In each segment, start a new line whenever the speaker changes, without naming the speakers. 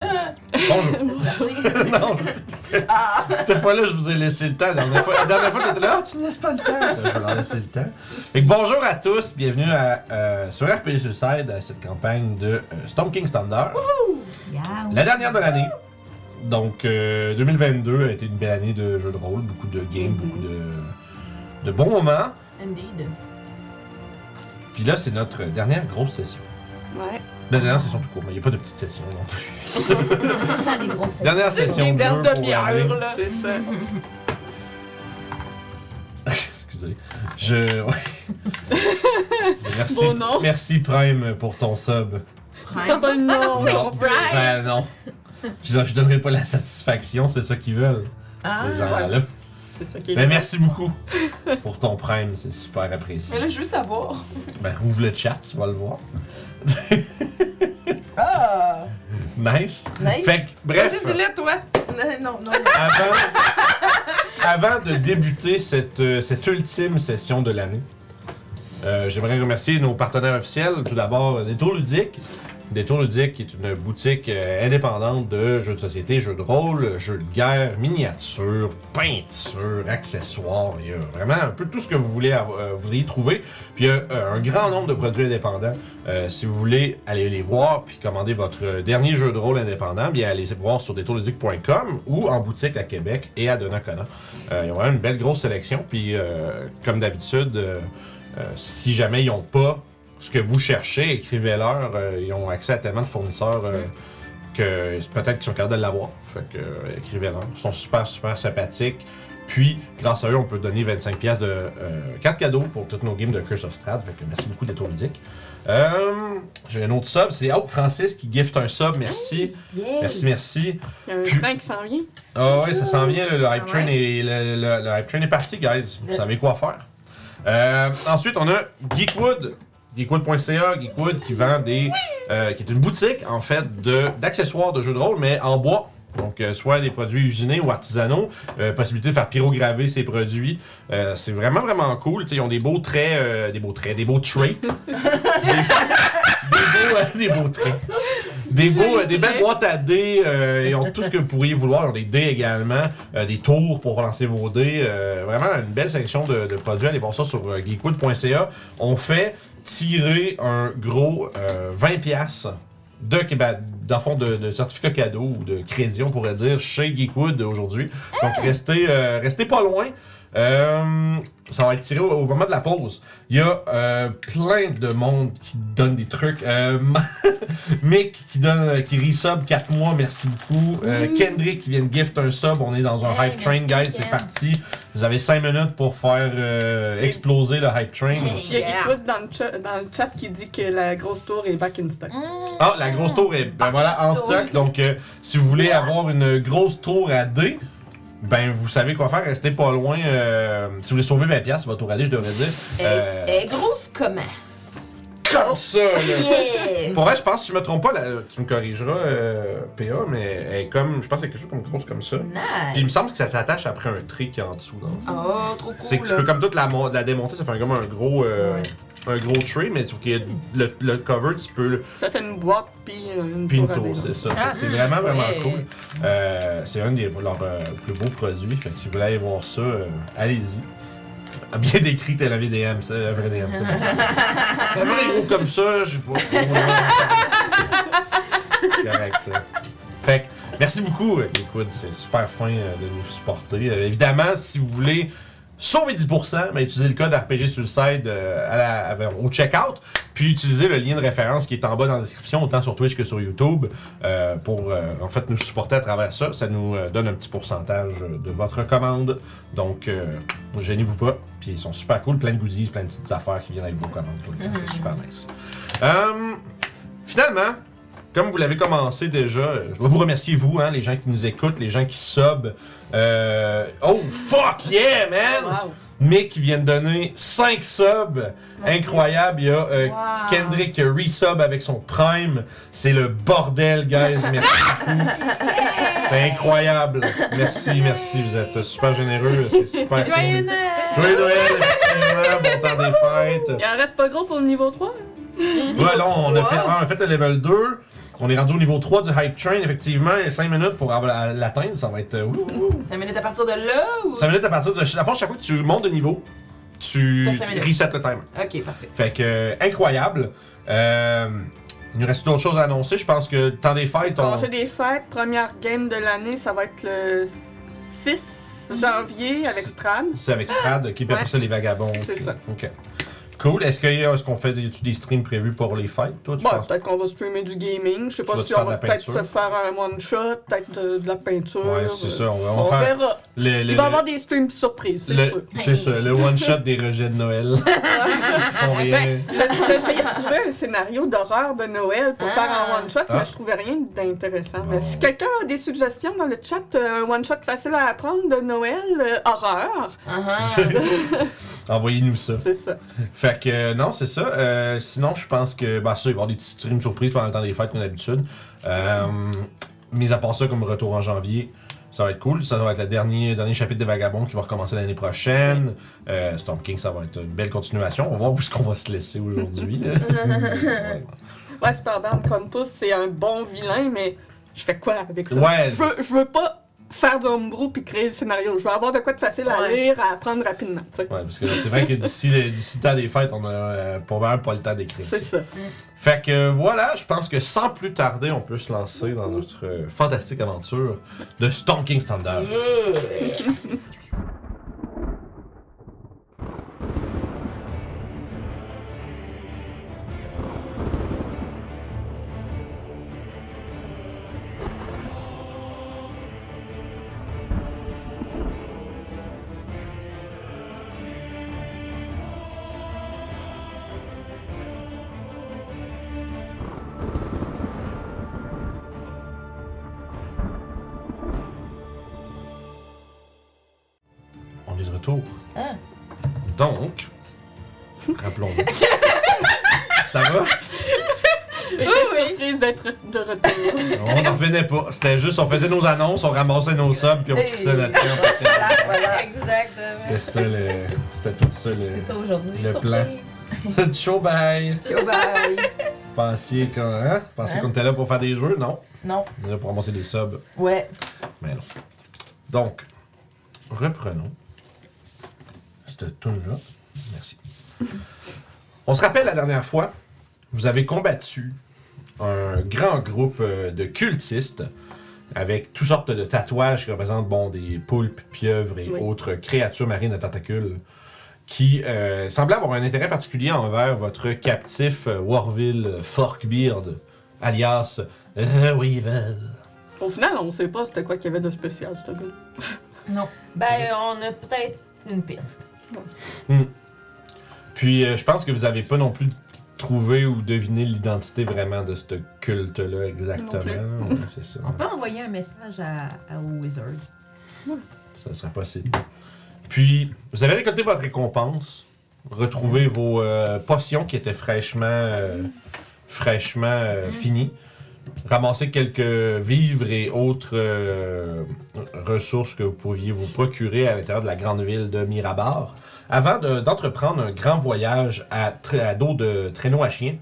Bonjour. non,
Ah.
cette fois-là, je vous ai laissé le temps. La dernière fois, la dernière fois, t'étais là, ah, tu ne laisses pas le temps. Je vais leur laisser le temps. Fait que bonjour à tous, bienvenue à, euh, sur RPG Suicide à cette campagne de euh, Storm King Standard.
Yeah.
La dernière de l'année. Donc, euh, 2022 a été une belle année de jeux de rôle, beaucoup de
Mm-hmm.
games, beaucoup de, de bons moments.
Indeed.
Puis là, c'est notre dernière grosse session.
Ouais.
La dernière session tout court, mais il n'y a pas de petite session non plus.
Pas des grosses
Dernière session
Des
de jeu
belles
pour
demi-heures,
l'année.
là. C'est ça.
Excusez. Je. ouais. merci,
Bon nom.
merci Prime pour ton sub.
C'est pas le nom.
Non. Ben non. Je, je donnerai pas la satisfaction, c'est ça qu'ils veulent. ces gens-là.
Ah, C'est ça qui est.
Ben merci beaucoup pour ton Prime, c'est super apprécié.
Mais là, je veux savoir.
Ben ouvre le chat, tu vas le voir.
Ah!
Nice.
Nice.
Fait que, bref.
Vas-y, dis-le, toi.
Non, non, non.
avant, avant de débuter cette, euh, cette ultime session de l'année, euh, j'aimerais remercier nos partenaires officiels. Tout d'abord, euh, Détour Ludique. Détour Ludique est une boutique euh, indépendante de jeux de société, jeux de rôle, jeux de guerre, miniatures, peintures, accessoires. Il y a vraiment un peu tout ce que vous voulez, avoir- euh, vous voulez y trouver. Puis il y a euh, un grand nombre de produits indépendants. Euh, si vous voulez aller les voir puis commander votre euh, dernier jeu de rôle indépendant, bien allez voir sur détourludique.com ou en boutique à Québec et à Donnacona. Euh, ils ont vraiment une belle grosse sélection. Puis euh, comme d'habitude, euh, euh, si jamais ils n'ont pas ce que vous cherchez, écrivez-leur. Euh, ils ont accès à tellement de fournisseurs euh, que peut-être qu'ils sont capables de l'avoir. Fait que euh, écrivez-leur. Ils sont super, super sympathiques. Puis, grâce à eux, on peut donner 25$ piastres de euh, cartes cadeaux pour toutes nos games de Curse of Strahd. Fait que merci beaucoup d'être au ludique. Euh, J'ai un autre sub, c'est oh, Francis qui gift un sub, merci. Merci, merci.
Il y a un
Puis-
vin qui s'en vient.
Ah ouais, ça s'en vient, le, le hype
Ah
train
ouais.
est, le, le- le hype train est parti, guys. Vous savez quoi faire. Euh, ensuite, on a Geekwood. Geekwood.ca, Geekwood qui vend des. euh, qui est une boutique, en fait, de- d'accessoires de, jeux de rôle, mais en bois. Donc, euh, soit des produits usinés ou artisanaux, euh, possibilité de faire pyrograver ces produits. Euh, c'est vraiment, vraiment cool. Tu sais, ils ont des beaux traits, euh, des beaux traits, des beaux traits. des, des beaux, des beaux traits. Des beaux, euh, des belles boîtes à dés, euh, ils ont tout ce que vous pourriez vouloir. Ils ont des dés également, euh, des tours pour relancer vos dés. euh, vraiment une belle section de, de produits. Allez voir ça sur euh, geekwood.ca. On fait tirer un gros euh, 20$ piastres de, ben, dans le fond, de, de certificat cadeau ou de crédit, on pourrait dire, chez Geekwood aujourd'hui. Donc restez, euh, restez pas loin. Euh, ça va être tiré au, au moment de la pause. Il y a euh, plein de monde qui donne des trucs. Euh, Mick qui donne euh, qui resub 4 mois, merci beaucoup. Euh, Kendrick qui vient de gift un sub, on est dans un
Hey,
hype train,
merci,
guys, c'est
Ken.
parti. Vous avez 5 minutes pour faire euh, exploser le hype train.
Il y a
Yeah.
quelqu'un dans, le chat- dans le chat qui dit que la grosse tour est back in stock.
Ah, la grosse tour est ben voilà, en
grosse tour.
stock. Donc, euh, si vous voulez avoir une grosse tour à D, ben vous savez quoi faire. Restez pas loin. euh, si vous voulez sauver 20$, piastres, votre tour à D, je devrais dire. euh,
Elle est grosse comment?
comme ça, là.
Yeah!
Pour vrai, je pense, si je me trompe pas, là, tu me corrigeras, euh, PA, mais elle est comme, je pense, que c'est quelque chose comme grosse comme ça. Puis il me
Nice!
semble que ça s'attache après un tri qui est en dessous, dans le fond.
Oh,
Ah,
trop cool!
C'est que tu peux comme toute la, mon- la démonter, ça fait un- comme un gros, euh, un gros tree, mais sauf que le, le cover, tu peux le,
Ça fait une boîte puis euh, une tour à
Pinto,
dés.
c'est ça.
Ah,
Fait que c'est
hum,
vraiment, vraiment
ouais.
cool. Euh, c'est un de leurs euh, plus beaux produits. Fait que si vous voulez aller voir ça, euh, allez-y. Ah, Bien décrit, t'es la VDM, c'est la vraie DM, c'est bon. T'as vu les gros comme ça, je sais pas. C'est correct, ça. Fait que, merci beaucoup, euh, écoute, c'est super fin euh, de nous supporter. Euh, évidemment, si vous voulez sauver 10%, ben, utilisez le code RPG Suicide euh, à la- à- ben, au checkout, puis utilisez le lien de référence qui est en bas dans la description, autant sur Twitch que sur YouTube, euh, pour euh, en fait nous supporter à travers ça. Ça nous euh, donne un petit pourcentage euh, de votre commande. Donc, euh, gênez-vous pas. Puis ils sont super cool, plein de goodies, plein de petites affaires qui viennent avec vos commandes tout le temps. C'est super nice. Euh, finalement, comme vous l'avez commencé déjà, euh, je dois vous remercier, vous, hein, les gens qui nous écoutent, les gens qui sub. Euh, oh, fuck yeah, man!
Wow.
Mick qui vient de donner 5 subs. Incroyable. Il y a euh, Kendrick qui a resub avec son prime. C'est le bordel, guys. Merci beaucoup. C'est incroyable. Merci, merci. Vous êtes super généreux. C'est super cool.
Joyeux Noël!
Joyeux Noël, effectivement, bon temps des fêtes.
Il en reste pas gros pour le niveau 3.
Ouais, là, on a fait, ah, on a fait le level 2. On est rendu au niveau 3 du Hype Train, effectivement. 5 minutes pour av- l'atteindre, ça va être. euh, ouh, ouh, ouh.
5 minutes à partir de là ou.
5 minutes à partir de. À la fois, chaque fois que tu montes de niveau, tu,
T'as cinq
tu
minutes.
resets le timer.
Ok, parfait.
Fait que, euh, incroyable. Euh, il nous reste d'autres choses à annoncer. Je pense que le temps des
C'est le
fêtes, on.
congé des fêtes, première game de l'année, ça va être le 6 janvier avec Strad.
C'est avec Strad qui
Ouais.
prépare ça les vagabonds.
C'est
Ok.
ça.
Ok. Cool. Est-ce qu'il y a- est-ce qu'on fait des, y a-tu des streams prévus pour les fêtes, toi, tu
Bon,
penses?
peut-être qu'on va streamer du gaming, je sais
Tu
pas
vas te
si
faire
on
de la
va peut-être
peinture.
se faire un one-shot, peut-être de, de la peinture.
Ouais, c'est ça. On va, on va
euh, On
faire.
verra.
le- le-
Il va y avoir des streams surprises, c'est
le-
sûr.
C'est ça, le one-shot des rejets de Noël. Ils font rien.
Parce que J'essayais de trouver un scénario d'horreur de Noël pour
Ah.
faire un one-shot,
Ah. Oh.
mais je trouvais rien d'intéressant.
Bon.
Mais si quelqu'un a des suggestions dans le chat, euh, un one-shot facile à apprendre de Noël, euh, horreur,
Ah.
Ben,
Uh-huh.
ah.
Envoyez-nous ça.
c'est ça.
Fait que euh, non, c'est ça. Euh, sinon, je pense que bah ça, il va y avoir des petits streams surprises pendant le temps des fêtes comme d'habitude. Euh, mis à part ça, comme retour en janvier, ça va être cool. Ça, ça va être le dernier, dernier chapitre des Vagabonds qui va recommencer l'année prochaine. Euh, Storm King, ça va être une belle continuation. On va voir où est-ce qu'on va se laisser aujourd'hui. là.
Ouais, cependant, Krampus, c'est un bon vilain, mais je fais quoi avec ça?
Ouais.
Je veux, je veux pas faire du homebrew puis créer le scénario. Je veux avoir de quoi de facile à
Ouais.
lire, à apprendre rapidement, tu sais.
ouais, parce que c'est vrai que d'ici le, d'ici le temps des fêtes, on a euh, probablement pas le temps d'écrire.
C'est ça.
Fait que euh, voilà, je pense que sans plus tarder, on peut se lancer dans notre euh, fantastique aventure de Storm King's Thunder. On est de retour.
Ah.
Donc, rappelons-nous. Ça va?
Je surprise d'être de retour.
On n'en revenait pas. C'était juste, on faisait nos annonces, on ramassait nos subs, puis on
Hey.
crissait là-dessus. on partait.
Voilà.
C'était
Exactement.
ça le. C'était tout ça
C'est ça
le.
aujourd'hui.
Le
surprise.
plan. C'est du show bye!
Ciao, bye.
Pensiez qu'on hein? Pensiez
Hein?
qu'on était là pour faire des jeux? Non.
Non.
On est là pour ramasser des subs.
Ouais.
Mais non. Donc, reprenons cette toune-là. Merci. On se rappelle la dernière fois, vous avez combattu un grand groupe euh, de cultistes avec toutes sortes de tatouages qui représentent bon, des poulpes, pieuvres et
Oui.
autres créatures marines à tentacules qui euh, semblaient avoir un intérêt particulier envers votre captif euh, Warville Forkbeard, alias The Weevil.
Au final, on sait pas c'était quoi qu'il y avait de spécial, ce gars.
Non.
Ben, euh, on a peut-être une piste.
Puis euh, je pense que vous n'avez pas non plus trouvé ou deviné l'identité vraiment de ce culte-là exactement. Ouais, C'est ça.
On peut envoyer un message à, à- au Wizard.
Ça serait possible. Puis vous avez récolté votre récompense, retrouvé vos euh, potions qui étaient fraîchement, euh, fraîchement euh, finies, ramassé quelques vivres et autres euh, ressources que vous pourriez vous procurer à l'intérieur de la grande ville de Mirabar, avant de- d'entreprendre un grand voyage à, tra- à dos de traîneau à chien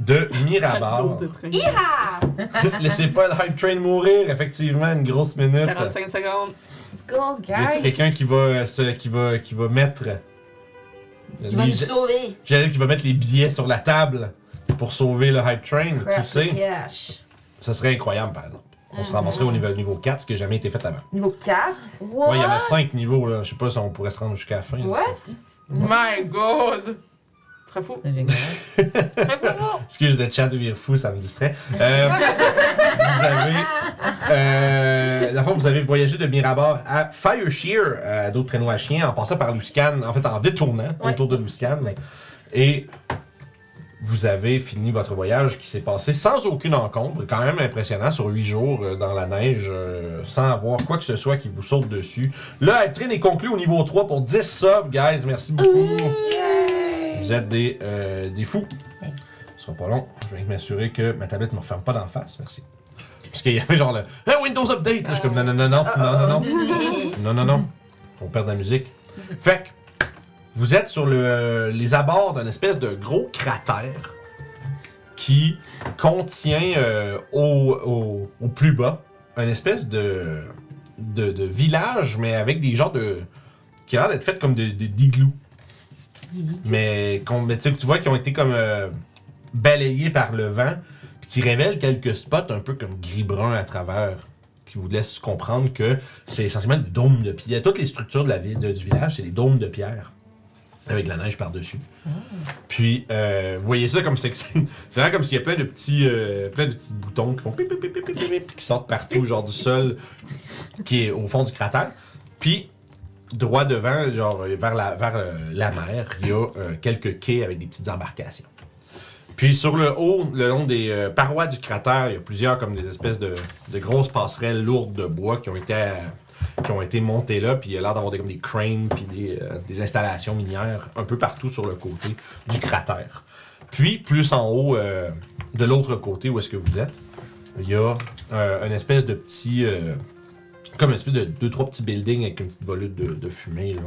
de Mirabar.
D'autres trains.
Laissez pas le hype train mourir, effectivement, une grosse minute.
45 secondes.
Let's go,
Y a-tu
guys!
quelqu'un qui va, euh, se- qui va, qui va mettre. euh,
Qui va nous
les-
sauver.
J'allais dire qui va mettre les billets sur la table pour sauver le hype train, qui sait?
Cash.
Ça serait incroyable, par exemple. On
Mm-hmm.
se ramasserait au niveau, niveau 4, ce qui n'a jamais été fait avant.
Niveau 4.
What?
Ouais, il y avait 5 niveaux, là. Je sais pas si on pourrait se rendre jusqu'à la fin. ça
What?
serait fou.
My god.
Très fou.
C'est génial.
Très fou.
Excuse le chat de vire fou, ça me distrait. Euh, vous avez. Euh, la fois, vous avez voyagé de Mirabar à Fireshear, euh, d'autres traîneaux à chiens, en passant par Luscan, en fait, en détournant
Ouais.
autour de Luscan.
Ouais.
Et vous avez fini votre voyage qui s'est passé sans aucune encombre, quand même impressionnant, sur huit jours euh, dans la neige, euh, sans avoir quoi que ce soit qui vous saute dessus. Le hype train est conclu au niveau 3 pour 10 subs, guys. Merci beaucoup. Vous êtes des, euh, des fous. Ce sera pas long. Je vais m'assurer que ma tablette ne me referme pas d'en face. Merci. Parce qu'il y avait genre le Hein, Windows Update. Là, je suis comme non, non, non, non, non, non, non. Non, non, non. On perd de la musique. Fait que vous êtes sur le, les abords d'un espèce de gros cratère qui contient euh, au, au- au plus bas une espèce de, de, de village, mais avec des genres de. qui a l'air d'être fait comme des de, d'igloo. Mais, qu'on- mais tu sais, que tu vois qui ont été comme euh, balayés par le vent, puis qui révèlent quelques spots un peu comme gris-brun à travers, qui vous laissent comprendre que c'est essentiellement des dômes de pierre. Toutes les structures de la ville, de- du village, c'est des dômes de pierre, avec de la neige par-dessus. Puis, euh, vous voyez ça comme c'est c'est vraiment comme s'il y a plein de petits, euh, plein de petits boutons qui font pip, pip, pip, pip, pip, pip, puis qui sortent partout, genre du sol, qui est au fond du cratère. Puis, droit devant, genre euh, vers la, vers euh, la mer, il y a euh, quelques quais avec des petites embarcations. Puis sur le haut, le long des euh, parois du cratère, il y a plusieurs comme des espèces de, de grosses passerelles lourdes de bois qui ont été, euh, qui ont été montées là. Puis il y a l'air d'avoir des, comme des cranes puis des, euh, des installations minières un peu partout sur le côté du cratère. Puis plus en haut, euh, de l'autre côté où est-ce que vous êtes, il y a euh, une espèce de petit euh, comme une espèce de deux trois petits buildings avec une petite volute de, de fumée là.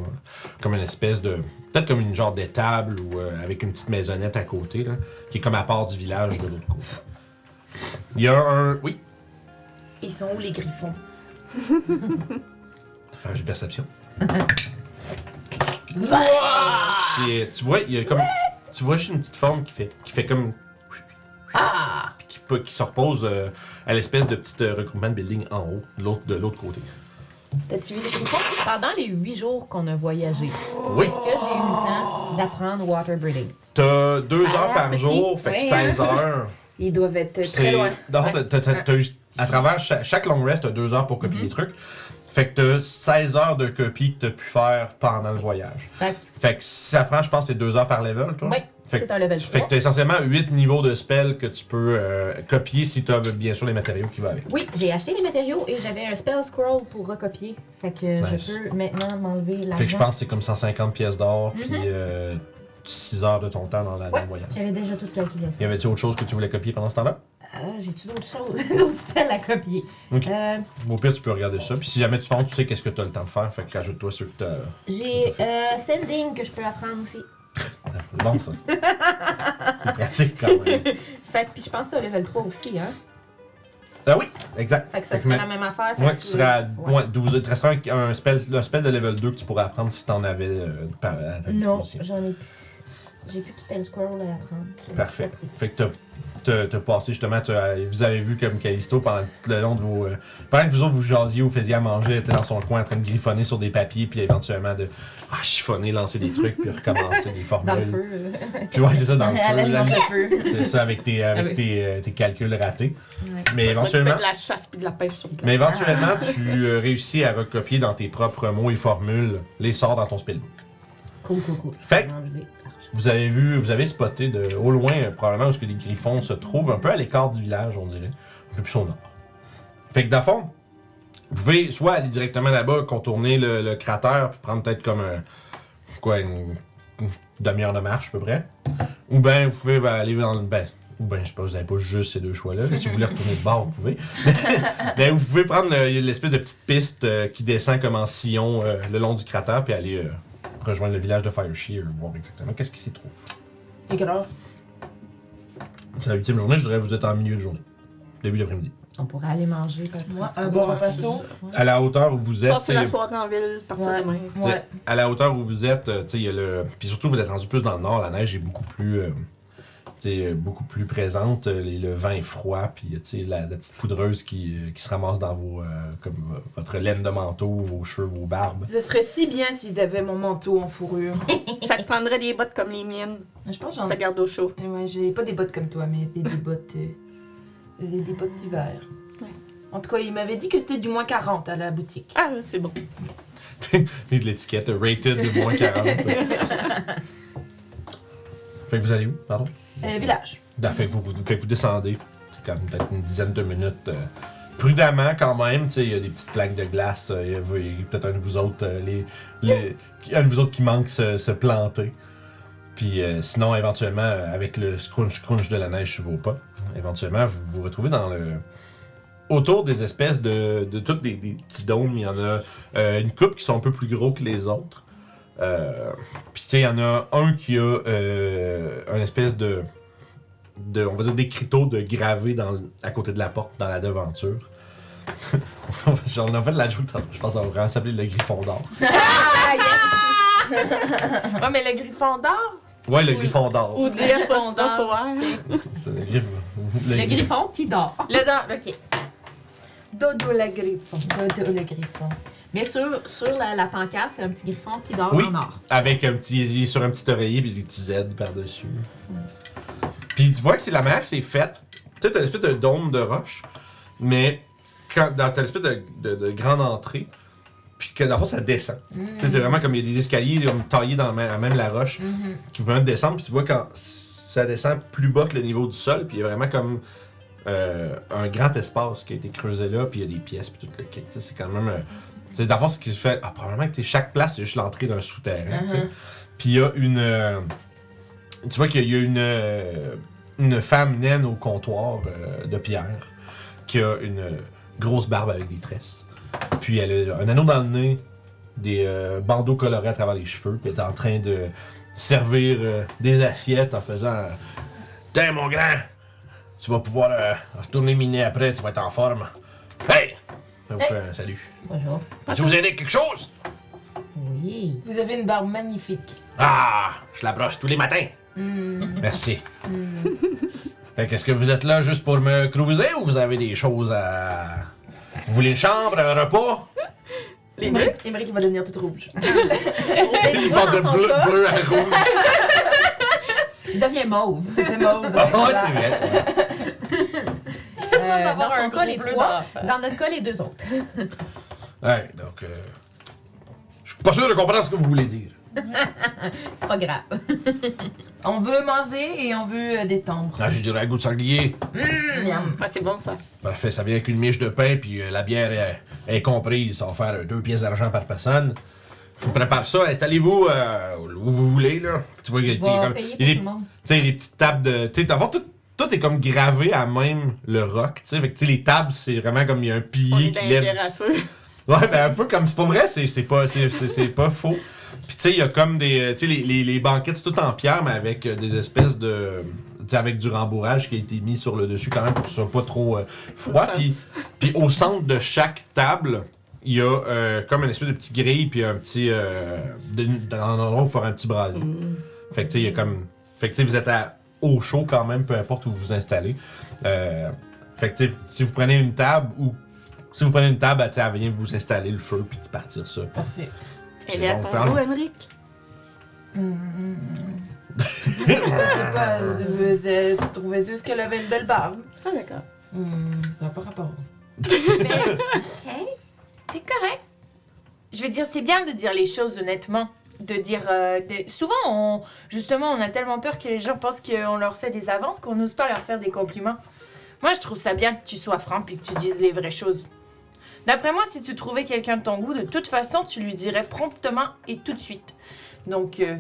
comme une espèce de peut-être comme une genre d'étable ou euh, avec une petite maisonnette à côté là, qui est comme à part du village de l'autre côté. Il y a un oui,
Ils sont où les griffons
tu fais un jet de perception. C'est- euh, tu vois, il y a comme tu vois juste une petite forme qui fait qui fait comme
Ah!
Puis qui, peut- qui se repose euh, à l'espèce de petit euh, regroupement de building en haut, de l'autre- de l'autre côté.
T'as-tu vu les griffons
Pendant les huit jours qu'on a voyagé,
Oui.
est-ce que j'ai eu le temps d'apprendre waterbreeding?
T'as deux
Ça a
heures
l'air
par
petit. hein?
jour, fait que
Ouais,
16 heures.
Ils doivent être
C'est-
très loin.
Non, t'as- t'as- t'as- t'as eu- à travers cha- chaque, long rest, t'as deux heures pour copier les trucs. Fait que t'as 16 heures de copie que t'as pu faire pendant le voyage.
Fait-
Fait que ça prend, je pense, c'est deux heures par level, toi?
Oui,
Fait que-
c'est un level
Fait que
3.
t'as essentiellement 8 niveaux de spells que tu peux euh, copier si t'as bien sûr les matériaux qui vont avec.
Oui, j'ai acheté les matériaux et j'avais un spell scroll pour recopier. Fait que
Nice.
je peux maintenant m'enlever l'argent.
Fait que je pense que c'est comme 150 pièces d'or,
Mhm.
puis 6 heures de ton temps dans, la, dans le
Ouais,
voyage.
j'avais déjà tout calculé ça.
Y avait-tu autre chose que tu voulais copier pendant ce temps-là?
Ah, j'ai-tu d'autres choses, d'autres spells à copier?
Ok.
Euh,
Au pire, tu peux regarder ça. Puis si jamais tu fonds, tu sais qu'est-ce que t'as le temps de faire. Fait que rajoute-toi ceux que t'as.
j'ai
Tout à
euh, Sending que je peux apprendre aussi.
C'est bon, ça. c'est pratique, quand même.
Fait que puis je pense que t'es au level 3 aussi, hein?
Ah oui, exact.
Fait que
Fait
ça
que
serait
mais-
la même affaire. fait
Ouais,
que
tu
c'est-
seras à
ouais.
ouais, euh, 12. Il te resterait un, un spell, un spell de level 2 que tu pourrais apprendre si t'en avais euh, par- à ta
Non,
disposition.
j'en ai plus. J'ai plus de spell scroll à apprendre. J'ai
Parfait.
tout appris.
Fait que t'as- t'as t'as passé justement, t'as- vous avez vu comme Callisto pendant tout le long de vos. euh, pendant que vous autres vous jasiez ou faisiez à manger, elle était dans son coin en train de griffonner sur des papiers, puis éventuellement de ah, chiffonner, lancer des trucs, puis recommencer des
Dans le
formules.
feu. euh.
Puis ouais, c'est ça, dans le
Elle
feu. là.
alimente le feu.
C'est ça, avec tes,
Ah
avec
oui.
tes, euh, tes calculs ratés.
Ouais.
Mais éventuellement,
de la chasse puis de la pêche sur le
mais éventuellement tu euh, réussis à recopier dans tes propres mots et formules les sorts dans ton spellbook.
Cool, cool, cool.
Fait
Je
que-
vais enlever l'argent.
Vous avez vu, vous avez spoté de au loin, euh, probablement, où ce que les griffons se trouvent, un peu à l'écart du village, on dirait, un peu plus au nord. Fait que, dans le fond, vous pouvez soit aller directement là-bas, contourner le, le cratère, puis prendre peut-être comme un, quoi, une, une demi-heure de marche, à peu près. Ou bien, vous pouvez aller dans le. Ben, ou bien, je sais pas, vous n'avez pas juste ces deux choix-là. mais Si vous voulez retourner de bord, vous pouvez. Mais vous pouvez prendre le- l'espèce de petite piste euh, qui descend comme en sillon euh, le long du cratère, puis aller euh, rejoindre le village de Fireshear, voir exactement qu'est-ce qui s'y trouve.
Et quelle heure
C'est la huitième journée, je dirais que vous êtes en milieu de journée. Début d'après-midi.
On pourrait aller manger. par
Moi,
après
un
ça.
bon
Ouais,
repas
c'est
chaud.
ça.
À la hauteur où vous êtes,
Passer
c'est-
la soirée en ville, partir
Ouais.
demain.
T'sais,
Ouais.
à la hauteur où vous êtes, euh, tu sais, il y a le. Puis surtout, vous êtes rendu plus dans le nord, la neige est beaucoup plus. euh, tu sais, euh, beaucoup plus présente. euh, les- le vent est froid, puis euh, tu sais, la, la petite poudreuse qui, euh, qui se ramasse dans vos. euh, comme vo- votre laine de manteau, vos cheveux, vos barbes.
Ça ferait si bien s'ils avaient mon manteau en fourrure.
Ça te prendrait des bottes comme les miennes.
Je pense que j'en
Ça garde au chaud.
Eh Ouais, j'ai pas des bottes comme toi, mais des, des bottes. euh, des, des bottes d'hiver.
Ouais.
En tout cas, il m'avait dit que c'était du moins 40 à la boutique.
Ah, c'est bon.
Et de l'étiquette euh, rated de moins 40. fait que vous allez où, pardon?
Euh, village.
Non, fait, que vous, vous- fait que vous descendez, c'est comme peut-être une dizaine de minutes. euh, prudemment quand même, tu sais, il y a des petites plaques de glace, euh, il y a, vous- il y a peut-être un de vous autres, euh, les, les- qui- un de vous autres qui manque se, se planter. Puis euh, sinon, éventuellement, euh, avec le scrunch-crunch de la neige sur vos pas, éventuellement, vous vous retrouvez dans le... Autour des espèces de, de toutes des, des petits dômes, il y en a euh, une coupe qui sont un peu plus gros que les autres. Euh, Puis tu sais, il y en a un qui a euh, un espèce de de, on va dire, des criteaux de gravés dans, le- à côté de la porte, dans la devanture. J'en ai fait de la joke tantôt, je pense qu'on va vraiment s'appeler le griffon d'or.
Ah, mais le griffon d'or?
Ouais, le
Oui.
griffon d'or.
Ou des apostrophes OR.
C'est le griffon.
Le griffon qui dort.
Le d'or, ok.
Dodo la griffon.
Dodo le griffon.
Mais sur, sur la, la pancarte, c'est un petit griffon qui dort
Oui.
en or.
Avec un petit. sur un petit oreiller, puis des petits Z par-dessus. Puis tu vois que c'est la manière que c'est faite. Tu sais, t'as l'espèce de dôme de roche, mais quand, dans t'as l'espèce de, de- de grande entrée, puis que dans le fond, ça descend. Tu sais, c'est vraiment comme il y a des escaliers comme, taillés dans la même, à même la roche qui vous permettent de descendre, puis tu vois quand ça descend plus bas que le niveau du sol, puis il y a vraiment comme. euh, un grand espace qui a été creusé là, puis il y a des pièces, puis tout le kit. Tu sais, C'est quand même. euh, tu sais, dans le fond, ce qui fait. Ah, probablement que t'es- chaque place, c'est juste l'entrée d'un souterrain. tu sais. Puis il y a une. euh, tu vois qu'il y a une, euh, une femme naine au comptoir euh, de pierre qui a une euh, grosse barbe avec des tresses. Puis elle a un anneau dans le nez, des euh, bandeaux colorés à travers les cheveux, puis elle est en train de servir euh, des assiettes en faisant euh, Tiens, mon grand, tu vas pouvoir euh, retourner miner après, tu vas être en forme. Hey! Elle vous fait un salut.
Bonjour.
Je vous aider avec quelque chose?
Oui.
Vous avez une barbe magnifique.
Ah! Je la brosse tous les matins.
Hmm,
Merci.
hmm.
Fait que est-ce que vous êtes là juste pour me cruiser ou vous avez des choses à. Vous voulez une chambre, un repas?
Les deux?
Imric, Imric, il va devenir tout rouge.
Il parle de bleu, bleu à rouge.
Il devient mauve.
C'était mauve.
Ah ouais,
voilà.
c'est vrai.
Euh,
d'avoir
dans son cas,
un gros
les
bleu dans
trois.
la face.
Dans notre cas, les deux autres.
Ouais, donc. euh, Je suis pas sûr de comprendre ce que vous voulez dire.
C'est pas grave.
On veut manger et on veut euh, détendre.
Ah, j'ai du ragoût de sanglier.
Hmm, miam.
Ah, c'est bon ça.
Parfait, ça vient avec une miche de pain, puis euh, la bière est, est comprise. Ça va faire euh, deux pièces d'argent par personne. Je vous prépare ça, installez-vous euh, où vous voulez, là. Tu vois, il y a-
Je
il y a
vais
comme-
payer
il y a des-
pour tout le monde.
Tu sais, les petites tables de. Tu sais, dans le fond, tout, tout est comme gravé à même le roc. Tu sais, fait que tu sais, les tables, c'est vraiment comme il y a un
On est
pilier
dans
qui
les
lève.
verres à feu.
du- Ouais, ben un peu comme. C'est pas vrai, c'est c'est pas, c'est- c'est- c'est pas faux. Puis tu sais, il y a comme des. euh, Tu sais, les, les, les banquettes, c'est tout en pierre, mais avec euh, des espèces de. Tu sais, avec du rembourrage qui a été mis sur le dessus quand même pour que ce soit pas trop euh, froid. Puis, puis au centre de chaque table. Il y a euh, comme une espèce de petit grille, puis un petit. Euh, de- un endroit où faire un petit brasier. Fait que tu sais, il y a comme. Fait que tu sais, vous êtes à... au chaud quand même, peu importe où vous vous installez. Euh, Fait que tu sais, si vous prenez une table ou. Si vous prenez une table, elle, tu sais, elle vient vous installer le feu puis de partir ça. Puis-
Parfait.
C'est
Elle est à
bon,
ton
Fran.
goût, Emmerich.
Hmm. Je sais pas, vous euh, trouvez juste qu'elle avait une belle barbe.
Ah, d'accord.
Hmm, ça n'a pas rapport.
C'est correct. Je veux dire, c'est bien de dire les choses honnêtement. De dire. euh, des- Souvent, on... justement, on a tellement peur que les gens pensent qu'on leur fait des avances qu'on n'ose pas leur faire des compliments. Moi, je trouve ça bien que tu sois franc puis que tu dises les vraies choses. D'après moi, si tu trouvais quelqu'un de ton goût, de toute façon, tu lui dirais promptement et tout de suite. Donc, euh,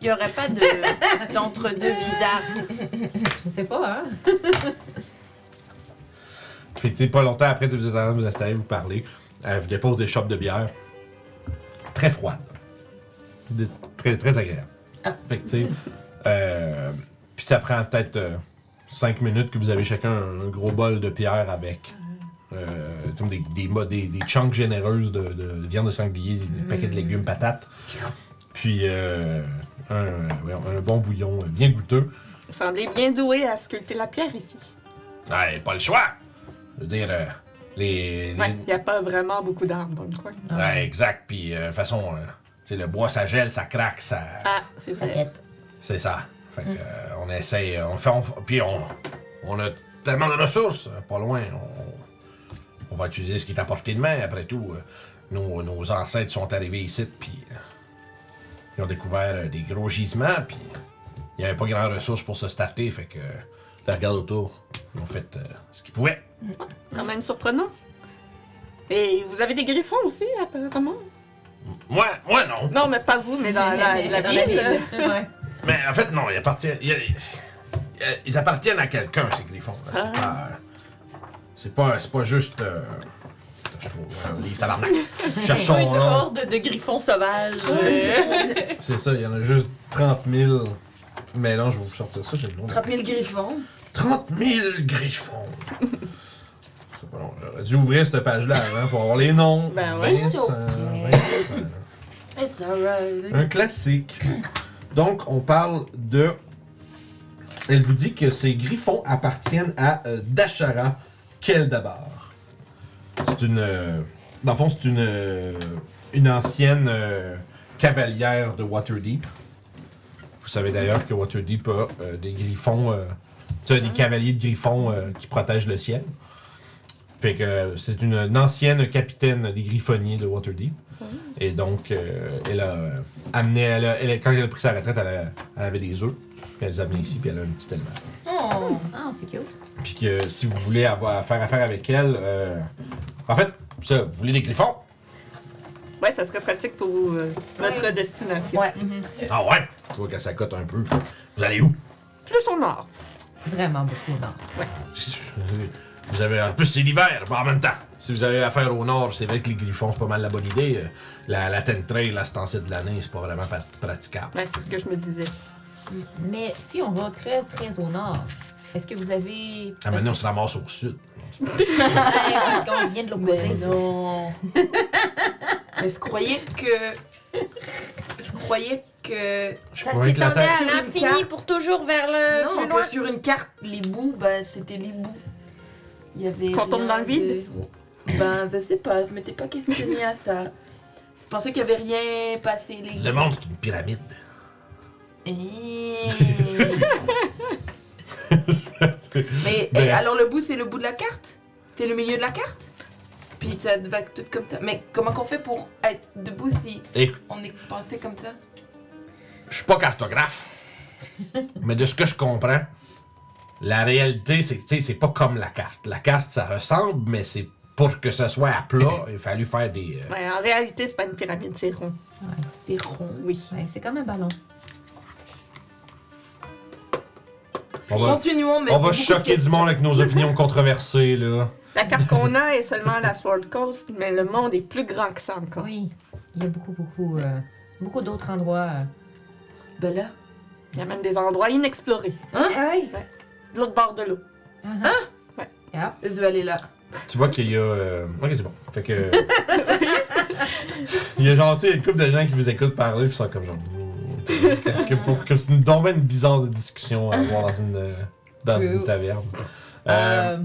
il y aurait pas de- d'entre-deux bizarre.
Je sais pas, hein.
Fait que tu sais, pas longtemps après, tu sais, vous êtes en train de vous installer, vous parlez. Elle vous dépose des chopes de bière. Très froides. De- Très, très agréable.
Ah.
Fait que tu sais. euh, puis ça prend peut-être 5 minutes que vous avez chacun un, un gros bol de pierre avec. euh, tu sais, des, des, mo- des, des chunks généreuses de, de viande de sanglier, des paquets de légumes, patates. Puis euh, un, voyons, un bon bouillon euh, bien goûteux.
Vous semblez bien doué à sculpter la pierre ici.
Ah, et pas le choix! Je veux dire, euh, les- les,
Ouais, il n'y a pas vraiment beaucoup d'arbres dans le coin.
Ouais, exact. Puis, euh, de toute façon, euh, tu sais, le bois, ça gèle, ça craque, ça.
Ah, c'est ça.
C'est ça. Fait que, euh, on essaye, euh, on fait. on f- puis, on, on a tellement de ressources, euh, pas loin. On, on va utiliser ce qui est à portée de main, après tout. euh, nos, nos ancêtres sont arrivés ici, puis. euh, ils ont découvert euh, des gros gisements, puis. Il n'y avait pas grand ressources pour se starter, fait que. euh, La regarde autour. Ils ont fait euh, ce qu'ils pouvaient.
Quand même surprenant. Et vous avez des griffons aussi, apparemment.
Moi, moi, non.
Non, mais pas vous, mais dans la, la
Dans
ville.
ville. Ouais.
Mais en fait, non, ils appartiennent, ils, ils- ils appartiennent à quelqu'un, ces griffons. là. C'est
Ah.
pas. C'est pas, c'est pas juste. euh, je trouve. euh, les tabarnak. Je cherche son nom.
de griffons sauvages.
C'est ça, il y en a juste 30 000. Mais non, je vais vous sortir ça, j'ai le nom.
30 000 griffons.
30 000 griffons! C'est pas long, J'aurais dû ouvrir cette page-là avant pour avoir les noms.
Ben ouais.
Vincent, Vincent.
It's alright.
Un classique. Donc, on parle de. Elle vous dit que ces griffons appartiennent à euh, Dashara Keldabar. C'est une. euh, dans le fond, c'est une. euh, une ancienne euh, cavalière de Waterdeep. Vous savez d'ailleurs que Waterdeep a euh, des griffons. euh, tu sais, des cavaliers de griffons euh, qui protègent le ciel. Fait que euh, c'est une, une ancienne capitaine des griffonniers de Waterdeep. Et donc, euh, elle a euh, amené, elle a- elle a- quand elle a pris sa retraite, elle, a- elle avait des œufs. Puis elle les a amenés ici, puis elle a un petit élevage.
Oh.
Ah, c'est cute.
Puis que si vous voulez avoir, faire affaire avec elle, euh, en fait, ça, vous voulez des griffons?
Ouais, ça serait pratique pour euh, notre destination.
Ouais.
Ah ouais! Tu vois qu'elle s'accote un peu. Vous allez où?
Plus on meurt.
Vraiment beaucoup d'or.
Vous avez, en plus, c'est l'hiver, mais en même temps, si vous avez affaire au nord, c'est vrai que les griffons, c'est pas mal la bonne idée. Euh, La, la Ten Trail, la stancée de l'année, c'est pas vraiment pra- praticable.
Ouais, c'est ce que je me disais.
Mais si on va très, très au nord, est-ce que vous avez.
Ah, maintenant, on se ramasse au sud.
Parce qu'on vient de l'autre
Mais
côté.
non. Mais se croyez que. Se croyez que.
Je
Ça
pourrais
s'étendait
éclater-
à l'infini pour toujours vers le
non,
plus
que
loin.
sur une carte, les bouts, ben c'était les bouts. Il y avait.
Qu'on
rien
tombe dans le
de-
vide?
Ben, je sais pas, je m'étais pas questionnée à ça. Je pensais qu'il y avait rien passé, les
Le monde, c'est une pyramide.
Mais
Bref.
eh, alors le bout c'est le bout de la carte C'est le milieu de la carte Puis ça va tout comme ça. Mais comment qu'on fait pour être debout si
Et
on est pensé comme ça
je suis pas cartographe, mais de ce que je comprends, la réalité, c'est que tu sais, c'est pas comme la carte. La carte, ça ressemble, mais c'est pour que ça soit à plat, il a fallu faire des. euh,
Ouais, en réalité, c'est pas une pyramide, c'est rond.
C'est rond.
Oui.
Ouais, c'est comme un ballon.
on va,
Continuons,
on
mais c'est
va
beaucoup de
choquer du
questions.
monde avec nos opinions controversées, là.
La carte qu'on a est seulement à la Sword Coast, mais le monde est plus grand que ça encore.
Oui. Il y a beaucoup, beaucoup. euh, beaucoup d'autres endroits. euh,
Ben là.
Il y a même des endroits inexplorés.
Ah
De l'autre bord de l'eau.
Je vais aller là.
Tu vois qu'il y a. euh, Ok, c'est bon. Fait que. il y a genre, tu sais, une couple de gens qui vous écoutent parler, puis ils sont comme genre. Ouh, que- que- pour- Comme c'est une domaine bizarre de discussion à avoir dans une, euh, dans une
True.
taverne. Euh,
euh,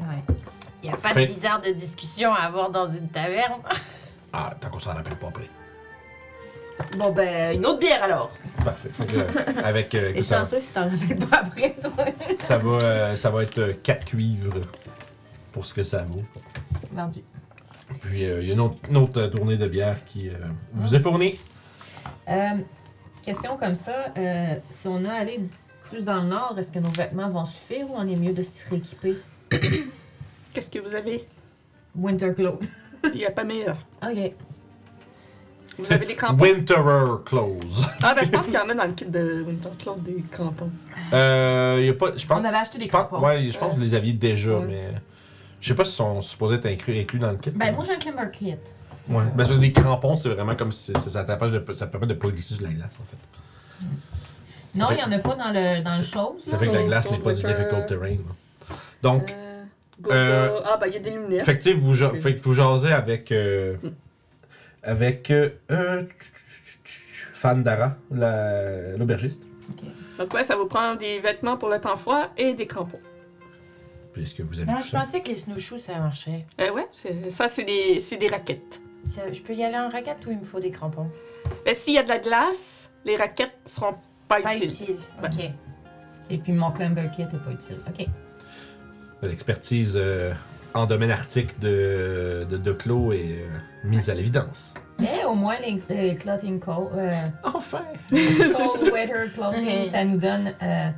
ouais.
Il n'y a pas
Fait-
de bizarre de discussion à avoir dans une taverne.
Ah, tant qu'on s'en rappelle pas après.
Bon ben une autre bière alors.
Parfait. Fait que, euh, avec euh,
T'es
que ça,
chanceux si t'en rappelles pas après, toi.
ça va, euh, ça va être 4 cuivres pour ce que ça vaut.
Vendu.
Puis euh, il y a une autre, une autre, euh, tournée de bière qui euh, vous est fournie.
Euh, question comme ça, euh, si on a allé plus dans le nord, est-ce que nos vêtements vont suffire ou on est mieux de se rééquiper?
Qu'est-ce que vous avez
Winter clothes.
Il n'y a pas meilleur.
Ok.
Vous avez des crampons
Winterer clothes.
Ah, ben je pense qu'il y en a dans le kit de Winter Cloud des crampons.
Euh, il y a pas, je pense,
On avait acheté des
je pense,
crampons.
ouais, je pense que vous les aviez déjà,
Ouais.
mais je sais pas si sont supposés être inclus, inclus dans le kit.
Ben, moi j'ai un climber kit.
Ouais. Ben, parce que les crampons, c'est vraiment comme si ça, ça t'empêche de, ça permet de pas glisser sur la glace en fait.
Non,
fait-
il n'y en a pas dans le, dans le chose.
Ça fait que la
non,
glace
pour
n'est pas du
Winter-
difficult terrain. là. Donc,
Euh, Gogo-
Euh,
Ah, ben il y a des lumières.
Fait que, tu sais, vous, ja-
Ok.
fait que vous jasez avec. euh, avec. euh, euh, Fandara, la- l'aubergiste.
Donc, ouais, ça vous prend des vêtements pour le temps froid et des crampons.
Puisque vous avez
Ah,
Non,
tout
je
ça.
pensais que les snowshoes, ça marchait.
Euh, ouais, c'est- ça, c'est des, c'est des raquettes.
Ça- je peux y aller en raquette ou il me faut des crampons
Mais Ben, s'il y a de la glace, les raquettes seront pas,
Pas
utiles.
utile. Ok.
Et puis mon climber kit n'est pas utile. Ok.
L'expertise euh, en domaine arctique de, de, de Clos est euh, mise à l'évidence.
Mais au moins les, euh, les clothing cold, euh,
Enfin!
cold
C'est ça.
weather clothing,
Mhm.
ça nous donne euh,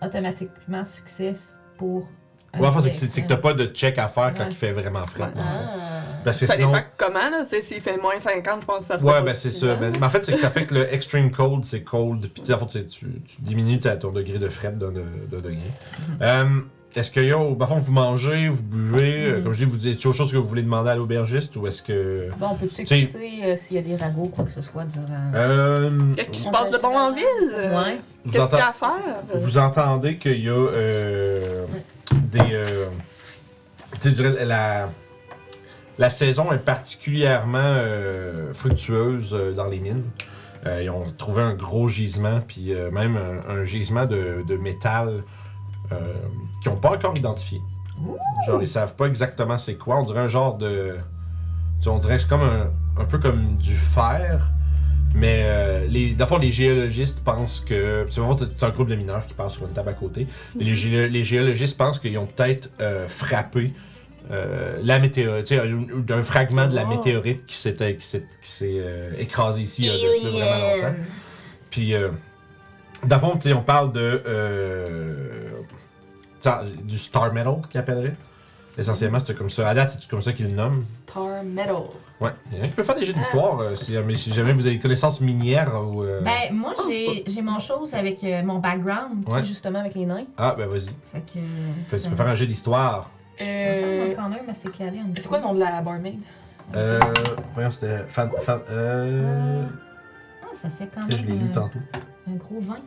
automatiquement succès pour. un
Ouais, enfin, c'est
succès.
que c'est- c'est que t'as pas de check à faire quand
Ouais.
il fait vraiment frais.
Ouais.
en fait.
Ah.
Parce que
Ça
sinon.
dépend comment, là. C'est- S'il fait moins 50, je pense que ça sera
Ouais,
pas hein.
ben c'est ça.
suffisant.
Ben, mais en fait, c'est que ça fait que le extreme cold, c'est cold. Puis, tu sais, en fait, tu, tu diminues ta- ton degré de fret d'un de, de degré. Euh, Est-ce que, yo, au fond, vous mangez, vous buvez, euh,
Mm.
Mhm.
comme je dis, vous dites autre chose que vous voulez demander à l'aubergiste ou est-ce que. euh,
Bon, on peut-tu
sais-
s'écouter euh, s'il y a des ragots ou quoi que ce soit durant.
Euh,
Qu'est-ce qui se
On
passe
peut
de bon en ville?
acheter
euh,
Ouais.
vous,
Qu'est-ce
enten-
qu'il y a à faire?
vous entendez qu'il y a euh, des. euh, tu sais, je dirais, la, la saison est particulièrement euh, fructueuse euh, dans les mines. Euh, ils ont trouvé un gros gisement, puis euh, même un, un gisement de, de métal euh, qu'ils n'ont pas encore identifié. Genre, ils savent pas exactement c'est quoi. On dirait un genre de. tu sais, on dirait que c'est comme un, un peu comme du fer. Mais euh, les, dans le fond, les géologistes pensent que. C'est en fait, c'est un groupe de mineurs qui parle sur une table à côté. Les, gé- les géologistes pensent qu'ils ont peut-être euh, frappé euh, la météorite, tu sais, un, un fragment de la
Oh.
météorite qui s'était qui s'est qui s'est, euh, écrasé ici il y a de cela vraiment longtemps. Puis, euh, dans le fond, tu sais, on parle de. euh, tu sais, du star metal qu'ils appelleraient. Essentiellement, c'est comme ça. À date, c'est comme ça qu'ils le nomment.
Star Metal.
Ouais. Il y en a qui peuvent faire des jeux d'histoire euh, si, jamais- si jamais vous avez connaissance minière ou. euh,
Ben, moi,
Oh,
j'ai j'ai mon chose avec euh, mon background, tu sais,
Ouais.
justement avec les nains.
Ah, ben vas-y.
Fait que.
Fait que tu peux faire un jeu d'histoire.
Euh...
Euh,
Quand même assez calé. en
C'est quoi le nom de la barmaid?
Euh. Voyons, c'était. Fan. fan- euh.
Ah, ça fait quand
tu sais, je l'ai lu
même euh,
tantôt.
un gros vin.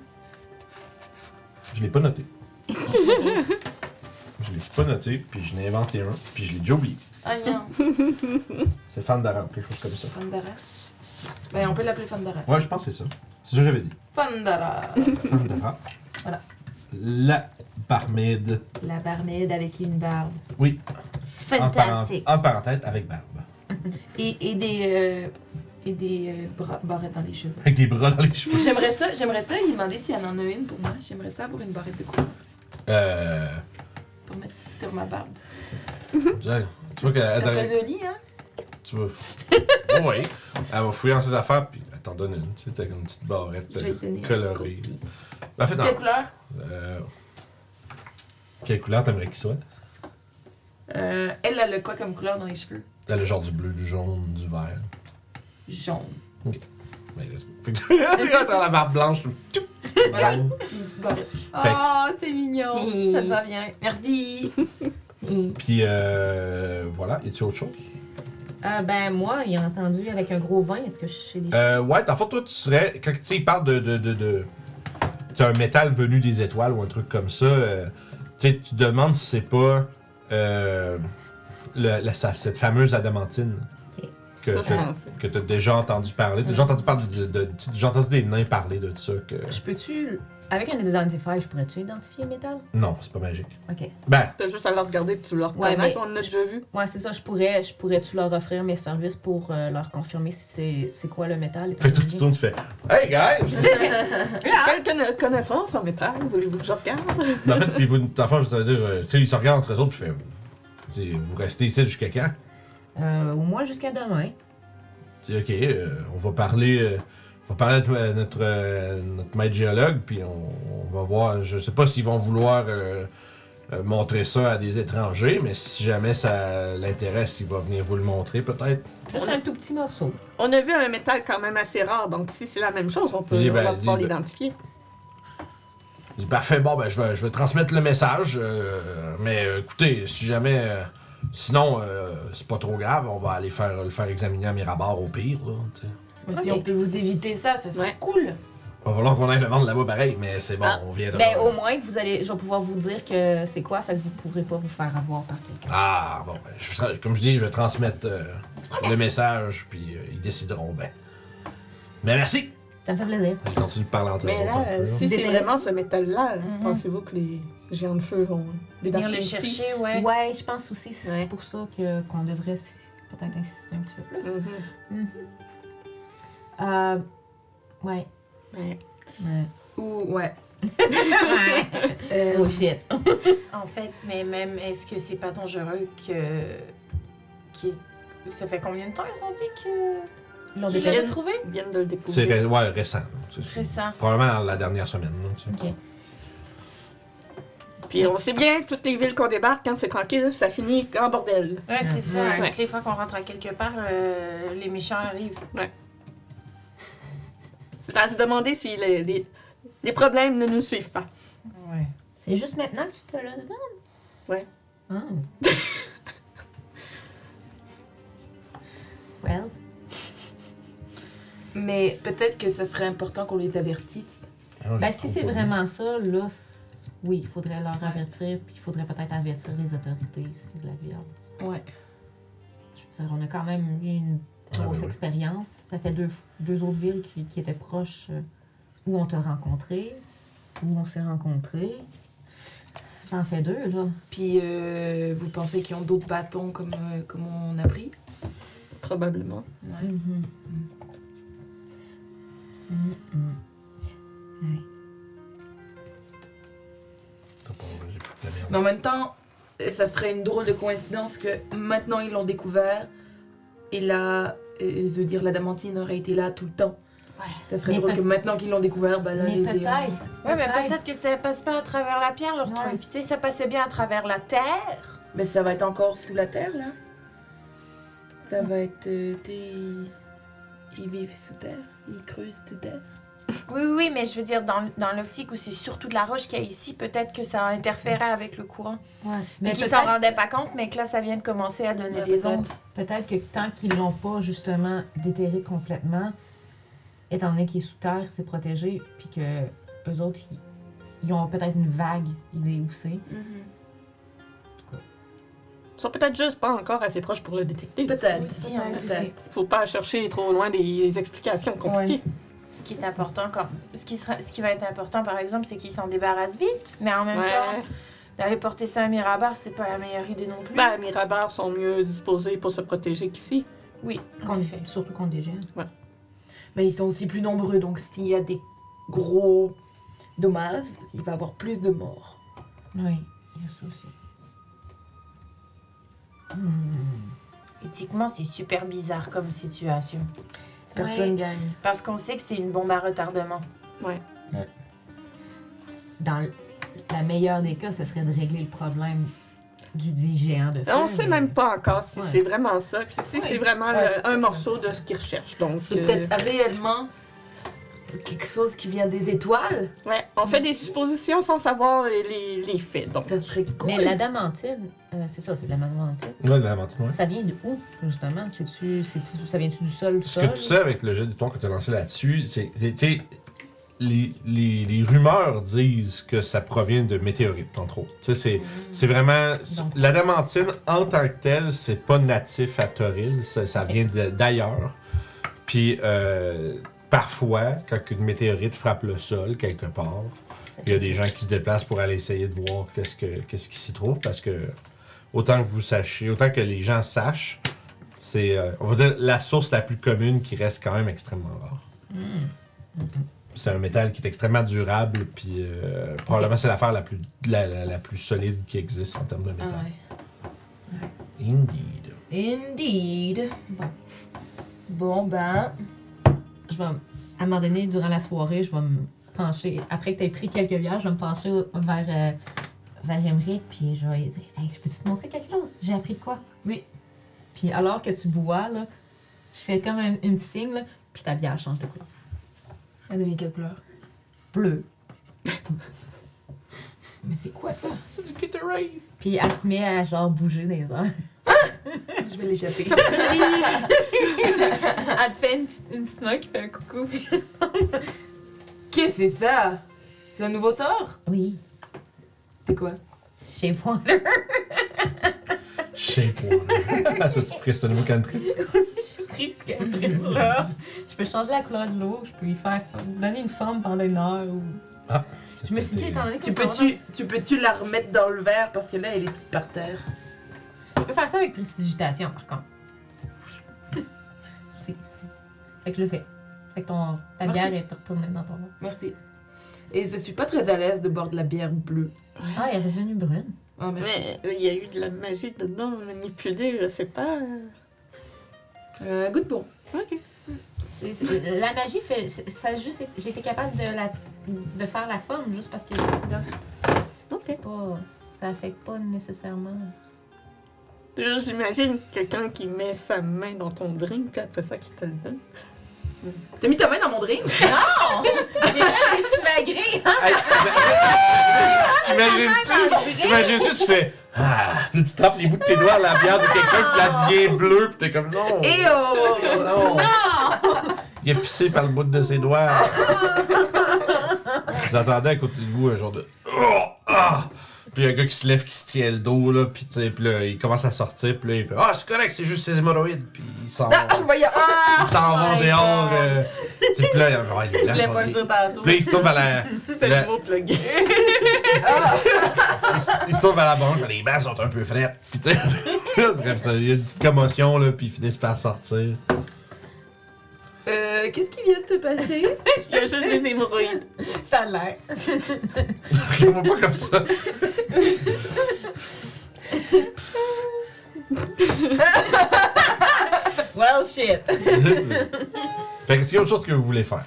Je l'ai pas noté. je l'ai pas noté, puis je n'ai inventé un, puis je l'ai déjà oublié.
Ah non,
C'est Fan d'Aram, quelque chose comme ça.
Fandara. Ben, on peut l'appeler Fandara.
Ouais, je pense que c'est ça. C'est ça que j'avais dit.
Fandara.
Femme de rap.
Voilà.
La barmaid.
La barmaid avec une barbe.
Oui, en,
Fantastique.
parenth- en parenthèse, avec barbe.
Et, et des, euh, et des euh, bra- barrettes dans les cheveux.
Avec des bras dans les cheveux.
J'aimerais ça, j'aimerais ça lui demander si elle en a une pour moi. J'aimerais ça avoir une barrette de couleur
Euh.
pour mettre sur ma barbe.
Jack, Tu vois qu'elle.
Ça
elle-
serait joli, hein?
Tu vas. Oh, oui. Elle va fouiller dans ses affaires, puis elle t'en donne une. Tu sais, t'as comme une petite barrette
Je vais
euh,
te donner une
colorée.
copie.
En fait,
Quelle
non.
couleur?
Euh, Quelle couleur t'aimerais qu'il soit
Euh, elle, elle a quoi comme couleur dans les cheveux?
T'as le genre du bleu, du jaune, du vert.
Jaune.
Mais là, c'est- fait que- Regarde, t'as la barbe blanche. tout,
Voilà.
jaune.
Une petite barrette.
Fait-
Oh, c'est mignon.
Hi.
ça te va bien.
Merci!
Puis, euh. Voilà. Y a-tu autre chose
Euh, ben, moi, il a entendu avec un gros vin. Est-ce que je sais des
Euh, ouais, en fait, toi, tu serais. Quand tu sais, il parle de. de, de, de- tu sais, un métal venu des étoiles ou un truc comme ça, euh, tu sais, tu te demandes si c'est pas. euh, le- la- sa- cette fameuse adamantine que
Ça, je
t'as-
pensais.
que tu as déjà entendu parler. Tu déjà entendu parler de. de- de- t'as déjà entendu des nains parler de ça. que...
Je peux-tu. Avec un identifier, je pourrais-tu identifier le métal?
Non, c'est pas magique.
Ok.
Ben,
T'as juste à le regarder puis tu le
Ouais,
reconnais,
mais-
puis on l'a déjà vu.
Ouais, c'est ça. Je pourrais, je pourrais-tu leur offrir mes services pour euh, leur confirmer si c'est, c'est quoi le métal? étant
fait que toi, tu
donné-
tournes, tu fais Hey guys!
Quelle conna- connaissance en métal, voulez-vous que je regarde?
Mais Ben, en fait, puis vous, dans le fond, ça veut dire, euh, tu sais, ils se regardent entre eux autres, puis fait, tu sais, vous restez ici jusqu'à quand?
Euh, au moins jusqu'à demain.
Tu dis, OK, euh, on va parler. euh, on va parler à notre, notre, euh, notre maître géologue, puis on, on va voir. Je sais pas s'ils vont vouloir euh, euh, montrer ça à des étrangers, mais si jamais ça l'intéresse, il va venir vous le montrer peut-être.
Juste un tout petit morceau.
On a vu un métal quand même assez rare, donc si c'est la même chose, on peut
J'ai
on
ben
va
dit,
pouvoir
ben-
l'identifier.
Il dit parfait, bon ben je vais, je vais transmettre le message. euh, mais euh, écoutez, si jamais. euh, sinon, euh, c'est pas trop grave, on va aller faire le faire examiner à Mirabar au pire, là. tu sais.
Mais Si on peut vous éviter ça, ça serait
Ouais.
cool!
Va falloir qu'on aille le vendre là-bas pareil, mais c'est bon,
Ah.
on viendra.
Ben, au moins, vous allez, je vais pouvoir vous dire que c'est quoi, fait que vous pourrez pas vous faire avoir par quelqu'un.
Ah, bon, ben, je tra- comme je dis, je vais transmettre euh, le message, puis euh, ils décideront bien. Mais merci!
Ça me fait plaisir.
Ils continuent de parler entre eux
Mais
autres un
là, euh,
peu, là.
si c'est
Déteste.
vraiment ce métal-là,
Mhm.
pensez-vous que les géants de feu vont
Venir
débarquer
le
ici?
chercher,
Ouais,
ouais.
je pense aussi c'est
Ouais.
pour ça que, qu'on devrait s- peut-être insister un petit peu plus.
Mhm.
Euh, ouais.
Ouais.
Ouais.
Ou, ouais. Euh,
Oh shit.
En fait, mais même, est-ce que c'est pas dangereux que. qu'ils- Ça fait combien de temps ils ont dit que.
Ils l'ont
qu'ils
déclaré.
l'avaient trouvé
Ils viennent de le
C'est
découvrir.
ré- ouais, récent. là, c'est- c'est
Récent.
Probablement dans la dernière semaine. là, tu sais.
Ok.
Puis on sait bien, toutes les villes qu'on débarque, quand c'est tranquille, ça finit en bordel.
Ouais, c'est ça.
Ouais.
Toutes les fois qu'on rentre à quelque part, euh, les méchants arrivent.
C'est à se demander si les, les- les problèmes ne nous suivent pas.
Ouais.
C'est juste maintenant que tu te le demandes.
Ouais.
Hmm. well,
Mais peut-être que ça serait important qu'on les avertisse.
ben, si c'est vraiment ça, là, c- oui, il faudrait leur avertir, puis il faudrait peut-être avertir les autorités si de la violence.
Ouais.
Je veux dire, on a quand même eu une
Ah, ben
grosse
oui.
expérience. Ça fait deux, deux autres villes qui, qui étaient proches euh, où on t'a rencontré, où on s'est rencontrés. Ça en fait deux, là.
Puis euh, vous pensez qu'ils ont d'autres bâtons comme, euh, comme on a pris
Probablement.
Ouais.
Mhm. Mhm.
T'as pas- j'ai plus de la merde.
Mais en même temps, ça serait une drôle de coïncidence que maintenant ils l'ont découvert et là, euh, je veux dire, l'adamantine aurait été là tout le temps.
Ouais.
Ça serait
Mais
drôle que
peut-
maintenant qu'ils l'ont découvert, bah là,
Mais
les
peut-être.
Ouais, mais peut-être que ça passe pas à travers la pierre, leur
Ouais.
truc. Tu sais, ça passait bien à travers la terre.
Mais ça va être encore sous la terre là Ça va être. euh, t'es- Ils vivent sous terre, ils creusent sous terre.
Oui, oui, oui, mais je veux dire, dans, dans l'optique où c'est surtout de la roche qu'il y a ici, peut-être que ça a interféré avec le courant.
Ouais.
Mais
Mais
qu'ils s'en
peut-être
rendaient pas compte, mais que là, ça vient de commencer à donner
Ouais,
des
peut-être.
ondes.
peut-être que tant qu'ils l'ont pas justement déterré complètement, étant donné qu'il est sous terre, c'est protégé, puis que eux autres, ils, ils ont peut-être une vague idée où c'est. tout cas.
Ils sont peut-être juste pas encore assez proches pour le détecter.
Peut-être.
aussi, hein,
Peut-être.
Faut pas chercher trop loin des explications compliquées.
Ce qui est important, quand... ce, qui sera... ce qui va être important, par exemple, c'est qu'ils s'en débarrassent vite, mais en même temps, d'aller porter ça à Mirabar, c'est pas la meilleure idée non plus.
Ben, mes rabards sont mieux disposés pour se protéger qu'ici.
Contre-
effet.
surtout contre des géants.
Mais ils sont aussi plus nombreux, donc s'il y a des gros dommages, il va y avoir plus de morts.
Oui, il y a ça aussi. Hmm.
Éthiquement, c'est super bizarre comme situation.
Personne gagne.
Parce qu'on sait que c'est une bombe à retardement.
Dans le- la meilleure des cas, ce serait de régler le problème du dit géant de fer.
On sait même pas encore si
Ouais.
c'est vraiment ça, puis si
Ouais.
c'est vraiment
Ouais.
le- un morceau de ce qu'ils recherchent. Donc,
C'est
euh,
peut-être réellement quelque chose qui vient des étoiles.
euh, ouais, on fait des suppositions sans savoir les, les- les faits. Donc,
Ça serait cool.
Mais l'adamantine, euh, c'est ça, c'est de l'adamantine.
Ouais, de la mentine, ouais.
Ça vient de où, justement? C'est-tu, c'est-tu, ça vient-tu du sol, du
Ce que
sol?
tu sais avec le jet d'histoire que tu as lancé là-dessus, c'est. c'est- Tu sais, les, les, les rumeurs disent que ça provient de météorites, entre autres. Tu sais, c'est, c'est vraiment.
Mm-hmm. Donc.
L'adamantine, en tant que telle, c'est pas natif à Toril, ça, ça vient de- d'ailleurs. Puis, euh, parfois, quand une météorite frappe le sol quelque part, il y a des gens qui se déplacent pour aller essayer de voir qu'est-ce, que, qu'est-ce qui s'y trouve, parce que autant que vous sachiez, autant que les gens sachent, c'est, euh, on va dire, la source la plus commune qui reste quand même extrêmement rare.
Hmm.
C'est un métal qui est extrêmement durable, puis euh, probablement c'est l'affaire la plus, la, la- la plus solide qui existe en termes de
Ah
métal.
ouais.
Indeed.
Indeed. Bon. Bon, ben.
Je vais, à un moment donné, durant la soirée, je vais me pencher. Après que tu aies pris quelques bières, je vais me pencher vers, euh, vers Emmerich, puis je vais lui dire Hey, je peux-tu te montrer quelque chose J'ai appris de quoi
Oui.
Puis alors que tu bois, là, je fais comme un, une petite signe, là, puis ta bière change de couleur.
Elle devient quelle couleur
Bleu.
Mais c'est quoi ça
C'est du Gatorade.
Puis elle se met à genre bouger dans les airs.
Je vais l'échapper.
elle te fait une, petite- une petite main qui fait un coucou.
Qu'est-ce que c'est ça C'est un nouveau sort
Oui,
C'est quoi
chez Wonder.
Shapewater. Ah, T'as-tu pris ce nouveau country?
Je suis triste qu'elle tripe là. Je peux changer la couleur de l'eau, je peux lui faire donner une forme pendant une heure. Ou... Je me suis dit, étant donné que
Tu peux-tu tu peux-tu la remettre dans le verre parce que là, elle est toute par terre.
Je peux faire ça avec précipitation par contre. Si. Fait que je le fais. Fait que ton, ta
Merci.
bière est retournée dans ton verre.
Merci. Et je suis pas très à l'aise de boire de la bière bleue.
Ah, elle est revenue brune.
Oh, merci.
mais euh, il y a eu de la magie dedans, manipulée, je sais pas.
Euh, goûte bon.
Ok.
C'est- c'est- La magie fait. c'est- Ça a juste. été- J'ai été capable de, la, de faire la forme juste parce que là,
Ok.
pas, ça affecte pas nécessairement.
Juste, J'imagine quelqu'un qui met sa main dans ton drink, puis après ça, qui te le donne.
T'as mis ta main dans mon drink
J'ai pas désimagré, hein?
Ah,
Hey, ima- Imagine-tu, imagine-tu, tu fais Ah, puis là, tu trempes les bouts de tes doigts à la bière de quelqu'un, puis la devient bleue, puis t'es comme non.
Eh oh!
Non! Il a pissé par le bout de ses doigts. vous entendez à côté de vous un genre de. Oh! Ah! Puis un gars qui se lève, qui se tient le dos, là, puis, tu sais, puis là, il commence à sortir, puis là, il fait Ah, c'est correct, c'est juste ses hémorroïdes, puis il s'en va.
Ah, voyons! Ah!
Ils s'en vont
Oh my
dehors.
God.
Euh, tu sais, puis là, il y a genre, les blancs sont- les-
tantôt.
Puis là, il se trouve à la.
C'était
la-
le mot plugué.
il se- il se trouve à la banque, les bains sont un peu frettes. Puis tu sais, bref, ça, il y a une petite commotion, là, puis ils finissent par sortir.
Euh, qu'est-ce qui vient de te passer?
Il y a juste des hémorroïdes.
Ça l'air.
Regarde-moi pas comme ça.
Well shit.
fait que, est-ce qu'il y a autre chose que vous voulez faire?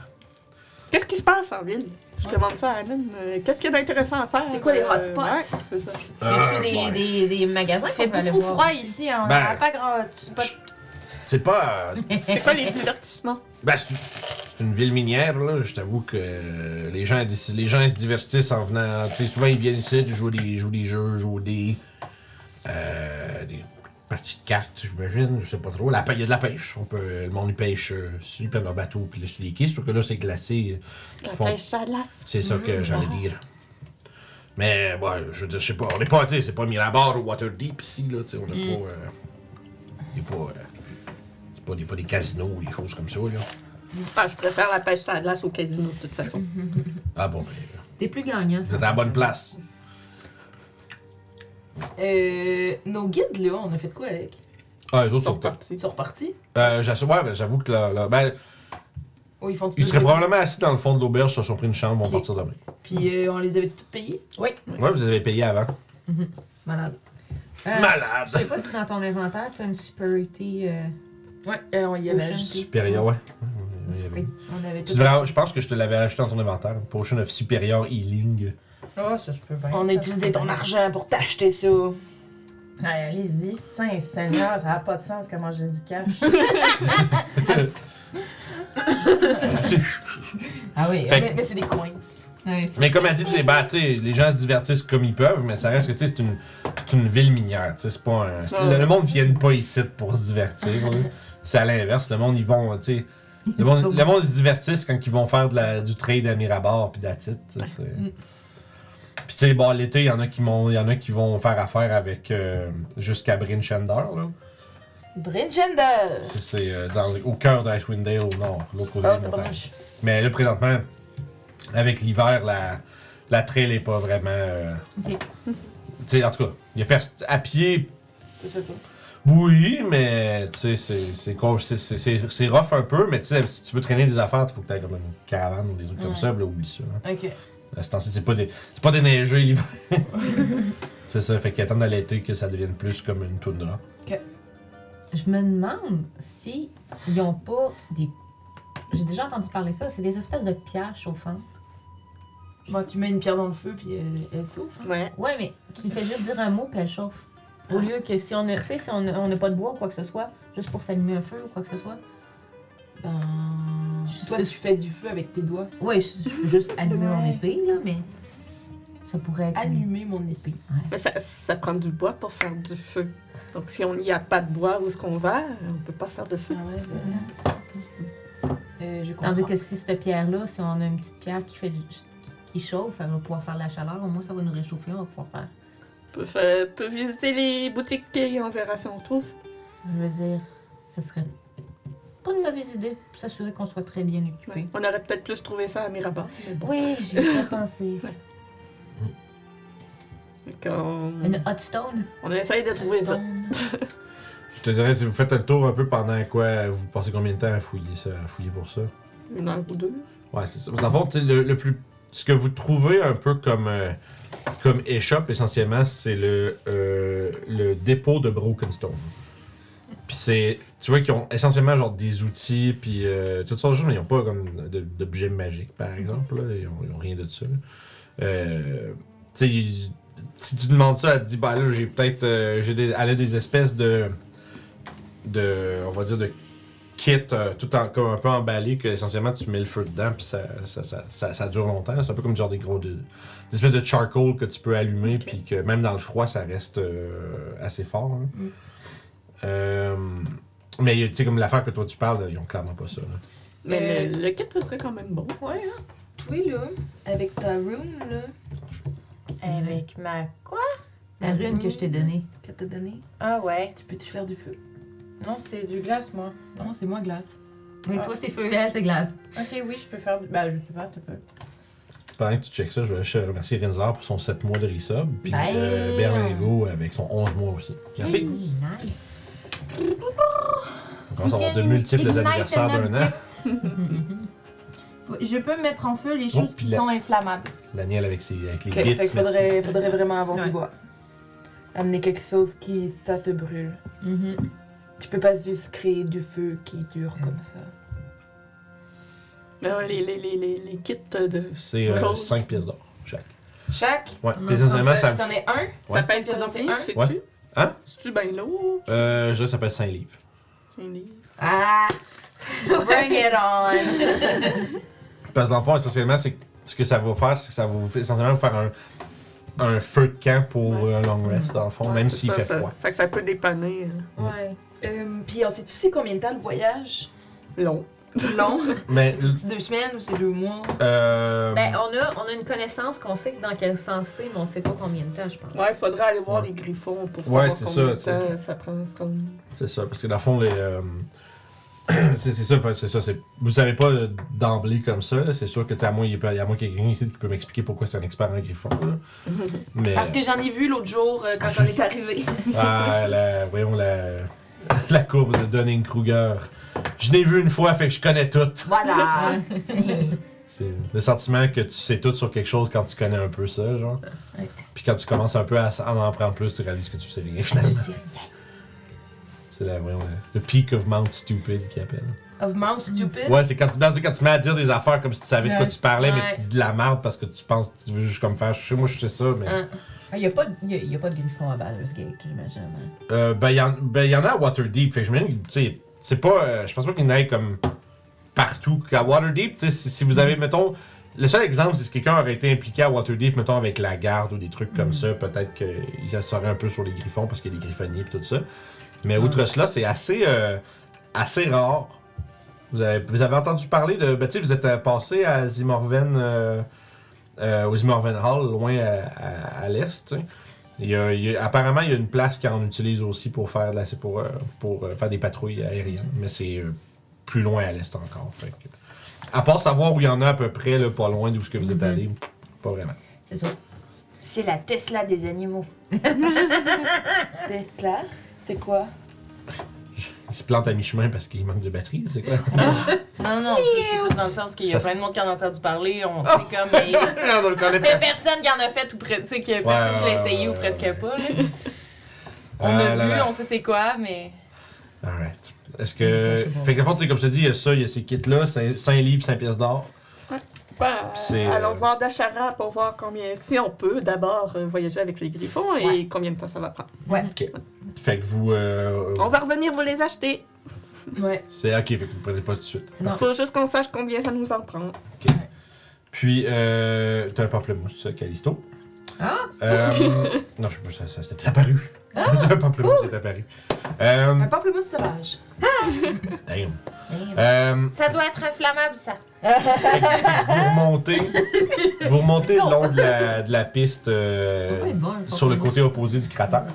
Qu'est-ce qui se passe en ville? Je demande ça à Alan. Euh, Qu'est-ce qu'il y a d'intéressant à faire?
C'est quoi les
Euh,
hotspots?
ouais, c'est ça.
Y
Euh,
a-tu des, des, des magasins
Il fait
qu'on peut aller
beaucoup
voir?
froid ici, hein, on
Ben.
n'aura pas grand. tu- pas-
C'est pas. euh,
C'est quoi les divertissements?
ben, c'est c'est une ville minière, là. Je t'avoue que euh, les gens, d'ici- les gens ils se divertissent en venant. Tu sais, souvent ils viennent ici, ils jouent des, ils jouent des jeux, ils jouent des. euh, des parties de cartes, j'imagine. Je sais pas trop. La pê- Il y a de la pêche. On peut, le monde y pêche euh, sur le bateau, puis là, sur les quais. Sauf que là, c'est glacé. euh, Ils font-
chalasse.
C'est ça que j'allais dire. Mais, bon, je veux dire, je sais pas, on n'est pas, tu sais, c'est pas Mirabar ou Waterdeep ici, là, tu sais, on n'est pas. euh, y a pas. euh, c'est pas, des- pas des casinos ou des choses comme ça, là.
je préfère la pêche à la glace au casino, de toute façon.
Ah bon, ben,
T'es plus gagnant.
vous êtes à la bonne place.
Euh, nos guides, là, on a fait quoi avec?
Ah, les autres
Ils sont
sont pas.
partis.
Ils sont repartis?
Euh, j'assume, ouais, ben, j'avoue que là. là, ben,
Oh, ils font du
ils
tout
seraient
de-
probablement assis dans le fond de l'auberge, se sont pris une chambre, vont
Ok.
partir demain.
Puis euh, on les avait tous payés?
Ouais, vous avez payé avant.
Malade.
Euh, Je sais
Malade!
pas si dans ton inventaire, t'as une superiorité. euh,
Ouais, euh, on y avait
Potion.
ajouté.
Supérieur, ouais. Ouais, ouais, ouais.
On avait
Tu
tout.
devrais- je pense que je te l'avais acheté dans ton inventaire. une Potion of Superior Healing.
Oh, ça se peut bien.
On a utilisé ton argent pour t'acheter ça.
Hey, Allez-y, Saint-Seigneur, ça n'a pas de sens comment j'ai du cash.
Ah oui.
Fait que-
Mais, mais c'est des coins.
ouais.
Mais comme elle dit, tu sais, ben, tu sais, les gens se divertissent comme ils peuvent, mais ça reste que tu sais, c'est une, c'est une ville minière. tu sais, C'est pas un- c'est- le, le monde ne vient pas ici pour se divertir. là. C'est à l'inverse. Le monde, ils vont. tu sais, Le
Ils sont-
monde, le monde, ils se divertissent quand ils vont faire de la- du trade à Mirabar puis d'Atit. Puis tu sais, bon, l'été, il y en a qui m'ont- il y en a qui vont faire affaire avec euh, jusqu'à Bryn Shander, là.
Bringender!
C'est- C'est euh, dans- au cœur d'Ashwind Dale, au nord, l'autre côté
Ah,
des
t'as pas
montagnes. Mais là, présentement, avec l'hiver, la, la trail n'est pas vraiment. euh,
Ok.
Tu sais, en tout cas, il y a pers- à pied,
Ça se fait pas.
oui, mais tu sais, c'est- c'est con- c'est- c'est- c'est- c'est rough un peu, mais tu sais, si tu veux traîner des affaires, il faut que tu aies comme une caravane ou des trucs comme
Ouais.
ça, puis là, oublie ça. hein.
Ok.
À ce temps-ci, c'est pas, des- c'est pas déneigé l'hiver. c'est ça, fait qu'ils attendent à l'été que ça devienne plus comme une toundra.
Je me demande si ils ont pas des. J'ai déjà entendu parler ça. C'est des espèces de pierres chauffantes.
Bon, tu mets une pierre dans le feu, puis elle, elle s'ouvre. hein.
Ouais.
Ouais, mais tu fais juste dire un mot puis elle chauffe. Au lieu que si on a, tu sais, si on a- on n'a pas de bois ou quoi que ce soit, juste pour s'allumer un feu ou quoi que ce soit.
Ben.
Je
Toi,
sais-
tu fais du feu avec tes doigts.
Ouais, je, je peux juste allumer mon
Ouais.
épée là, mais ça pourrait être.
Allumer mon épée.
Mais ça, ça prend du bois pour faire du feu. Donc, si on n'y a pas de bois où est-ce qu'on va, on peut pas faire de feu.
Ah bah, Mmh. Euh, je comprends.
Tandis que si cette pierre-là, si on a une petite pierre qui fait du- qui chauffe, elle va pouvoir faire de la chaleur, au moins ça va nous réchauffer, on va pouvoir faire.
On peut, fa- peut visiter les boutiques et on verra si on trouve.
Je veux dire, ce serait pas une mauvaise idée pour s'assurer qu'on soit très bien occupé.
On aurait peut-être plus trouvé ça à Mirabat. Mais bon.
Oui, j'y ai pas pensé.
Donc, on,
Une hot stone?
on essaye de trouver ça.
Je te dirais, si vous faites le tour un peu pendant quoi, vous passez combien de temps à fouiller, ça, à fouiller pour ça?
Une heure ou deux.
Ouais, c'est ça. Dans le fond, tu sais, le, le plus. Ce que vous trouvez un peu comme, euh, comme échoppe, essentiellement, c'est le, euh, le dépôt de Broken Stone. Puis c'est. Tu vois qu'ils ont essentiellement genre des outils, puis euh, toutes sortes de choses, mais ils n'ont pas comme de- d'objets magiques, par exemple. là. Ils n'ont rien de ça. là. Euh, tu sais, ils- si tu demandes ça, elle te dit, bah là, j'ai peut-être. euh, j'ai des- elle a des espèces de. de. on va dire de kit euh, tout en, comme un peu emballé que essentiellement tu mets le feu dedans puis ça, ça, ça, ça- ça dure longtemps. C'est un peu comme genre des gros de- des espèces de charcoal que tu peux allumer puis que même dans le froid ça reste euh, assez fort. hein.
Mm.
Euh, mais tu sais comme l'affaire que toi tu parles, ils ont clairement pas ça. là.
Mais le, le kit, ce serait quand même bon. Ouais.
Toi, là, avec ta room, là, Mhm.
Avec ma quoi
La rune que je t'ai donnée.
qu'elle t'a donnée,
Ah ouais.
tu peux te faire du feu.
Non, c'est du glace, moi.
Non, c'est moins glace.
Mais toi, c'est feu, elle, c'est glace.
Ok, oui, je peux faire. du- Bah, je sais pas, tu peux.
Pendant que tu checkes ça, je vais juste remercier Renzler pour son 7 mois de resub, puis
Ben.
euh, Berlingo avec son 11 mois aussi.
Mm.
Merci.
Oui, nice.
On commence à avoir de multiples
Ignite
anniversaires
an
d'un an.
Mhm.
Faut- Je peux mettre en feu les
Oh,
choses
puis
qui
la-
sont inflammables.
Daniel avec, ses, avec les
Ok, fait
bits,
qu'il
merci.
faudrait, faudrait vraiment avoir
Ouais.
du bois. Amener quelque chose qui, ça se brûle. Tu peux pas juste créer du feu qui dure comme ça.
Non, Euh, les, les, les, les, les kits de.
C'est
Cool.
5 pièces d'or chaque.
Chaque,
Ouais,
Non,
puis essentiellement, ça,
c'en
me-
est un.
Ouais.
Ça pèse combien
C'est un?
C'est-tu?
Ouais. Hein?
C'est-tu bien lourd?
euh, je dirais que ça pèse 5 livres.
C'est un livre.
Ah Bring it on
Parce que dans le fond, essentiellement, c'est ce que ça va faire, c'est que ça va vous, essentiellement vous faire un, un feu de camp pour
Ouais.
un long rest, dans le fond,
Ouais,
même
c'est
s'il
ça,
fait
ça-
froid.
Fait que ça peut dépanner euh,
Ouais.
Euh, Puis, on sait, tu sais combien de temps le voyage
long.
long
Mais,
C'est deux semaines ou c'est deux mois
euh,
Ben, on a, on a une connaissance qu'on sait que dans quel sens c'est, mais on sait pas combien de temps, je pense.
Ouais, il faudrait aller voir
Ouais.
les griffons pour
Ouais,
savoir
c'est
combien
ça,
de temps ça prend à se rendre.
C'est ça, parce que dans le fond, les, euh, c'est c'est ça, fait- c'est ça. c'est- Vous savez pas euh, d'emblée comme ça, là, c'est sûr que tu sais, à moi, il y a, il y a moi quelqu'un ici qui peut m'expliquer pourquoi c'est un expert en griffon. là. Mais
Parce que j'en ai vu l'autre jour euh, quand on est arrivé.
ah, la, voyons la, la courbe de Dunning-Kruger. Je l'ai vu une fois, fait que je connais tout.
Voilà.
C'est le sentiment que tu sais tout sur quelque chose quand tu connais un peu ça, genre.
Euh, Ouais.
Puis quand tu commences un peu à, s- à en apprendre plus, tu réalises que tu sais rien
Tu
finalement.
sais rien.
C'est la, voyons, la- le peak of Mount Stupid qu'ils appellent.
Of Mount Stupid.
Ouais, c'est quand, tu- dans le- quand tu mets à dire des affaires comme si tu savais de quoi
Ouais.
tu parlais, mais
Euh. Ouais.
tu dis de la merde parce que tu penses, tu veux juste comme faire, je sais, moi je sais ça, mais.
Hein.
Il n'y a, pas de- Ah, y a- y a pas de griffon à Baldur's Gate, j'imagine. hein.
Euh, ben, il y, en- ben, y en a à Waterdeep, fait que je me dis, tu sais, c'est pas. euh, je pense pas qu'il y en ait comme partout qu'à Waterdeep, tu sais, si, si vous avez, mettons. Le seul exemple, c'est si quelqu'un aurait été impliqué à Waterdeep, mettons avec la garde ou des trucs comme ça, peut-être qu'il serait un peu sur les griffons parce qu'il y a des griffonniers et tout ça.
Ah,
Mais outre cela, c'est assez, euh, assez rare. Vous avez, vous avez entendu parler de. Ben, tu sais, vous êtes euh, passé à Zimorven. euh, euh, au Zimorven Hall, loin à, à- à l'est. tu sais. Il y a- il y a- apparemment, il y a une place qu'on utilise aussi pour faire, de la- c'est pour, euh, pour euh, faire des patrouilles aériennes, mais c'est euh, plus loin à l'est encore. fait que- à part savoir où il y en a à peu près, là, pas loin d'où ce que vous êtes
Mm-hmm.
allé, pas vraiment.
C'est
Euh,
ça.
C'est la Tesla des animaux.
T'es clair C'est quoi
Il se plante à mi-chemin parce qu'il manque de batterie, c'est quoi?
Non, non, en plus, c'est plus dans le sens qu'il y a
Ça
plein de monde qui en a entendu parler.
Oh!
On sait comme. Mais mais
on le connaît pas.
personne qui en a fait ou presque. Tu sais, qu'il y a personne
Ouais,
qui l'a
ouais,
essayé
ouais,
ou presque
ouais.
pas. là. On
Euh,
a
là,
vu,
là.
on sait c'est quoi, mais.
Alright. Est-ce que. Fait que, dans le fond, tu sais, comme je te dis, il y a ça, il y a ces kits-là, 5 livres, 5 pièces d'or.
Bah,
C'est,
allons
euh,
voir Dachara pour voir combien, si on peut d'abord euh, voyager avec les griffons et combien de temps ça va prendre.
Fait que vous. euh,
On va revenir vous les acheter.
Ouais.
C'est ok, fait que vous prenez pas tout de suite.
Non.
Faut juste qu'on sache combien ça nous en prend.
Puis, euh, t'as un pamplemousse, ça, Calisto.
Ah!
Euh, non, je sais pas, ça, ça, c'était apparu. T'as un pamplemousse, c'est apparu. Euh,
Un pamplemousse sauvage.
damn. Euh,
Ça doit être inflammable, ça.
fait que vous remontez, vous remontez le long de la, de la piste euh,
Ça peut être bon, un
sur le
pamplemousse.
côté opposé du cratère.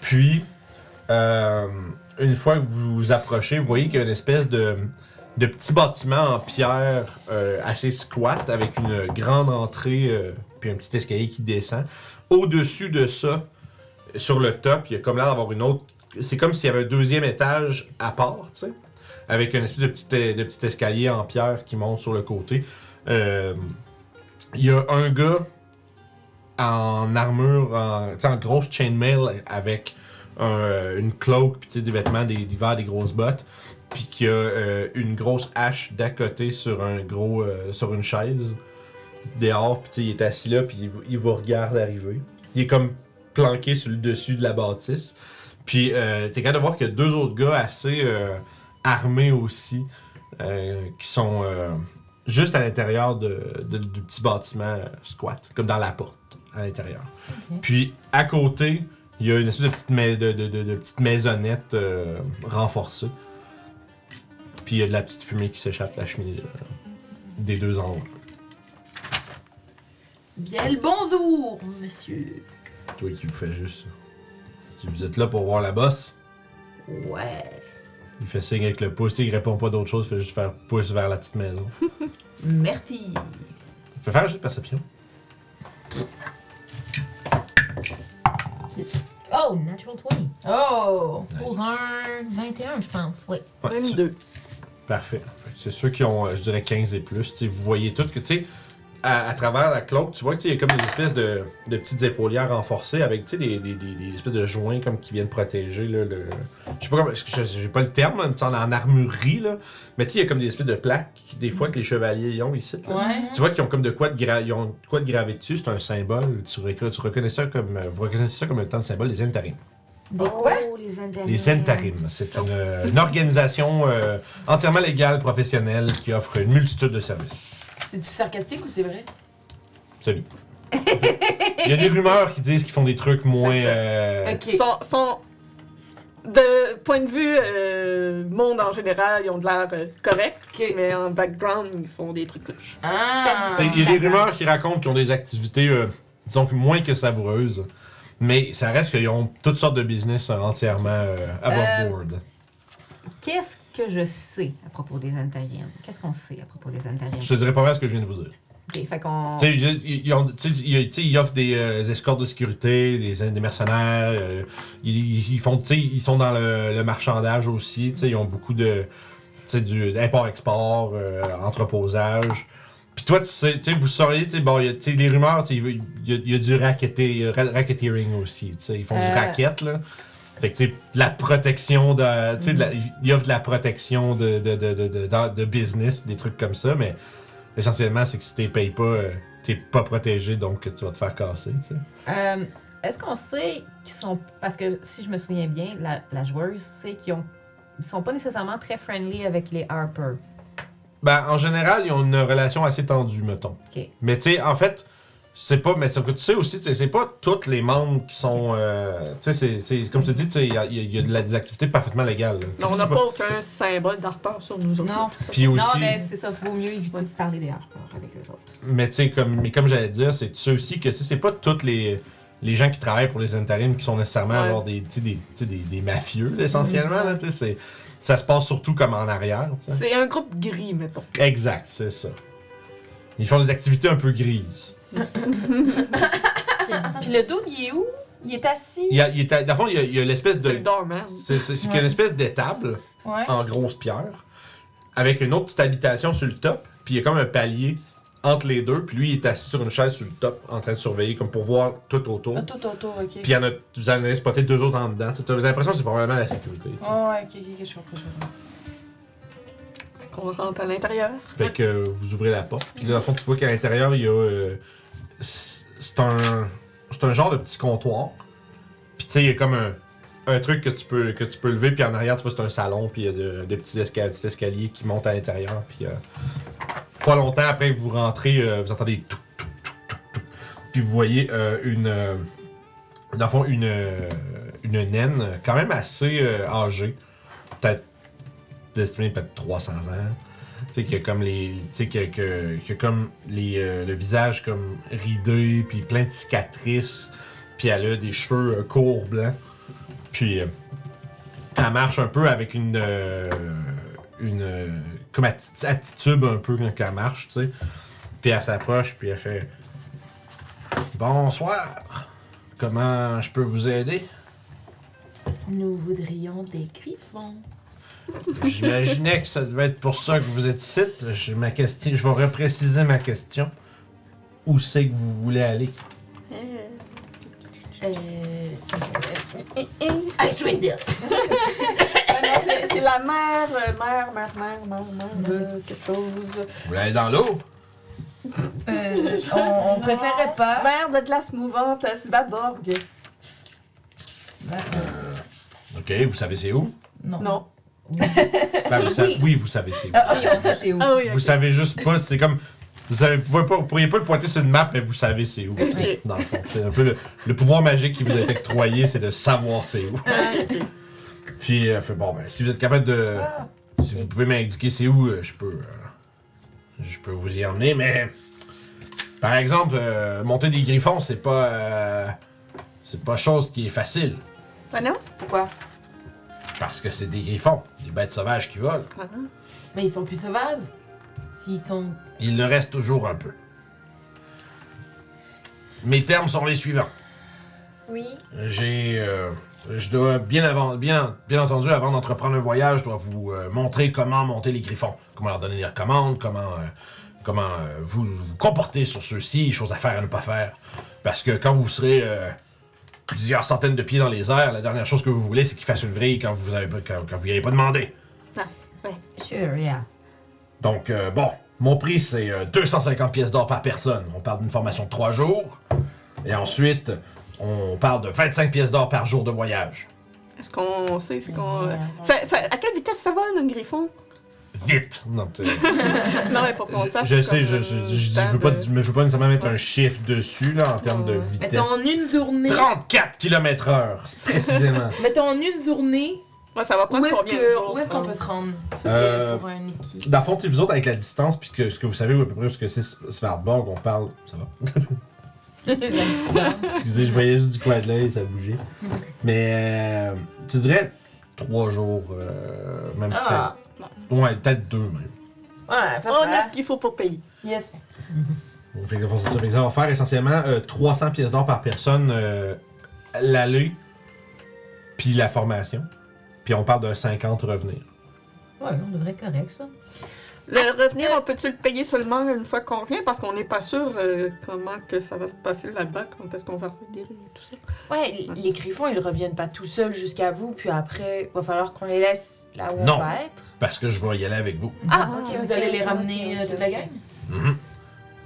Puis, euh, une fois que vous vous approchez, vous voyez qu'il y a une espèce de, de petit bâtiment en pierre euh, assez squat avec une grande entrée euh, puis un petit escalier qui descend. Au-dessus de ça, sur le top, il y a comme l'air d'avoir une autre. C'est comme s'il y avait un deuxième étage à part, tu sais, avec une espèce de petit, e- de petit escalier en pierre qui monte sur le côté. Euh, il y a un gars en armure, en, tu sais, en grosse chainmail avec un- une cloak, puis tu sais, des vêtements des- d'hiver, des grosses bottes, puis qui a euh, une grosse hache d'à côté sur un gros, euh, sur une chaise dehors, puis tu sais, il est assis là, puis il, vous- il vous regarde arriver. Il est comme planqué sur le dessus de la bâtisse. Puis euh, t'es capable de voir qu'il y a deux autres gars assez euh, armés aussi, euh, qui sont euh, juste à l'intérieur de- de- du petit bâtiment euh, squat, comme dans la porte, à l'intérieur. Puis à côté, il y a une espèce de petite, mais- de, de- de- de petite maisonnette euh, renforcée. Puis il y a de la petite fumée qui s'échappe de la cheminée euh, des deux endroits.
Bien le bonjour, monsieur.
Toi qui vous fais juste. Qui vous êtes là pour voir la bosse.
Ouais.
Il fait signe avec le pouce, il répond pas d'autre chose, il fait juste faire pouce vers la petite maison.
Merci.
Il fait faire juste perception.
Oh, natural 20.
Oh!
Nice.
Pour un 21, je pense, oui.
Ouais, tu-
22.
Parfait. C'est ceux qui ont, euh, je dirais, 15 et plus. tu sais, vous voyez tout que, tu sais, à, à travers la cloque, tu vois qu'il y a comme des espèces de, de petites épaulières renforcées avec, tu sais, des, des- des- des espèces de joints comme qui viennent protéger, là, le... Je sais pas comment... je- je- J'ai pas le terme, là, il me semble en armurerie, là. Mais tu sais, il y a comme des espèces de plaques, des fois, que les chevaliers y ont ici, là.
Ouais.
Tu vois qu'ils ont comme de quoi de, gra- ils ont de quoi de gravé dessus, c'est un symbole. Tu, reco- tu reconnais ça comme, euh, vous reconnaissez ça comme étant le symbole des Entarim.
Des
quoi?
les Zentarim.
Les Zentarim, c'est une, euh, une organisation euh, entièrement légale, professionnelle, qui offre une multitude de services.
C'est du sarcastique ou c'est vrai?
C'est bien. Il y a des rumeurs qui disent qu'ils font des trucs moins.
C'est ça.
euh,
Ok.
Sont, sont- de point de vue euh, monde en général, ils ont de l'air euh, correct,
Ok.
mais en background, ils font des trucs louches.
Ah!
c'est- Il y a des rumeurs qui racontent qu'ils ont des activités, euh, disons que moins que savoureuses, mais ça reste qu'ils ont toutes sortes de business euh, entièrement euh, above
Euh,
board.
Qu'est-ce que je sais à propos des Zentarim? Qu'est-ce qu'on sait à propos des Zentarim?
Je te dirais pas mal ce que je viens de vous dire.
Ok, fait qu'on.
Tu sais, ils- ils ont- tu sais, ils- tu sais, ils offrent des euh, escortes de sécurité, des, des mercenaires. euh, ils, ils font, tu sais, ils sont dans le, le marchandage aussi. tu sais, Ils ont beaucoup de, tu sais, du import-export, euh, entreposage. Puis toi, tu sais, tu sais, vous sauriez, tu sais, bon, il y a- tu sais, les rumeurs, tu sais, il y, a- il y a du racketé- ra- racketeering aussi. tu sais, Ils font
Euh.
du racket, là. Fait que, tu sais, de la protection de. Tu sais, de la- ils offrent de la protection de, de, de, de, de, de- de business, des trucs comme ça, mais essentiellement, c'est que si t'es payes pas, euh, t'es pas protégé, donc tu vas te faire casser, tu sais.
Euh, Est-ce qu'on sait qu'ils sont. Parce que si je me souviens bien, la, la joueuse sait qu'ils ont. Ils sont pas nécessairement très friendly avec les Harper.
Ben, en général, ils ont une relation assez tendue, mettons.
Ok.
Mais tu sais, en fait, c'est pas. Mais sauf que tu sais aussi, tu sais, c'est pas tous les membres qui sont. euh, tu sais, c'est- c'est. Comme je te dis, tu sais, il y a, il y a- il y a de la- des activités parfaitement légales. là.
Non, on
C'est
n'a pas aucun symbole d'arpeur sur nous autres.
Non.
de toute façon.
Puis aussi.
Non, mais c'est ça, vaut mieux éviter de parler des Harper avec eux autres.
Mais tu sais, comme, mais comme j'allais dire, c'est tu sais aussi que si c'est pas toutes les, les gens qui travaillent pour les intérims qui sont nécessairement
Ouais.
genre des, tu sais, des, tu sais, des, des mafieux, essentiellement. Là, tu sais, c'est- ça se passe surtout comme en arrière. tu sais.
C'est un groupe gris, mettons.
Exact, c'est ça. Ils font des activités un peu grises.
Puis le dos, il est où? Il est assis.
Il y a, il est à- dans le fond, il y a, il y a l'espèce
C'est le
de.
dormant. hein,
C'est c'est- c'est une espèce d'étable
Ouais.
en grosse pierre avec une autre petite habitation sur le top, puis il y a comme un palier entre les deux, puis lui il est assis sur une chaise sur le top en train de surveiller comme pour voir tout autour.
Ah, tout autour, ok.
Puis il y en a, vous en avez spoté deux autres en dedans. Tu as l'impression que c'est probablement la sécurité. tu sais.
Ouais, ouais, ok, ok, ok, je comprends. je comprends.
On rentre à l'intérieur.
Fait que euh, vous ouvrez la porte. Puis là, au fond, tu vois qu'à l'intérieur, il y a. euh, c- c'est un. C'est un genre de petit comptoir. Puis tu sais, il y a comme un, un truc que tu, peux, que tu peux lever. Puis en arrière, tu vois, c'est un salon. Puis il y a de- des petits, esca- petits escaliers qui montent à l'intérieur. Puis euh, pas longtemps après que vous rentrez, euh, vous entendez tout, tout, tout, tout, tout. Puis vous voyez euh, une. euh, dans le fond, une, euh, une naine quand même assez euh, âgée. Peut-être. Destinée peut-être 300 ans. Tu sais, qu'il y a comme les. Tu sais, qu'il y a, que- qu'il y a comme les, euh, le visage comme ridé, puis plein de cicatrices, puis elle a des cheveux euh, courts blancs. Puis euh, elle marche un peu avec une. euh, une. euh, comme atti- attitude un peu quand elle marche, tu sais. Puis elle s'approche, puis elle fait. Bonsoir! Comment je peux vous aider?
Nous voudrions des griffons.
J'imaginais que ça devait être pour ça que vous êtes ici. Je, ma question, je vais repréciser ma question. Où c'est que vous voulez aller?
Euh. Icewind
c'est la mère, euh, mère, mère, mère, mère, mère, euh, quelque chose.
Vous voulez aller dans l'eau?
Euh, on, on préférait pas.
Mère de glace mouvante à Svaborg.
OK, vous savez c'est où?
Non.
Non.
Ben, vous savez- oui, vous savez c'est où.
Oui, on sait c'est où.
Ah oui, ok.
Vous savez juste pas, c'est comme. Vous, savez, vous pouvez pas, vous pourriez pas le pointer sur une map, mais vous savez c'est où. tu sais, Dans le fond, c'est un peu le, le pouvoir magique qui vous est octroyé, c'est de savoir c'est où. Puis, elle fait bon, ben, si vous êtes capable de. Si vous pouvez m'indiquer c'est où, euh, je peux. euh, je peux vous y emmener, mais. Par exemple, euh, monter des griffons, c'est pas. euh, c'est pas chose qui est facile,
Ah non?
Pourquoi
parce que c'est des griffons, des bêtes sauvages qui volent.
Ah non.
Mais ils sont plus sauvages. S'ils sont.
Il le reste toujours un peu. Mes termes sont les suivants.
Oui.
J'ai. euh, je dois, bien, avant, bien, bien entendu, avant d'entreprendre un voyage, je dois vous euh, montrer comment monter les griffons, comment leur donner les commandes, comment, euh, comment euh, vous, vous comporter sur ceux-ci, choses à faire à ne pas faire. Parce que quand vous serez euh, plusieurs centaines de pieds dans les airs, la dernière chose que vous voulez, c'est qu'ils fassent une vrille quand vous avez, pas- quand, quand vous n'y avez pas demandé.
Sure, yeah.
Donc, euh, bon, mon prix, c'est euh, 250 pièces d'or par personne. On parle d'une formation de 3 jours. Et ensuite, on parle de 25 pièces d'or par jour de voyage.
Est-ce qu'on sait? C'est qu'on. Ça- ça- à quelle vitesse ça vole, un griffon?
Vite! Non, tu sais,
Non, mais pour qu'on
je,
sache.
je sais,
comme,
je,
euh,
je, je- je
temps
veux pas,
de-
mais je veux pas nécessairement mettre
Ouais.
un chiffre dessus, là, en termes de
Ouais.
vitesse.
Mettons en une journée.
34 km heure, précisément.
Mettons en une journée.
Ouais, ça va
Où
prendre
est-ce
combien de
que-
jours?
où est-ce
ça?
qu'on peut se rendre
Ça, c'est-
Euh,
pour un équipe
Dans le fond, tu sais, vous autres, avec la distance, puis que ce que vous savez, à peu près, ce que c'est Svartborg, on parle. Ça va? Excusez, je voyais juste du coin de l'œil, ça bougeait. Mais euh, tu dirais trois jours, euh, même peut-être.
Ah.
Ouais, peut-être deux même.
Ouais,
Oh,
fais
On
faire.
a ce qu'il faut pour payer.
Yes.
Donc, fait que ça fait que ça va faire essentiellement euh, 300 pièces d'or par personne euh, l'aller, puis la formation. Puis on parle d'un 50 revenir.
Ouais, on devrait être correct, ça.
Ah,
Le revenir, on peut-tu le payer seulement une fois qu'on revient? Parce qu'on n'est pas sûr euh, comment que ça va se passer là-bas, quand est-ce qu'on va revenir et tout ça.
Ouais, l- les griffons, ils reviennent pas tout seuls jusqu'à vous, puis après, va falloir qu'on les laisse là où
Non.
on va être.
Parce que je vais y aller avec vous.
Ah,
Ok,
ok,
vous
ok,
allez les
ok,
ramener
ok,
euh,
ok,
toute la
ok.
gang
Mhm.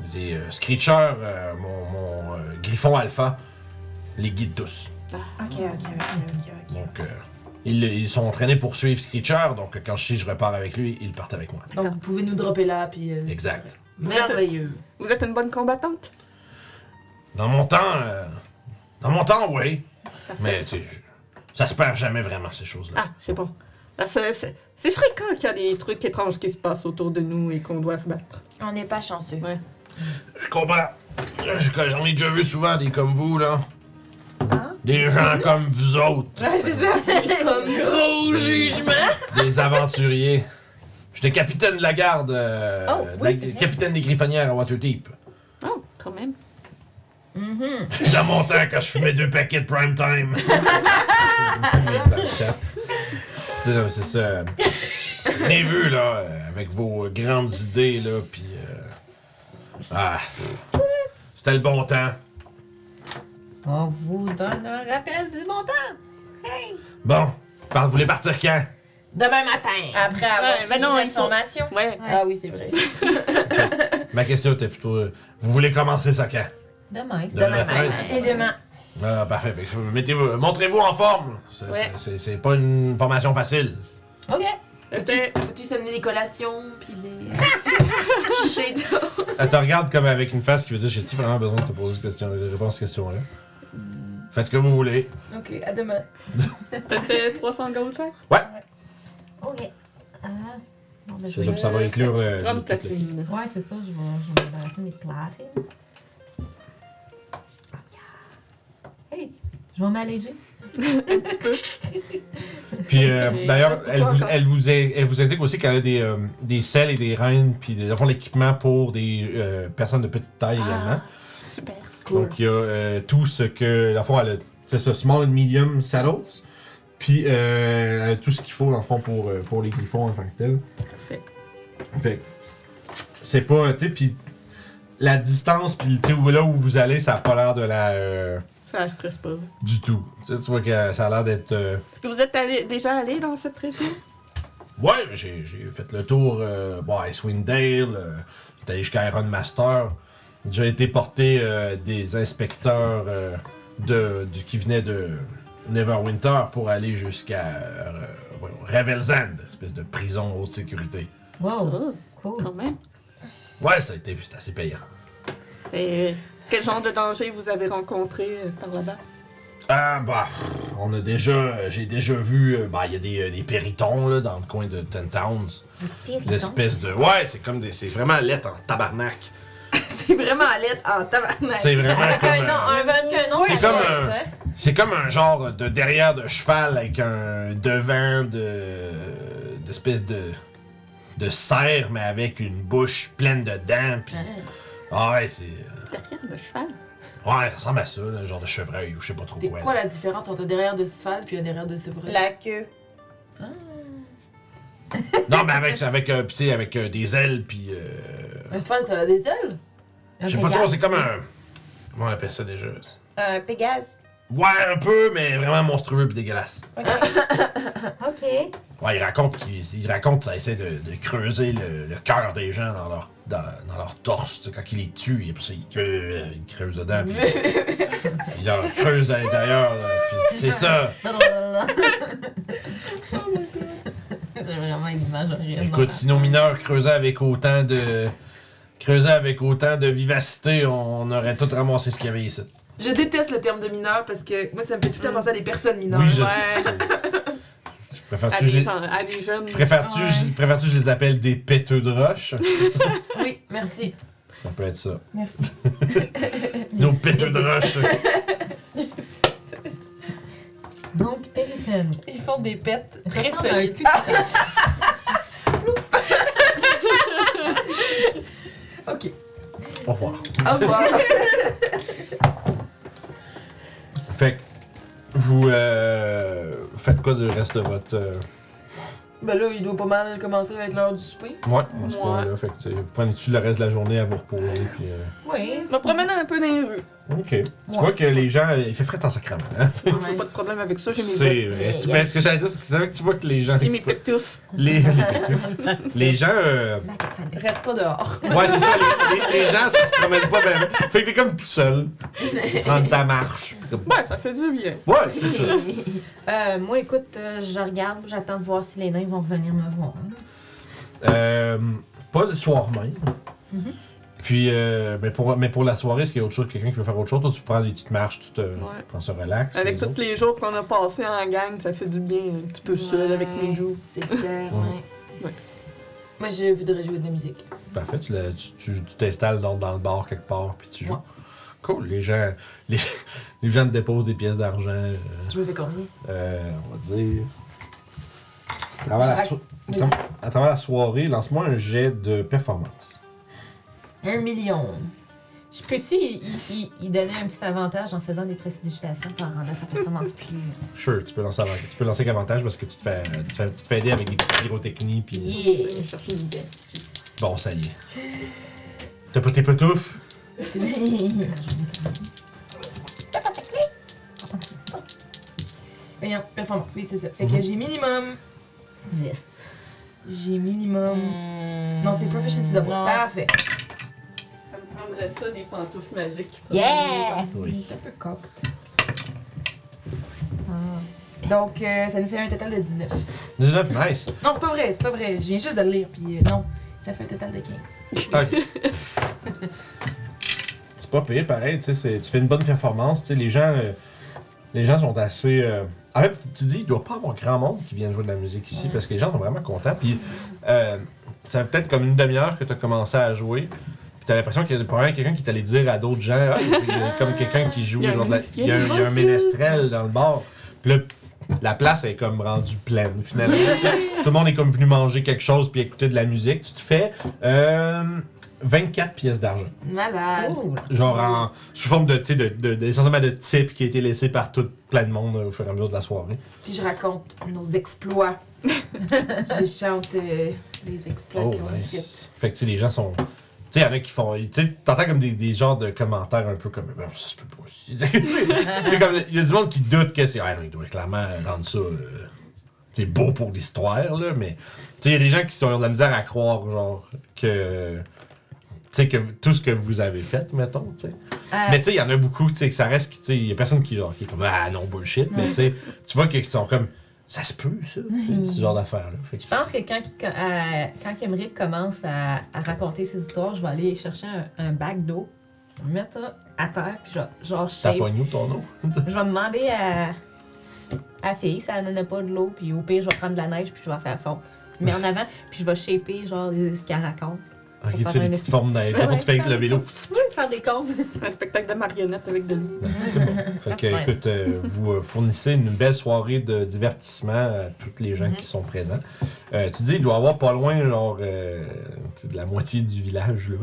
Je dis, euh, Screecher, euh, mon, mon, euh, griffon alpha, les guide tous.
Ok, ok, ok, ok, ok.
Donc, euh, ils, ils sont entraînés pour suivre Screecher, donc quand je sais je repars avec lui, ils partent avec moi.
Donc vous pouvez nous dropper là, puis. euh,
Exact.
Merveilleux.
Vous êtes une bonne combattante?
Dans mon temps, euh, dans mon temps, oui. Mais tu sais, je- ça se perd jamais vraiment ces choses-là.
Ah, c'est bon. Ah, c'est- C'est c'est fréquent qu'il y a des trucs étranges qui se passent autour de nous et qu'on doit se battre.
On n'est pas chanceux.
Je comprends. Je- J'en ai déjà vu souvent des comme vous là. Des gens comme vous autres.
Comme
Des- Des aventuriers. J'étais capitaine de la garde. euh,
Oh,
de
oui,
la-
c'est vrai.
capitaine des griffonnières à Waterdeep.
Ah,
Oh, quand même.
Mhm.
C'est dans mon temps quand je fumais deux paquets de prime time. c'est c'est ça. Venez vu, là, euh, avec vos grandes idées, là, puis... euh, Ah, pff, c'était le bon temps.
On vous donne un rappel du montant.
Bon, par- vous voulez partir quand?
Demain matin.
Après avoir
Ouais,
fini
bah
ben non,
notre
il faut-
formation.
Ouais.
Ah oui, c'est vrai.
Ma question était plutôt... euh, vous voulez commencer ça quand?
Demain.
Demain matin.
Et demain.
Ah, parfait. Fait que, euh, Mettez-vous, montrez-vous en forme. C'est
Ouais.
c'est- c'est- c'est pas une formation facile.
Ok.
C'était-
Peux-tu s'amener des collations, puis des. J'ai dit-
Elle te regarde comme avec une face qui veut dire J'ai-tu vraiment besoin de te poser cette question, de répondre à cette question-là Faites ce que vous voulez.
Ok, à demain.
C'était 300 gold, ça?
Ok.
Euh, ben,
C'est ça, puis ça va inclure euh, le.
30
le- le-
platines.
Ouais, c'est ça, je vais, je vais balancer mes platines. Ah, Hey, je vais m'alléger.
Puis euh,
Mais
d'ailleurs,
reste
elle
pas
vous,
encore.
elle, vous est- elle vous indique aussi qu'elle a des, euh, des selles et des reines, puis de fond l'équipement pour des euh, personnes de petite taille
Ah.
également.
Super.
Donc il y a euh, tout ce que. Dans le fond, elle a. C'est ce small and medium saddles. Puis euh, elle a tout ce qu'il faut, dans le fond, pour, euh, pour les griffons en tant que tels.
Parfait.
Fait que c'est pas, tu sais, puis la distance, puis tu sais, où- là où vous allez, ça a pas l'air de la. euh,
Ça la stresse pas.
du tout. Tu sais, tu vois que ça a l'air d'être. euh,
Est-ce que vous êtes allé- déjà allé dans cette région?
Ouais, j'ai j'ai fait le tour, euh, bon, à Swindale, euh, j'étais allé jusqu'à Iron Master. J'ai été porté euh, des inspecteurs euh, de, de- qui venaient de Neverwinter pour aller jusqu'à euh, voyons, Revelzand, espèce de prison haute sécurité.
Wow,
Oh,
cool.
quand même.
Ouais, ça a été c'est assez payant.
Et euh, quel genre de danger vous avez rencontré euh, par là-bas?
Ah bah, on a déjà, j'ai déjà vu, euh, bah il y a des, euh, des péritons là dans le coin de Ten Towns, des espèces de, ouais, c'est comme des, c'est vraiment lettre en tabarnak.
C'est vraiment à l'aide en tabarnak.
C'est vraiment comme, euh,
Un nom, un van canon.
c'est comme un- c'est comme un genre de derrière de cheval avec un devant de, d'espèce de, de cerf mais avec une bouche pleine de dents puis, ah ouais c'est, euh,
Derrière le cheval?
ouais ça ressemble à ça, là, genre de chevreuil ou je sais pas trop
C'est
quoi.
quoi
là.
la différence entre un derrière de cheval puis un derrière de chevreuil?
La queue.
Non mais avec, avec, euh, pis c'est avec euh, des ailes puis. euh,
Un cheval, ça a des ailes?
Je sais pas trop, c'est comme un. Comment on appelle ça déjà?
Un Pégase.
Ouais, un peu, mais vraiment monstrueux pis dégueulasse.
Ok.
Ouais, il raconte qu'il il raconte que ça essaie de, de creuser le, le cœur des gens dans leur, dans, dans leur torse. tu sais, Quand il les tue, et puis ça, il, creu- il creuse dedans, puis il leur creuse à l'intérieur. là, puis C'est ça.
Oh, J'ai vraiment une image horrible.
Écoute, si nos mineurs creusaient avec autant de. creusaient avec autant de vivacité, on aurait tout ramassé ce qu'il y avait ici.
Je déteste le terme de mineur parce que moi, ça me fait tout le temps penser à des personnes mineures.
oui, je
Ouais.
sais. Je
À
préfère-tu que je
des,
les-
en- à des jeunes.
Préfères-tu je- préfères-tu que je les appelle des péteux de roche?
Oui, merci.
Ça peut être ça.
Merci.
Nos péteux de roche.
Donc, euh, Périton.
Ils font des pets très
ressemble à un
solides.
cul de chat.
Ok.
Au revoir.
Au revoir.
Fait que vous euh, faites quoi du reste de votre. euh,
ben là, il doit pas mal commencer à être l'heure du souper.
Ouais, on se prend là. Fait que tu sais, vous prenez-tu le reste de la journée à vous reposer? Puis, euh,
Oui.
Je me promène un peu dans les rues.
Ok. Tu vois que les gens. Il fait frais en sacrament. Hein?
J'ai pas de problème avec ça, j'ai mes bottes.
C'est vrai. Tu- ben, ce que j'allais dire, c'est que c'est vrai que tu vois que les gens.
J'ai mes pectoufs.
Les, les, les gens. euh,
Reste pas dehors.
Ouais, c'est ça. Les, les- les gens, ça se promènent pas bien. Fait que t'es comme tout seul. Prendre ta marche. puis comme-
Ouais, ça fait du bien.
Ouais, c'est ça.
Euh, moi, écoute, euh, je regarde, j'attends de voir si les nains vont venir me voir.
Euh, pas le soir même. Puis, euh, mais, pour, mais pour la soirée, est-ce qu'il y a autre chose, quelqu'un qui veut faire autre chose? Toi, tu prends des petites marches, tu te
Ouais.
prends ça relax.
Avec
les
tous
autres.
les jours qu'on a passés en gang, ça fait du bien un petit peu seul avec mes loups.
C'est clair,
Ouais.
ouais.
Ouais.
Moi, je voudrais jouer de la musique.
Parfait, tu la- tu- tu tu t'installes dans, dans le bar quelque part, puis tu joues.
Ouais.
Cool, les gens, les, les gens te déposent des pièces d'argent, euh,
Je me fais combien?
euh, on va dire. À travers, la
Jacques,
so- à travers la soirée, lance-moi un jet de performance.
Un million.
Je peux-tu y, y- y- y donner un petit avantage en faisant des précipitations pour rendre sa performance plus.
Sure, tu peux lancer, avant- tu peux lancer avec avantage parce que tu te fais, tu te fais, tu te fais aider avec des petites pyrotechnies. Puis...
Yeah!
Je vais chercher une veste.
Bon, ça y est. T'as pas tes petoufs?
Voyons, performance, oui, c'est ça. Fait que j'ai minimum.
10.
Mhm. J'ai minimum. Hmm. Non, c'est proficiency d'abord.
Non.
Parfait.
Ça me prendrait ça, des pantoufles magiques.
Yeah!
Oui.
un peu cocked. Donc, euh, ça nous fait un total de 19.
19, nice.
Non, c'est pas vrai, c'est pas vrai. Je viens juste de le lire, puis euh, non. Ça fait un total de 15.
Ok. c'est pas pire, pareil, tu sais, c'est- tu fais une bonne performance, tu sais, les gens, euh, les gens sont assez... euh, En fait, tu- tu dis, il doit pas avoir grand monde qui vient jouer de la musique ici, parce que les gens sont vraiment contents, puis euh, ça fait peut-être comme une demi-heure que t'as commencé à jouer, puis t'as l'impression qu'il y a probablement quelqu'un qui t'allait dire à d'autres gens, Ah, il y a- il y a comme quelqu'un qui joue,
Il y a un
genre, de la- il y a un, il y a un
musicien.
ménestrel dans le bar, puis là, la place est comme rendue pleine, finalement. tu sais. Tout le monde est comme venu manger quelque chose puis écouter de la musique. Tu te fais euh, 24 pièces d'argent.
Malade.
Cool.
Genre en, sous forme de, tu sais, de, de, de- essentiellement de type qui a été laissé par tout plein de monde euh, au fur et à mesure de la soirée.
Puis je raconte nos exploits. je chante euh, les exploits
Oh,
qu'on a fait.
nice. Fait que, tu sais, les gens sont. Tu sais, il y en a qui font. Tu sais, t'entends comme des, des genres de commentaires un peu comme. Ben, ça se peut pas aussi. Tu sais, comme. Il y a du monde qui doute que c'est. Ouais, non, il doit clairement rendre ça. euh, tu sais, beau pour l'histoire, là, mais. Tu sais, il y a des gens qui sont de la misère à croire, genre, que. Tu sais, que tout ce que vous avez fait, mettons, tu sais.
Euh,
Mais tu sais, il y en a beaucoup, tu sais, que ça reste, qui- tu sais, il y a personne qui, genre, qui est comme, ah non, bullshit, mais tu sais, tu vois qu'ils sont comme, ça se peut, ça, tu sais, ce genre d'affaire-là. Fait que-
Je pense que quand, il- euh, quand Emmerich commence à, à raconter ses histoires, je vais aller chercher un, un bac d'eau, je vais me mettre ça à terre, puis je vais- genre
T'as
shape.
pas nous ton nom?
Je vais demander à, à la fille si elle n'en a pas de l'eau, puis au pire, je vais prendre de la neige, puis je vais la faire fondre. Mais en avant, puis je vais shaper genre les- ce qu'elle raconte.
Ok, tu
faire
sais,
un
les petites formes d'aide. Quand
Ouais,
tu fais avec le
faire des
vélo.
comptes. faire des comptes.
Un spectacle de marionnettes avec de l'eau.
Fait que, écoute, euh, vous euh, fournissez une belle soirée de divertissement à toutes les
Mm-hmm.
gens qui sont présents. Euh, tu dis, il doit y avoir pas loin, genre, euh, tu sais, de la moitié du village, là.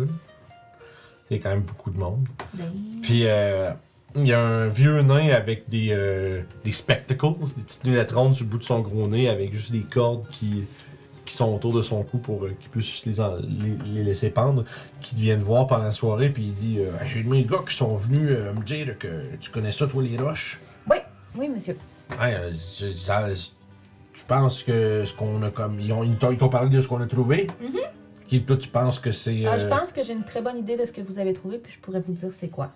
C'est quand même beaucoup de monde.
Ben.
Puis, euh, il y a un vieux nain avec des, euh, des spectacles, des petites lunettes rondes sur le bout de son gros nez, avec juste des cordes qui, qui sont autour de son cou pour euh, qu'il puisse les, en- les, les laisser pendre, qui viennent voir pendant la soirée, puis il dit euh, J'ai mes gars qui sont venus euh, me dire que tu connais ça, toi, les roches.
Oui, monsieur.
Ouais, euh, c'est- ça- c'est- tu penses que ce qu'on a comme. Ils ont- ils t'ont ils t'ont parlé de ce qu'on a trouvé Qui, toi, tu penses que c'est.
Mm-hmm. Ah, je
euh,
pense que j'ai une très bonne idée de ce que vous avez trouvé, puis je pourrais vous dire c'est quoi.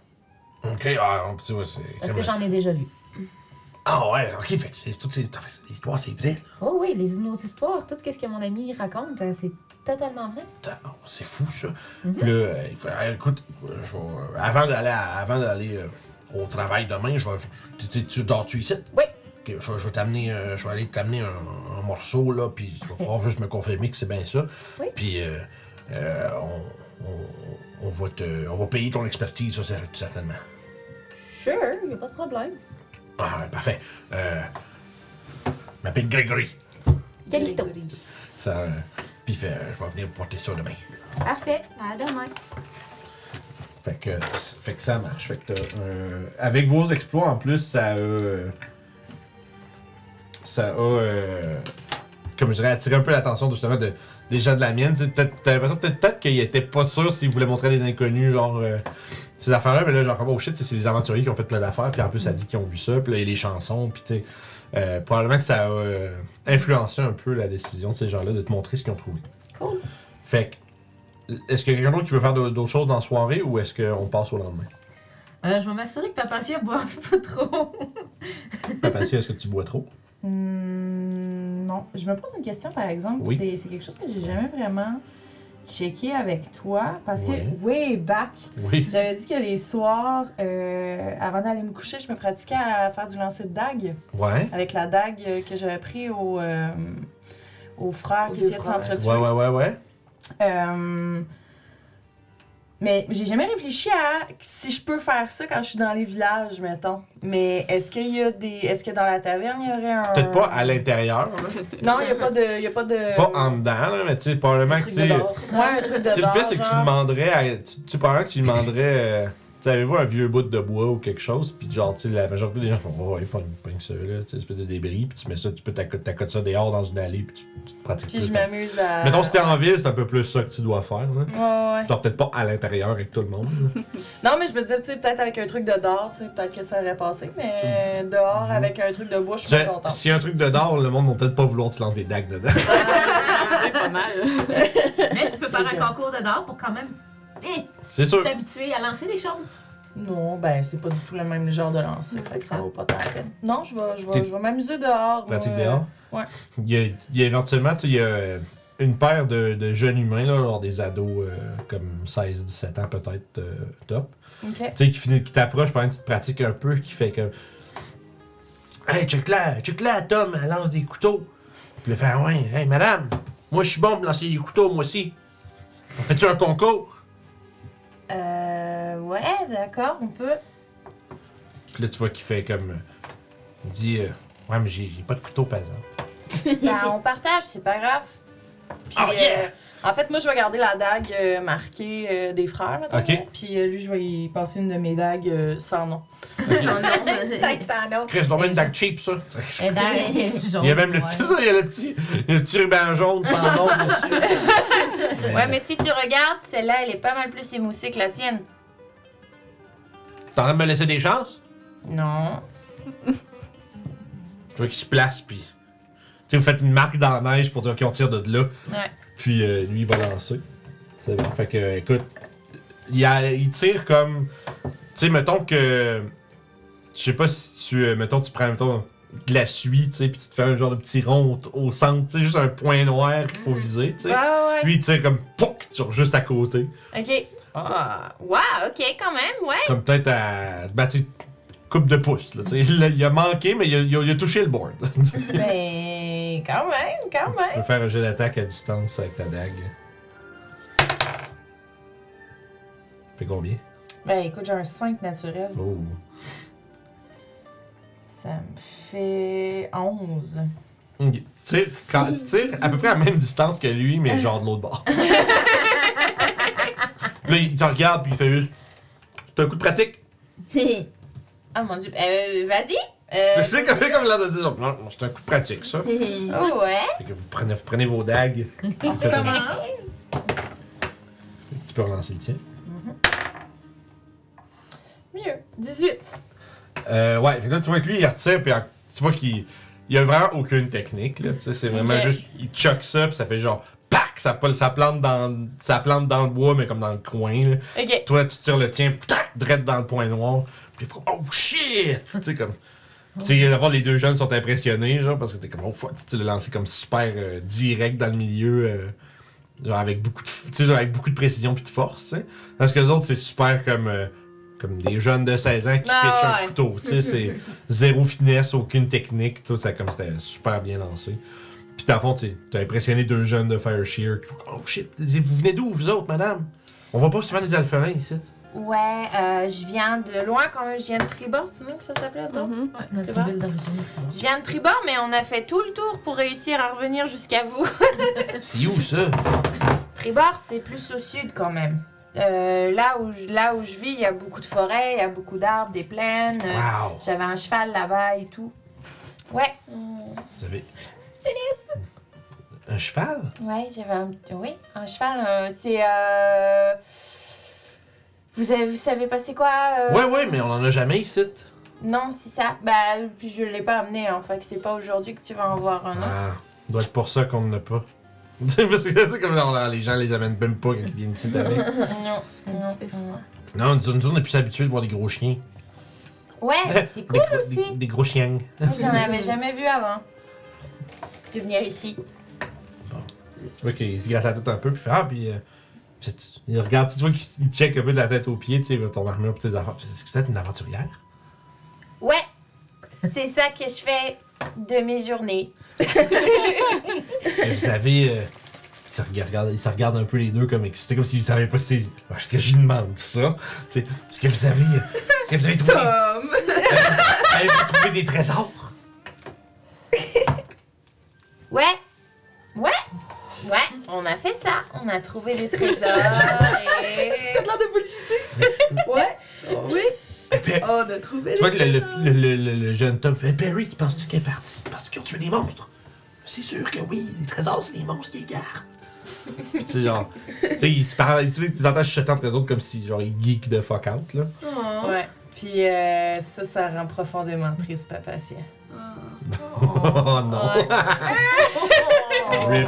Ok, ah, on- tu vois, c'est.
Parce
comme-
que j'en ai déjà vu.
Ah ouais, ok, fait que c'est toutes ces. fait que c'est- L'histoire, c'est vrai.
Oh oui, les, nos histoires, tout ce que mon ami raconte, euh, c'est totalement vrai.
Putain, c'est fou ça.
Mhm.
Puis là, euh, il fait, Ah, écoute, euh, je vais- euh, avant d'aller, à- avant d'aller euh, au travail demain, je vais, tu- tu, tu dors-tu ici?
Oui.
Ok, je, vais- je vais t'amener, euh, je vais aller t'amener un, un morceau là, puis tu vas pouvoir juste me confirmer que c'est bien ça.
Oui.
Puis euh, euh, on, on- on va te, on va payer ton expertise, ça cer- certainement.
Sure, y a pas de problème.
Ah, ouais, parfait. Euh, je m'appelle Grégory.
Calisto.
Ça, euh, puis il fait, euh, je vais venir porter ça demain.
Parfait, à demain.
Fait que, fait que ça marche. Fait que t'as, euh, avec vos exploits en plus, ça a. euh, ça a. euh, comme je dirais, attiré un peu l'attention de- justement de, des gens de la mienne. Tu sais, peut-être- T'as l'impression peut-être peut-être qu'ils étaient pas sûrs s'ils voulaient montrer à des inconnus, genre. euh, ces affaires-là, mais là, genre, comme, oh shit, tu sais, c'est les aventuriers qui ont fait plein d'affaires, puis en plus, ça dit qu'ils ont vu ça, puis là, il y a les chansons, puis tu sais. euh, probablement que ça a euh, influencé un peu la décision de ces gens-là de te montrer ce qu'ils ont trouvé.
Cool.
Fait que est-ce qu'il y a quelqu'un d'autre qui veut faire de- d'autres choses dans la soirée ou est-ce qu'on passe au lendemain?
Euh, je vais m'assurer que Papa Sia boive pas trop.
Papatia, est-ce que tu bois trop?
Hmm, non. Je me pose une question, par exemple.
Oui.
C'est- C'est quelque chose que j'ai jamais vraiment checké avec toi. Parce
Ouais.
que, way back,
Oui.
j'avais dit que les soirs, euh, avant d'aller me coucher, je me pratiquais à faire du lancer de dague.
Ouais.
Avec la dague euh, que j'avais pris au, euh, au frère
Aux
qui
deux
essayait de
frères.
s'entretuer.
Ouais, ouais, ouais, ouais.
Euh, mais j'ai jamais réfléchi à si je peux faire ça quand je suis dans les villages, mettons. Mais est-ce qu'il y a des. Est-ce que dans la taverne, il y aurait un.
Peut-être pas à l'intérieur, là.
Non, il n'y a pas de. Il y a pas de.
pas en dedans, là, mais tu sais, probablement que tu
Truc
sais.
de dehors.
Ouais, un truc de
tu sais, le
bar,
pire, c'est que tu
genre.
demanderais. à- tu, tu- probablement que tu lui demanderais. euh, tu sais, avez-vous un vieux bout de bois ou quelque chose? Puis genre, tu sais, la majorité des gens font, oh, ouais, pogne, pogne ça, là. Tu sais, espèce de débris, puis tu mets ça, tu peux t'accoter t'accotes ça dehors dans une allée, puis tu, tu te pratiques
Puis
plus.
je m'amuse à.
Mettons, si t'es en ville, c'est un peu plus ça que tu dois faire, là.
Ouais, ouais.
Genre, peut-être pas à l'intérieur avec tout le monde. là.
Non, mais je me disais, tu sais, peut-être avec un truc de dehors, tu sais, peut-être que ça aurait passé, mais dehors, avec un truc de bois, je
Tu
suis
Mm-hmm. sais,
pas contente.
S'il y a un truc de dehors, le monde va peut-être pas vouloir te lancer des dagues dedans.
C'est pas mal. hein.
Mais tu peux faire
Déjà.
un concours de dehors pour quand même eh,
C'est sûr.
t'habituer à lancer des choses.
Non, ben, c'est pas du tout le même genre de lancer, fait que ça vaut pas tant la peine. Non, je vais, je vais,
T'es-
je vais m'amuser dehors.
Tu pratiques
moi.
dehors?
ouais.
Il y a, il y a éventuellement, tu sais, il y a euh, une paire de, de jeunes humains, là, genre des ados euh, comme 16-17 ans peut-être, euh, top.
Ok.
Tu sais, qui, finit- qui t'approche pendant que tu te pratiques un peu, qui fait comme Hey, check là, check là, Tom, elle lance des couteaux. Puis le fait Ouais, hey, madame, moi je suis bon pour lancer des couteaux, moi aussi. On fait-tu un concours?
Euh. Ouais, d'accord, on peut.
Puis là, tu vois qu'il fait comme. euh, Il dit euh, Ouais, mais j'ai j'ai pas de couteau, par exemple.
Ben, on partage, c'est pas grave. Puis,
Oh, yeah!
euh, en fait, moi, je vais garder la dague euh, marquée euh, des frères, mettons,
Ok.
là. Puis euh, lui, je vais y passer une de mes dagues euh, sans nom.
Oh non, mais-
Chris, dommage une dague cheap, ça.
Et dans les
Il y a même le
ouais.
petit, ça, il y a le petit, il y a le petit ruban jaune sans nom dessus.
Ouais, mais si tu regardes, celle-là, elle est pas mal plus émoussée que la tienne.
T'as envie de me laisser des chances?
Non.
Je veux qu'il se place, puis. Tu sais, vous faites une marque dans la neige pour dire qu'on tire de de là.
Ouais.
Puis euh, lui, il va lancer. C'est bon. Fait que, euh, écoute, il, y a- il tire comme. Tu sais, mettons que. Je sais pas si tu. euh, mettons, tu prends. Mettons, de la suie, tu sais, puis tu te fais un genre de petit rond au, au centre, tu sais, juste un point noir qu'il faut viser, tu sais.
Ah ouais.
Lui, il tire comme pouc, genre juste à côté.
Ok. Ah, wow, ok, quand même, ouais.
Comme peut-être à. Bah, tu sais, coupe de pouce, là, tu sais. Il a- Il a manqué, mais il a, il a- il a touché le board.
Ben, quand même, quand
Tu
même.
peux faire un jeu d'attaque à distance avec ta dague. Fait combien?
Ben, écoute, j'ai un 5 naturel.
Oh.
Ça me fait 11.
Ok. Tu tires, quand, tu tires à peu près à la même distance que lui, mais genre de l'autre bord. Puis là, il te regarde, puis il fait juste. C'est un coup de pratique.
Ah mon dieu. Euh, vas-y.
Tu
Euh,
sais, comme, comme il a dit, genre, Non, c'est un coup de pratique, ça.
oh, ouais.
Fait que vous prenez, vous prenez vos dagues. vous faites un- Tu peux relancer le tien.
Mieux. 18.
Euh, ouais, fait que là, tu vois que lui, il retire, puis en- tu vois qu'il. Il a vraiment aucune technique, là. Tu sais, c'est vraiment
Ok.
juste. Il choque ça, puis ça fait genre. Pac! Ça, pole- ça, plante dans, ça plante dans le bois, mais comme dans le coin, là.
Ok.
Toi, tu tires le tien, tac, direct dans le point noir. Puis il faut oh shit! Tu sais, comme. Tu sais, d'abord, les deux jeunes sont impressionnés, genre, parce que t'es comme, oh fuck, tu l'as lancé comme super euh, direct dans le milieu, euh, genre avec beaucoup de, tu sais, genre avec beaucoup de précision puis de force, tu sais. Parce que les autres, c'est super comme, euh, comme des jeunes de 16 ans qui
Ah,
pitchent un
ouais.
couteau, tu sais, c'est zéro finesse, aucune technique, tout ça, comme c'était super bien lancé. Puis dans le fond, tu sais, t'as impressionné deux jeunes de Fire Shear qui font, oh shit, vous venez d'où, vous autres, madame? On voit pas souvent des alphelins ici.
Ouais, euh, je viens de loin quand même. Je viens de Tribord, c'est même que ça s'appelait, donc.
Mhm.
Ouais, notre
Tu vois?
ville d'origine.
Je viens de Tribord, mais on a fait tout le tour pour réussir à revenir jusqu'à vous.
C'est où ça?
Tribord, c'est plus au sud quand même. Euh, là, où je, là où je vis, il y a beaucoup de forêts, il y a beaucoup d'arbres, des plaines. euh,
Wow!
J'avais un cheval là-bas et tout. Ouais,
Vous avez. Un cheval?
ouais, j'avais un, oui, un cheval. euh, c'est. euh, Vous, avez, vous savez pas c'est quoi euh,
Ouais, ouais, mais on en a jamais ici.
Non, c'est ça. Bah, puis je l'ai pas amené, hein. Fait que c'est pas aujourd'hui que tu vas en voir un autre.
Ah, doit être pour ça qu'on n'en a pas. Parce que c'est comme genre, les gens les amènent même pas quand ils viennent ici avec.
Ah.
Non,
Un
non,
petit peu
non.
Non, nous, nous, on est plus habitués de voir des gros chiens.
Ouais, c'est
Des
cool
gros-
aussi.
Des, des gros chiens.
Moi, j'en avais jamais vu avant de venir ici.
Tu vois qu'il se gratte la tête un peu, puis fait Ah, puis. euh, puis tu- il regarde, tu vois qu'il check un peu de la tête aux pieds, tu sais, ton armure, puis tes affaires. Fait, Est-ce que c'est peut-être une aventurière?
Ouais, c'est ça que je fais de mes journées.
Et vous savez, euh, ils, se regardent, ils se regardent un peu les deux comme excités, comme s'ils savaient pas si. Ah, Est-ce que je lui demande ça? Tu sais, Est-ce que vous avez. euh, Est-ce que vous avez trouvé.
Tom!
Avez-vous trouvé des trésors?
Ouais, ouais, ouais, on a fait ça. On a trouvé des trésors. et-
T'as de l'air de bullshiter! ouais? Oui?
Et puis,
Oh, on a trouvé
tu vois que le, le- le- le- le jeune Tom fait Perry, tu penses-tu qu'elle est partie? Parce qu'ils ont tué des monstres? C'est sûr que oui, les trésors, c'est les monstres qui les gardent. Puis tu sais, genre, tu sais, ils se parlent, tu sais, ils entendent chuchoter entre eux autres comme si, genre, ils geek de fuck out, là.
Ouais. Puis euh, ça, ça rend profondément triste, papa. si.
Oh, non!
Ouais.
Rip.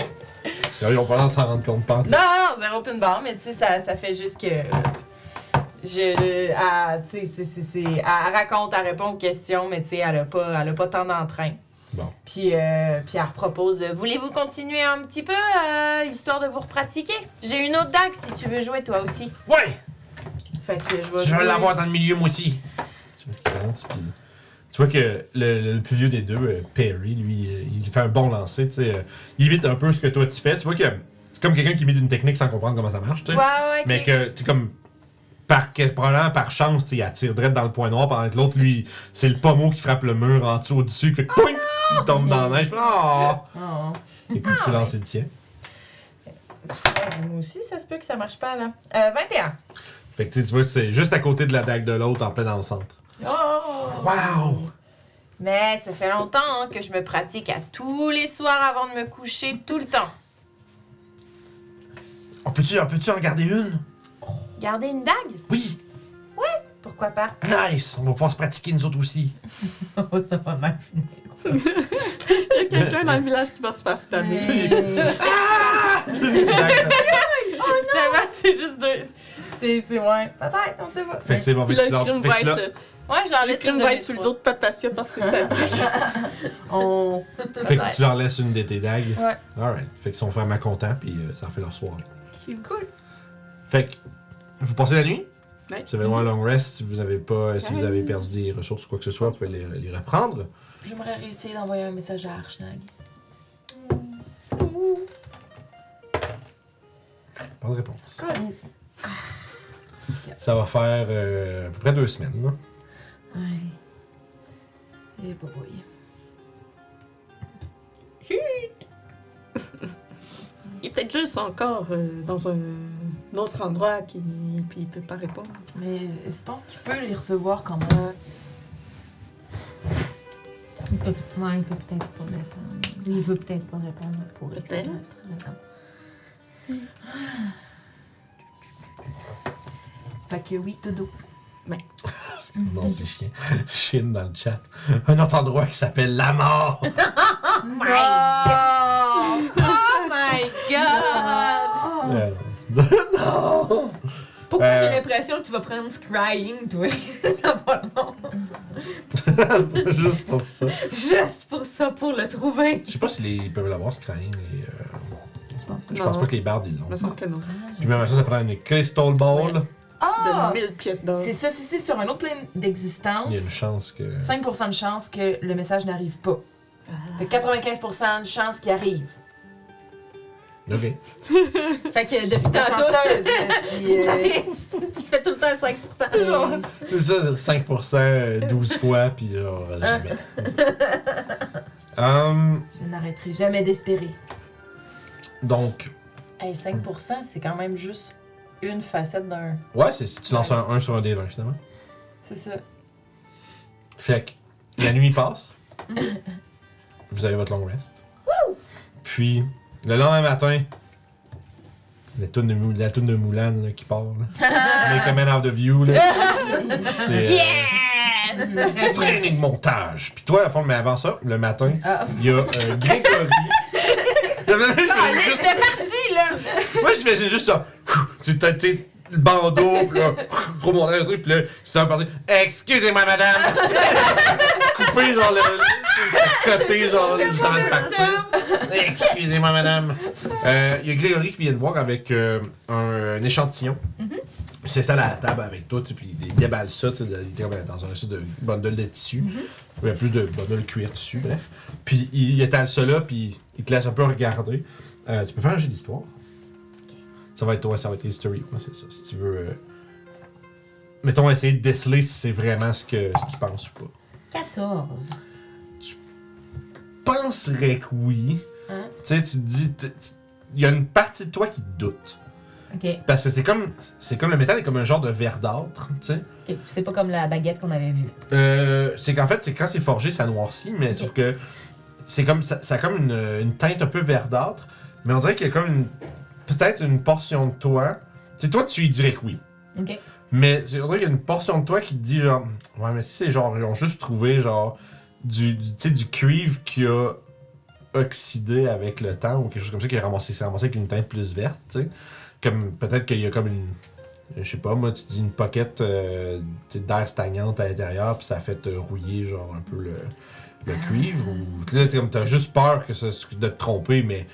Genre, Ils ont pas l'air de s'en rendre compte, pas en tout.
Non, non, zéro pin bar, mais tu sais, ça, ça fait juste que. euh, Je. elle, Tu sais, c'est- c'est- c'est- elle elle raconte, elle répond aux questions, mais tu sais, elle a pas, elle a pas tant d'entrain.
Bon.
Puis, euh, puis elle repropose. euh,
Voulez-vous continuer un petit peu, euh, histoire de vous repratiquer J'ai une autre dague si tu veux jouer toi aussi.
Ouais!
Fait que je vais.
Je vais
jouer-
l'avoir dans le milieu, moi aussi. Tu vois qu'il lance, puis- Tu vois que le, le plus vieux des deux, euh, Perry, lui, euh, il fait un bon lancer, tu sais. euh, il évite un peu ce que toi tu fais. Tu vois que c'est comme quelqu'un qui imite une technique sans comprendre comment ça marche, tu sais.
Ouais, ouais, ok.
Mais que, tu sais, comme. Par, que- probablement par chance, tu sais, il attire direct dans le point noir pendant que l'autre, lui, c'est le pommeau qui frappe le mur en dessous, au-dessus,
Oh
fait que poing, il tombe dans la neige. Ah!
Oh.
Et puis tu peux lancer le tien.
Ouais, Eh, moi aussi, ça se peut que ça marche pas, là. Euh, 21.
Fait que tu sais, tu vois, c'est juste à côté de la dague de l'autre, en plein dans le centre. Wow!
Mais ça fait longtemps hein, que je me pratique à tous les soirs avant de me coucher, tout le temps.
On peut-tu, on peut-tu en regarder une?
Gardez une dague
Oui!
Pourquoi pas
Nice! On va pouvoir se pratiquer nous autres aussi.
Oh, ça va mal finir.
Il y a quelqu'un dans le village qui va se faire stabber.
Ah,
Finalement, c'est juste deux.
C'est, c'est, ouais. Peut-être, on sait pas.
Fait que c'est bon, fait
Puis
que
là,
tu
le
leur-
crime
fait que
va
tu leur-
être,
Ouais, je leur
le
laisse
crime
une
va
de
être
mes
sur le
trois.
dos de Papacia parce que c'est ça.
On.
fait que tu leur laisses une de tes dagues.
Ouais.
Alright. Fait qu'ils sont vraiment contents, puis euh, ça en fait leur soirée.
Cool.
Fait que vous passez la nuit.
Ouais.
Vous avez le droit à un long rest si vous avez pas, si vous avez perdu des ressources ou quoi que ce soit, vous pouvez les, les reprendre.
J'aimerais réessayer d'envoyer un message à Archnag.
Pas de réponse. Ça va faire euh, à peu près deux semaines. là.
Et Eh, boy.
Il est peut-être juste encore euh, dans un un autre endroit qui puis il peut pas répondre.
Mais je pense qu'il peut les recevoir quand même.
Il peut, ouais, il peut peut-être pas
Mais
répondre. Il veut peut-être pas répondre pour
Peut-être.
etc., par exemple.
Fait que oui, Dodo.
Mm-hmm.
Non, c'est chien. Chine dans le chat. Un autre endroit qui s'appelle la mort.
Ah!
Oh my god!
Oh.
Euh, non!
Pourquoi
Euh.
j'ai l'impression que tu vas prendre Scrying, toi, dans pas long?
Juste pour ça.
Juste pour ça, pour le trouver.
Je sais pas si les, ils peuvent l'avoir, ce crâne. les, euh,
Je pense que.
je pense
Non.
pas que les bardes ils
Il me
l'ont.
semble que non.
Puis même à ça, ça prend une crystal ball.
Ah!
De 1000 pièces d'or.
C'est ça, si c'est sur un autre plane d'existence.
Il y a une chance que.
5% de chance que le message n'arrive pas.
Ah.
Fait que 95% de chance qu'il arrive.
Ok.
Fait que depuis
T'es
tantôt,
chanceuse, mais si. euh,
tu fais tout le temps 5%.
euh,
C'est ça, c'est 5%, euh, 12 fois, puis genre, euh, jamais. Hum,
je n'arrêterai jamais d'espérer.
donc,
Hey, 5%, c'est quand même juste une facette d'un.
ouais, c'est si tu lances un 1 sur un D20 finalement.
C'est ça.
Fait que la nuit passe. vous avez votre long rest. Puis, le lendemain matin, la toune de, Mou- la toune de Moulin là, qui part. Là. Make a man out of you. Là. C'est, euh, Training montage. Puis toi, à fond, mais avant ça, le matin,
Ah.
il y a euh, Grégory. J'imagine euh, juste-
parti, là!
Moi, j'imagine juste ça. Tu t'as tu sais, le bandeau, puis là, gros montage, le truc, puis là, ça va partir. Excusez-moi, madame! Coupé, genre, le. le- le côté, genre, ça va partir. Excusez-moi, madame! Euh, Il y a Grégory qui vient de voir avec euh, un, un échantillon. Il s'installe à la table avec toi, tu sais, puis il déballe ça, tu sais, il était comme dans un espèce de bundle de tissu. Il y a plus de bundle cuir dessus, bref. Puis il étale ça là, puis il te laisse un peu regarder. Euh, tu peux faire un jeu d'histoire. Ça va être toi, ça va être history. Moi, c'est ça. Si tu veux. euh, Mettons, essayer de déceler si c'est vraiment ce que ce qu'ils pensent ou
14.
pas. Penserais que oui.
Hein?
Tu sais, tu te dis. t- tu- Il y a une partie de toi qui doute.
Ok.
Parce que c'est comme. C'est comme le métal est comme un genre de verdâtre, tu sais.
Ok, C'est pas comme la baguette qu'on avait vue.
Euh, c'est qu'en fait, c'est quand c'est forgé, ça noircit, mais sauf que c'est comme ça, ça a comme une, une teinte un peu verdâtre, mais on dirait qu'il y a comme une peut-être une portion de toi. Tu sais, toi, tu y dirais que oui.
Ok.
Mais c'est on dirait qu'il y a une portion de toi qui te dit genre ouais, mais si c'est genre ils ont juste trouvé genre du du, tu sais, du cuivre qui a oxydé avec le temps ou quelque chose comme ça qui est ramassé, c'est ramassé avec une teinte plus verte, tu sais. Comme peut-être qu'il y a comme une je sais pas, moi, tu dis une poquette euh, tu sais, d'air stagnante à l'intérieur, puis ça fait te rouiller, genre, un peu le, le
Ah.
cuivre. Ou, tu sais, t'es comme t'as juste peur que ça, de te tromper, mais.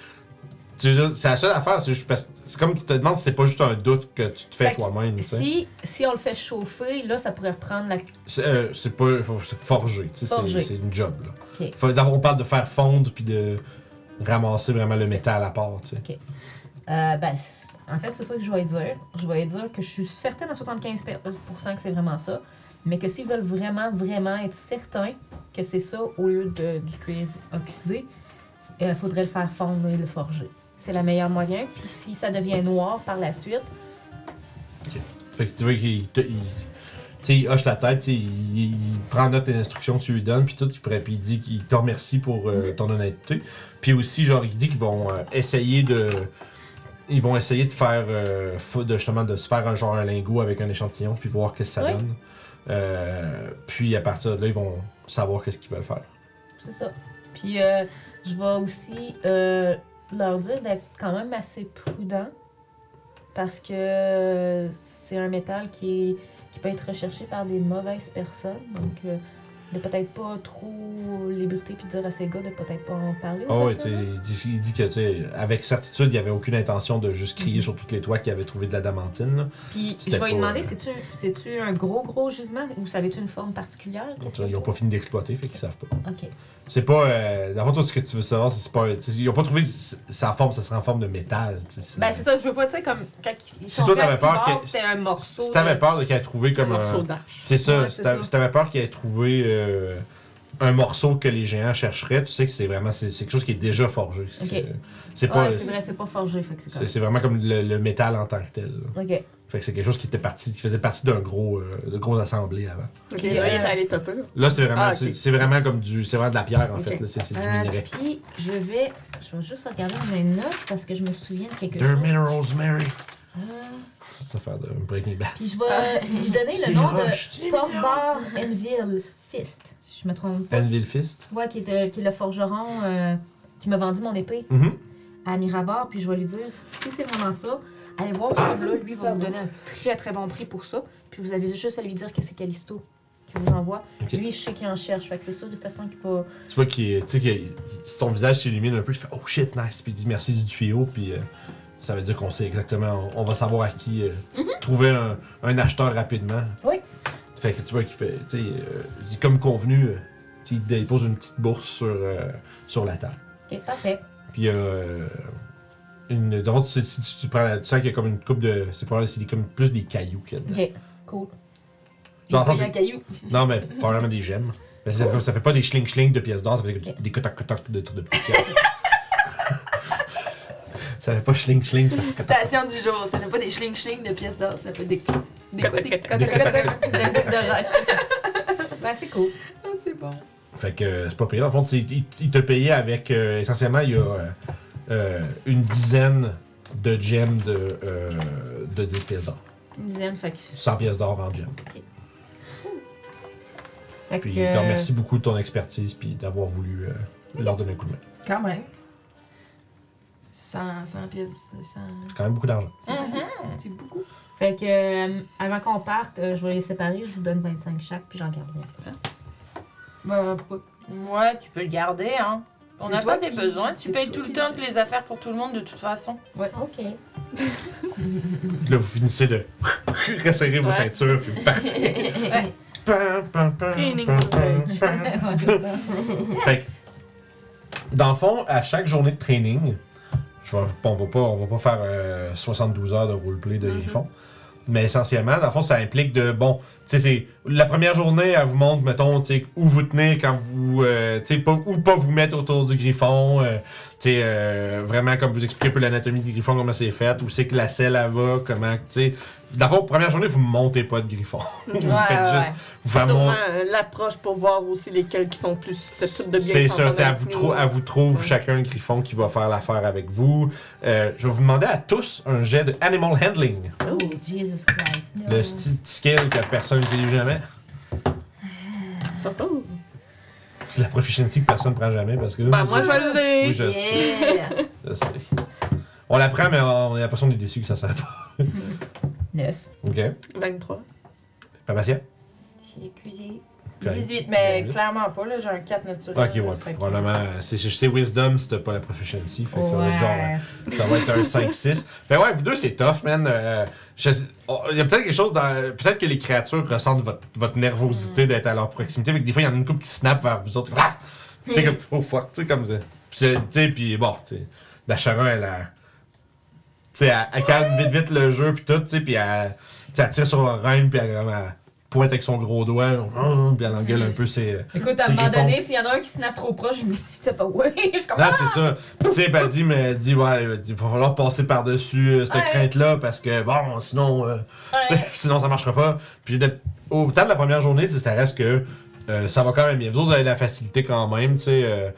tu sais, C'est la seule affaire, c'est juste parce c'est comme tu te demandes si c'est pas juste un doute que tu te fais
Fait que
toi-même. tu sais.
Si, si on le fait chauffer, là, ça pourrait reprendre la.
C'est euh, c'est pas faut- c'est forgé, tu sais, c'est-
Forgé.
c'est une job. Là.
Ok.
Faut- d'abord, on parle de faire fondre puis de ramasser vraiment le métal à part. tu sais.
Euh, ben, c- en fait, c'est ça que je vais dire. Je vais dire que je suis certaine à 75% que c'est vraiment ça. Mais que s'ils veulent vraiment, vraiment être certains que c'est ça au lieu de, du cuivre oxydé, il faudrait le faire fondre et le forger. C'est le meilleur moyen. Puis si ça devient noir par la suite,
Fait que tu vois qu'il te- il, tu sais, il hoche la tête, tu sais, il, il prend note des instructions que tu lui donnes, puis tout, il, pourrait- puis il dit qu'il te remercie pour euh, ton honnêteté. Puis aussi, genre, il dit qu'ils vont euh, essayer de. Ils vont essayer de faire. euh, fou- de, justement, de se faire un genre un lingot avec un échantillon, puis voir qu'est-ce que ça
Ouais.
donne. Euh, puis à partir de là, ils vont savoir qu'est-ce qu'ils veulent faire.
C'est ça. Puis euh, je vais aussi euh, leur dire d'être quand même assez prudent parce que euh, c'est un métal qui, est- qui peut être recherché par des mauvaises personnes. Donc, euh, de peut-être pas trop l'ébruter puis dire à ces gars de peut-être pas en parler.
Ah ouais, tu sais,
exactement.
il dit, il dit que, tu sais, avec certitude, il n'y avait aucune intention de juste crier sur toutes les toits qu'il avait trouvé de la damantine. là.
Puis je
c'était
vais lui
pas,
demander,
euh,
c'est-tu, c'est-tu un gros, gros gisement ou ça avait-tu une forme particulière?
Tu vois, Ils
Qu'est-ce qu'il y a
n'ont pas fini d'exploiter, fait qu'ils savent pas.
Ok.
C'est pas. Euh, D'abord, toi, ce que tu veux savoir, c'est c'est pas. tu sais, Ils n'ont pas trouvé s- sa forme, ça serait en forme de métal. tu sais, sinon.
Ben, c'est ça, je veux pas, tu sais, comme quand ils
Si
sont
toi,
venus à
t'avais peur
Tribord,
que-
c'était un morceau. euh,
Si t'avais
de-
peur de qu'elle ait trouvé comme
Un morceau
un.
d'arche.
C'est ça,
Ouais,
si
c'est
t'a-
ça.
si t'avais peur qu'il ait trouvé euh, un morceau que les géants chercheraient, tu sais que c'est vraiment. C'est c'est quelque chose qui est déjà forgé. C'est
Ok.
que- C'est pas.
Ouais, c'est vrai, c'est pas forgé, fait que c'est
c'est
comme.
c'est vraiment comme le, le métal en tant que tel. là.
Ok.
Fait que c'est quelque chose qui était parti, qui faisait partie d'un gros, euh, de grosse assemblée avant.
Ok,
Et,
là, il
euh,
est allé topper.
Là, c'est vraiment,
Ah, ok.
c'est- c'est vraiment comme du, c'est vraiment de la pierre en
Ok.
fait. là. C'est c'est du
Euh,
minerai.
puis, je vais. Je vais juste regarder dans mes notes parce que je me souviens de quelque
They're
chose.
minerals, Mary.
Ah.
Ça, ça fait de Break Me Back.
Puis, je vais lui donner
C'est
le nom
des roches,
de
c'est
Torbar Enville Fist, si je me trompe pas.
Enville Fist.
Ouais, qui est, de- qui est le forgeron euh, qui m'a vendu mon épée
Mhm.
à Mirabar. Puis, je vais lui dire si c'est vraiment ça, allez voir ce là Lui va vous donner un très très bon prix pour ça. Puis, vous avez juste à lui dire que c'est Callisto qui vous envoie.
Ok.
Lui, je sais qu'il en cherche. Fait que c'est sûr et certain qu'il peut.
Tu vois qu'il, tu sais, qu'il- son visage s'illumine un peu. Il fait Oh shit, nice. Puis il dit merci du tuyau. Puis euh, ça veut dire qu'on sait exactement, on, on va savoir à qui euh, trouver un, un acheteur rapidement.
Oui.
Fait que tu vois qu'il fait, tu sais, euh, il dit, comme convenu, euh, il dépose une petite bourse sur, euh, sur la table.
Ok, parfait.
Puis euh, une, donc, tu, si tu, tu prends, la- tu sens qu'il y a comme une coupe de, c'est probablement c'est des- comme plus des cailloux qu'il y a dedans.
Ok, cool.
Genre,
Il y a
c'est-
un caillou.
Non, mais probablement des gemmes. Mais ça, ça fait pas des schling-schling de pièces d'or, ça fait des kotak-kotak de, de petites pièces. ça fait pas schling-schling, ça fait kotak.
Citation du jour. Ça fait pas des schling-schling de pièces d'or, ça fait des. des
Kotak,
des-
kotak.
Des kotak.
Ben, c'est cool.
Ah, c'est bon.
Fait que euh, c'est pas payé. Dans le fond, tu sais, il, il te payait avec. euh, essentiellement, il y a euh, euh, une dizaine de gemmes de, euh, de 10 pièces d'or.
Une dizaine, fait que.
100 pièces d'or en gemmes.
Fait
Puis
que,
il te remercie beaucoup de ton expertise puis d'avoir voulu euh, leur donner un coup de main.
Quand même. 100, 100 pièces. 100...
C'est quand même beaucoup d'argent.
C'est
Mm-hmm.
beaucoup. hein. C'est beaucoup.
Fait que, euh, avant qu'on parte, euh, je vais les séparer, je vous donne 25 chaque, puis j'en garde le reste.
Bah, pourquoi
Ouais, tu peux le garder, hein. On
C'est
n'a
toi
pas des
qui-
besoins.
c'est
Tu payes
toi
tout le
qui
temps
le
les affaires pour tout le monde de toute façon.
Ok.
Là, vous finissez de resserrer vos
Ouais.
ceintures puis vous partez.
Ouais.
Pam, pam, pam,
Training
pam,
day.
pam, pam. Fait que, dans le fond, à chaque journée de training, je vais- on va pas, on va pas faire euh, 72 heures de roleplay de Griffon. Mais essentiellement, dans le fond, ça implique de, bon, tu sais, c'est- la première journée, elle vous montre, mettons, tu sais, où vous tenir quand vous, euh, tu sais, pas, ou pas vous mettre autour du griffon, euh, tu sais, euh, vraiment, comme vous expliquez un peu l'anatomie du griffon, comment c'est fait, où c'est que la selle, elle va, comment, tu sais. Dans le fond, première journée, vous montez pas de griffon. vous
Ouais,
faites
ouais,
juste, vous faites
Sûrement
mon-
euh, l'approche pour voir aussi lesquels qui sont plus susceptibles de bien
c'est ça,
s'entendre
tu sais, elle
avec
vous,
nous.
trou- elle vous trouve
Ouais.
chacun un griffon qui va faire l'affaire avec vous. Euh, je vais vous demander à tous un jet de Animal Handling,
Oh, Jesus Christ. no.
le style de skill que personne n'utilise jamais.
Oh, oh.
C'est la proficiency que personne ne prend jamais parce que.
Ben, moi, je
Oui,
vais
je sais,
Yeah.
je sais. On la prend, mais on a l'impression d'être déçu que ça ne sert pas.
Neuf.
Ok.
23.
Papatia?
J'ai accusé.
Ok.
18, mais
18.
clairement pas, là, j'ai un 4 naturel.
Ok, ouais,
Fait que-
probablement. euh, C'est, je sais Wisdom, c'était pas la proficiency. Fait que ça va être genre. euh,
Ouais.
Ça va être un 5-6. Ben ouais, vous deux, c'est tough, man. Euh, je- oh, Il y a peut-être quelque chose dans. Peut-être que les créatures ressentent votre, votre nervosité d'être à leur proximité. Fait que des fois, il y en a une couple qui snap vers vous autres. Ah! Tu sais, comme, oh fuck, tu sais, comme ça. Puis, c'est- tu sais, puis bon, tu sais, la Chara, elle a. Tu sais, elle, elle calme vite, vite le jeu, puis tout, tu sais, puis elle, tu sais, elle tire sur la reine, puis elle, elle pointe avec son gros doigt, puis elle engueule un peu ses. euh,
Écoute, à un
C'est
moment
Griffon.
donné, s'il y en a un qui snap trop proche, je me dis, c'était pas ouais. Je comprends.
Non, c'est ça. Puis, Tu sais, ben, dit, mais dit, ouais, euh, dit, va falloir passer par-dessus euh, cette
Ouais.
crainte-là parce que, bon, sinon, euh, tu sais,
Ouais.
sinon ça marchera pas. Puis, de- au temps de la première journée, tu sais, ça reste que euh, ça va quand même bien. Vous autres, vous avez la facilité quand même, tu sais, euh,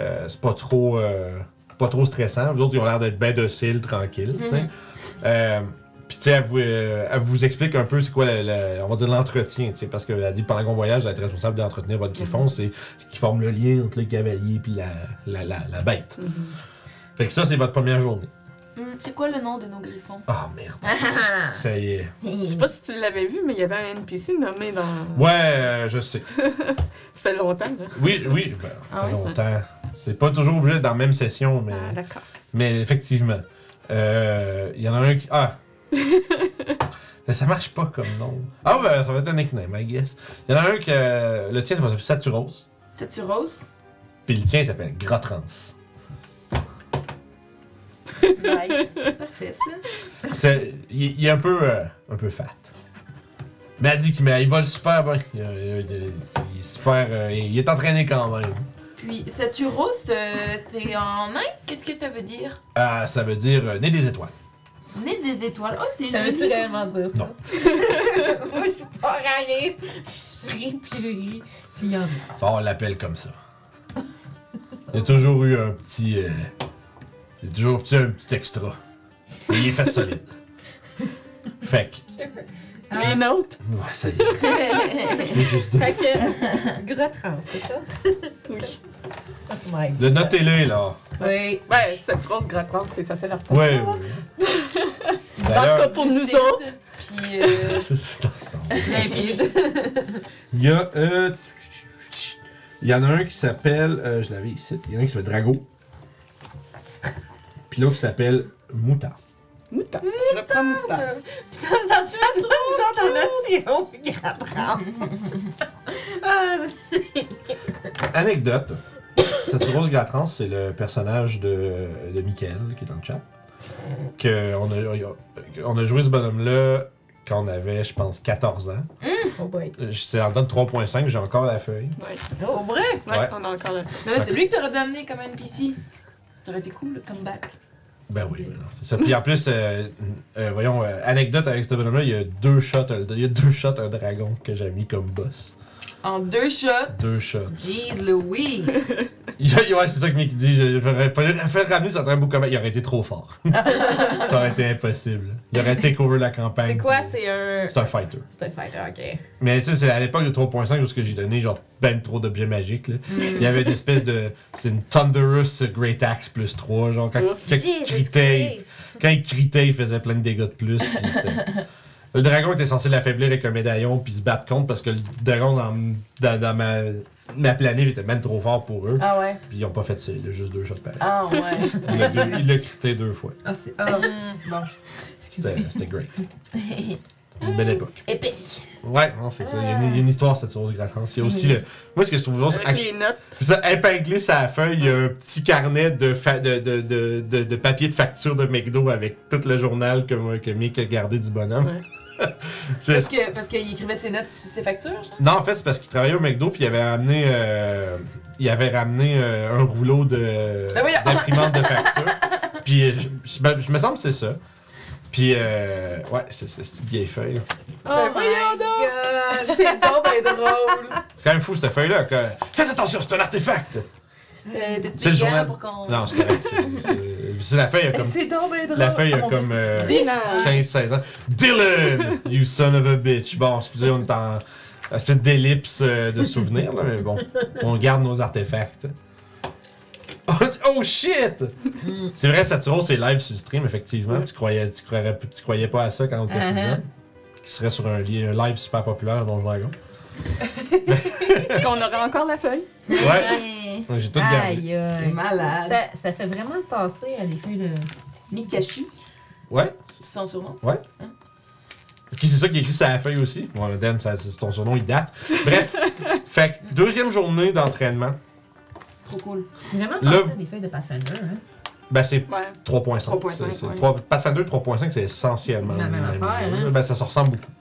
euh, c'est pas trop, euh, pas trop stressant. Vous autres, ils ont l'air d'être bien dociles, tranquilles, tu sais. Euh, puis, tu sais, elle vous, euh, elle vous explique un peu c'est quoi, le- le- on va dire, l'entretien, tu sais, parce qu'elle dit pendant qu'on voyage, vous êtes responsable d'entretenir votre griffon, c'est ce qui forme le lien entre le cavalier puis la, la, la, la bête. Fait que ça, c'est votre première journée.
Mm. C'est quoi le nom de nos griffons?
Ah merde. Ça y est.
Je sais pas si tu l'avais vu, mais il y avait un NPC nommé dans.
Ouais, euh, je sais.
Ça fait longtemps, là.
Oui, oui, ben, ça
Ah
fait
ouais?
longtemps. C'est pas toujours obligé d'être dans la même session, mais,
Ah, d'accord.
mais effectivement. Euh, Il y en a un qui. Ah! mais ça marche pas comme nom. Ah, ben, ça va être un nickname, I guess. Il y en a un que. euh, Le tien, ça va s'appeler Saturose.
C'est-tu Rose?
Puis le tien, il s'appelle Grotrans.
Nice.
Parfait, ça.
C'est- Il, il est un peu, euh, un peu fat. Mais elle dit qu'il mais il vole super bien. Il, il- il- il est super. euh, il est entraîné quand même.
Puis, c'est-tu Rose? euh, c'est en Inde? Qu'est-ce que ça veut dire?
Ah, ça veut dire euh, né des étoiles.
Né des étoiles. Oh, c'est
Ça veut-tu
joli.
réellement dire ça?
Non.
Moi, je pars à rire. Je ris, puis je ris. Puis il y en a.
Enfin, on l'appelle comme ça. Il y a toujours eu un petit. euh, il y a toujours eu un petit extra. Et il est fait solide. Fait que.
Ah.
Puis une autre.
Ouais, ça y est. Je l'ai juste dit.
Fait que. Gros trans, c'est ça?
Oui.
Oh my
Le notez-le, là.
Oui.
Ouais, cette grosse grattement, c'est facile à retrouver.
Ouais, ouais.
Parce
D'ailleurs,
que pour nous
Lucide,
autres,
Puis, euh,
c'est- c'est-
god.
Il y a. euh, il y en a un qui s'appelle. euh, je l'avais ici. Il y en a un qui s'appelle Drago. Puis l'autre qui s'appelle Mouta.
mouton. Je prends mouton.
Putain, ça se fait trop des intonations, gros trans. Ah,
Anecdote. Saturos Gratrans, c'est le personnage de, de Michael qui est dans le chat. Que on, a, on a joué ce bonhomme-là quand on avait, je pense, 14 ans.
Oh boy.
Euh, C'est en date 3.5, j'ai encore la feuille.
Ouais.
Au vrai?
Ouais,
Ouais.
on a encore le.
Mais ben là, c'est lui que t'aurais dû amener comme NPC. Ça aurait été cool, le comeback.
Ben oui, ben non, c'est ça. Puis en plus, euh, euh, voyons, euh, anecdote avec ce bonhomme-là, il y a deux shots, euh, il y a deux shots un dragon que j'ai mis comme boss.
En deux shots.
Deux shots.
Jeez Louise!
Il y a- ouais, c'est ça que Mick dit. Je, je ferais- fallait faire ramener sur un bout comme il aurait été trop fort. ça aurait été impossible. Il aurait take over la campagne.
C'est quoi? C'est un.
C'est un fighter.
C'est un fighter, ok.
Mais tu sais, c'est à l'époque de 3.5 où ce que j'ai donné genre ben trop d'objets magiques. Là.
Mm.
Il y avait une espèce de. C'est une Thunderous Great Axe plus 3. Genre,
Oh,
quand, quand il critait, il- quand il critait, il faisait plein de dégâts de plus. puis c'était- le dragon était censé l'affaiblir avec un médaillon puis se battre contre parce que le dragon dans, dans, dans ma, ma planète était même trop fort pour eux.
Ah ouais?
Puis ils ont pas fait ça. Il a juste deux shots pareil.
Ah ouais.
Il l'a deux- il l'a crité deux fois.
Ah, c'est. Ah, bon.
C'était c'était great. C'était une belle époque.
Épique.
Ouais, non, c'est ça. Il y, a une, il y a une histoire, cette source de Gratance. Il y a aussi le. Moi, ce que je trouve drôle, c'est
Avec les notes.
c'est ça, épinglé sur la feuille, il y a un petit carnet de, fa- de, de, de, de- de papier de facture de McDo avec tout le journal que, moi- que Mick a gardé du bonhomme.
Ouais.
C'est-
Parce que parce qu'il écrivait ses notes sur ses factures, genre?
Non, en fait, c'est parce qu'il travaillait au McDo puis il avait ramené, euh, il avait ramené euh, un rouleau de
Ah oui, ah.
d'imprimante de facture. Puis euh, je, je me- je me semble que c'est ça. Puis euh, ouais, c'est c'est cette petite vieille feuille. là.
Oh
Ben voyons
my god.
C'est bon, ben drôle.
C'est quand même fou cette feuille-là. que- Faites attention, c'est un artefact.
Euh, T'as-tu
C'est le
des gants
journal.
pour qu'on.
Non, c'est correct. c'est- c'est- C'est la feuille a
Eh,
comme
C'est donc ben drôle.
la feuille a
Oh, mon
comme
Dieu,
euh,
c'est-
Dis la.
15-16 ans. Dylan, you son of a bitch. Bon, excusez, on est en espèce d'ellipse euh, de souvenirs, là, mais bon, on garde nos artefacts. On dit, Oh shit! C'est vrai, Saturo, c'est live sur le stream, effectivement. Tu croyais, tu croirais- tu croyais pas à ça quand on était plus
Uh-huh.
jeune. Qui serait sur un, li- un live super populaire, Donjon Dragon.
qu'on aurait encore la feuille.
Ouais, j'ai tout gardé.
Aïe,
C'est
aïe.
malade.
Ça, ça fait vraiment passer à des feuilles de.
Mikashi,
Ouais?
c'est son surnom.
Qui c'est ça qui est écrit sur la feuille aussi? Bon, Dan, ça- c'est ton surnom, il date. Bref, fait que deuxième journée d'entraînement.
Trop cool.
Vraiment
Le-
passer à des feuilles de Pathfinder, hein.
Ben, c'est
Ouais.
3.5.
3.5,
c'est- c'est
ouais.
trois- Pathfinder 3.5, c'est essentiellement
La
le
même affaire,
jeu.
hein.
Ben, ça se ressemble beaucoup.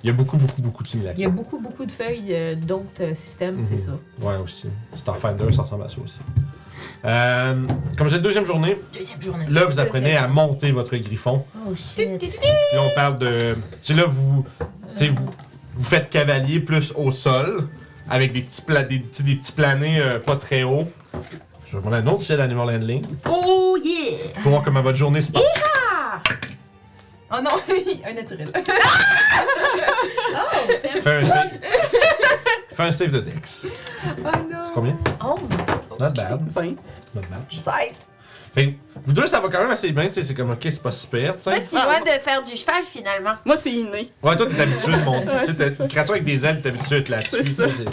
Il y a beaucoup, beaucoup, beaucoup de
Il y a
similarités.
beaucoup, beaucoup de feuilles euh, d'autres euh, systèmes, c'est ça.
Mhm. Ouais, aussi. Starfinder, ça ressemble à ça aussi. Euh, comme j'ai deuxième journée,
Deuxième journée.
là, vous apprenez à monter votre griffon.
Oh shit.
Puis là, on parle de. Tu sais, là, vous, tu sais, vous, vous faites cavalier plus au sol, avec des petits, pla- des, petits- des petits planés euh, pas très hauts. Je vais demander un autre jet d'animal handling
Oh yeah!
pour voir comment votre journée se passe.
Oh non, un naturel.
Oh, c'est
Fais un save. Fais un save de Dex.
Oh non.
Combien?
Oh,
Not bad.
20.
Not bad.
16!
Fait que vous deux, ça va quand même assez bien, tu sais, c'est comme, ok, c'est pas super, tu sais.
Pas si loin de faire du cheval finalement.
Moi, c'est inné.
Ouais, toi, t'es habitué de monter.
Ouais,
tu sais,
c'est
t'es-
ça.
une créature avec des ailes, t'es habitué à être là-dessus. tu
C'est
sais,
ça.
c'est-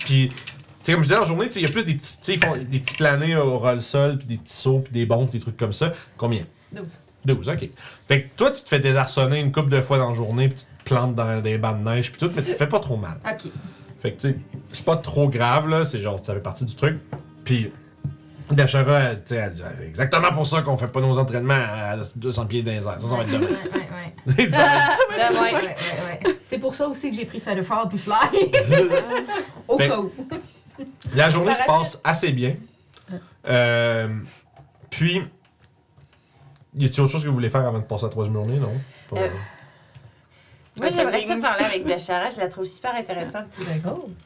Puis, tu sais, comme je disais, en journée, tu sais, il y a plus des petits, tu sais, ils font des petits planés au roll-sol, puis des petits sauts, puis des bonds, puis des trucs comme ça. Combien
12.
12, ok. Fait que toi, tu te fais désarçonner une couple de fois dans la journée, puis tu te plantes dans des bancs de neige, puis tout, mais tu te fais pas trop mal.
Ok.
Fait que, tu sais, c'est pas trop grave, là. C'est genre, ça fait partie du truc. Puis, Dachara, elle, tu sais, elle dit, C'est exactement pour ça qu'on fait pas nos entraînements à 200 pieds dans les airs. Ça, ça va être
Ouais,
demain.
ouais, ouais.
Ça va être-
Ben
Ouais, ouais, ouais.
C'est pour ça aussi que j'ai pris Featherfall puis Fly. Au
Fait-
cas où.
La journée se passe assez bien. Euh, puis, y a-t-il autre chose que vous voulez faire avant de passer à la troisième journée, non? Pas-
Euh, Moi,
Ouais, ça
j'aimerais ça
dégoûte.
parler avec Bachara, je la trouve super intéressante.
Ben,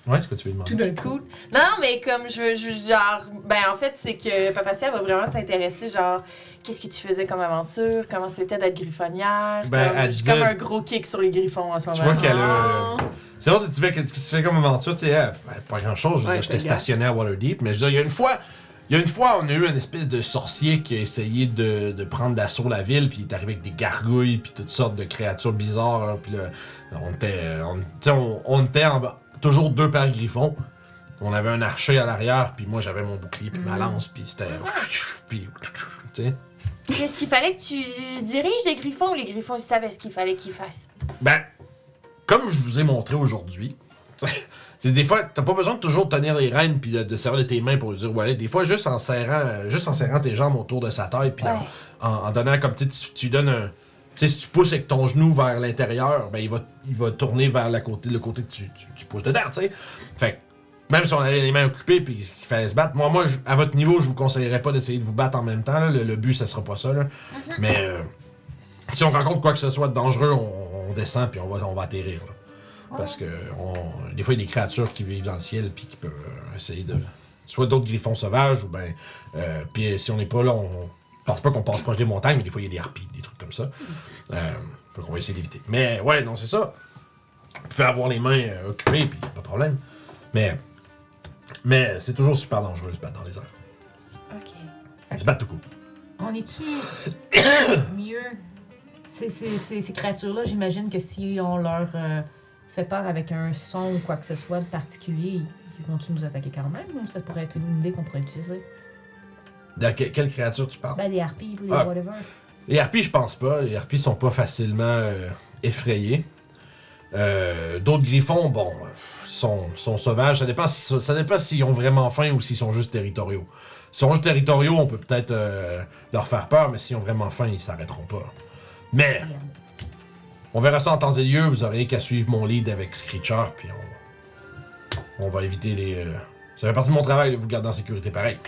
Ouais, ce que tu veux demander.
Tout d'un coup.
Cool. Non, non, mais comme je veux, je veux genre, ben en fait, c'est que Papa Sia va vraiment s'intéresser, genre, qu'est-ce que tu faisais comme aventure, comment c'était d'être griffonnière.
Ben,
comme,
elle
je suis
disait-
comme un gros kick sur les griffons en ce
Tu
moment.
vois qu'elle a.
Ah.
C'est vrai, tu tu fais, que- que tu fais comme aventure, tu sais, eh, ben, pas grand chose. Je veux
Ouais,
dire, j'étais
t'as le gars.
stationné à Waterdeep, mais je veux dire, il y a une fois. Il y a une fois, on a eu une espèce de sorcier qui a essayé de, de prendre d'assaut la ville, puis il est arrivé avec des gargouilles, puis toutes sortes de créatures bizarres. là, puis là, on était, euh, on, tu sais, on, on était en bas- toujours deux paires griffons. On avait un archer à l'arrière, puis moi j'avais mon bouclier, puis
Mm.
ma lance, puis c'était. Puis. Tu sais.
Qu'est-ce qu'il fallait que tu diriges les griffons ou les griffons ils savaient ce qu'il fallait qu'ils fassent?
Ben, comme je vous ai montré aujourd'hui, tu sais, des fois, t'as pas besoin de toujours tenir les rênes puis de, de servir de tes mains pour lui dire où aller. Des fois, juste en serrant, euh, juste en serrant tes jambes autour de sa taille, puis en-
Ouais.
en, en donnant comme tu, sais, tu tu donnes un. Tu sais, si tu pousses avec ton genou vers l'intérieur, ben il va, il va tourner vers la côté, le côté que tu, tu, tu pousses dedans, tu sais. Fait que, même si on avait les mains occupées puis qu'il fallait se battre, moi, moi, je- à votre niveau, je vous conseillerais pas d'essayer de vous battre en même temps. là. Le, le but, ça sera pas ça, là. Mais euh, si on rencontre quoi que ce soit de dangereux, on, on descend puis on va, on va atterrir. là. Parce que on- des fois, il y a des créatures qui vivent dans le ciel puis qui peuvent euh, essayer de. Soit d'autres griffons sauvages ou ben. euh, puis euh, si on n'est pas là, on pense pas qu'on passe proche des montagnes, mais des fois, il y a des harpies, des trucs comme ça. Euh, donc, on va essayer d'éviter. Mais ouais, non, c'est ça. Vous pouvez avoir les mains euh, occupées puis y a pas de problème. Mais. Mais c'est toujours super dangereux de se battre dans les airs.
Ok.
Se battre tout court.
On est-tu mieux? Ces, ces- ces- ces créatures-là, j'imagine que si on leur euh, fait peur avec un son ou quoi que ce soit de particulier, ils vont-tu nous attaquer quand même? Ou ça pourrait être une idée qu'on pourrait utiliser?
De que- quelle créature tu parles?
Ben, des harpies ou des
Ah.
whatever.
Les harpies, je pense pas. Les harpies sont pas facilement euh, effrayés. Euh, D'autres griffons, bon, euh, sont, sont sauvages. Ça dépend si- ça dépend s'ils ont vraiment faim ou s'ils sont juste territoriaux. S'ils sont juste territoriaux, on peut peut-être euh, leur faire peur, mais s'ils ont vraiment faim, ils s'arrêteront pas. Mais
Regarde.
on verra ça en temps et lieu. Vous aurez qu'à suivre mon lead avec Screecher, puis on, on va éviter les. euh, ça fait partie de mon travail de vous garder en sécurité pareil.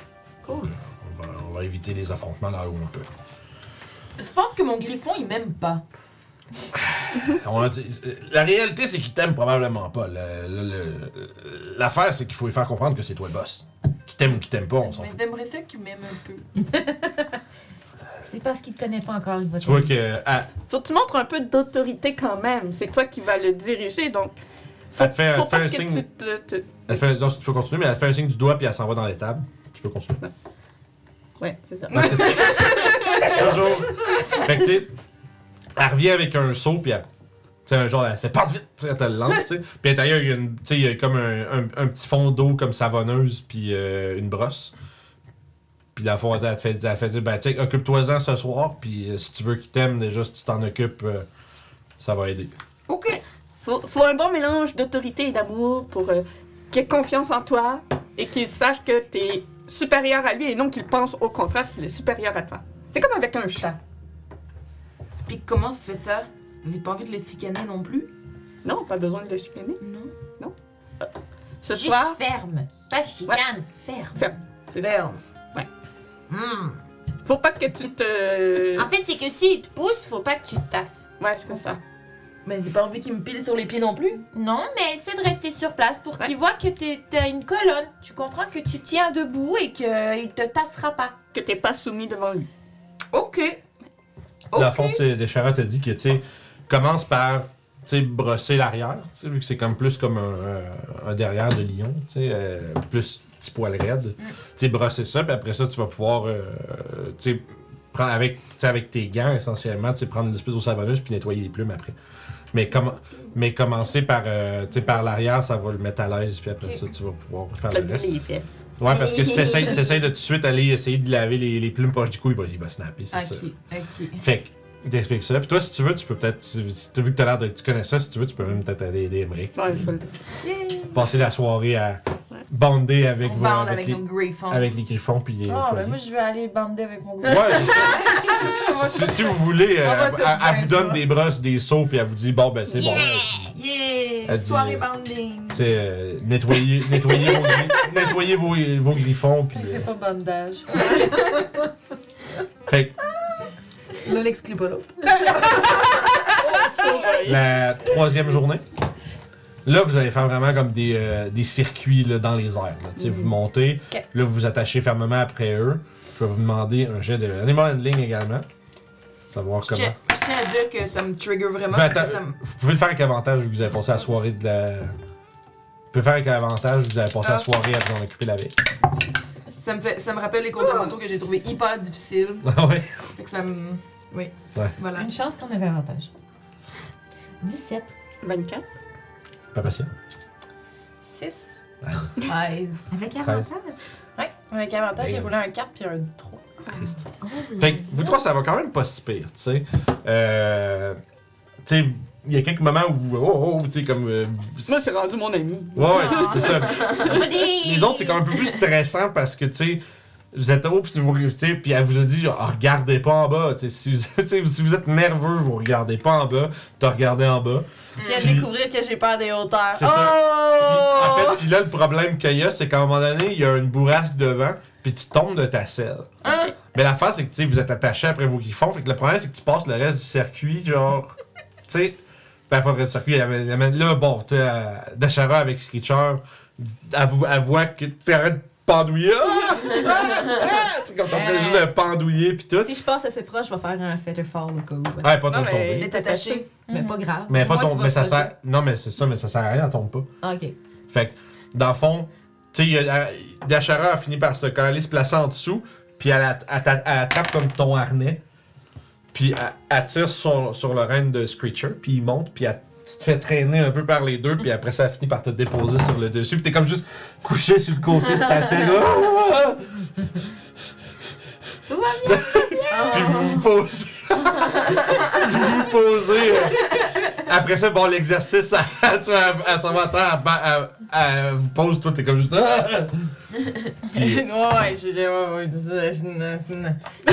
Cool. On va, on va éviter les affrontements là où on peut.
Je pense que mon griffon, il m'aime pas.
On a- la réalité, c'est qu'il t'aime probablement pas. Le- le- le- L'affaire, c'est qu'il faut lui faire comprendre que c'est toi le boss. Qu'il t'aime ou qu'il t'aime pas, on s'en
Mais
fout.
j'aimerais ça qu'il m'aime un peu.
C'est parce qu'il te connaît pas encore, il va
Tu vois
te-
que ah,
Faut que tu montres un peu d'autorité quand même. C'est toi qui vas le diriger, donc. Faut,
Elle te fait- elle
faut
te fait
pas
un
que
signe.
tu te- te-
elle fait, non, tu peux continuer, mais elle fait un signe du doigt puis elle s'en va dans les tables. Tu peux continuer.
Ouais, c'est ça.
Parce que tu- Toujours. Fait que tu sais, elle revient avec un saut puis elle. Tu sais, un genre, elle fait passe vite, tu sais, elle te le lance, tu sais. Puis à l'intérieur, il y a une- tu sais, il y a comme un, un- un petit fond d'eau comme savonneuse puis euh, une brosse. Puis dans le fond, elle te fait, elle fait dire, ben, tu sais, occupe-toi-en ce soir, puis euh, si tu veux qu'il t'aime, déjà, si tu t'en occupes, euh, ça va aider.
Ok. Faut, faut un bon mélange d'autorité et d'amour pour euh, qu'il ait confiance en toi et qu'il sache que t'es supérieur à lui et non qu'il pense au contraire qu'il est supérieur à toi. C'est comme avec un chat.
Puis comment tu fais ça J'ai pas envie de le chicaner non plus.
Non, pas besoin de le chicaner. Euh,
Non.
Ce
Juste
soir,
ferme. Pas chicane, ferme.
c'est-
Ferme.
Hmm.
faut pas que tu te.
En fait, c'est que s'ils te poussent, faut pas que tu te tasses.
Ouais, c'est ça.
Mais j'ai pas envie qu'il me pile sur les pieds non plus.
Non, mais essaie de rester sur place pour qu'ils voient que t'es- t'as une colonne. Tu comprends que tu tiens debout et qu'il te tassera pas.
Que t'es pas soumis devant lui.
Ok.
Dans le
Ok.
fond, tu sais, Deschara t'a dit que, tu sais, commence par, tu sais, brosser l'arrière, tu sais, vu que c'est comme plus comme un, euh, un derrière de lion, tu sais, euh, plus petit poil raide.
Mm.
Tu sais, brosser ça, puis après ça, tu vas pouvoir, euh, tu sais, prendre avec, tu sais, avec tes gants essentiellement, tu sais, prendre une espèce au savonneuse puis nettoyer les plumes après. Mais, comme, mais commencer par, euh, tu sais, par l'arrière, ça va le mettre à l'aise, puis après ça, tu vas pouvoir faire le reste.
Plaquer les fesses.
Ouais, parce que si t'essayes si t'essayes de tout de suite aller essayer de laver les, les plumes poches du cou, il va, il va snapper, c'est ça.
Ok, ok.
Fait que, il t'explique ça. Puis toi, si tu veux, tu peux peut-être, si si t'as vu que t'as l'air de, tu connais ça, si tu veux, tu peux même peut-être aller aider Emmerich.
Ouais, je vais le
Passer la soirée à bonder avec,
On
vos-
bande
avec,
avec
les,
nos Greyfons.
avec les griffons puis
Oh,
les
Ah, ben
employés.
moi, je vais aller bander avec mon gars.
Ouais, c'est ça. si, si vous voulez, euh,
va
elle,
tout
elle
faire,
vous donne
ça.
des brosses, des seaux, puis elle vous dit bon ben c'est bon.
Yeah!
Elle dit,
Soirée
euh,
banding!
Tu sais, euh, nettoyez, nettoyez, vos, gri- nettoyez vos, vos griffons puis.
C'est
euh,
pas bandage.
fait que
L'un n'exclut pas l'autre.
la troisième journée. Là, vous allez faire vraiment comme des, euh, des circuits là, dans les airs. là. Tu sais,
Mm-hmm.
Vous montez,
Ok.
là, vous vous attachez fermement après eux. Je vais vous demander un jet de Animal Handling également. Savoir
Je
comment.
tiens je tiens à dire que ça me trigger vraiment.
Ben,
parce que
attends,
ça me-
Vous pouvez le faire avec avantage vu que vous avez passé la soirée de la. Vous pouvez faire avec avantage vu que vous avez passé la
Ah.
soirée à vous en occuper la veille.
Ça me, fait, ça me rappelle les cours de moto que j'ai trouvé hyper difficiles.
Ah ouais?
Fait que ça me. Oui.
Ouais.
Voilà.
Une chance qu'on avait avantage. 17.
24.
Pas patient.
6.
Nice.
Avec
Treize.
avantage?
Ouais, avec avantage, j'ai
Damn.
roulé un 4 puis un 3.
Euh,
Oh,
Mm-hmm.
Fait que vous trois, ça va quand même pas si pire, tu sais. Euh, tu sais, il y a quelques moments où vous. Oh, oh, tu sais, comme. euh,
Moi, c'est rendu mon ami.
Ouais, ouais, c'est ça. Les autres, c'est quand même un peu plus stressant parce que, tu sais, vous êtes haut, puis si vous réussissez, puis elle vous a dit, genre, Ah, regardez pas en bas. Tu sais, si, vous- tu sais, si vous êtes nerveux, vous regardez pas en bas, t'as regardé en bas.
J'ai à
Puis-
découvrir que j'ai peur des hauteurs.
C'est
Oh!
Puis, en
Oh.
fait, puis là, le problème qu'il y a, c'est qu'à un moment donné, il y a une bourrasque devant, puis tu tombes de ta selle.
Hein?
Mais l'affaire, c'est que, tu sais, vous êtes attaché après vos griffons, fait que le problème, c'est que tu passes le reste du circuit, genre, tu sais, ben, pas le reste du circuit, elle- elle- elle- là, bon, tu sais, elle- Dachara avec Screecher, elle, vo- elle voit que t'arrêtes de pandouiller, ah! Ah! Ah! c'est comme t'es en train juste de pandouiller, pis tout.
Si je passe assez proche, je vais faire un fetter fall au cas où.
Ouais, pas trop
Non, mais-
tombée.
Est attaché.
Mais pas grave.
Mais
Moi,
pas
tu
tombe,
vas
mais ça
sauter.
sert, non, mais c'est ça, mais ça sert à rien, elle tombe pas.
Ah, ok.
Fait que, dans le fond, tu sais, il y a- elle- Dachara a fini par se caler, se placer en dessous, puis elle, att- elle t'a- elle attrape comme ton harnais, puis elle, elle tire sur, sur le rein de Screecher, puis il monte, puis elle tu te fait traîner un peu par les deux, puis après ça, elle finit par te déposer sur le dessus, puis t'es comme juste couché sur le côté, c'est assez là.
Tout va bien.
Puis vous vous posez. vous vous posez. euh. Après ça, bon, l'exercice, à, à, tu- à, à son matin, à, à- à- vous pose, toi, t'es comme juste. Ah! Puis,
ouais, j'ai dit, ouais, ouais, je- je- je- je- je-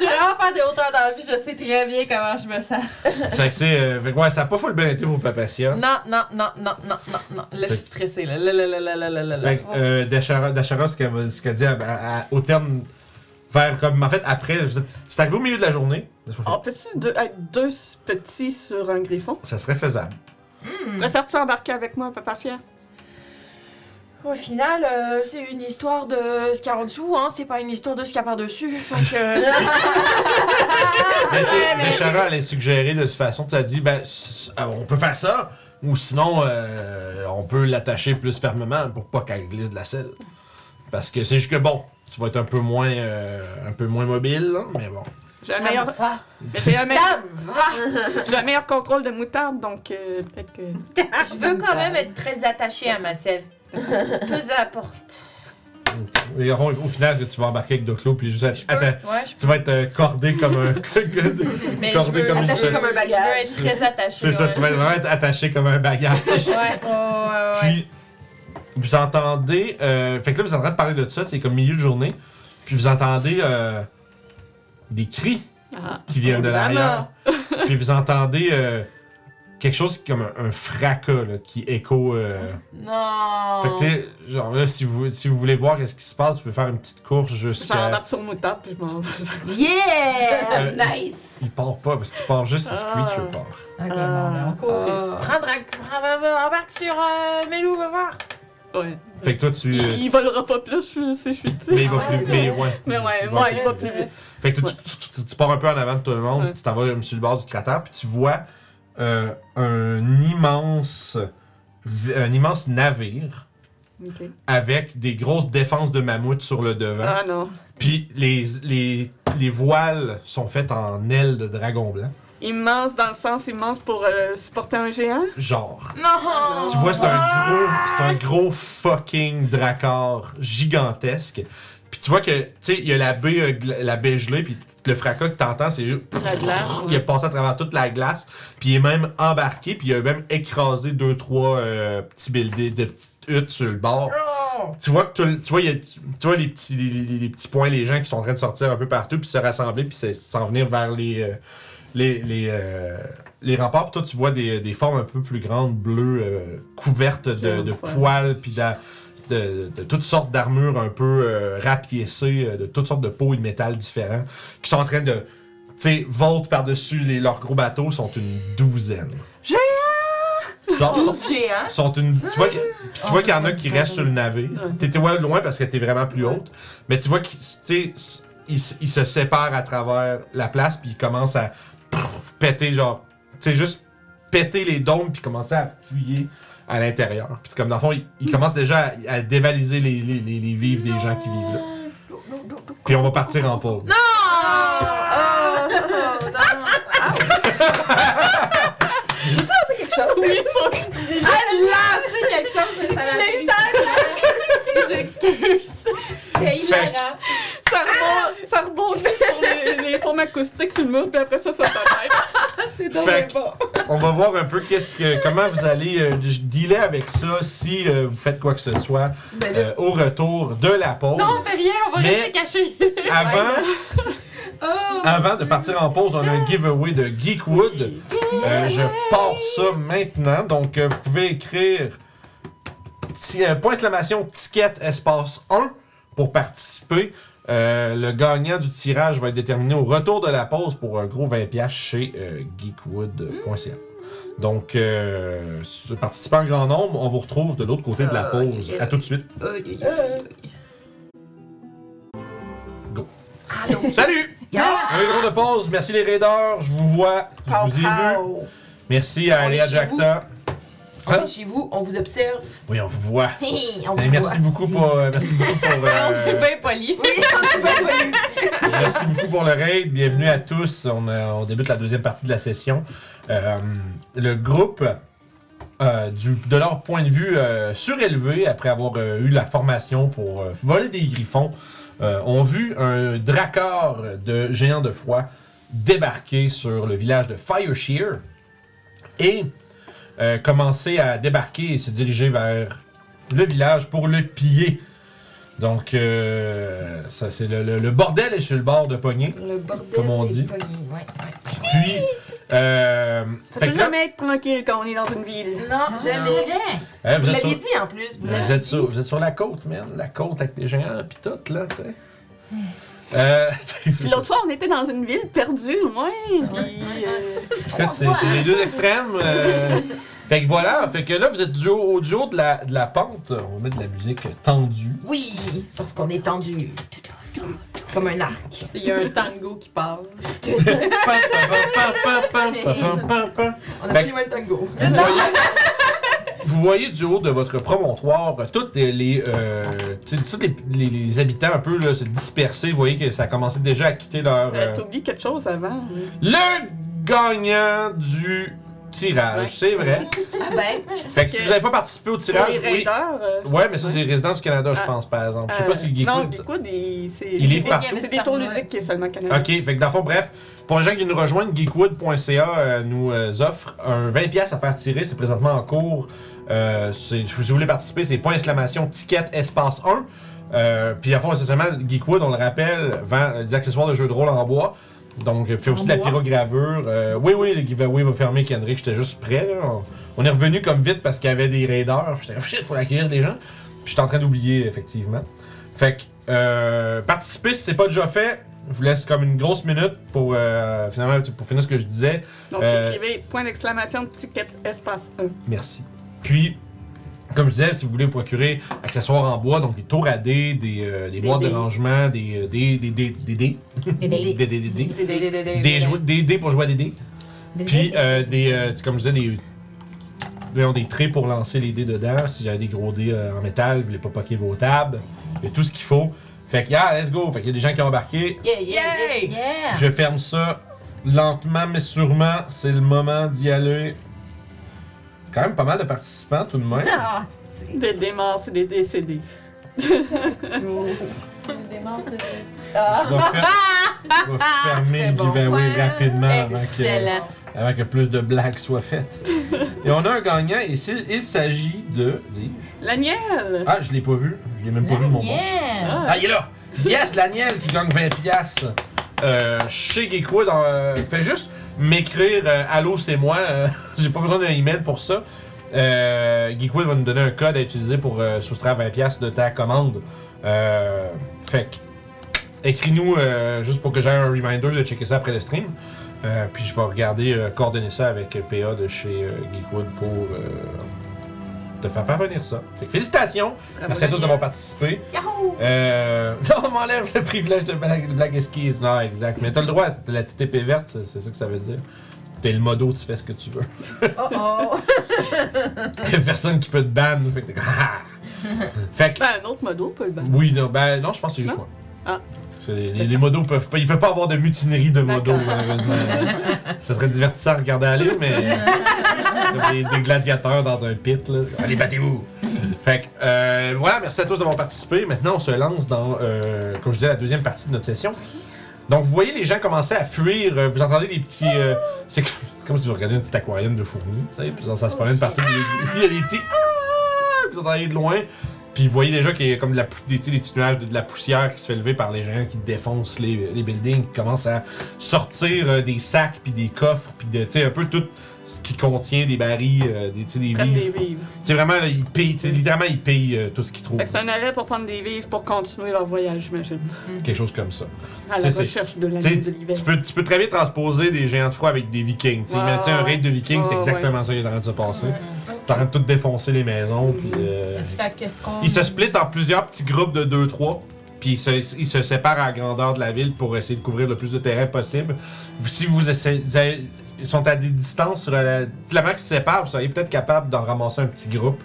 J'ai vraiment peur des hauteurs dans la vie, je sais très bien comment je me sens.
fait que, tu sais, euh, fait que, ouais, ça a pas full bien été pour Papatia.
Non, non, non, non, non, non, non. Là, je suis stressée, là. Là, là, là, là, là, là, là, là.
Fait que, euh, Dachara, Dachara, ce qu'elle va- ce qu'elle dit à- à- à- au terme. Vers comme. En fait, après, vous êtes- c'est arrivé au miliau de la journée. mais c'est pas
On
fini.
peut-tu Ah, deux- être deux petits sur un griffon?
Ça serait faisable.
Hmm.
Préfères-tu embarquer avec moi, papa Sia?
Au final, euh, c'est une histoire de ce qu'il y a en dessous, hein. C'est pas une histoire de ce qu'il y a par-dessus. Fait que.
Mais tu sais, Dachara, elle a suggéré de toute façon, tu as dit, ben, s- euh, on peut faire ça, ou sinon, euh, on peut l'attacher plus fermement pour pas qu'elle glisse de la selle. Parce que c'est juste que bon, tu vas être un peu moins, euh, un peu moins mobile, là, mais euh, bon.
J'ai un
Ça me
meilleur,
va.
j'ai un meilleur-
Ça me va.
j'ai un meilleur contrôle de moutarde, donc euh, peut-être que.
Je veux quand même être très attachée à ma selle. Peu importe.
Et au, au final, tu vas embarquer avec Doclo, puis juste
Je peux.
attends,
Ouais, je
tu vas être euh, cordé comme un. c'est
Mais
Cordé
je veux,
comme une
attaché
chaise.
comme un bagage. Je veux être très attachée.
ça,
ouais.
tu vas être vraiment être attaché comme un bagage.
Ouais, ouais, ouais, ouais.
Puis, vous entendez. euh, fait que là, vous êtes en train de parler de ça, c'est comme milieu de journée. Puis vous entendez euh, des cris
Ah.
qui viennent de l'arrière.
Vraiment.
Puis vous entendez euh, quelque chose comme un, un fracas là, qui écho. euh.
Non!
Fait que, tu sais, genre là, si vous, si vous voulez voir qu'est-ce qui se passe, vous pouvez faire une petite course jusqu'à.
J'embarque sur moutarde, puis je m'en vais.
Euh,
Yeah! nice!
Il part pas, parce qu'il part juste si Screecher
Ah.
part.
Ok, bon, ben, on court.
Ah.
Prends Drag, prends- embarque sur euh, Melou, va voir.
Ouais.
Fait que toi, tu.
Il,
euh,
il volera pas plus je- si je suis dessus.
mais il va
Ah ouais,
plus.
c'est
Mais ouais.
Mais ouais,
Il
ouais,
va
il
plus
va
vite.
plus vite.
Fait que tu,
Ouais.
tu- tu- tu pars un peu en avant de tout le monde,
Ouais.
puis tu t'en vas comme sur le bord du cratère, puis tu vois euh, un immense vi- un immense navire
Ok.
avec des grosses défenses de mammouth sur le devant.
Ah non.
Puis les, les, les voiles sont faites en ailes de dragon blanc.
Immense dans le sens immense pour euh, supporter un géant.
Genre.
Non!
Oh,
Tu vois, c'est
Ah.
un gros, c'est un gros fucking dracard gigantesque. Puis tu vois que, tu sais, il y a la baie, euh, gla- la baie gelée, puis le fracas que t'entends, c'est juste,
La glace.
il est passé à travers toute la glace, puis il est même embarqué, puis il a même écrasé deux, trois euh, petits buildings, de petites huttes sur le bord. Tu vois que tout le- tu vois, il y a- tu vois les petits, les, les- les petits points, les gens qui sont en train de sortir un peu partout, puis se rassembler, puis se- s'en venir vers les, euh, les, les, euh, les remparts. Puis toi, tu vois des, des formes un peu plus grandes, bleues, euh, couvertes de, de
Poils.
poils, puis d'a- de, de toutes sortes d'armures un peu euh, rapiécées, euh, de toutes sortes de peaux et de métal différents, qui sont en train de, tu sais, voltent par-dessus les- leurs gros bateaux, sont une douzaine.
Géant!
Genre, sont-
géant.
sont une. Tu vois que- puis tu vois qu'il y en a qui restent sur le navire.
Ouais.
T'étais ouais, loin parce que t'es vraiment plus haute. Mais tu vois qu'ils tu sais, s- ils, s- ils se séparent à travers la place puis ils commencent à pff, péter, genre. Tu sais, juste péter les dômes puis commencer à fouiller à l'intérieur. Puis comme dans le fond, ils, ils commencent déjà à, à dévaliser les, les, les- les vivres des gens qui vivent là. Puis on va partir en pause.
Oh,
J'ai juste lancé quelque chose de
J'excuse. C'était hilarant.
Ça,
Ah!
rebond- ça rebondit sur les, les formes acoustiques sur le mur, puis après ça, ça t'arrête.
C'est
Fait
dingue.
que-
Bon.
On va voir un peu qu'est-ce que, comment vous allez euh, dealer avec ça si euh, vous faites quoi que ce soit
Ben là,
euh, au retour de la pause.
Non, on fait rien, on va
Mais-
rester cachés.
Avant,
Oh,
avant de partir en pause, on a un giveaway de Geekwood. Euh, je pars ça maintenant. Donc, euh, vous pouvez écrire ti- euh, point exclamation ticket espace 1 pour participer. Euh, le gagnant du tirage va être déterminé au retour de la pause pour un gros 20$ chez euh, geekwood.ca. Donc, euh, si vous participez en grand nombre, on vous retrouve de l'autre côté de la
Ah,
pause.
yes.
À tout de suite.
euh, y- y- y-
Salut! Un gros de pause. Merci les raiders. Je vous vois. Je vous ai vu.
Pow, pow.
Merci à
On est
Léa
chez
Jacta. Hein?
On est chez vous, on vous observe.
Oui, on vous voit.
on
Ben,
vous
merci,
voit.
beaucoup pour, euh, merci beaucoup pour. euh,
poli.
Oui, on est bien connus.
merci beaucoup pour le raid. Bienvenue à tous. On, euh, on débute la deuxième partie de la session. Euh, le groupe, euh, du, de leur point de vue euh, surélevé, après avoir euh, eu la formation pour euh, voler des griffons, euh, ont vu un dracard de géants de froid débarquer sur le village de Fireshear et euh, commencer à débarquer et se diriger vers le village pour le piller. Donc, euh, ça c'est le, le- le bordel est sur le bord de poignée.
Le bordel.
Comme on
est
dit.
poli, ouais, ouais.
Puis, euh,
Ça
fait
peut
que là,
jamais être tranquille quand on est dans une ville.
Non, jamais.
hein,
Vous
Ah. vous, êtes sur,
l'aviez dit en plus. Vous
vous
l'aviez
êtes
dit.
sur- vous êtes sur la côte, man. La côte avec les géants pis tout, là, tu sais. Euh,
Hmm. Puis l'autre fois, on était dans une ville perdue, loin. Puis, euh,
Écoute, C'est c'est les deux extrêmes. euh, fait que voilà, fait que là, vous êtes du haut, au du haut de, la, de la pente. On met de la musique tendue.
Oui, parce qu'on est tendu. Comme un arc.
Il y a un tango qui parle.
Pam, pam, pam, pam, pam, pam, pam, pam.
On
Fait
a plus le tango.
Vous voyez, vous voyez du haut de votre promontoire euh, toutes les, les, euh, tu sais, tous les, les- les habitants un peu là, se disperser. Vous voyez que ça a commencé déjà à quitter leur.
euh,
euh,
T'oublies quelque chose avant.
Le gagnant du tirage,
Ouais.
c'est vrai.
Ah ben,
Fait que si
Ok.
vous n'avez pas participé au tirage,
Pour les
oui.
raiders, euh,
Ouais, mais ça, c'est résidence du Canada, je
Ah.
pense, par exemple. Je sais
euh,
pas si le Geekwood-
Non, Geekwood, il- c'est
Il livre
c'est-
partout.
c'est des tours ludiques qui est seulement canadien.
Ok, fait que dans le fond, bref, pour les gens qui nous rejoignent, geekwood.ca euh, nous euh, offre un 20$ à faire tirer. C'est présentement en cours. Euh, c'est- si vous voulez participer, c'est point exclamation ticket espace 1. Euh, puis à fond, essentiellement, Geekwood, on le rappelle, vend euh, des accessoires de jeux de rôle en bois. Donc, euh, fait aussi de la pyrogravure. Euh, oui, oui, le giveaway va fermer, Kendrick. J'étais juste prêt. là. On, on est revenu comme vite parce qu'il y avait des raiders. Puis J'étais comme, shit, faut accueillir des gens. Puis j'étais en train d'oublier, effectivement. Fait que, euh, participez si c'est pas déjà fait. Je vous laisse comme une grosse minute pour, euh, finalement, pour finir ce que je disais.
Donc,
Euh,
écrivez point d'exclamation, ticket, espace 1.
Merci. Puis, comme je disais, si vous voulez vous procurer accessoires en bois, donc des tours à dés, des, euh, des boîtes de
dés.
rangement, des, euh, des, des, des, des dés,
Des dés.
des, des, des, dés. des, jouets- des dés pour jouer à des dés. Puis, euh, des, euh, c'est comme je disais, des, Là, on est très pour lancer les dés dedans. Si j'avais des gros dés euh, en métal, vous voulez pas poquer vos tables. Et tout ce qu'il faut. Fait que, yeah, let's go. Fait qu'il y a des gens qui ont embarqué.
Yeah, yeah, yeah.
Yay!
Yeah!
Je ferme ça lentement mais sûrement. C'est le moment d'y aller. Quand même pas mal de participants tout de même.
Ah, c'est-
Des démons, c'est des décédés.
Je vais, fer- je vais fermer le giveaway rapidement avant que,
Excellent.
avant que plus de blagues soient faites. Et on a un gagnant ici. Il s'agit de. dis-je?
L'aniel!
Ah, je l'ai pas vu. Je l'ai même pas vu mon nom.
Yeah!
Ah.
Ah, il est là! Yes, l'aniel qui gagne 20$ piastres, euh, chez Geekwood. Euh, fait juste m'écrire euh, Allô, c'est moi. euh, J'ai pas besoin d'un email pour ça. Euh, Geekwood va nous donner un code à utiliser pour euh, soustraire 20$ piastres de ta commande. Euh, fait que, écris-nous euh, juste pour que j'ai un reminder de checker ça après le stream. Euh, puis je vais regarder, euh, coordonner ça avec euh, PA de chez euh, Geekwood pour euh, te faire parvenir ça. Fait que félicitations! Merci à tous d'avoir participé. Euh, non, on m'enlève le privilège de blague, de blague esquisse. Non, exact. Mais t'as le droit, c'est de la petite épée verte, c'est c'est ça que ça veut dire. T'es le modo, tu fais ce que tu veux.
Oh oh!
Y'a personne qui peut te ban. Fait que, t'es comme, Ah! fait que
Ben, un autre modo, pas le bon.
oui, non, ben, non, je pense que c'est juste
Non?
moi.
Ah.
C'est- Les, les modos peuvent pas, ils peuvent pas avoir de mutinerie de modos,
D'accord.
malheureusement. ça serait divertissant à regarder aller, mais. comme des, des gladiateurs dans un pit, là. Allez, battez-vous! fait que, euh, voilà, merci à tous d'avoir participé. Maintenant, on se lance dans, euh, comme je disais, la deuxième partie de notre session. Donc, vous voyez les gens commencer à fuir. euh, Vous entendez des petits. euh, c'est comme, c'est comme si vous regardiez un petit aquarium de fourmis, tu sais. Puis ça, ça se promène partout. Il y a des petits. Ah! Puis vous entendez de loin. Puis vous voyez déjà qu'il y a comme de la, pou- des, tu sais, des petits nuages de, de la poussière qui se fait lever par les géants qui défoncent les, les buildings, qui commencent à sortir euh, des sacs, puis des coffres, puis de, tu sais, un peu tout ce qui contient des barils, euh, des, tu sais, des
Prendre des
vivres.
vivres.
C'est vraiment, là, ils pillent, tu sais, littéralement, ils pillent euh, tout ce qu'ils trouvent.
Fait que c'est un arrêt pour prendre des vivres pour continuer leur voyage, j'imagine.
Quelque chose comme ça.
À
Tu
la
sais, c'est-
recherche de la
Tu sais,
nuit de
tu
l'hiver.
tu peux, tu peux très bien transposer des géants de froid avec des vikings. tu sais.
Ouais,
Mais tu sais, un raid de vikings, c'est
ouais,
exactement ça qui est en train de se passer. T'es en train de tout défoncer les maisons, puis. euh,
Fait que ce qu'on-
Ils se splittent en plusieurs petits groupes de 2-3. Puis ils se, ils se séparent à la grandeur de la ville pour essayer de couvrir le plus de terrain possible. Si vous essayez. vous avez- Ils sont à des distances. rela- La mer qui se sépare, vous seriez peut-être capable d'en ramasser un petit groupe.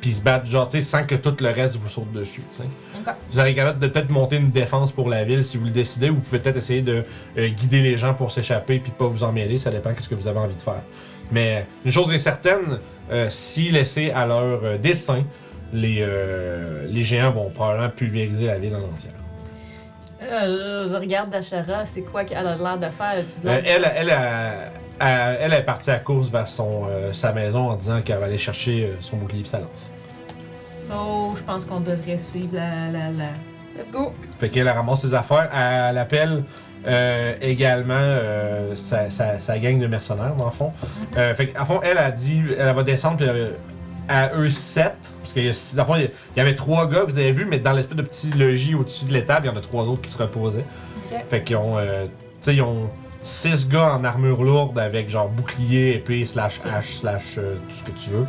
Puis ils se battre, genre, tu sais, sans que tout le reste vous saute dessus. tu sais. Vous serez capable de peut-être monter une défense pour la ville si vous le décidez. ou Vous pouvez peut-être essayer de euh, guider les gens pour s'échapper puis pas vous emmêler. Ça dépend de ce que vous avez envie de faire. Mais une chose est certaine, euh, si laissés à leur euh, dessein, les, euh, les géants vont probablement pulvériser la ville en entière.
Euh, je regarde Dachara, c'est quoi qu'elle a l'air de faire? Tu de
Euh,
l'air-
elle, elle, a- a- elle est partie à course vers son, euh, sa maison en disant qu'elle va aller chercher euh, son bouclier et sa lance.
So, je pense qu'on devrait suivre la. la, la...
Let's go.
Fait qu'elle ramasse ses affaires. Elle appelle euh, également euh, sa, sa- sa gang de mercenaires, dans le fond. Euh, fait qu'en fond, elle a dit, elle va descendre puis, euh, à eux 7. Parce que, dans le fond, il y- il y avait trois gars, vous avez vu, mais dans l'espèce de petit logis au-dessus de l'étable, il y en a trois autres qui se reposaient.
Ok.
Fait qu'ils ont, euh, tu sais, ils ont six gars en armure lourde avec genre bouclier, épée, slash hache, slash euh, tout ce que tu veux.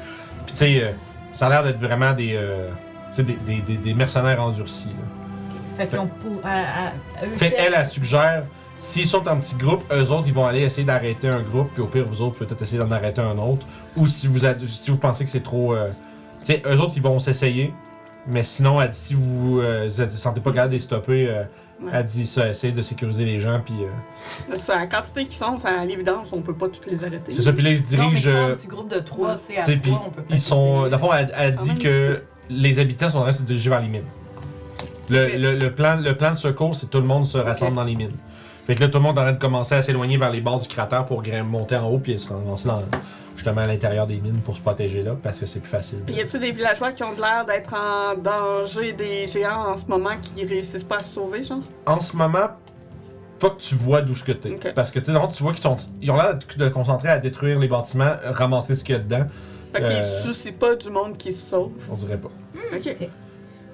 Puis tu sais, euh, ça a l'air d'être vraiment des, euh, tu sais, des, des- des- des mercenaires endurcis. là.
Fait qu'on pour. à- à- eux
Fait
sept.
elle, elle suggère, s'ils sont en petit groupe, eux autres, ils vont aller essayer d'arrêter un groupe, puis au pire, vous autres, vous pouvez peut-être essayer d'en arrêter un autre. Ou si vous, ad- si vous pensez que c'est trop. euh, tu sais, eux autres, ils vont s'essayer. Mais sinon, elle dit, si vous ne vous êtes- sentez pas capable de les stopper, euh,
Ouais.
elle dit ça, essayez de sécuriser les gens, puis. euh,
C'est la quantité qu'ils sont, c'est à l'évidence, on peut pas toutes les arrêter.
c'est ça, puis là, ils se
Non, mais
dirigent.
c'est un
euh,
petit groupe de trois, tu sais, à
Tu sais, puis
trois, on peut pas
ils sont.
euh,
essayer.
Dans le fond, elle, elle
Quand
dit
même
que
difficile.
les habitants sont en train de se diriger vers les mines. Le,
Ok.
le- le plan, le plan de secours, c'est tout le monde se rassemble dans les mines. Fait que là, tout le monde est en train de commencer à s'éloigner vers les bords du cratère pour grim- monter en haut puis se ramasser dans- justement à l'intérieur des mines pour se protéger là parce que c'est plus facile.
Puis y a-tu des villageois qui ont de l'air d'être en danger des géants en ce moment qui réussissent pas à se sauver, genre?
En ce moment, pas que tu vois d'où ce que t'es.
Ok.
Parce que tu sais, dans le fond, tu vois qu'ils sont. Ils ont l'air de de concentrer à détruire les bâtiments, ramasser ce qu'il y a dedans.
Fait qu'ils
Euh.
se soucient pas du monde qui se sauve.
On dirait pas.
Ok.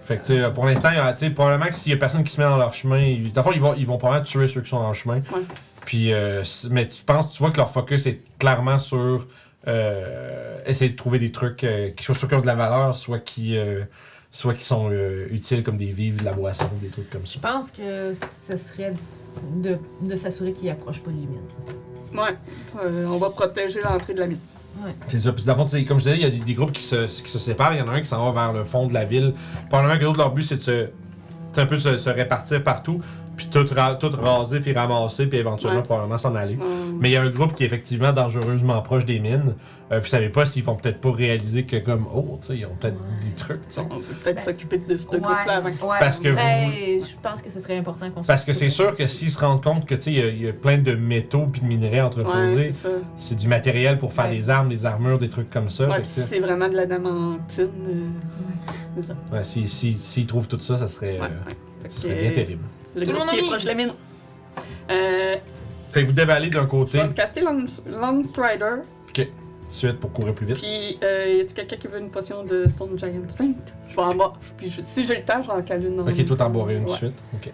Fait que, tu sais, pour l'instant, il y a- tu sais, probablement que s'il y a personne qui se met dans leur chemin, ils, dans le fond, ils vont, ils vont probablement tuer ceux qui sont dans leur chemin. Puis, euh, c- mais tu penses, tu vois que leur focus est clairement sur euh, essayer de trouver des trucs, euh, qui- soit qui ont de la valeur, soit qui, euh, soit qui sont euh, utiles comme des vivres, de la boisson, des trucs comme ça.
Je pense que ce serait de, de s'assurer qu'ils approchent pas les mines.
Ouais. Euh, on va protéger l'entrée de la mine.
C'est ça. Puis dans le fond, tu sais, comme je disais, il y a des, des groupes qui se, qui se séparent. Il y en a un qui s'en va vers le fond de la ville. Probablement que l'autre, leur but, c'est de se, c'est un peu se, se répartir partout, puis tout, ra- tout raser, puis ramasser, puis éventuellement,
Ouais.
probablement s'en aller.
Hum.
Mais il y a un groupe qui est effectivement dangereusement proche des mines. Euh, vous savez pas s'ils vont peut-être pas réaliser que, comme, oh, tu sais, ils ont peut-être des trucs, tu sais.
On peut
Ben,
peut-être s'occuper de ce
Ouais.
groupe-là avant qu'il
Ouais.
Parce que vous,
Ben, je pense que ce serait important qu'on se-
Parce que c'est sûr que s'ils se rendent compte que tu sais, il y a- il y, a plein de métaux puis de minerais
Ouais,
entreposés,
c'est ça.
c'est du matériel pour faire
Ouais.
des armes, des armures, des trucs comme ça.
Ouais,
Fait
puis
que,
si
tu sais,
c'est vraiment de l'adamantine. euh, c'est ça.
ouais, si- si- S'ils trouvent tout ça, ça serait, euh,
Ouais, ouais. Fait
ça serait bien
que,
terrible.
Le
Tout le
groupe
monde
qui
en
est
mine.
proche de la mine. Euh,
Fait que vous devez aller d'un
je
côté
vais me caster Lance- Lance Strider.
suite pour courir plus vite.
Puis, euh, y a-tu quelqu'un qui veut une potion de Stone Giant Strength? Je vais en boire. Puis, je- si j'ai le temps, je vais en caler une. en-
Ok, toi t'en boirais une de
Ouais.
suite. Ok.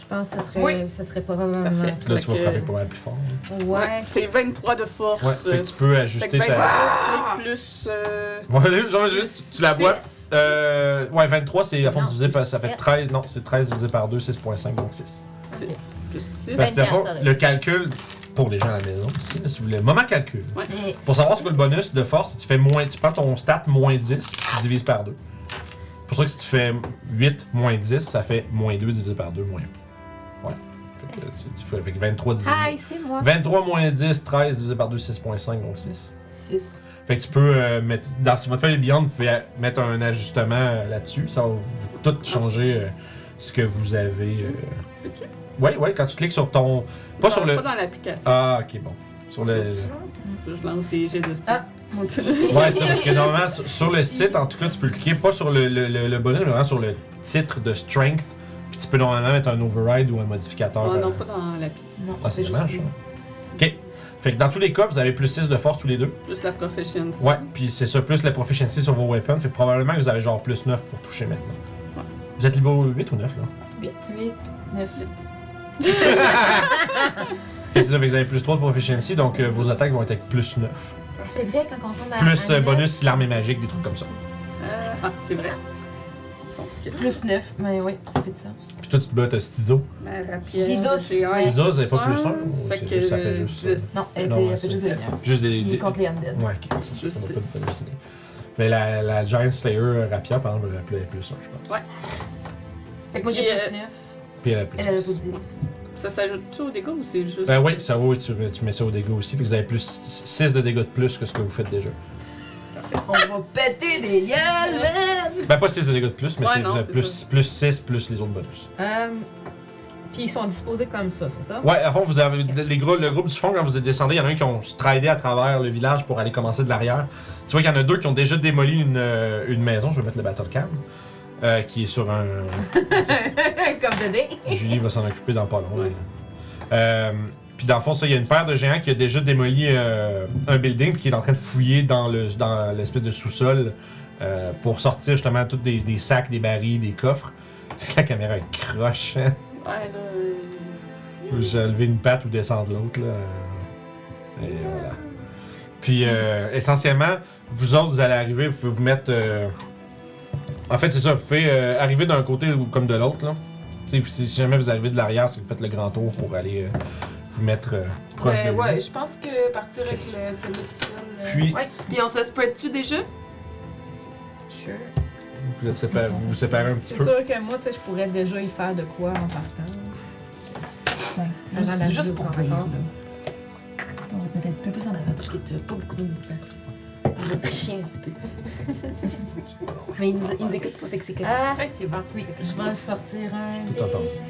Je pense que ce serait,
Oui.
ce serait probablement.
Parfait.
Puis là, tu
Fait
vas
que-
frapper pas mal plus fort. hein.
Ouais.
Ouais. C'est 23 de force. euh,
Ouais, fait que tu peux ajuster
Fait que ben,
ta.
23, c'est plus. euh,
Ouais, genre, juste, tu la vois.
six.
Euh, ouais, 23, c'est à fond
Non,
divisé par. Ça
sept.
fait 13. Non, c'est 13 divisé par 2, 6.5, donc 6.
6 plus 6.
Parce que dans le fond,
24, ça
le calcul, pour les gens à la maison, si, si vous voulez, moment calcul.
Ouais.
Eh.
Pour savoir ce que le bonus de force, tu fais moins, tu prends ton stat moins 10, tu divises par 2. Pour ça que si tu fais 8 moins 10, ça fait moins 2 divisé par 2 moins 1. Ouais. Fait que tu, tu fais avec 23 divisé.
Hi, c'est moi.
23 moins 10, 13 divisé par 2, 6.5, donc 6.
6.
Fait que tu peux euh, mettre. Dans, si votre feuille est Beyond, vous pouvez euh, mettre un ajustement euh, là-dessus. Ça va vous- tout changer euh, ce que vous avez. euh.
Peux-tu?
Ouais, ouais, quand tu cliques sur ton. Pas sur le.
Euh, Pas dans l'application.
Ah, ok, bon. Sur le.
Je lance des jets de Stone.
Ah. Moi aussi.
Ouais, c'est parce que normalement, sur, sur le site, en tout cas, tu peux le cliquer pas sur le, le, le, le bonus, mais vraiment sur le titre de strength. Puis tu peux normalement mettre un override ou un modificateur.
Ah, non,
euh,
pas dans l'application.
Non,
ah, c'est
juste
dommage,
lui.
ça. Ok. Fait que dans tous les cas, vous avez plus 6 de force tous les deux.
Plus la proficiency.
Ouais, puis c'est ça, plus la proficiency sur vos weapons. Fait que probablement que vous avez genre plus 9 pour toucher maintenant.
Ouais.
Vous êtes niveau 8 ou 9 là hein.
8, 9.
Fait que c'est ça, fait que vous avez plus 3 de proficiency, donc euh, vos attaques vont être avec plus 9.
C'est vrai, quand on tombe à.
Plus euh,
à Ah, neuf,
bonus si l'armée magique, des trucs comme ça.
Euh, ah, c'est vrai. Donc,
Plus 9, mais oui, ça fait du sens.
Puis toi, tu te bats, t'as Stizo.
ma
Six
rapière.
os.
j'ai un.
Ciseaux, c'est pas plus
Cinq.
un, ou c'est
Fait que.
juste- ça fait juste, euh,
dix.
Non, elle,
Non,
fait-
ouais,
elle fait
c'est-
juste de lumière.
Juste des.
Puis
des-
contre les undead.
Ouais, ok. c'est
Juste
ça, on peut
dix.
pas halluciner. Mais la, la Giant Slayer euh, Rapia, par exemple, elle appelait plus 1, je pense.
Ouais.
Fait que moi j'ai
Puis,
plus 9,
euh,
Puis elle a plus
elle avait plus
10.
10.
Ça s'ajoute-tu au dégât ou c'est juste.
Ben oui, ça oui, tu, tu mets ça au dégâts aussi. Fait que vous avez plus 6 de dégâts de plus que ce que vous faites déjà.
On va péter des gueules, man!
Ben pas 6 de dégâts de plus, mais
Ouais,
c'est
non,
vous avez
c'est
plus,
ça.
plus 6 plus les autres bonus.
Euh, Puis ils sont disposés comme ça, c'est ça?
Ouais, à fond, vous avez les gros, le groupe du fond, quand vous êtes descendu, il y en a un qui ont stridé à travers le village pour aller commencer de l'arrière. Tu vois qu'il y en a deux qui ont déjà démoli une, euh, une maison. Je vais mettre le battle cam. euh, qui est sur un,
comme Dédé.
Julie va s'en occuper dans pas long.
Ouais.
Euh, puis dans le fond, ça, il y a une paire de géants qui a déjà démoli euh, un building puis qui est en train de fouiller dans le dans l'espèce de sous-sol euh, pour sortir justement tous des, des sacs, des barils, des coffres. La caméra est croche. Hein?
Ouais, là. euh,
J'ai levé une patte ou descendre l'autre. là. Euh, Et voilà. Puis euh, essentiellement, vous autres, vous allez arriver, vous pouvez vous mettre. euh, En fait, c'est ça, vous pouvez euh, arriver d'un côté ou comme de l'autre. là. Tu sais, Si, si jamais vous arrivez de l'arrière, c'est que vous faites le grand tour pour aller euh, vous mettre euh, proche
Ouais,
de
ouais,
lui.
je pense que partir avec le, celui tout seul. euh,
Puis
Puis on se spread-tu déjà?
Sure.
vous êtes sépa- vous, vous séparez un petit
C'est
peu.
sûr que moi, tu sais, je pourrais déjà y faire de quoi en partant.
Juste-
Avant la
juste
vidéo
pour
qu'on
dire,
regarde,
là. On va te mettre un petit peu plus en avant parce que t'as pas beaucoup de mouvement.
On va tricher un petit peu.
Mais ils nous, ils nous écoutent pas, fait que Ah, c'est clair.
là.
Ouais, c'est bon.
Oui,
Euh, je vais sortir un.
Tout entendu.
dé-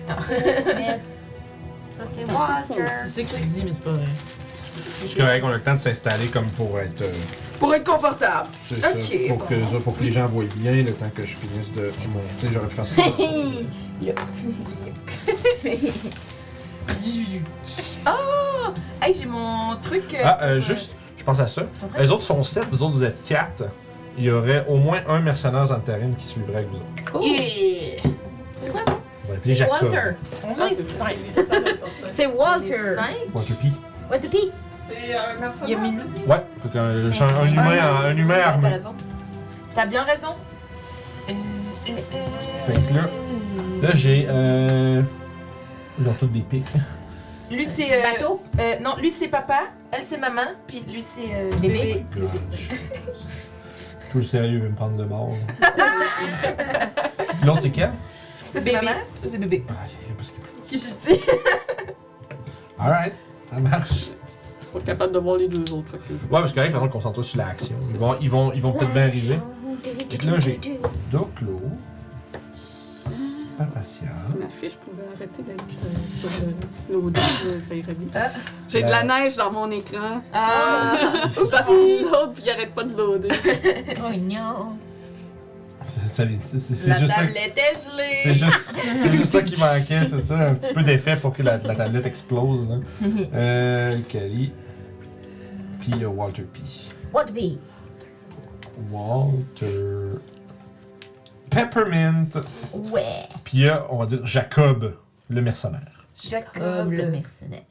Ça, c'est Walker.
C'est ce qu'il dit, mais c'est pas vrai.
C'est correct, on a le temps de s'installer comme pour être. euh,
Pour être confortable.
c'est ça,
Ok,
pour, que, les autres- pour que les gens voient bien le temps que je finisse de monter. J'aurais pu faire ça.
Hey, j'ai mon truc. euh,
Ah, euh,
pour,
juste, je pense à ça.
t'en prie.
Les autres sont 7, vous autres vous êtes 4. Il y aurait au moins un mercenaire en terrine qui suivrait avec vous autres.
Yeah! C'est quoi ça?
Vous allez appeler
C'est
Jacob.
Oh, Walter.
On
Ah,
est
c'est
cinq.
C'est Walter.
Cinq?
Walter P.
Walter P.
C'est un personnage.
Il y a Minou.
Ouais, fait qu'un- genre un,
c'est-
humain, un, un humain
Ouais, T'as
armé.
raison. T'as bien raison.
Fait que là- Là, j'ai. Euh... Ils ont tous des pics.
Lui, c'est. euh,
Bateau?
euh, non, lui, c'est papa, elle, c'est maman, puis lui, c'est. euh,
Bébé.
Oh Gosh. Tout le sérieux veut me prendre de bord. L'autre, c'est quel?
Ça, c'est maman, ça, c'est bébé.
Ah, il y a pas ce qui est plus
Qui est
petit.
plus petit.
Alright, ça marche.
Pas capable de voir les deux autres. Fait que je-
Ouais, parce que là, il faudra qu'on s'entoure sur l'action. Ils vont, ils vont, ils vont peut-être bien arriver. Peut-être là, j'ai Doclo. Papatia.
Si ma fiche pouvait arrêter d'être euh, sur le- l'audio, euh, ça irait bien.
Ah.
J'ai de la
Ben.
neige dans mon écran.
Ah,
Parce que l'autre, puis il arrête pas de loader.
Oh non!
C'est ça- c'est- c'est- c'est
la
juste ça.
table était gelée.
C'est juste, c'est juste ça qui manquait, c'est ça. Un petit peu d'effet pour que la, la tablette explose. là. Euh, Kelly. Puis euh, Walter P.
What be?
Walter. Peppermint.
Ouais!
Puis euh, on va dire Jacob, le mercenaire.
Jacob.
Comme le mercenaire.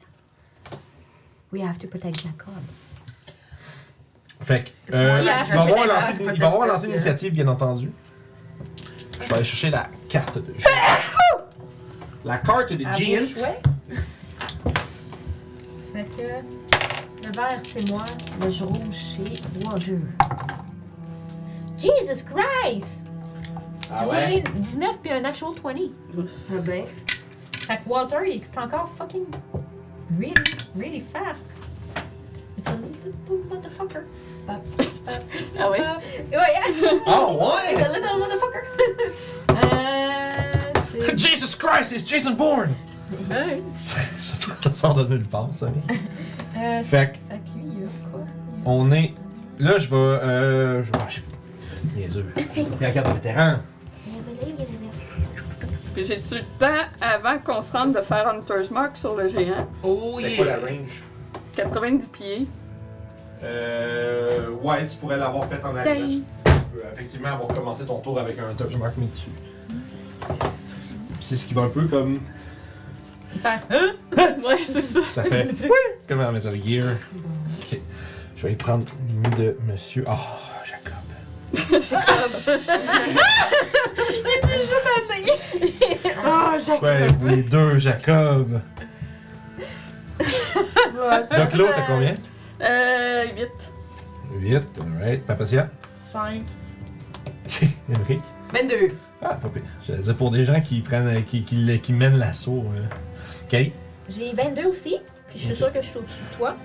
We have to protect Jacob.
Fait que. euh,
Yeah,
il va avoir un
Jacob,
lancer-
c'est
il va avoir
peut-être
lancé
que-
l'initiative, bien entendu. Je vais aller chercher la carte de jeu. La carte de
À vos
Giant.
souhaits. Fait que le vert c'est moi, le jaune c'est Roger. Jesus Christ!
Ah
J'ai roulé 19 puis un actual 20.
Ah ben,
Fait que Walter il est encore fucking really, really fast. It's a little motherfucker.
Ah ouais?
Ouais, yeah,
Oh
it's
ouais!
a little motherfucker. euh, c'est-
Jesus Christ, it's Jason Bourne!
Ouais.
ça peut- ça sort de nulle part, ça.
Euh, c'est-
hein. Fait que,
fait que lui, il a quoi? Il a-
on est. Là, je vais. Euh, je vais. ah, je- Bien sûr. J'ai pas pris la carte de vétéran.
Puis j'ai-tu le temps avant qu'on se rende de faire Hunter's Mark sur le géant?
oh yeah.
range?
90 pieds.
Euh. Ouais, tu pourrais l'avoir faite en arrière. Tu peux effectivement avoir commenté ton tour avec un touch mark mis dessus. Puis c'est ce qui va un peu comme.
hein?
Ouais, c'est ça.
Ça fait. comme dans Metal Gear. Ok. Je vais y prendre une de monsieur. Oh, Jacob.
Oh, Jacques!
Ouais, les deux Jacob. Donc l'autre, t'as combien?
Euh, 8.
8, alright. Papatia?
5.
Henrik?
22.
Ah, pas pire. J'allais dire pour des gens qui prennent, qui, qui, le- qui mènent l'assaut. euh. Ok.
J'ai 22 aussi, puis je suis sûre que je suis au-dessus de toi.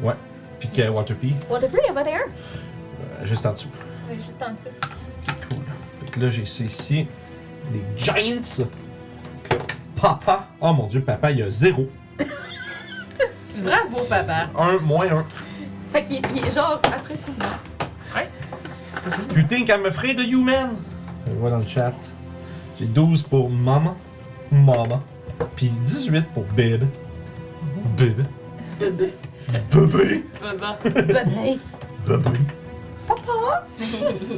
Puis que Walter P,
What the over there?
euh, juste en dessous.
Ouais, juste en dessous.
Cool. Fait que là, j'ai ça ici. Les Giants. Que Papa. Oh mon dieu, papa, il y a 0.
Bravo, papa.
1, moins
Fait qu'il il est genre après tout le monde.
1. Putain, qu'elle me ferait de human. Je le Euh, vois dans le chat. J'ai 12 pour maman. Maman. Puis 18 pour bébé. Bébé.
Bébé.
Bébé.
Bébé.
Bébé. Papa!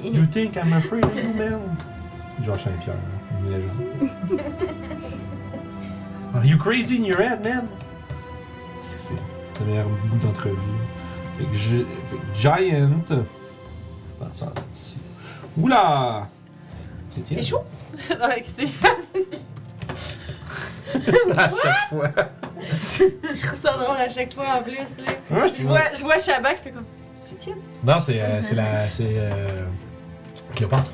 you think I'm afraid of you, man? C'est hein, Georges Saint-Pierre, hein, une légende. Are you crazy in your head, man? C'est que c'est la meilleure bout d'entrevue. Fait que, j'ai- fait que Giant. Ah, ça, là, ici. Oula! C'est tiède.
C'est chaud. Ouais, c'est-
à chaque fois.
je trouve ça drôle à chaque fois en plus. Là.
Ouais,
Je vois, je vois Shabak fait comme. C'est tiède.
Non, c'est euh, c'est la. C'est. euh, Cléopâtre.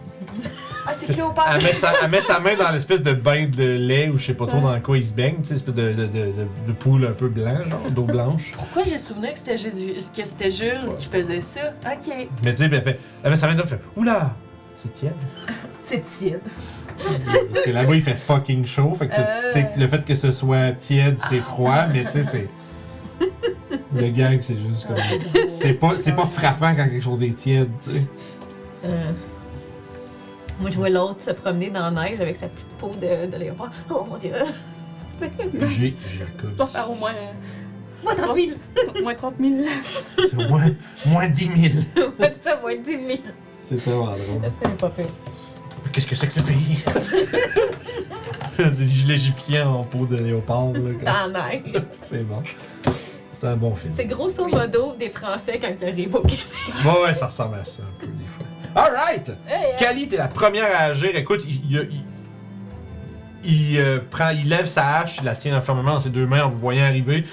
Ah, c'est Cléopâtre.
Elle met, sa, elle met sa main dans l'espèce de bain de lait ou je sais pas trop dans quoi il se baigne, tu sais, espèce de, de, de, de, de poule un peu blanc, genre, d'eau blanche.
Pourquoi j'ai le souvenir que c'était Jésus, que c'était Jules qui faisait ça? Ah, Ok.
Mais tu sais, puis elle fait. Elle met sa main dedans, elle fait Oula, c'est tiède.
C'est tiède.
Parce que là-bas, il fait fucking chaud. Fait que tu-
Euh.
tu sais, le fait que ce soit tiède, c'est froid, mais tu sais, c'est. Le gag, c'est juste comme. C'est pas, c'est pas frappant quand quelque chose est tiède, tu sais.
Euh, Moi, je vois l'autre se promener dans la neige avec sa petite peau de, de léopard. Oh mon dieu!
J'ai Jacob.
Je dois faire au moins, euh,
Moi, t'as envie!
au moins 30 000.
C'est moins, moins 10 000.
Moi, tu vas 10 000!
C'est tellement drôle.
C'est pas pire.
Qu'est-ce que c'est que ce pays? L'Égyptien en peau de léopard, là. comme-
Dans la neige!
C'est bon. C'est un bon film.
C'est grosso modo des Français quand ils arrivent au Québec.
Ouais, ouais, ça ressemble à ça un peu des fois. Alright!
Hey, hey.
Kali, t'es la première à agir. Écoute, il, il- il- il, euh, prend, il lève sa hache, il la tient fermement dans ses deux mains en vous voyant arriver.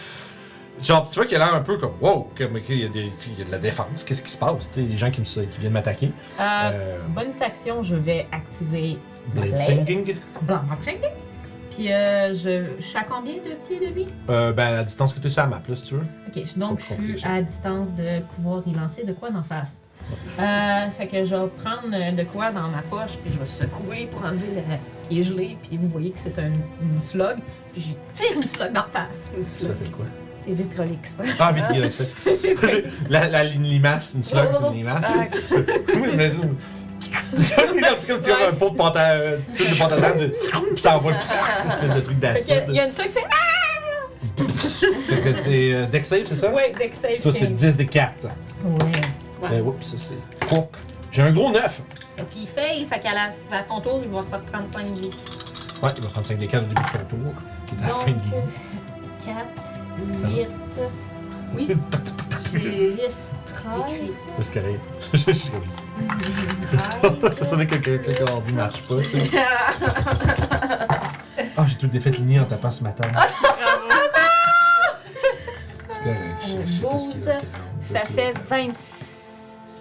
Genre, tu vois qu'il a l'air un peu comme wow, comme, ok, il, y a des- il y a de la défense, qu'est-ce qui se passe? Tu sais, les gens qui, me, qui viennent m'attaquer.
Euh,
Euh,
bonus action, je vais activer
Blade
Blade.
Singing.
Blanc Puis euh, je, je suis à combien de pieds de lui
Euh, ben, à la distance que tu es sur la map, là, si tu veux.
Ok, je- donc je
Faut compter
suis
ça.
à distance de pouvoir y lancer de quoi d'en face. Euh, fait que je vais prendre euh, de quoi dans ma poche, puis je vais secouer pour enlever le qui est gelé, puis vous voyez que c'est un- une slug, puis je tire une slug d'en face.
Ça fait quoi?
C'est Vitrolix.
Ah, vite, il y a ça. La, la ligne limace, une slug, c'est une limace. Moi, je me dis. T'es dans- t'es comme tu as un pot de pantalon, tu sais, de pantalon, tu- pis ça envoie une espèce de truc
Fait que,
d'acide.
il y a une slug qui fait ah,
Fait que c'est euh, deck save, c'est ça?
Ah! Ouais, dès que save
Toi, c'est
15.
10 des 4.
Ouais.
Ben, oups, ça c'est. Pouc. J'ai un gros 9.
Fait qu'il fail, fait qu'à la- à son tour, il va se reprendre 5 vies.
Ouais, il va prendre 5 des 4 au début de son tour, qui est à la fin de
Donc,
game.
4,
Ça va?
8,
Oui. J'ai.
10, 13.
J'écris.
Parce que rien. Je suis comme Ça sonnait que quelqu'un quelqu'un ordi marche pas, tu sais. Ah, j'ai tout défait le nid en tapant ce matin. C'est correct, je- je sais pas ce qu'il a, quel ordre.
Ça
Ok.
fait 20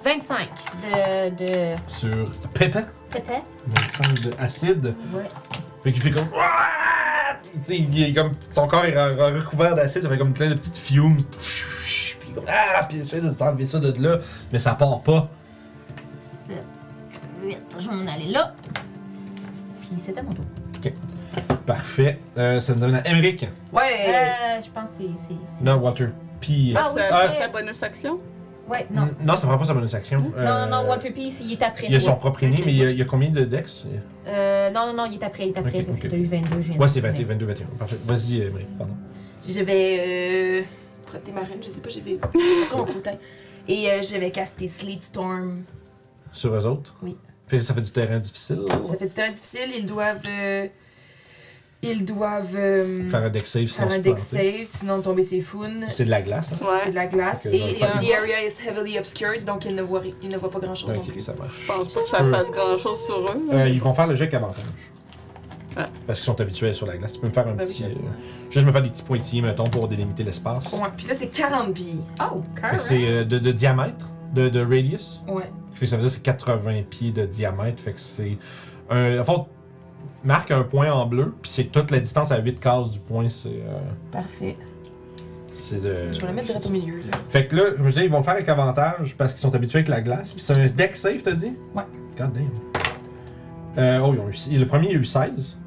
25 de, de
Sur Pépin,
pépette.
25 de acide.
Ouais.
Fait qu'il fait comme. Ouah Tu sais, il est comme. Son corps est re- re- recouvert d'acide, ça fait comme plein de petites fumes. Puis il est comme, Ah! Puis il essaie de s'enlever ça de là, mais ça part pas.
7, 8. Je vais m'en aller là. Puis c'était mon tour.
Parfait. Euh, ça nous amène à Emmerich.
Ouais.
Euh, je pense que c'est- c'est. c'est-
Non, Water. Puis.
Ah oui,
Ça,
ah.
ta bonus action.
Ouais, non.
N- non, ça prend pas sa bonus action.
Non, non, non,
Euh,
Water Piece, il est après.
Il a son
toi.
propre nid,
Ok.
mais il y a, il y a combien de dex
Euh, non, non, non, il est après, il est après,
Ok,
parce
ok.
que t'as eu 22, je viens
Ouais,
de-
c'est 22, 22, 21. Parfait. Vas-y, Emmerich, pardon.
Je vais. Euh, frotter ma reine, je sais pas, j'ai fait. Oh, putain. Et euh, je vais caster Sleet Storm.
Sur eux autres
Oui.
Fait, ça fait du terrain difficile.
Ça fait du terrain difficile, ils doivent. euh, ils doivent. euh,
Faire un dex save, sinon
faire un
se
deck
planter.
save, sinon tomber ses founes.
C'est de la glace. hein?
C'est
Ouais.
de la glace.
Ok,
Et
je vais le
the area is heavily obscured, donc ils ne voient, ri- ils ne voient pas grand chose non
Ok,
plus.
ça marche.
Je pense pas que ça
peux.
fasse grand chose sur eux.
Euh, ils vont faire le jet qu'avantage.
Ah.
Parce qu'ils sont habitués sur la glace. Tu peux me faire un
Bah oui.
petit. euh, juste me faire des petits pointillés, mettons, pour délimiter l'espace.
Ouais, puis là, c'est 40 billes.
Oh,
Fait que C'est euh, de, de diamètre, de, de radius.
Ouais.
Fait que ça veut dire que c'est 80 pieds de diamètre. Fait que c'est. Un, en fait, marque un point en bleu, puis c'est toute la distance à 8 cases du point. C'est. euh,
Parfait.
c'est de.
Je vais la mettre direct au milieu, là.
Fait que là, je me disais, ils vont le faire avec avantage parce qu'ils sont habitués avec la glace. Puis c'est un deck safe, t'as dit?
Ouais.
God damn. Euh, oh, ils ont eu, le premier, il a eu 16.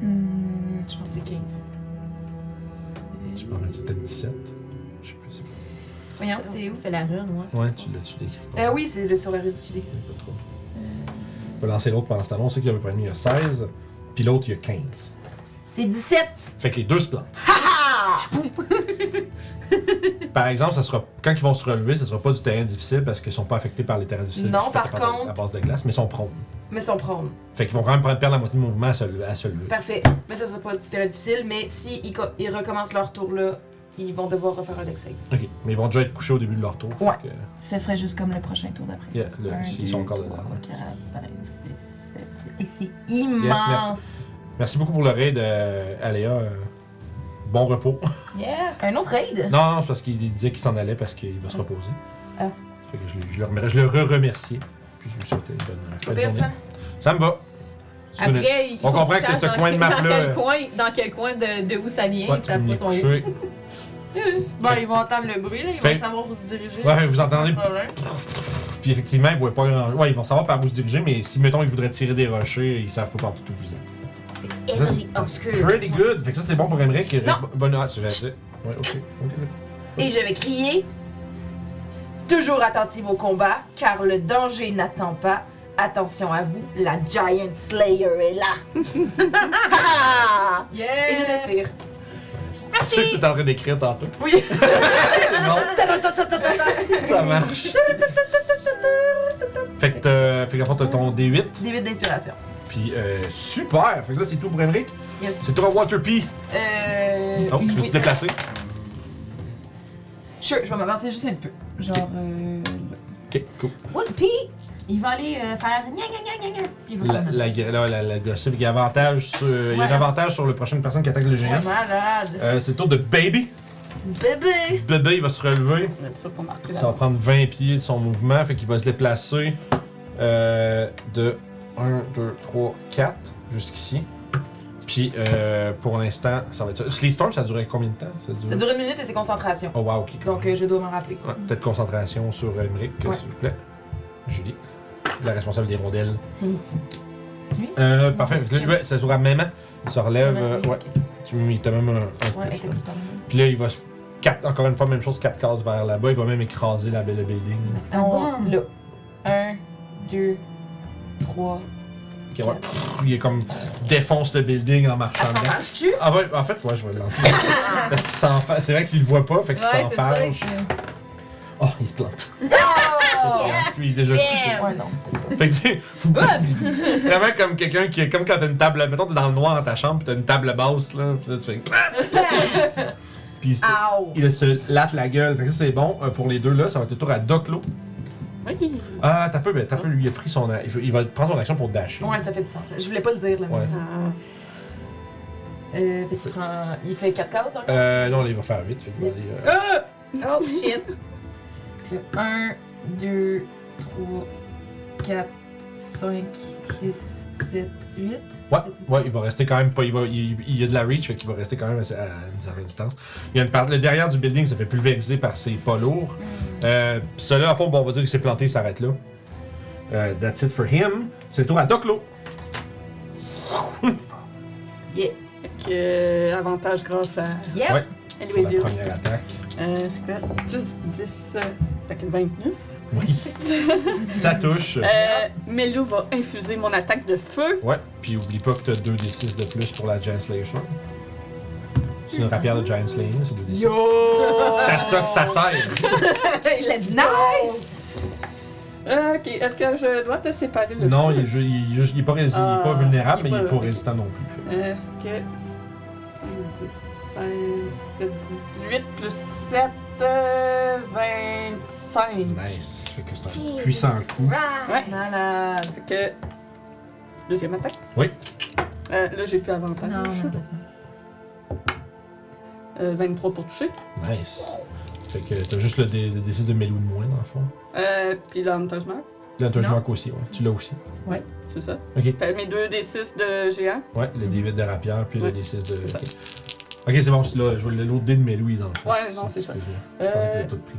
Hmm, je pense que c'est 15.
Je pense que c'était 17. Je sais plus.
Voyons,
C'est
c'est où?
où C'est la rune, ouais.
Ouais, tu l'as-tu décrit?
Ah oui, c'est le sur la rue, excusez.
Pas trop. On va lancer l'autre pendant ce temps-là. On sait qu'il y a le premier, il y a 16. Puis l'autre, il y a 15.
C'est 17!
Fait que les deux se plantent. par exemple, ça sera, quand ils vont se relever, ce sera pas du terrain difficile parce qu'ils sont pas affectés par les terrains difficiles.
Non,
faits
par
à base de-
contre-
À base de glace, mais ils sont prônes.
Mais son prône.
Fait qu'ils vont quand même perdre la moitié du mouvement à se, lever- à se lever.
Parfait. Mais ça, c'est pas du terrain difficile, mais si ils, co- ils recommencent leur tour là, ils vont devoir refaire un deck save.
Ok, mais ils vont déjà être couchés au début de leur tour. fait
Ouais.
que-
Ce serait juste comme le prochain tour d'après.
yeah, là,
Un,
ils sont encore dedans.
4, 5, 6, 7, 8. Et c'est
merci.
immense!
Merci beaucoup pour le raid, euh, Aléa. euh, bon repos.
Yeah!
Un autre raid?
non, c'est parce qu'il disait qu'il s'en allait parce qu'il va se reposer.
Ah.
Fait que je, le- je le remercie- je le re-remercie. Puis je lui souhaite une bonne,
C'est
bonne
pas pire,
journée.
ça?
Ça me va. Tu connais-
Après, il faut
On comprend
qu'il
que c'est
sache
ce
dans
coin de
quel-
map-là,
Dans
euh.
quel coin, dans quel coin de, de où ça vient,
Ouais,
ça
on est
pousse son
couché.
Bon, ils vont entendre le bruit, là, ils
Fait-
vont savoir où se diriger.
Ouais, vous entendez.
Pas problème.
Puis effectivement, ils voient pas grand- Ouais, ils vont savoir par où se diriger, mais si, mettons, ils voudraient tirer des rochers, ils savent pas partout où vous êtes. Ça, c'est-
Heavily obscure.
Pretty good. Fait que ça, c'est bon pour Emmerich. qui
Non.
Bonne ah, tu vas dire. Ouais, ok. ok.
Et je vais crier. Toujours attentive au combat, car le danger n'attend pas. Attention à vous, la Giant Slayer est là. Ha, ha.
Yeah!
Et je t'inspire.
C'est ce que tu es en train d'écrire tantôt.
Oui.
C'est bon. Ça marche. fait que t'as. Fait qu'en fait, t'as ton D8.
Début d'inspiration.
Puis euh, super! Fait que là, c'est tout pour Emmerich.
Yes.
C'est tout à Water P.
Euh.
Oh, tu veux
oui,
te déplacer?
Sure, je vais m'avancer juste un petit peu. Genre. euh,
Ok, cool.
Whoopi, il va aller euh, faire gna gna gna gna gna, puis il va s'en
La,
aller.
la, la, la, la gossip, il y a avantage sur, il y a un
Ouais.
avantage sur la prochaine personne qui attaque le géant.
malade.
Euh, c'est le tour de Baby.
Bébé!
Bébé, il va se relever.
Je vais mettre ça pour marquer
Ça va
là.
prendre 20 pieds de son mouvement, fait qu'il va se déplacer euh, de 1, 2, 3, 4 jusqu'ici. Puis euh, pour l'instant, ça va être ça. Sleep Storm, ça durait combien de temps Ça durait.
Ça dure une minute et c'est concentration.
Oh wow, ok.
Donc euh, je dois m'en rappeler.
Ouais, Peut-être concentration sur euh, Emmerich,
Ouais.
s'il vous plaît. Julie, la responsable des rondelles.
Lui?
Euh, parfait. Là, lui, ouais, ça se trouve à même. an. Il se relève.
Même an,
euh,
oui,
ouais. Tu mets t'as même un. un
Ouais, elle
plus,
était
là.
plus tard.
Puis là, il va se. quatre- encore une fois, même chose, 4 cases vers là-bas. Il va même écraser la belle building.
On-
Ah bon?
là. Un, deux, trois.
Ok, ouais. Il est comme défonce le building en marchant
Elle s'en
dedans.
marche-tu?
Ah ouais, en fait, ouais, je vais le lancer. Parce qu'il s'en fa- C'est vrai qu'il le voit pas, fait qu'il s'en fâche. Oh, il se plante. Lui, il est déjà couché.
Ah
Ouais, non.
Fait que tu sais, vous- vraiment comme quelqu'un qui est comme quand t'as une table, mettons t'es dans le noir dans ta chambre pis t'as une table basse là, pis là tu fais Pis il se-
Ow!
il se latte la gueule, fait que ça c'est bon Euh, pour les deux là, ça va être le tour à Doclo.
Oui.
Ah t'as peu, ben t'as peu, lui il a pris son, a- il va- il va prendre son action pour dasher.
Ouais, ça fait du sens. Je voulais pas le dire, là. mais-
Ouais.
Ah,
Euh, fait qu'il se rend- Il fait 4 cases encore.
Euh, non, là, il va faire 8, fait qu'il va aller. euh,
Oh shit.
1, 2, 3, 4, 5, 6, 7, 8.
Ouais, ouais, il va rester quand même pas. Il, va, il, il y a de la reach, fait qu'il va rester quand même à, à une certaine distance. Il y a une part, le derrière du building ça fait pulvériser par ses pas lourds. Euh, Puis celui-là, à fond, bon, on va dire qu'il s'est planté, il s'arrête là. Euh, that's it for him. C'est le tour à Doclo.
fait que, euh, avantage grâce à
Yep.
Ouais. Pour la
Eloisio.
première attaque.
Euh, fait que là, plus 10, euh, fait que 29.
Oui. ça touche.
Euh, Melou va infuser mon attaque de feu.
Ouais. Puis oublie pas que t'as 2d6 de plus pour la Giant Slayer Sword. C'est une rapière de Giant Slayer, c'est 2d6.
Yo!
C'est à ça que ça sert.
Nice!
Euh, ok, est-ce que je dois te séparer le
non,
feu?
il est, ju- il est juste- il est pas, rési- il est pas
Ah,
vulnérable,
il est
mais il est
pas-
pas résistant non plus.
Euh, que 10, 16, 17, 18 plus 7, euh, 25.
Nice. Fait que c'est un
Jesus
puissant coup.
Ouais.
Malade!
Fait que. Deuxième attaque?
Oui.
Euh, là, j'ai plus avantage.
Non,
Euh, 23 pour toucher.
Nice. Fait que t'as juste le, dé- le D6 de Melou de moins, dans le fond.
Euh, puis là, Hunter's Mark,
Là, t'as
Non.
manque aussi, ouais. Tu l'as aussi.
c'est ça.
Ok.
Fait mes deux D6 de géant.
Ouais, le D8 de rapière, puis
Ouais,
le D6 de.
ça.
Ok, Ok, c'est bon, c'est là, je voulais l'autre dé de Melou, il est dans le fond.
Ouais, non, c'est ça. Euh,
excuse-moi. Je pensais que t'avais tout pris.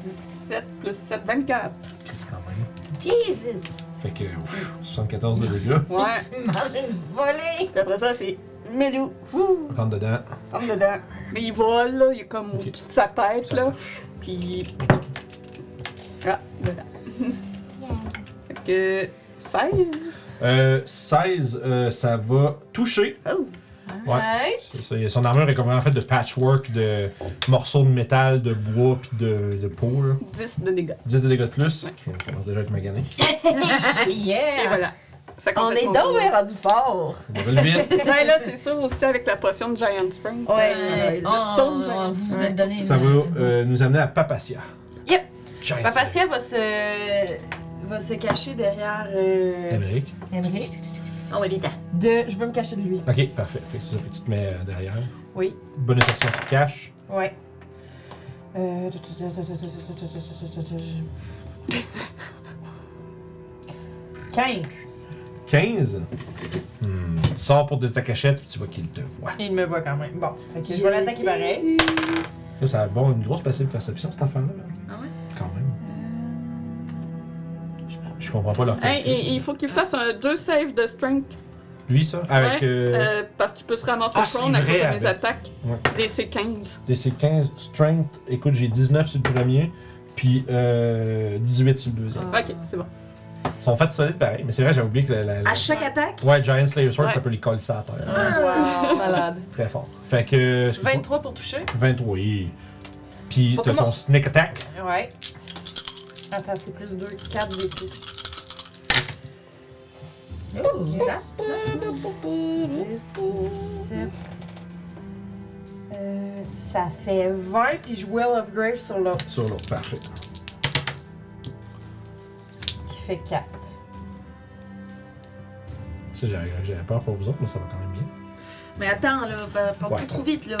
17 plus 7, 24.
C'est quand même.
Jesus!
Fait que, ouf, 74 de dégâts.
Ouais. Puis après ça, c'est Melou. Wouh!
Rentre dedans.
Rentre dedans. Mais il vole, là. Il est comme
Ok.
au-dessus de sa tête,
Ça
là.
marche.
Puis. Ah, dedans. Fait que. 16.
Euh, 16, euh, ça va toucher.
Oh!
Ouais. C'est ça. il- Son armure est comme en fait de patchwork de morceaux de métal, de bois, puis de, de peau, là.
10 de dégâts.
10 de dégâts de plus. On commence déjà avec magané.
Et voilà. Ça
On
complète
est
mon
donc
tour.
bien Oh, rendu fort!
On va le vite.
Ouais, là, c'est sûr aussi avec la potion de Giant Spring.
Ouais,
Euh,
c'est vrai.
Le Stone Giant
oh, vous
Spring.
vous êtes donné.
Ça va
une-
euh, nous amener à Papacia.
Yep.
Giant
Papacia va se... va se cacher derrière... euh,
Snake. Amérique.
On va vite.
De, je veux me cacher de lui.
Ok, parfait. Fait que c'est ça, fait que tu te mets euh, derrière.
Oui.
Bonne action, tu te caches.
Ouais. Euh... Quinze.
15. Hmm. Tu sors pour de ta cachette, puis tu vois qu'il te voit.
Il me voit quand même. Bon, fait que je vais l'attaquer pareil.
Ça, ça a bon, une grosse passive perception, cette affaire-là. Ah
ouais?
Quand même. Je comprends pas leur
Hey,
calcul.
et- et il faut qu'il fasse un deux saves de strength
Lui, ça, avec
ouais,
euh,
euh, parce qu'il peut se ramasser
Ah,
prone
c'est
à cause de
vrai,
mes
avec-
attaques
Ouais.
DC 15.
de ses 15 strength. Écoute, j'ai 19 sur le premier, puis euh, 18 sur le deuxième.
Ok, c'est bon.
Ils sont faits solides pareil, mais c'est vrai, j'ai oublié que la. la- la-
À chaque attaque? Ah.
Ouais, Giant Slayer Sword,
Ouais.
ça peut les coller ça à terre.
Wow, malade.
Très fort. Fait que. excuse-moi.
23 pour toucher.
23. oui. Puis
Faut
t'as ton
comment-
sneak attack.
Ouais. Attends, c'est plus 2, 4 des 6. 10, 17. Euh, ça fait 20, puis je Will of Grave sur l'autre,
Sur l'autre, parfait.
qui fait 4.
Ça, J'avais j'avais peur pour vous autres, mais ça va quand même bien.
Mais attends, là, va pas
Ouais.
trop vite, là.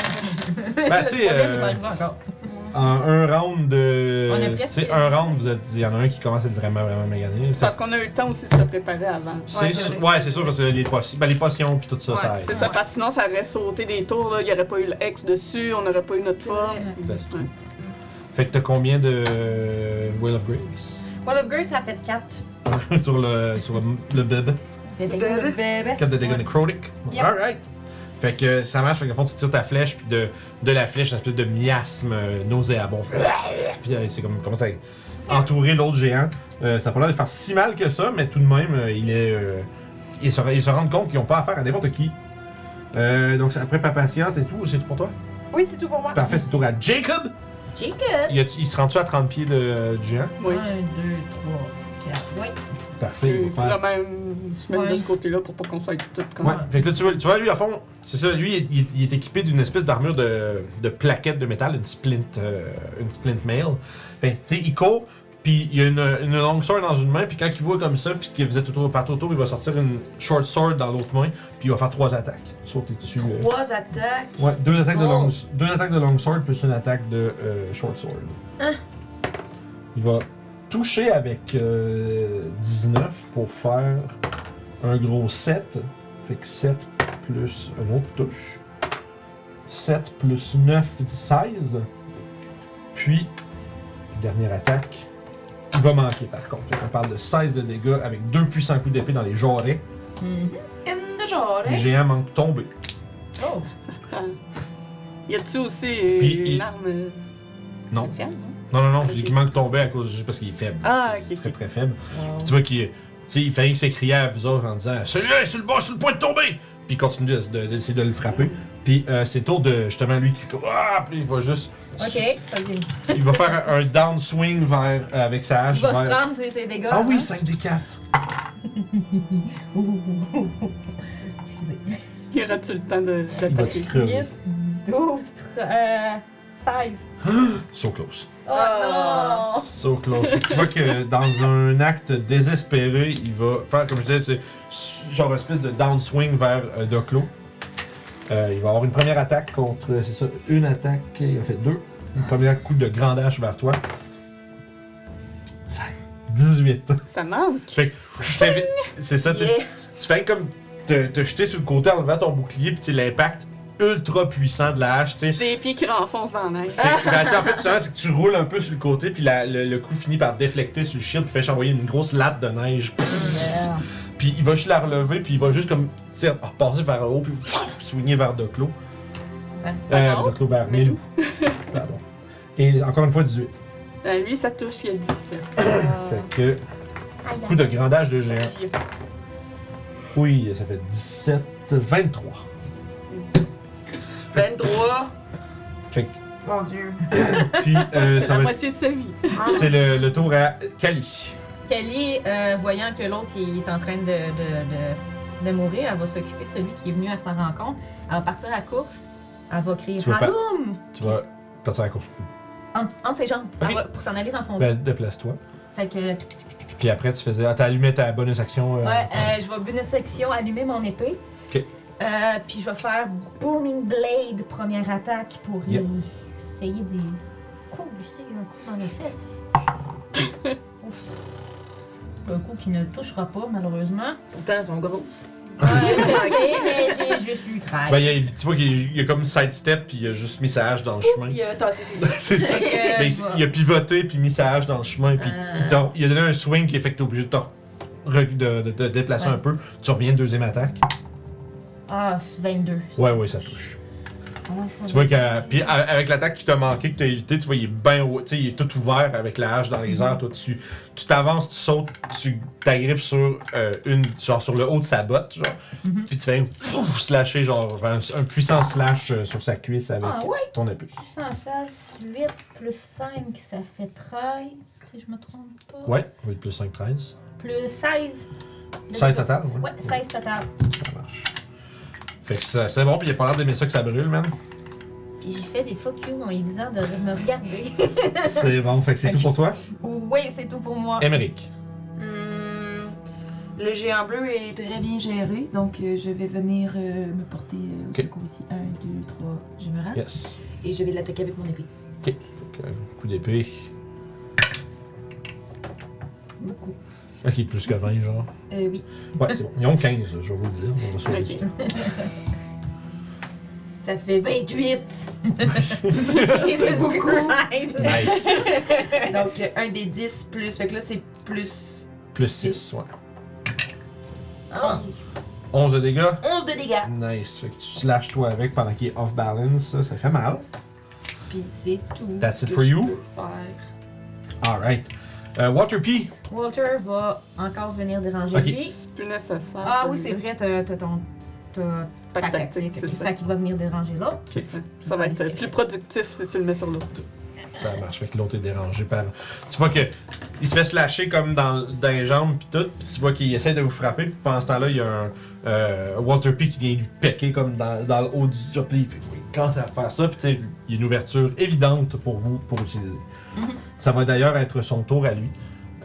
Ben, tu sais,
Troisième, il va
euh,
arriver encore.
en un round
On
de.
est
Tu
presque-
sais, un round, vous êtes- il y en a un qui commence à être vraiment, vraiment magané. C'est-
Parce qu'on a eu le temps aussi de se préparer avant.
c'est
c'est
sûr- Ouais, c'est sûr, parce que les potions, ben, les potions puis tout ça, ça
Ouais,
aide.
c'est ça, parce que sinon ça aurait sauté des tours, là. il n'y aurait pas eu le X dessus, on n'aurait pas eu notre force.
Ça se trouve. Fait que t'as combien de euh, Will of Grace
Wall of Grace, ça fait 4.
sur le, sur le, le bib?
Bébé, bébé.
4 de dégâts necrotic.
Yep.
Alright. Fait que ça marche, fait qu'en fond, tu tires ta flèche, puis de, de la flèche, une espèce de miasme euh, nauséabond. Puis euh, c'est comme, comment ça entourer l'autre géant. Euh, ça a pas l'air de faire si mal que ça, mais tout de même, euh, il est. euh, ils, se, ils se rendent compte qu'ils ont pas affaire à n'importe qui. Euh, donc, après ma patience, c'est tout, c'est tout pour toi?
Ah, Oui, c'est tout pour moi.
Parfait, c'est tour à Jacob!
Jacob!
Il, a- il se rend-tu à 30 pieds de, du géant?
Oui.
Un, deux, trois, quatre. Oui.
Parfait, il
Euh,
Puis,
va faire.
Vraiment, une semaine
Ouais.
de ce côté-là pour pas qu'on soit tout comme
Ouais. Fait que là, tu vois, tu vois, lui, à fond, c'est ça, lui, il, il- il est équipé d'une espèce d'armure de, de plaquette de métal, une splint, euh, une splint mail. Fait que, tu sais, il court, puis il a une, une longue sword dans une main, puis quand il voit comme ça, puis qu'il faisait tout autour, partout autour, il va sortir une short sword dans l'autre main, puis il va faire trois attaques. Sauter dessus. euh.
Trois attaques.
Ouais, deux attaques, de
Oh.
long, deux attaques de long sword plus une attaque de euh, short sword. Il va toucher avec euh, 19 pour faire un gros 7. Fait que 7 plus un autre touche. 7 plus 9, 16. Puis, dernière attaque. Il va manquer par contre. Fait qu'on parle de 16 de dégâts avec deux puissants coups d'épée dans les jarrets.
In the genre,
Le
hein?
géant manque tombé.
Oh!
Y a-tu aussi euh,
Puis,
une
il-
arme euh,
Non.
spéciale?
Non, non, non, j'ai dit qu'il manque tombé à cause juste parce qu'il est faible.
Ah,
Il est
ok,
Très,
ok.
très faible. Puis tu vois qu'il. Tu sais, il fallait que s'écriait à vous autres en disant Celui-là est sur le, bord, sur le point de tomber Puis il continue de- de- d'essayer de, le frapper. Puis euh, c'est tour de justement lui qui fait comme, Ah Puis il va juste.
Ok, ok.
Il va faire un un downswing vers, euh, avec sa hache
Tu vas se
vers.
prendre ses, ses dégâts.
Ah oui,
hein?
5 des 4.
Excusez.
Y aura-tu le temps de-
Il va-tu
d'attaquer?
crever
12, tre- euh, 16.
So close.
Oh, non!
So close. Fait que tu vois que dans un acte désespéré, il va faire, comme je disais, c'est genre une espèce de downswing vers euh, Doclo. Euh, il va avoir une première attaque contre, c'est ça, une attaque, il a fait deux. Une première coup de grande hache vers toi. Ça- 18.
Ça manque.
Fait que je t'invite- c'est ça, tu, tu- tu fais comme te, te jeter sur le côté en levant ton bouclier, puis tu sais, l'impact ultra puissant de la hache, tu sais.
J'ai les pieds qui renfoncent dans l'air.
C'est- ben, tu sais, en fait, souvent, c'est que tu roules un peu sur le côté, puis la- le, le coup finit par déflecter sur le shield, puis fait envoyer une grosse latte de neige.
Merde.
Puis il va juste la relever, puis il va juste comme tu sais, repasser vers le haut, puis pff, soigner vers Doclo. Euh,
Pardon?
Doclo vers Milou. Pardon. Et encore une fois, 18.
Euh, lui, ça touche, il y a 17.
Fait que. Coup de grandage de géant.
Puis,
Oui, ça fait 17, 23.
23.
Fait que.
Mon Dieu.
Puis euh,
C'est
ça va
la
être-
moitié de sa vie.
C'est le, le tour à Kali.
Kelly, euh, voyant que l'autre il est en train de, de, de, de mourir, elle va s'occuper de celui qui est venu à sa rencontre. Elle va partir à course. Elle va crier
Tu veux pas-
Haloum!
Tu vas partir à la course.
Entre, entre ses jambes.
Ok.
Elle va- pour s'en aller dans son.
Ben, déplace-toi.
Fait que.
Puis après, tu faisais. Ah, t'as allumé ta bonus action. euh,
Ouais, euh, je vais bonus section allumer mon épée.
Ok.
Euh, puis je vais faire Booming Blade, première attaque, pour y-
Yep.
essayer d'y combusser un coup dans les fesses. Ouf. Un coup qui ne le touchera pas, malheureusement.
Pourtant, elles sont grosses.
ok, mais j'ai- je suis traître.
Ben, il y a- tu vois qu'il y a comme une sidestep, puis il a juste mis sa hache dans le chemin.
Il a tassé ses doigts.
C'est ça.
que-
Ben, il, s- il a pivoté, puis mis sa hache dans le chemin, puis
Ah.
il t'a- il a donné un swing qui fait que t'es obligé de te re- de, de te déplacer
Ouais.
un peu. Tu reviens, deuxième attaque.
Ah, c'est 22.
Ouais, ouais, ça touche.
Ah, ça
Tu vois
va.
que. Puis a- avec l'attaque qui t'a manqué, que t'as évité, tu vois, il est bien haut. Tu sais, il est tout ouvert avec la hache dans les airs. Toi, tu tu t'avances, tu sautes, tu t'agrippes sur euh, une. Genre sur le haut de sa botte, genre. Puis tu fais un pfff, slasher, genre un, un puissant slash euh, sur sa cuisse avec
Ah ouais?
ton épée.
Plus un sas, 8 plus 5, ça fait 13, si je me trompe pas.
Ouais, oui, plus 5, 13.
Plus 16.
16 total, ouais.
Ouais, 16 total.
Ça marche. Fait que ça- c'est bon, puis il a pas l'air d'aimer ça que ça brûle, man.
Puis j'ai fait des fuck you en lui disant de me regarder.
C'est bon, fait que c'est tout pour toi.
oui, c'est tout pour moi.
Emmerich.
Hmm. Le géant bleu est très bien géré, donc euh, je vais venir euh, me porter euh, au
Ok.
secours ici. 1, 2, 3, je me rame.
Yes.
Et je vais l'attaquer avec mon épée.
Ok, Coup d'épée.
Beaucoup.
Ok, plus que 20, genre.
Euh, oui,
Ouais, c'est bon. Ils ont 15, je vais vous le dire. On va sauver
Ok.
du temps.
ça fait 28!
C'est
beaucoup.
Nice.
donc, euh, un des 10 plus. Fait que là, c'est plus
Plus
Six.
6, ouais.
11.
11 de dégâts.
11 de dégâts.
Nice. Fait que tu slashes toi avec pendant qu'il est off balance. Ça, ça fait mal.
Puis c'est tout.
That's it
que
for
je
you?
peux faire.
Alright. Euh, Water P.
Walter va encore venir déranger
Ok.
lui.
C'est plus nécessaire.
Ah oui, c'est
celui-là.
vrai, t'as t'as ton. T'as ta
Pack tactique,
tactique.
c'est
ok.
ça.
Fait qu'il va venir déranger l'autre.
C'est ça. Ça va être euh, plus productif si tu le mets sur l'autre.
Ça marche. Fait que l'autre est dérangé par. Tu vois que il se fait slasher comme dans, dans les jambes pis tout. Pis tu vois qu'il essaie de vous frapper. Puis pendant ce temps-là, il y a un euh, Walter P qui vient lui péquer comme dans, dans le haut du job. Puis il fait oui, quand ça va faire ça. Puis tu sais, il y a une ouverture évidente pour vous pour utiliser. Ça va d'ailleurs être son tour à lui.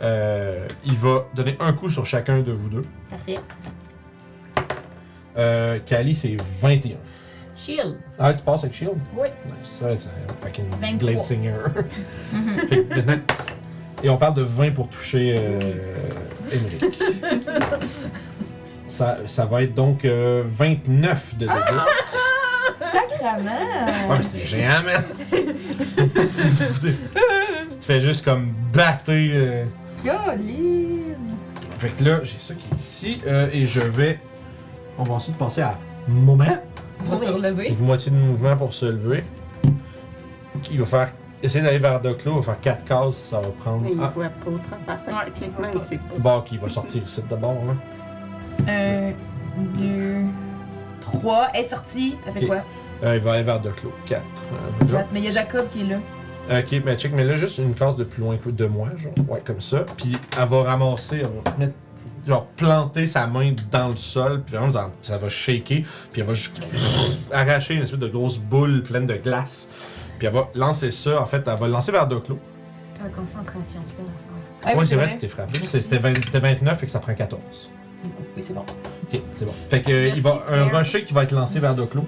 Euh, il va donner un coup sur chacun de vous deux.
Parfait.
Euh, Kali, c'est 21.
Shield.
Ah, tu passes avec Shield?
Oui.
Nice. Ça, c'est un fucking
23.
Blade Singer. Fait que maintenant- Et on parle de 20 pour toucher euh, Emmerich. ça, ça va être donc euh, 29 de dégâts.
Sacrement!
Ouais, mais c'était géant, man! tu te fais juste comme battre. euh.
Caroline!
Fait que là, j'ai ça qui est ici. euh, et je vais. On va ensuite passer à Moment.
On va se relever.
Avec moitié de mouvement pour se lever. Il va faire. Essayer d'aller vers Doclo, il va faire 4 cases, ça va prendre.
Mais il
Ah,
voit pas autant parfait.
Ouais,
Techniquement,
il
il
voit pas.
sait
bon, qui va sortir ici de bord. Hein.
1, 2, 3. Elle est sortie. Elle fait
Ok.
quoi?
Euh, il va aller vers Doclo. 4.
Quatre. Mais il y a Jacob qui est là.
ok, mais check, mais là, juste une case de plus loin que de moi, genre. Ouais, comme ça. Puis elle va ramasser, elle va mettre- genre planter sa main dans le sol, puis vraiment, ça- ça va shaker, puis elle va juste arracher une espèce de grosse boule pleine de glace. Puis elle va lancer ça, en fait, elle va le lancer vers Doclo.
T'as une concentration, c'est pas l'affaire.
Ah
ouais, c'est vrai,
c'était
c'était frappé. C'est- C'était 20 c'était 29 et que ça prend 14.
beaucoup. Oui, c'est bon.
Euh,
Ok, c'est bon. Fait que euh, il va un rocher qui va être lancé vers Doclo.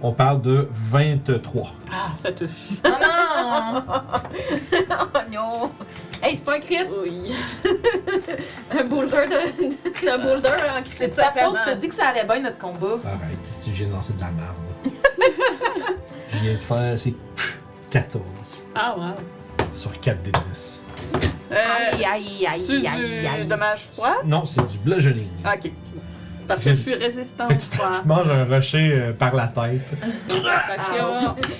On parle de 23.
Ah, ça touche.
Oh non!
Oh non! Hey, c'est pas un crit!
Oui.
Un boulder de. de- Un boulder en crit,
C'est de ta
ça fait
faute,
mal.
t'as dit que ça allait bien notre combat.
Arrête, si j'ai lancé de la merde. je viens de faire, c'est 14
Ah, wow.
sur 4 des 10.
Euh,
Aïe, aïe, aïe,
c'est
aïe,
du
aïe.
dommage froid?
Non, c'est du bludgeoning.
Ah, ok. c'est bon. Parce que je suis résistante
Fait
au
que tu,
froid.
tu te manges un rocher euh, par la tête.
Fait que-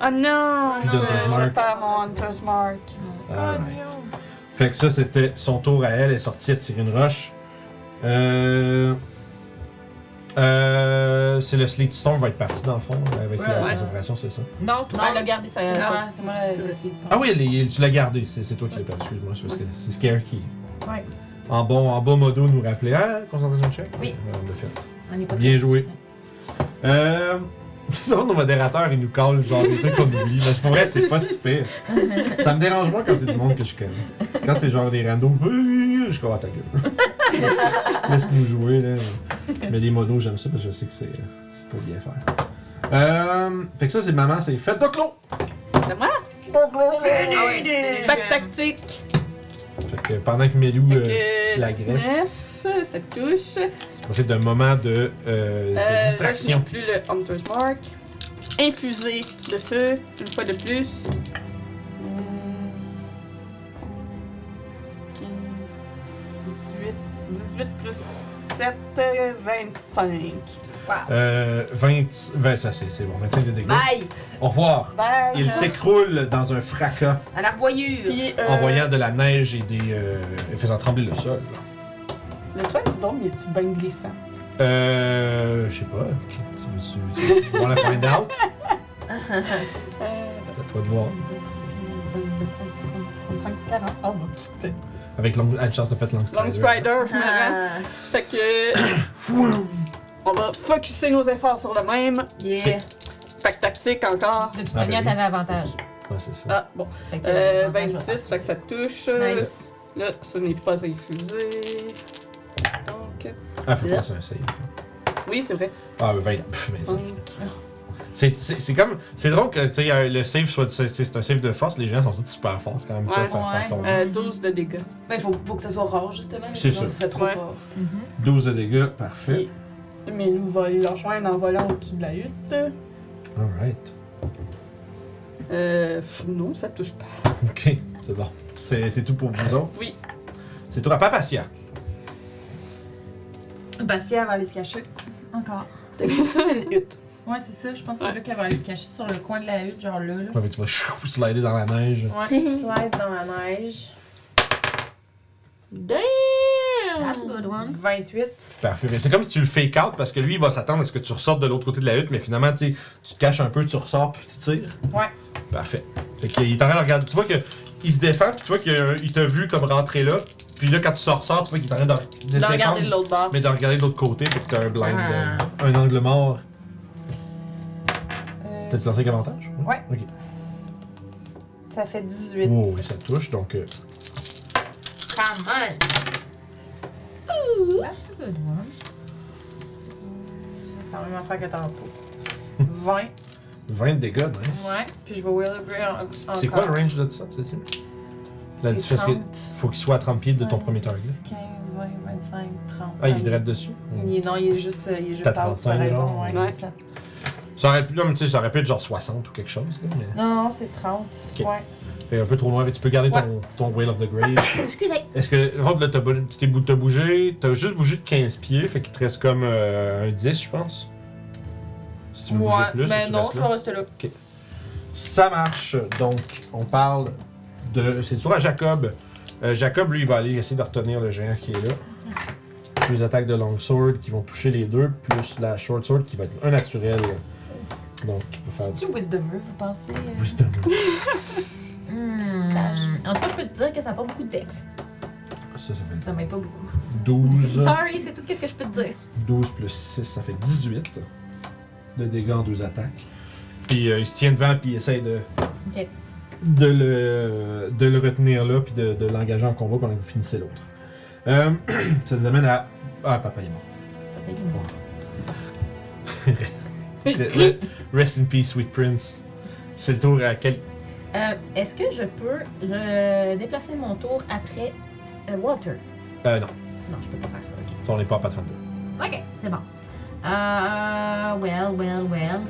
Oh non!
Puis Hunter's
Je
Mark.
perds mon Hunter's Mark.
Oh Ah,
Alright. Fait que ça, c'était son tour à elle. Elle est sortie à tirer une roche. Euh... Euh... C'est le Sleet Storm va être parti dans le fond avec la
Ouais.
concentration, c'est ça.
Non,
Non.
elle a gardé sa.
C'est
sa-
moi, c'est moi la-
c'est
le
vrai.
slide son.
Ah oui, elle est- tu l'as gardé. C'est c'est toi qui l'as perdu, excuse-moi. C'est parce que c'est Scare Key.
Ouais.
En bon, en bas modo, nous rappeler. Ah, concentration check.
Oui.
Ouais, On l'a fait.
On est pas
Bien joué. Euh... C'est vrai, nos modérateurs, ils nous collent genre des trucs qu'on oublie. Mais pour vrai, c'est pas si pire. Ça me dérange moins quand c'est du monde que je connais. Quand c'est genre des randos, je suis comme à ta gueule. Laisse-nous jouer, là. Mais les modos, j'aime ça parce que je sais que c'est c'est pas bien faire. Euh, fait que ça, c'est maman, c'est fait de clos!
C'est moi?
Ah ouais, fais-le,
Pack
je-
tactique.
Fait que pendant que Melou
Fait
euh,
que
la graisse.
19, ça touche.
se profite d'un moment de, euh, de
Euh,
distraction.
là, je n'ai plus le Hunter's Mark. Infusé de feu, une fois de plus. Euh, 18, 18 plus 7, 25.
Euh, 20, ben, ça c'est c'est bon, 25 de dégâts.
Bye!
Au revoir.
Bye.
Il s'écroule dans un fracas
À la revoyure!
Puis, euh,
en voyant de la neige et des euh, faisant trembler le sol.
Le toit du dôme, il est-tu bien glissant?
Euh, je sais pas. Tu veux tu, tu on va find out.
Euh,
À toi de voir.
25, 25, 40. Ah bon.
Avec long, la chance de faire long
Long
strider.
Strider, je me
Ah,
rends. Fait que. On va focuser nos efforts sur le même.
yeah!
Pack tactique encore.
De toute
Ah, ben
manière,
oui.
t'avais avantage.
Ouais, c'est ça.
Ah, bon.
Fait que,
Euh,
avantage,
26, fait que ça touche.
Nice!
Là, ce n'est pas infusé. Donc.
Ah, faut que je fasse un save.
Oui, c'est vrai.
Ah, 20. Pff, mais ça-
5.
c'est- C'est c'est comme. C'est drôle que tu sais, euh, le save soit. c'est- C'est un save de force, les gens sont tous super forts. C'est quand même
Ouais,
tough à faire
ouais.
tomber.
Euh, 12 de dégâts.
Ben, faut, faut que ça soit rare, justement. mais
C'est
Sinon,
sûr.
ce serait trop
Ouais.
fort.
12 de dégâts, parfait.
Mais loup va les rejoindre en volant au-dessus de la hutte.
Alright.
Euh, pff, non, ça touche pas.
Ok, c'est bon. C'est c'est tout pour vous autres?
Oui.
C'est tout à Papatia.
Bastia va aller se cacher.
Encore.
Ça, c'est une hutte.
Ouais, c'est ça, je pense que
Ouais.
c'est là qu'elle va aller se cacher sur le coin de la hutte, genre là. là.
Ouais, mais tu vas chou, slider dans la neige.
Ouais, slide dans la neige.
That's a good one.
28.
Parfait. Mais C'est comme si tu le fake out parce que lui, il va s'attendre à ce que tu ressortes de l'autre côté de la hutte, mais finalement, tu sais, tu te caches un peu, tu ressors, puis tu tires.
Ouais.
Parfait. Fait qu'il est en train de regarder. Tu vois que il se défend, puis tu vois qu'il t'a vu comme rentrer là. Puis là, quand tu sors, sors, tu vois qu'il est en train de, de se
De
défendre,
regarder de l'autre bord.
mais de regarder de l'autre côté, fait que t'as un blind,
Ah.
euh, un angle mort.
Euh,
T'as-tu lancé comme avantage?
Ouais.
Ok.
Ça fait 18.
Oh, oui, ça te touche, donc. euh,
Come on!
That's a good one.
C'est la même affaire que tantôt. 20.
20 de dégâts, nice.
Ouais. Puis je vais Willowbrew en- encore.
C'est quoi le range de ça, tu sais? La
C'est
différence, c'est
30,
qu'il faut qu'il soit à 30 pieds de ton premier target.
10, 15, 20, 25, 30.
Ah, il est direct dessus?
Il est- non, il est juste, euh, il est juste
T'as
out, t'as
35,
raison,
genre.
ouais,
Ouais.
c'est ça.
Ça aurait pu, non, mais tu sais, ça aurait pu être genre 60 ou quelque chose, là, mais.
Non, non, c'est 30.
Ok.
Ouais.
Fait un peu trop loin, mais tu peux garder ton, ton Whale of the Grave.
Excusez.
Est-ce que, Rob, là, t'as bon- tu t'es bou- t'as bougé, t'as juste bougé de 15 pieds, fait qu'il te reste comme euh, un 10, je pense. Si tu veux bouger
ben
plus, ou
mais
tu
Ben non,
restes
je
là.
vais rester là.
Ça marche, donc on parle de. C'est toujours à Jacob. Euh, Jacob, lui, il va aller essayer de retenir le géant qui est là. Deux attaques de longsword qui vont toucher les deux, plus la short sword qui va être un naturel. Donc, il faut faire.
C'est-tu Wisdomeux, vous pensez? euh?
Wisdom.
Hmm.
Sage.
En tout cas, je peux te dire que ça n'a pas beaucoup de dex.
Ça, ça fait
Ça m'aide pas beaucoup.
12.
Sorry, c'est tout ce que je peux te dire.
12 plus 6, ça fait 18 de dégâts en deux attaques. Puis euh, il se tient devant, puis il essaie de,
Ok.
de, le, de le retenir là, puis de, de l'engager en combat pendant que vous finissez l'autre. Euh, ça nous amène à. Ah, papa il est mort. Re- Rest in peace, sweet prince. C'est le tour à quel.
Euh, Est-ce que je peux euh, déplacer mon tour après euh, Water?
Euh, non,
Non, je peux pas faire ça, ok.
ça, on n'est pas à Patron
Ok, c'est bon. Euh, well, well, well.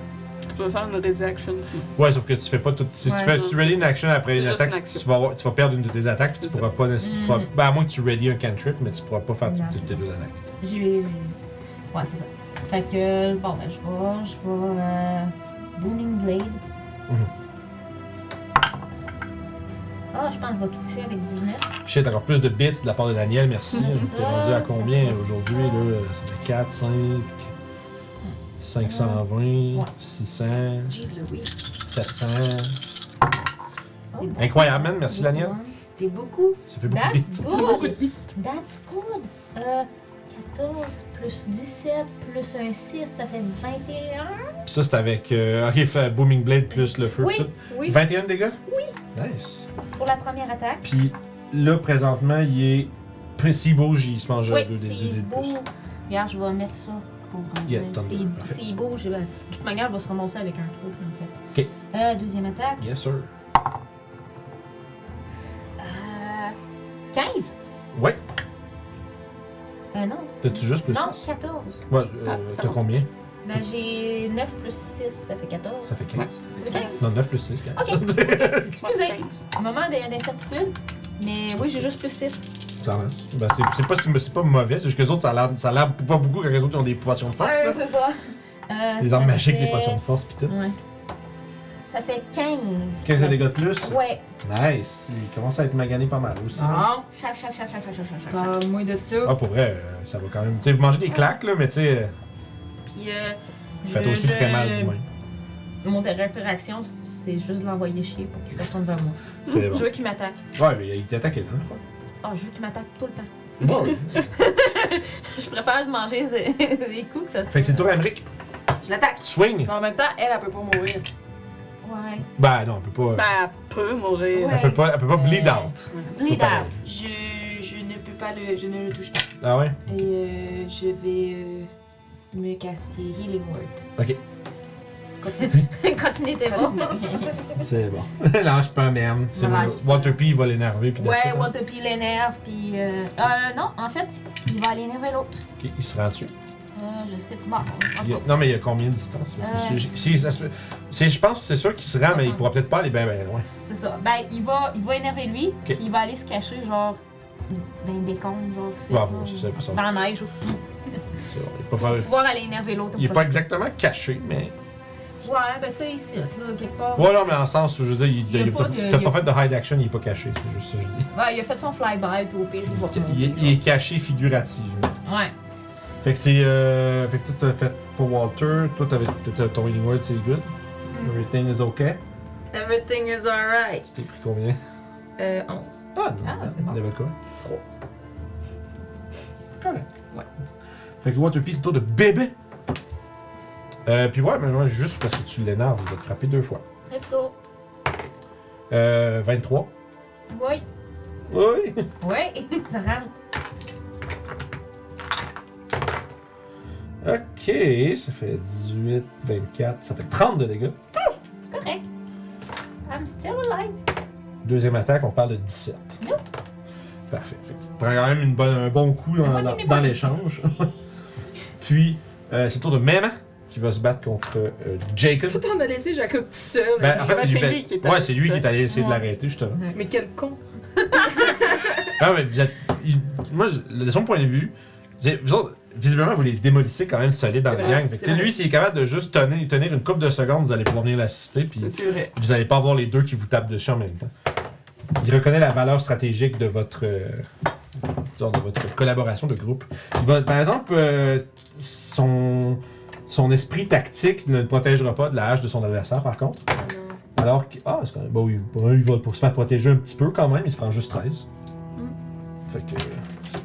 Tu peux faire une ready action si.
Ouais, sauf que tu fais pas tout. Si
Ouais,
tu fais
non,
tu ready une action après
C'est
une
juste
attaque,
une
tu-
action.
Tu, vas avoir- tu vas perdre une de tes attaques, puis
C'est Mm.
tu pourras pas. nécessaire- tu pourras-
Mhm.
ben, à moins que tu ready un cantrip, mais tu pourras pas faire
Non.
toutes tes deux attaques.
J'ai. Ouais, c'est ça. Fait que, bon, ben, je vais. Je vais. euh, Booming Blade.
Mhm.
Ah, je pense que je vais toucher avec 19.
Shit, encore plus de bits de la part de Daniel, merci.
Merci. Ah,
T'es rendu à combien
Ça fait
aujourd'hui?
ça.
Là, ça fait 4, 5, 520,
Ouais.
600,
Jeez Louise,
700.
Oh,
Incroyable, man. Merci, Daniel.
c'est beaucoup.
Ça fait beaucoup de bits.
That's good! That's good! Euh, 14 plus 17 plus un 6, ça fait 21.
Puis ça, c'est avec euh, ok, fait Booming Blade plus le feu.
Oui,
tout.
oui,
21 dégâts? Oui. Nice.
pour la première attaque.
Puis là, présentement, il est. Pré- S'il bouge, il se mange
Oui,
deux des deux dés
s'il
de plus.
bouge. Regarde, je vais mettre ça pour. euh,
Il y a
dire.
Thunder,
S'il-
parfait.
S'il bouge, ben, de toute manière, je vais se remonter avec un truc, en fait.
Ok.
Euh, deuxième attaque.
Yes, sir.
Euh, 15?
Ouais.
Euh, non.
T'as-tu juste plus
Non,
6?
14.
Ouais, euh,
Ah, ça
t'as
va.
combien?
Ben, j'ai 9 plus 6, ça fait 14.
Ça fait 15.
Ça fait 15.
Non, 9 plus 6, 15.
Ok.
Ouais,
Excusez. Moment d'in- d'incertitude. Mais oui, j'ai juste plus 6.
Ça marche. Ben, c'est, c'est pas, si- c'est pas mauvais, c'est juste que les autres, ça a l'air, ça a l'air pas beaucoup quand les autres ils ont des potions de force. là.
c'est ça. Euh,
Les
ça
armes magiques,
fait-
des potions de force, pis tout.
Ça fait 15.
15 de dégâts de plus.
Ouais.
Nice. Il commence à être magané pas mal aussi. Ah,
Non,
Chac, chac, chac, chac, chac, chac, chac, chac.
Ah, moins de ça.
pour vrai, euh, ça va quand même. Tu sais, vous mangez des claques, là, mais tu sais, euh,
Puis, euh,
vous faites
je-
aussi
je-
très mal vous-même.
Mon réaction, c'est juste de l'envoyer chier pour qu'il se retourne vers moi.
C'est
Je
bon.
veux qu'il m'attaque.
Ouais, mais il t'attaque la dernière fois.
Oh, je veux qu'il m'attaque tout le temps.
Ouais, ouais.
Je préfère manger des, des coups que ça se
fait que c'est toi, Amric.
Ah.
Je l'attaque.
Swing.
Mais en même temps, elle, elle peut pas mourir.
Ouais.
Ben non, on peut pas.
Ben, elle peut mourir.
Ouais.
Elle peut pas, elle peut pas bleed out.
Bleed
pareil.
out.
Je,
pas le, je ne le touche pas.
Ah ouais?
Et euh, je vais euh, me caster Healing Word.
Quand il était bon.
C'est bon. Lâche pas, même. C'est
Lâche
Water-
pas.
Waterpee, il va l'énerver. Puis that's
Ouais,
it. hein.
Watopie l'énerve, puis. Euh, euh, non, en fait, il va aller énerver l'autre.
Ok, il se rend dessus.
Euh, je sais pas. Ah Bon, en
Il y a-
tout
Non, mais il y a combien de distance? là? C'est
Euh,
sûr- si ça se peut- c'est- Je pense que c'est sûr qu'il se rend, mais il pourra peut-être pas aller bien, bien loin.
cas, c'est ça. Ben, il va, il va énerver lui, puis il va aller se cacher, genre, dans des décombres, genre, c'est.
Bravo, c'est ça, façon.
Dans la neige, ou
C'est bon, Il peut faire-
pour pouvoir aller énerver l'autre. au
il est pas
prochain.
exactement caché, mais.
Ouais, ben, tu sais, ici, là, quelque part.
Ouais, non, mais dans le sens où je veux dire, il-
Il y a
il-
pas
t'as
de-
t'as
il y a-
pas fait de hide action, il est pas caché. C'est juste ça que je dis.
Ouais, il a fait son flyby, puis au pire, il va
Il est,
remonter,
il est caché figurativement.
genre. Ouais.
Fait que c'est. Euh, fait que tout t'as fait pour Walter. Toi, t'avais t'as- ton healing word, c'est good.
Mm.
Everything is okay.
Everything is alright.
Tu t'es pris combien
Euh, 11.
Ah, non,
Ah, c'est bon.
il y avait quoi
Trois.
Correct.
Ouais.
Fait que Waterpie, c'est toi de bébé. Euh, puis ouais, mais moi, juste parce que tu l'énerves, il va te frapper deux fois.
Let's go.
Euh, 23.
Ouais.
Oui.
Ouais, ça rentre.
Ok, ça fait 18, 24, ça fait 30 de dégâts.
C'est correct. I'm still alive.
Deuxième attaque, on parle de 17.
Nope.
Parfait. Fait que tu te prends quand même une bonne- un bon coup dans,
La moitié de mes
dans- dans
points.
l'échange. Puis, euh, c'est le tour de Mema qui va se battre contre euh, Jacob.
Surtout, on a laissé Jacob tout seul.
Ben, en fait, c'est lui,
Bah, c'est
fait-
lui qui est
Ouais, c'est lui qui est
seul.
allé essayer de
Ouais.
l'arrêter, justement.
Mais quel con.
Ah, mais vous êtes. il- Moi, je- de son point de vue, vous êtes- vous autres, visiblement, vous les démolissez quand même solide dans
C'est
le
vrai,
gang. Fait que, tu
c'est
sais,
vrai.
lui, s'il est capable de juste tenir, tenir une couple de secondes, vous allez pouvoir venir l'assister, puis
C'est vrai.
vous allez pas avoir les deux qui vous tapent dessus en même temps. Il reconnaît la valeur stratégique de votre. euh, disons, de votre collaboration de groupe. Il va, par exemple, euh, son. Son esprit tactique ne le protégera pas de la hache de son adversaire, par contre. Alors que. Ah, c'est quand même. Bon, il, bon, il va pour se faire protéger un petit peu quand même, il se prend juste 13. Fait que.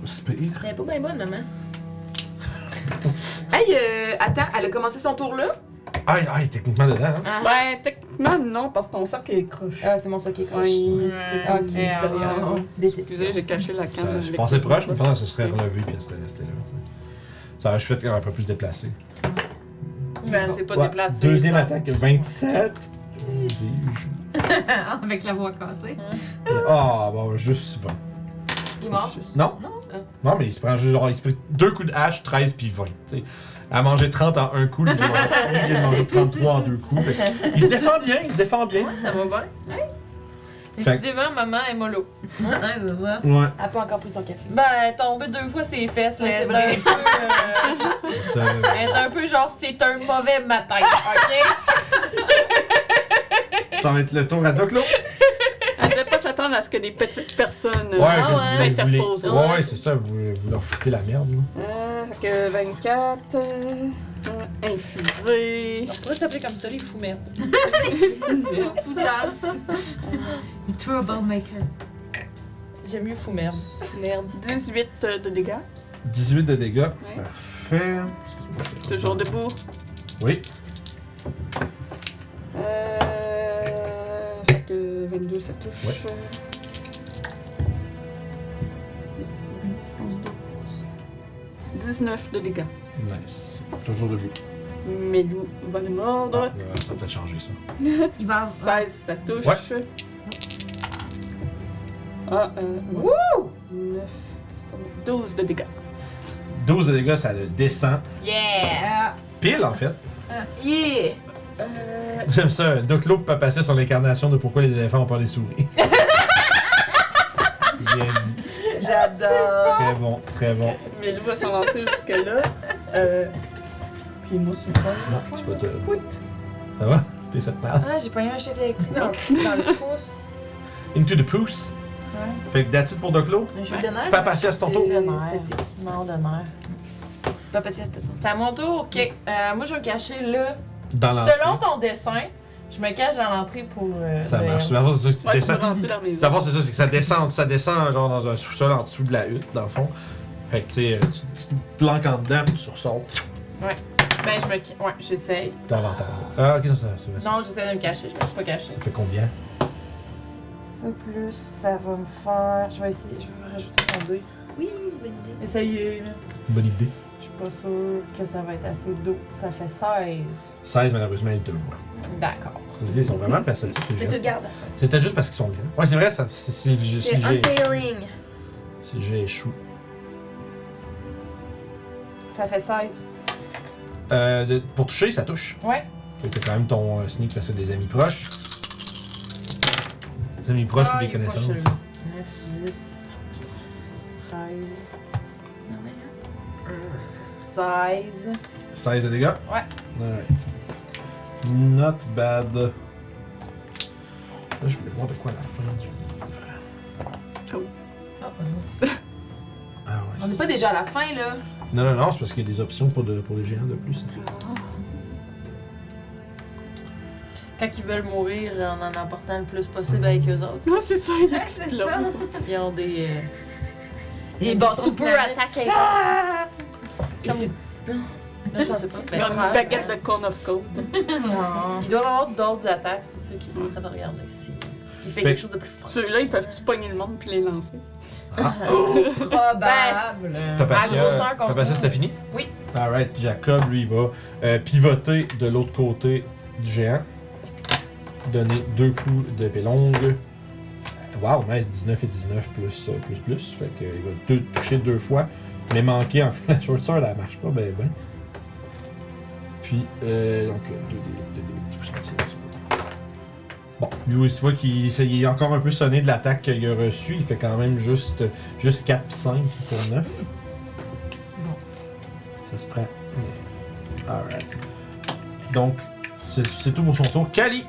C'est pas si pire.
Elle est pas bien bonne, maman. hey, euh, attends, elle a commencé son tour là?
Ah, il- ah, il est techniquement dedans, hein.
Ouais, Ben, techniquement, non, parce que ton sac est croche.
Ah, c'est mon sac qui est croche.
Oui,
Ok,
c'est
derrière.
derrière. Excusez,
Déception.
j'ai caché la
Ça,
canne.
je
avec-
pensais proche, mais finalement, ça serait relevé puis elle serait restée là. tu sais. Ça aurait juste fait qu'elle aurait pas pu se déplacer.
Ben, c'est pas
Ouais,
déplacé.
Deuxième
donc.
attaque, 27. Dis-je.
Avec la voix cassée.
Ah, bon, juste 20.
Il est mort?
Non?
Ah.
Non, mais il se prend juste genre, il se prend deux coups de hache, 13 puis 20. tu sais. Elle a mangé 30 en un coup, lui, il a mangé- lui, il a mangé 33 en deux coups. fait que il se défend bien, il se défend bien.
Ça va bien?
Décidément, maman est mollo.
c'est ça.
Ouais,
Elle a pas encore pris son café.
Ben, tomber deux fois ses fesses, là,
Ouais, c'est
elle est
vrai.
un peu, euh,
c'est ça.
elle est un peu genre, c'est un mauvais matin, ok?
Ça va être le tour à Doclo.
Elle devait pas s'attendre à ce que des petites personnes euh,
Ouais, que vous- vous voulez-
s'interposent.
Ouais, ouais, c'est ça, vous, vous leur foutez la merde. là.
Euh, fait que 24, euh, euh, infusé.
On pourrait s'appeler comme ça, les foumettes.
Troublemaker.
J'aime mieux foumettes.
Merde. 18 euh, de dégâts.
18 de dégâts.
Ouais.
Parfait. Excuse-moi, je te-
Toujours debout.
Oui.
Euh, fait que 22, ça touche.
Ouais.
Euh, 10, 11, 12. 19 de dégâts.
Nice. Toujours debout.
Melou va le
Ah,
mordre.
là, ça va peut-être changer ça.
Il va.
16, ça touche.
Ouais.
Ah, euh, wouh! 9, 12 de dégâts.
12 de dégâts, ça le descend.
Yeah!
Pile, en fait.
Yeah!
Euh,
J'aime ça. Doclo peut passer sur l'incarnation de pourquoi les éléphants ont pas les souris. Bien dit.
J'adore!
Très bon, très bon.
mais lui va s'avancer jusque-là. Euh, puis moi, sur le
Non,
fond,
tu peux te.
Écoute,
Ça va? C'était fait mal.
Ah, j'ai pas eu un chef électrique dans le pouce.
Into the pouce. Fait que that's it pour Doclo.
Un jeu d'honneur?
Papa Chias, c'est ton tour.
D'honneur. Oh, Statique. Non, d'honneur. Papa Sias, c'était ton
C'est à mon tour, ok. Euh, moi, je vais me cacher là.
Dans l'entrée.
Selon ton dessin, je me cache dans l'entrée pour. euh,
Ça
Noël.
marche. D'abord, c'est ça que tu
ouais, tu
descends.
peux rentrer dans la maison.
D'abord, c'est ça, c'est que ça descend, ça descend genre dans un sous-sol en dessous de la hutte, dans le fond. Fait que tu sais, euh, tu, tu te planques en dedans, puis tu ressors.
Ben, je me. ca- Ouais, j'essaye.
T'as avantage. Ah, ok, ça, ça, ça, ça,
Non, j'essaie de me cacher, je me suis pas cachée.
ça fait combien?
Ça plus, ça va me faire. Je vais essayer, je vais rajouter mon dé.
Oui, bonne idée.
Essayez, là.
Bonne idée.
Je suis pas sûre que ça va être assez d'eau. Ça fait 16.
16, malheureusement, ils te voient.
D'accord.
Vous dites, Ils sont vraiment perceptifs. les
Mais
gens.
tu regardes.
C'était juste parce qu'ils sont lents. Ouais, c'est vrai, ça- c'est c'est le jeu.
C'est unfailing.
Si j'ai échoué.
Ça fait 16.
Euh, de- pour toucher, ça touche.
Ouais.
Fait que C'est quand même ton euh, sneak parce que des amis proches. Des amis proches
Ah,
ou des
il est pas
connaissances.
chez lui. 9, 10, 13.
Euh,
Ça fait 16.
16 de dégâts?
Ouais.
Alright. Not bad. Là, je voulais voir de quoi à la fin du livre. Ah ouais.
On n'est pas déjà à la fin, là.
Non, non, non, c'est parce qu'il y a des options pour, de- pour les géants de plus.
Quand ils veulent mourir en en emportant le plus possible avec eux autres,
Non, Ah, c'est ça, il
c'est ça.
explose.
ils ont des. euh,
Et
des
bon,
super attaques avec
Et c'est-
Non, je sais pas.
Comme
Ben,
une baguette de corn of gold.
Ils doivent avoir d'autres attaques, c'est ceux qui sont en train de regarder si. Il fait
Fait-
quelque chose de plus fort.
Ceux-là, ils peuvent-tu pogner le monde puis les lancer?
Ah, bah. Ben,
Probable.
Papatia,
grosseur qu'on
Papatia,
compte.
c'était fini?
Oui.
Alright, Jacob, lui, va euh, pivoter de l'autre côté du géant. Donner deux coups d'épée longue. Wow, nice, 19 et 19 plus, euh, plus, plus. Fait qu'il va deux, toucher deux fois, mais manquer en la short sword, elle marche pas, ben ben. Puis, euh, donc, 2 d 8 Bon, lui aussi, tu vois qu'il s'est- il est encore un peu sonné de l'attaque qu'il a reçue. Il fait quand même juste, juste 4 puis 5 pour 9. Ça se prend. Alright. Donc, c'est c'est tout pour son tour. Kali!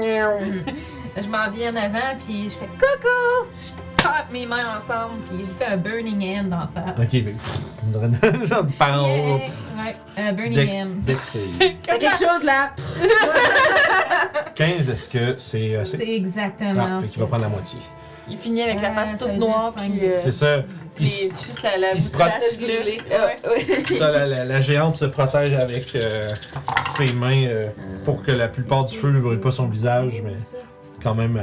Je m'en viens en avant, puis je fais coucou! Je pop mes mains ensemble, puis je fais un burning hand en face.
Ok, mais. pff, on dirait une- genre de pan-
Yeah!
pff,
Ouais, un burning
Deck,
hand.
deck save.
Il y a quelque chose, là.
15, est-ce que c'est. euh, c'est-
C'est exactement.
Ah, fait
ce
qu'il va
que-
prendre la moitié.
Il finit avec la
Ouais,
face
ça
toute
veut dire
noire,
cinq.
puis. euh,
C'est ça. Il
les-
s-
juste la, la
il se
moustache Ah,
protège.
brûlée.
Euh, ouais.
ça, la, la- la géante se protège avec euh, ses mains euh, pour que la plupart du feu ne brûle pas son visage, mais quand même. euh,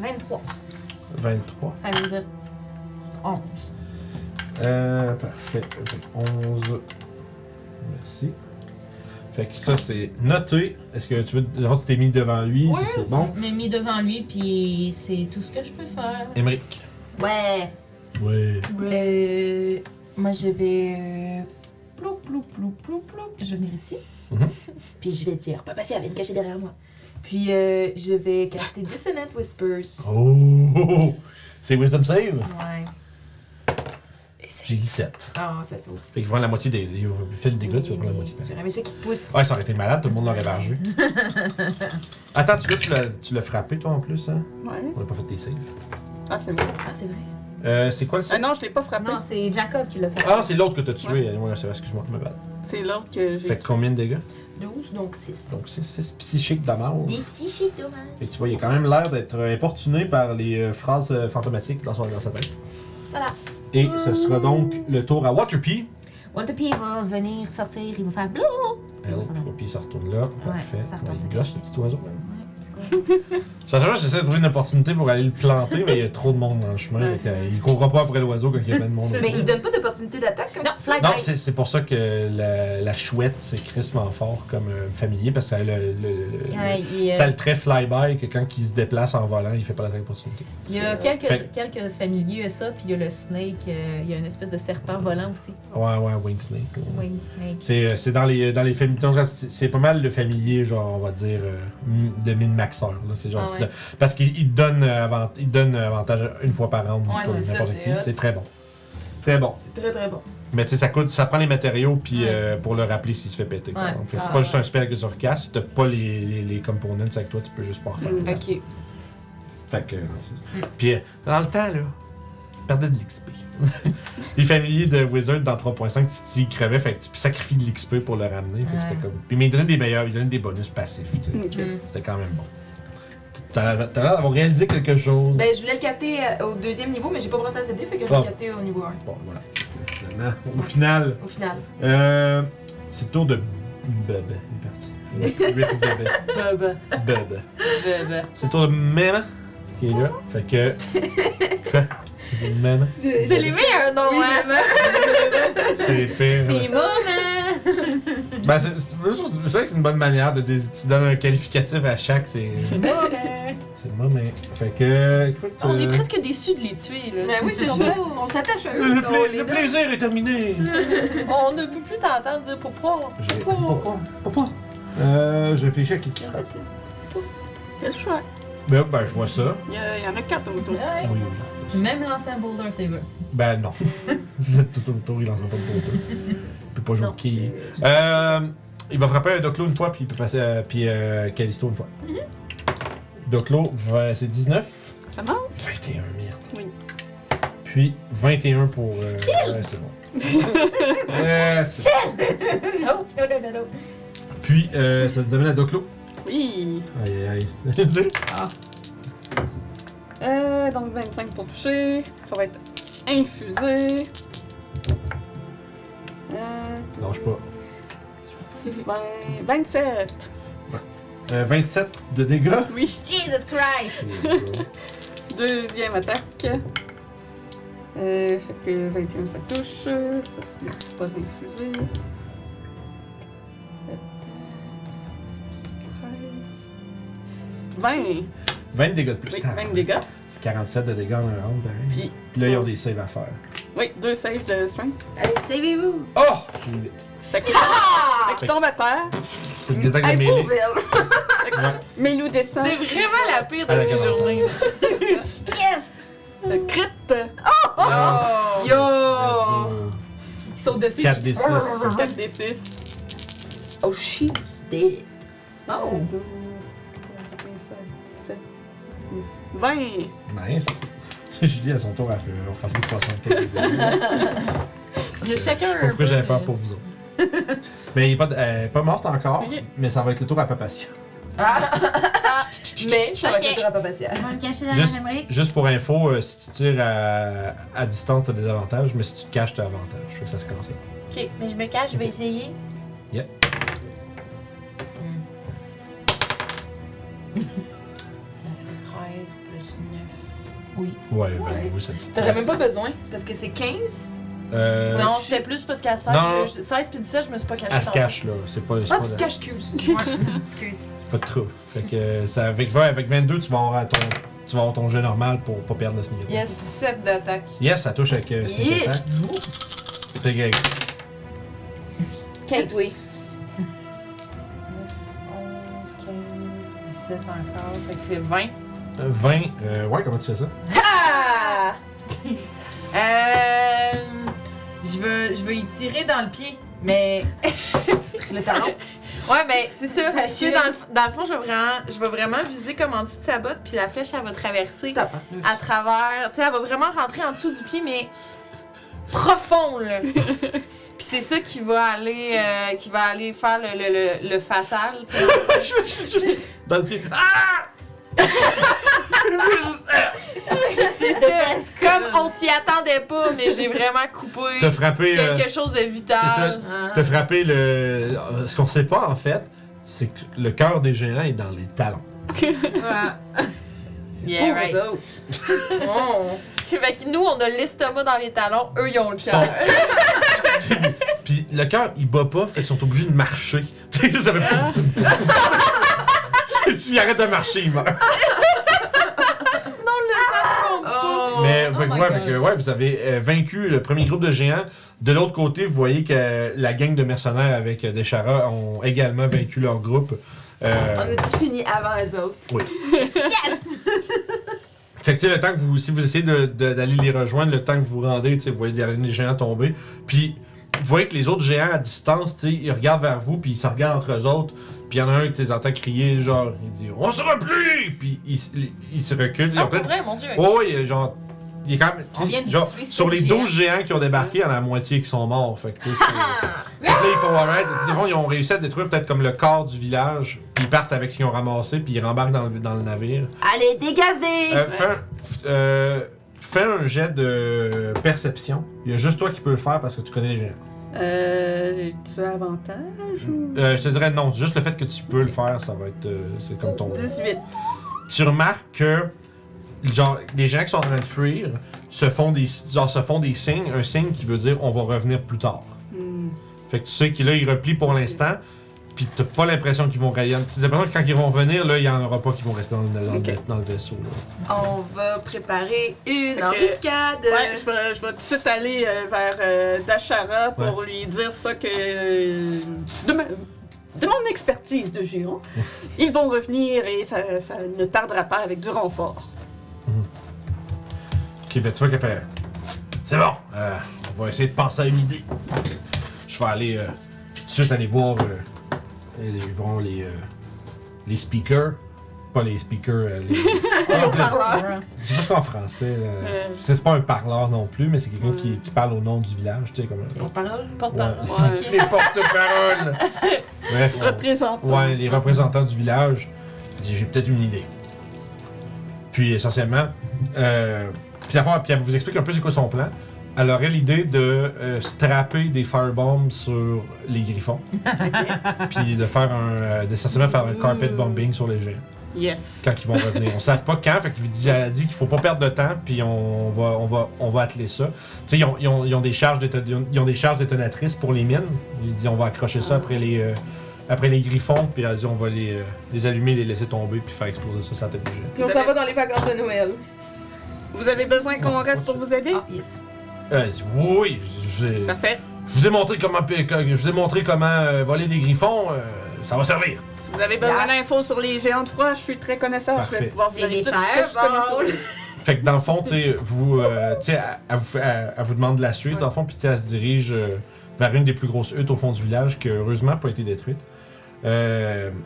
c'est 23.
23.
Ça veut dire 11.
Euh, parfait. Fait que 11. Merci. Fait que ça, c'est noté. Est-ce que tu veux. D'abord, tu t'es mis devant lui, ça, c'est bon.
Je me mis devant lui, puis c'est tout ce que je peux faire.
Émeric.
Ouais.
Ouais.
Euh, moi, je vais. euh, Plou, plou, plou, plou, plou. Je vais venir ici.
Mhm.
Puis je vais dire, pas passer, elle va me cacher derrière moi. Puis euh, je vais caster Dissonant Whispers.
Oh! C'est Wisdom Save?
Ouais.
J'ai 17.
Ah, ça sauve.
Fait qu'il prend la moitié des. Il fait le dégât, tu vas prendre la moitié.
J'aurais aimé ça qui se pousse.
Ouais, ça aurait été malade, tout le monde l'aurait bargé. Attends, tu vois, tu l'as- tu l'as frappé, toi, en plus, hein?
Ouais.
On n'a pas fait tes saves.
Ah, c'est moi.
Ah, c'est vrai.
Euh, c'est quoi le
Ah
save?
non, je l'ai pas frappé.
Non, c'est Jacob qui l'a fait.
Ah, c'est l'autre que t'as tué. Ouais, c'est vrai, excuse-moi, je me bats.
C'est l'autre que j'ai.
Fait que combien de dégâts?
12, donc 6.
Donc, c'est 6 psychiques d'amour.
Des psychiques, dommage.
Et tu vois, il a quand même l'air d'être importuné par les euh, phrases euh, fantomatiques dans, son, dans sa tête.
Voilà.
Et ce sera donc le tour à Waterpie.
Walter P va venir sortir, il va faire blou!
Elle,
Ouais, ça va.
Waterpie, ça retourne là. Parfait.
ça
Ouais,
retourne, c'est
il gosse,
caché.
le petit oiseau. même.
Ouais, c'est quoi?
Chaque fois, j'essaie de trouver une opportunité pour aller le planter, mais il y a trop de monde dans le chemin.
Ouais.
fait que, euh, il courra pas après l'oiseau quand il y a plein de monde.
Mais il donne pas d'opportunité d'attaque quand
Non,
tu
fly,
Non, c'est c'est pour ça que la, la chouette, c'est crissement fort comme euh, familier, parce que ça le, le- le-
Ouais, il, euh,
ça le trait fly-by que quand il se déplace en volant, il fait pas d'attaque d'opportunité.
il y a quelques,
Fait-
quelques familiers à ça, puis il y a le snake, euh, il y a une espèce de serpent volant aussi.
Ouais, ouais, Wing Snake. ouais.
Wing snake.
C'est euh, c'est dans les, dans les films. dans le genre, C'est c'est pas mal le familier, genre, on va dire, euh, m- de min-maxeur. là. C'est genre,
Ah
tu te- Parce qu'il il te donne, euh, avant- il te donne euh, avantage une fois par an.
Ouais, c'est ça, c'est hot.
C'est très bon. Très bon.
C'est très très bon.
Mais tu sais, ça coûte, ça prend les matériaux puis euh, pour le rappeler s'il se fait péter. quoi.
Ouais.
Donc, fait que c'est
Ah,
pas juste un spell que tu recasses. Si t'as pas les, les, les components avec toi, tu peux juste pas en faire.
Mm.
Ok.
Fait que, euh, non, c'est ça. Puis, euh, dans le temps, là, il perdait de l'XP. les familiers de Wizard dans 3.5, tu, tu crevais, fait que tu sacrifies de l'XP pour le ramener. Fait que c'était
Ouais.
comme. Puis, mais il donnait des meilleurs, il donnait des bonus passifs, tu sais.
Ok.
C'était quand même bon. T'as t'as l'air d'avoir réalisé quelque chose.
Ben, je voulais le caster euh, au deuxième niveau, mais j'ai pas brossé à cette dé, fait que je vais
Bon.
le caster au niveau 1.
Bon, voilà. Finalement, maintenant, au final.
Au final.
Euh, c'est le tour de Bub. Il est parti. Rip Bub.
bah,
Bub. C'est le tour de Mama qui est là. Fait que. Quoi? C'est Mama.
C'est les meilleurs noms, hein?
C'est pire.
hein?
Ben, c'est c'est- je trouve- c'est vrai que c'est une bonne manière de dés- tu donnes un qualificatif à chaque. C'est. C'est Mama. Fait que. Écoute.
On est
euh,
presque déçus de les tuer, là.
Mais oui, c'est sûr. On s'attache à eux.
Le,
on
pla- le
les nomme.
plaisir est terminé!
On ne peut plus t'entendre dire pourquoi.
Je vais- Pourquoi? Pourquoi? Euh, je réfléchis à qui qui frappe.
Quel choix?
Ben, ben, je vois ça.
Il y, a- il y en a quatre autour.
Oui,
Ouais.
oui, oui.
Même lancer un boulder, c'est vrai.
Ben non. Vous êtes tout autour, il en sera pas de pour deux. Il peut pas jouer
Non,
au qui. Euh, il va frapper un Doclo une fois, puis il peut passer à puis, euh, Callisto une fois.
Mhm.
Doclo, va- c'est 19.
Ça manque?
21, merde.
Oui.
Puis 21 pour. Euh, ouais, c'est bon. Euh, c'est-
Oh,
Non, non, non, non, non.
puis euh, ça nous amène à Doclo.
Oui.
Aïe aïe aïe.
Euh, donc 25 pour toucher. Ça va être infusé. Euh,
Lâche pas.
20, 27.
Euh, 27 de dégâts.
Oui.
Jesus Christ!
Deuxième attaque. Euh, fait que 21 ça touche. Ça c'est pas infusé. 7. 13. 20.
20 dégâts de plus.
Oui,
Tar-
20 dégâts.
C'est 47 de dégâts en un round, pareil.
Puis,
Puis là, ils ont des saves à faire.
oui, deux saves de strength.
Allez, savez-vous.
Oh! J'ai eu 8.
Fait que, fait que tombe à terre.
C'est une attaque de
Hey,
mêlée.
pauvre elle.
Ouais.
Melou descend.
C'est vraiment la pire de
À la
ces
caméra.
journées.
Yes! Le crit! euh,
Oh!
Yo!
Ils sautent dessus.
4 des 6.
4 des 6.
Oh shit, c'était.
Oh!
12, 15, 16, 17, 20!
Nice. Julie, à son tour, elle fait on fait plus de 60
Il y a chacun un
Pourquoi
peu.
j'avais peur pour vous autres? Mais elle est pas, elle est pas morte encore,
Ok.
mais ça va être le tour à Papatia.
Mais ça va être pas passer.
On va le cacher dans
Juste-
la mémoire.
Juste pour info, euh, si tu tires à, à distance, t'as des avantages, mais si tu te caches, t'as avantage. Je veux que ça se cancelle.
Ok, mais je me cache, je vais
Ok.
essayer.
Yeah.
Hmm. Ça fait 13 plus 9.
Ouais, ben oui, ça te
T'aurais même pas besoin, parce que c'est 15.
Euh,
Non, c'était plus parce qu'à 16,
Non.
je- 16 puis 17, je me suis pas cachée.
Elle se
tant.
cache, là. C'est pas, c'est
Ah,
pas
tu te
la-
caches, excuse. Ouais, excuse.
Pas de trouble. Fait que euh, ça, avec 20, avec 22, tu vas avoir ton, tu vas avoir ton jet normal pour pas perdre le sneak
Il y
attack.
a 7 d'attaque.
Yes, ça touche avec euh, sneak
Yeah!
attack. Fait que, euh,
15, oui.
11, 15, 17 encore, fait que fait 20.
20, euh, ouais, comment tu fais ça?
Ah!
Euh, je veux, je veux y tirer dans le pied, mais
Le talon.
ouais, mais c'est ça.
Facile.
Tu sais, Dans le, dans le fond, je vais vraiment, je vais vraiment viser comme en dessous de sa botte, puis la flèche elle va traverser
T'as pas.
à travers. Tu sais, elle va vraiment rentrer en dessous du pied, mais profond là. puis c'est ça qui va aller, euh, qui va aller faire le, le, le, le fatal. tu sais.
Dans le pied.
C'est ça. C'est Comme on s'y attendait pas, mais j'ai vraiment coupé
T'as frappé, euh,
quelque chose de
c'est
vital.
t'as frappé le. euh, Ce qu'on sait pas, en fait, c'est que le cœur des géants est dans les talons.
Yeah,
Pauvres
right.
autres. Oh.
Fait que nous, on a l'estomac dans les talons, eux, ils ont le
Ils sont-
cœur.
Puis le cœur, il bat pas, fait qu'ils sont obligés de marcher. Tu sais, ça fait. S'il arrête de marcher, il meurt.
Oh.
Mais
Oh
fait que
my
ouais,
God.
fait que, ouais, vous avez euh, vaincu le premier groupe de géants. De l'autre côté, vous voyez que euh, la gang de mercenaires avec euh, Deschara ont également vaincu leur groupe. Euh,
Ah,
On a-tu fini avant eux autres?
Oui.
yes!
fait que, tu sais, le temps que vous, si vous essayez de- de- d'aller les rejoindre, le temps que vous vous rendez, tu sais, vous voyez derrière les géants tomber. Puis vous voyez que les autres géants à distance, tu sais, ils regardent vers vous, puis ils se regardent entre eux autres. Puis il y en a un qui les entend crier, genre, il dit On se replie Puis il, s- il- il se recule.
Ah,
En fait,
pour vrai, mon Dieu.
Ouais, ouais, il y a genre. Il est quand même.
On vient de
genre,
tuer six
sur les
géants,
12 géants qui ont
c'est
débarqué, il y en a la moitié qui sont morts. Fait que, tu sais, c'est- Fait que là, ils font alright. Ils font- Ils ont réussi à détruire peut-être comme le corps du village. Puis ils partent avec ce qu'ils ont ramassé. Puis ils rembarquent dans le, dans le navire.
Allez, dégavez!
Euh, fais un- f- euh, fais fais un jet de perception. Il y a juste toi qui peux le faire parce que tu connais les gens.
Euh, tu as avantage
Mhm.
ou.
Euh, je te dirais non, juste le fait que tu peux le faire, ça va être. euh, c'est comme ton.
18.
tu remarques que genre les gens qui sont en train de fuir se font des genre, se font des signes, un signe qui veut dire on va revenir plus tard.
Hmm.
Fait que tu sais qu'ils là ils replient pour l'instant, puis t'as pas l'impression qu'ils vont rayonner. T'as l'impression que quand ils vont revenir là, il y en aura pas qui vont rester dans le, dans le-
Ok.
dans le vaisseau. là.
On va préparer une
Ok.
embuscade.
Ouais, je vais, je vais tout de suite aller euh, vers euh, Dashara pour lui dire ça que. euh, de, ma- de mon expertise de géant, ils vont revenir et ça, ça ne tardera pas avec du renfort.
Ok, ben tu vois qu'elle fait. C'est bon, euh, on va essayer de penser à une idée. Je vais aller euh, tout de suite aller voir euh, ils vont les euh, les speakers, pas les speakers, euh, les- Comment dire? C'est pas ce qu'en français, là,
Euh.
c'est c'est pas un parleur non plus, mais c'est quelqu'un qui, qui parle au nom du village, tu sais, comme un- Ouais.
Ouais.
Les porte-paroles! Bref, on-
Représentant.
ouais, les représentants du village, il dit, j'ai peut-être une idée. Puis essentiellement, euh, puis, avant- puis elle vous explique un peu c'est quoi son plan. Elle aurait l'idée de euh, strapper des firebombs sur les griffons, puis de faire un, euh, d'essentiellement faire un carpet bombing sur les géants.
Yes.
quand ils vont revenir. On savent pas quand, fait qu'il dit, elle a dit qu'il faut pas perdre de temps, puis on va, on va, on va atteler ça. Tu sais, ils ont, ils ont- ils ont des charges déton- ils ont des charges détonatrices pour les mines. Il dit on va accrocher ça après les, euh, après les griffons, puis elle dit on va les, euh, les allumer, les laisser tomber, puis faire exploser ça sur la tête du géant.
Puis on s'en va dans les vacances de Noël.
Vous avez besoin qu'on reste pour vous
Oh,
aider?
Euh, elle dit oui, oui, j'ai-
Parfait.
je vous ai montré comment, p- que- je vous ai montré comment euh, voler des griffons, euh, ça va servir.
Si vous avez besoin
Yes.
d'infos sur les géants de froid, je suis très connaisseur. Je
Parfait.
vais pouvoir vous
Et
donner
les
tout ce que je connais sur eux.
Fait que dans le fond, tu sais, vous, euh, tu sais, elle, elle vous fait- elle- elle vous demande de la suite, dans le fond, puis tu sais, elle se dirige euh, vers une des plus grosses huttes au fond du village qui, heureusement, n'a pas été détruite. Euh, tu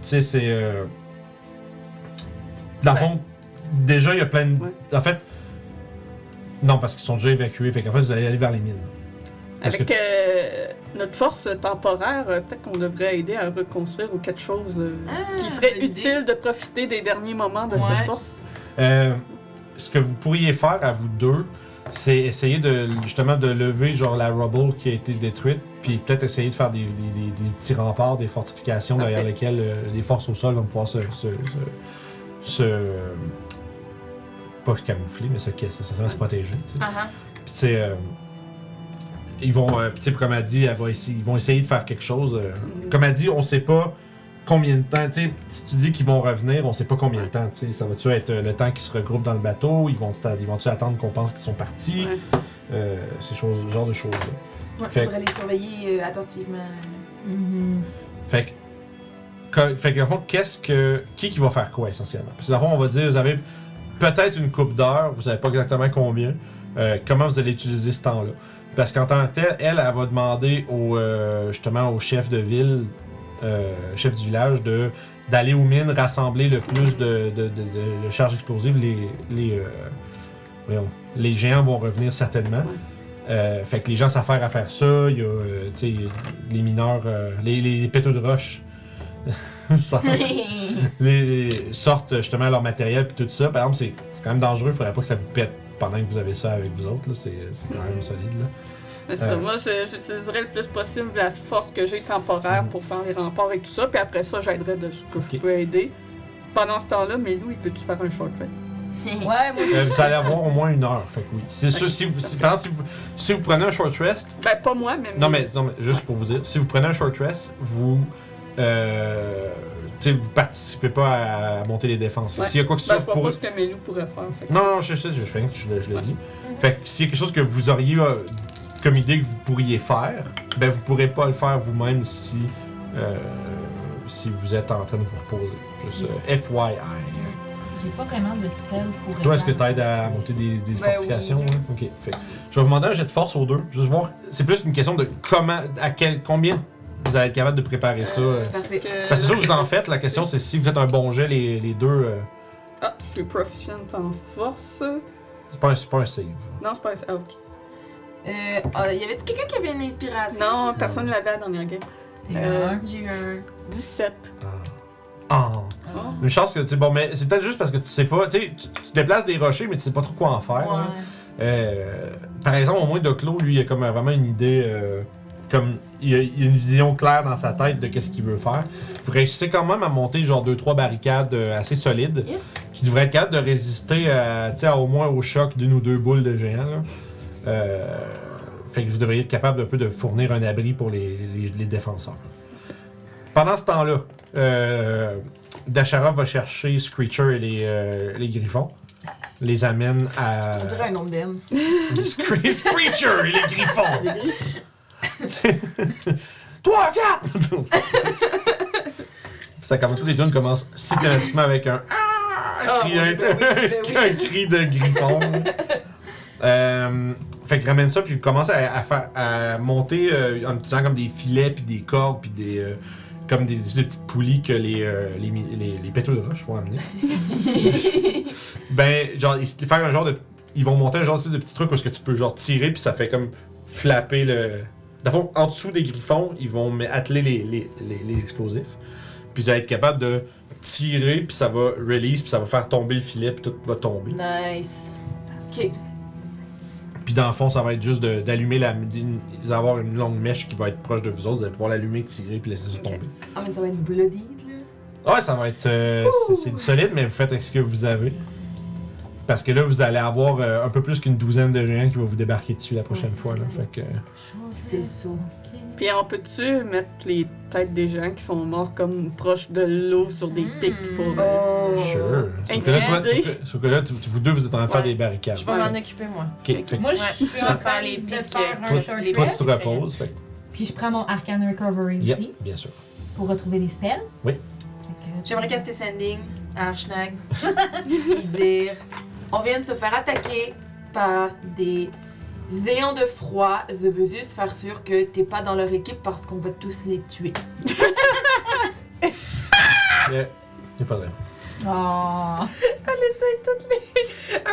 sais, c'est. euh, dans le fond, déjà, il y a plein de.
Ouais.
En fait. Non, parce qu'ils sont déjà évacués. Fait qu'en fait, vous allez aller vers les mines. Parce
Avec euh, notre force temporaire, euh, peut-être qu'on devrait aider à reconstruire ou quelque chose euh, qui serait
bonne idée.
utile de profiter des derniers moments de
Ouais.
cette force.
Euh, ce que vous pourriez faire à vous deux, c'est essayer de justement de lever genre la rubble qui a été détruite, puis peut-être essayer de faire des, des- des- des petits remparts, des fortifications derrière
Parfait.
lesquelles euh, les forces au sol vont pouvoir se, se, se- se- euh, pas se camoufler, mais se, se, se- se protéger. tu sais. Puis, tu sais, euh, ils vont, euh, puis, tu sais, comme elle dit, elle va essayer- ils vont essayer de faire quelque chose. euh, Comme elle dit, on sait pas combien de temps, tu sais, si tu dis qu'ils vont revenir, on sait pas combien de temps, tu sais. Ça va-tu être euh, le temps qu'ils se regroupent dans le bateau? Ils vont-tu ils vont attendre qu'on pense qu'ils sont partis?
Ouais.
Euh, ces choses, ce genre de choses-là.
Ouais,
Fait-
faudrait les surveiller euh, attentivement.
Fait que, que- fait que, dans le fond, qu'est-ce que, qui qui va faire quoi, essentiellement? Parce que, dans le fond, on va dire, vous avez peut-être une coupe d'heure, vous savez pas exactement combien, euh, comment vous allez utiliser ce temps-là. Parce qu'en tant que tel, elle, elle va demander au, euh, justement au chef de ville, euh, chef du village, de d'aller aux mines rassembler le plus de, de- de- de- de charges explosives. Les, les, euh, voyons, les géants vont revenir certainement. Euh, fait que les gens s'affairent à faire ça. Il y a euh, tu sais, les mineurs, euh, les, les, les pétaux de roche. Ça- les, les- sortent justement leur matériel puis tout ça. Par exemple, c'est c'est quand même dangereux, faudrait pas que ça vous pète pendant que vous avez ça avec vous autres. là. C'est c'est quand même solide. Là.
C'est ça.
Euh.
Moi, je- j'utiliserai le plus possible la force que j'ai temporaire
Mhm.
pour faire les remparts et tout ça, puis après ça, j'aiderai de ce que
Ok.
je peux aider. Pendant ce temps-là, mais Lou, il peut-tu faire un short rest?
Ouais, moi,
Euh, vous allez avoir au moins une heure. Fait que oui. C'est sûr, si vous, si, par exemple, si vous, si vous prenez un short rest,
Ben, pas moi, mais...
non mais, non, mais juste pour vous dire, si vous prenez un short rest, vous. Euh, tu sais, vous participez pas à monter les défenses. Fait que
Ouais.
S'il y a quoi que ce
Ben, je
soit,
vois
pour
pas ce que Melou pourrait faire. fait que-
Non, non, je sais, je fais rien que je, le- je le
Ouais.
dis. Fait que s'il y a quelque chose que vous auriez euh, comme idée que vous pourriez faire, ben vous pourrez pas le faire vous-même si, euh, si vous êtes en train de vous reposer. Juste euh,
Mm.
FYI.
j'ai pas vraiment de spell pour.
hein. Toi, est-ce que
aider.
t'aides à monter des, des
Ben
fortifications?
oui.
hein? Ok. Fait que je vais vous demander un jet de force aux deux. Juste voir. C'est plus une question de comment, à quel, combien vous allez être capable de préparer ça. euh.
Parfait.
Fait
Parce
que-
que c'est sûr que vous en faites. La question, c'est si vous faites un bon jet, les, les deux. euh,
Ah, je suis proficient en force.
c'est pas, un- c'est pas un save.
Non, c'est pas... Ah, ok.
Euh, ah, y avait-tu quelqu'un qui avait une inspiration?
Non,
Ah.
Euh.
personne ne l'avait à la dernière game.
C'est
Euh,
un.
J'ai eu un.
17.
Ah. Ah. Une chance que, tu sais, bon, mais c'est peut-être juste parce que tu sais pas, tu sais, tu tu déplaces des rochers, mais tu sais pas trop quoi en faire. là. Euh, par exemple, au moins, Doclo, lui, il a comme euh, vraiment une idée, euh, comme, il a, il a une vision claire dans sa tête de qu'est-ce qu'il veut faire. Vous réussissez quand même à monter, genre, deux, trois barricades euh, assez solides,
Yes.
qui devraient être capables de résister, à, tu sais, au moins au choc d'une ou deux boules de géant, là. Euh, fait que vous devriez être capable un peu de fournir un abri pour les, les- les défenseurs. Pendant ce temps-là, euh, Dasharov va chercher Screecher et les, euh, les griffons, les amène à...
On dirait un nom de Ben.
Scree- Screecher et les griffons. Toi, regarde! Ça commence, les tunes commencent systématiquement avec un
Ah,
cri,
mon
un,
Dieu, ben oui, ben oui.
un cri de griffon. Euh, fait que ramène ça, puis commence à, à fa- à monter euh, en utilisant comme des filets, puis des cordes, puis des. euh, comme des, des petites poulies que les, euh, les, mi- les, les pétaux de roche vont amener. ben, genre, ils, faire un genre de. Ils vont monter un genre d'espèce de petit truc où est-ce que tu peux genre tirer, puis ça fait comme flapper le. Dans le fond, en dessous des griffons, ils vont me- atteler les, les, les, les explosifs. Puis vous allez être capable de tirer, puis ça va release, puis ça va faire tomber le filet, puis tout va tomber.
Nice.
Puis dans le fond, ça va être juste de- d'allumer la. d'une- Vous allez avoir une longue mèche qui va être proche de vous autres, vous allez pouvoir l'allumer, tirer, puis laisser ça tomber.
Ah, mais ça va être bloody, là.
Ouais, ça va être. euh, c'est- c'est du solide, mais vous faites avec ce que vous avez. Parce que là, vous allez avoir euh, un peu plus qu'une douzaine de géants qui vont vous débarquer dessus la prochaine fois. Là. Fait que,
C'est ça.
Puis on peut-tu mettre les têtes des gens qui sont morts comme proches de l'eau sur des pics pour. euh,
Oh.
sure. Sauf que là, toi,
Intimidé.
sauf que- sauf que là, tu- tu- vous deux, vous êtes en train de faire des barricades.
Je vais m'en occuper, moi.
Ok, fait que
Moi,
Ouais,
je
je
suis
vais
en
faire
train
les
de
pics,
faire
euh,
un
toi,
sur les
short
toi,
pics.
tu te reposes. Fait que-
Puis je prends mon Arcane Recovery
yep,
ici
bien sûr.
pour retrouver des spells.
Oui.
Fait que-
J'aimerais caster Sending à Archnag puis dire On vient de se faire attaquer par des géants de froid. Je veux juste faire sûr que t'es pas dans leur équipe parce qu'on va tous les tuer.
Yeah. Y a pas de problème.
Oh.
un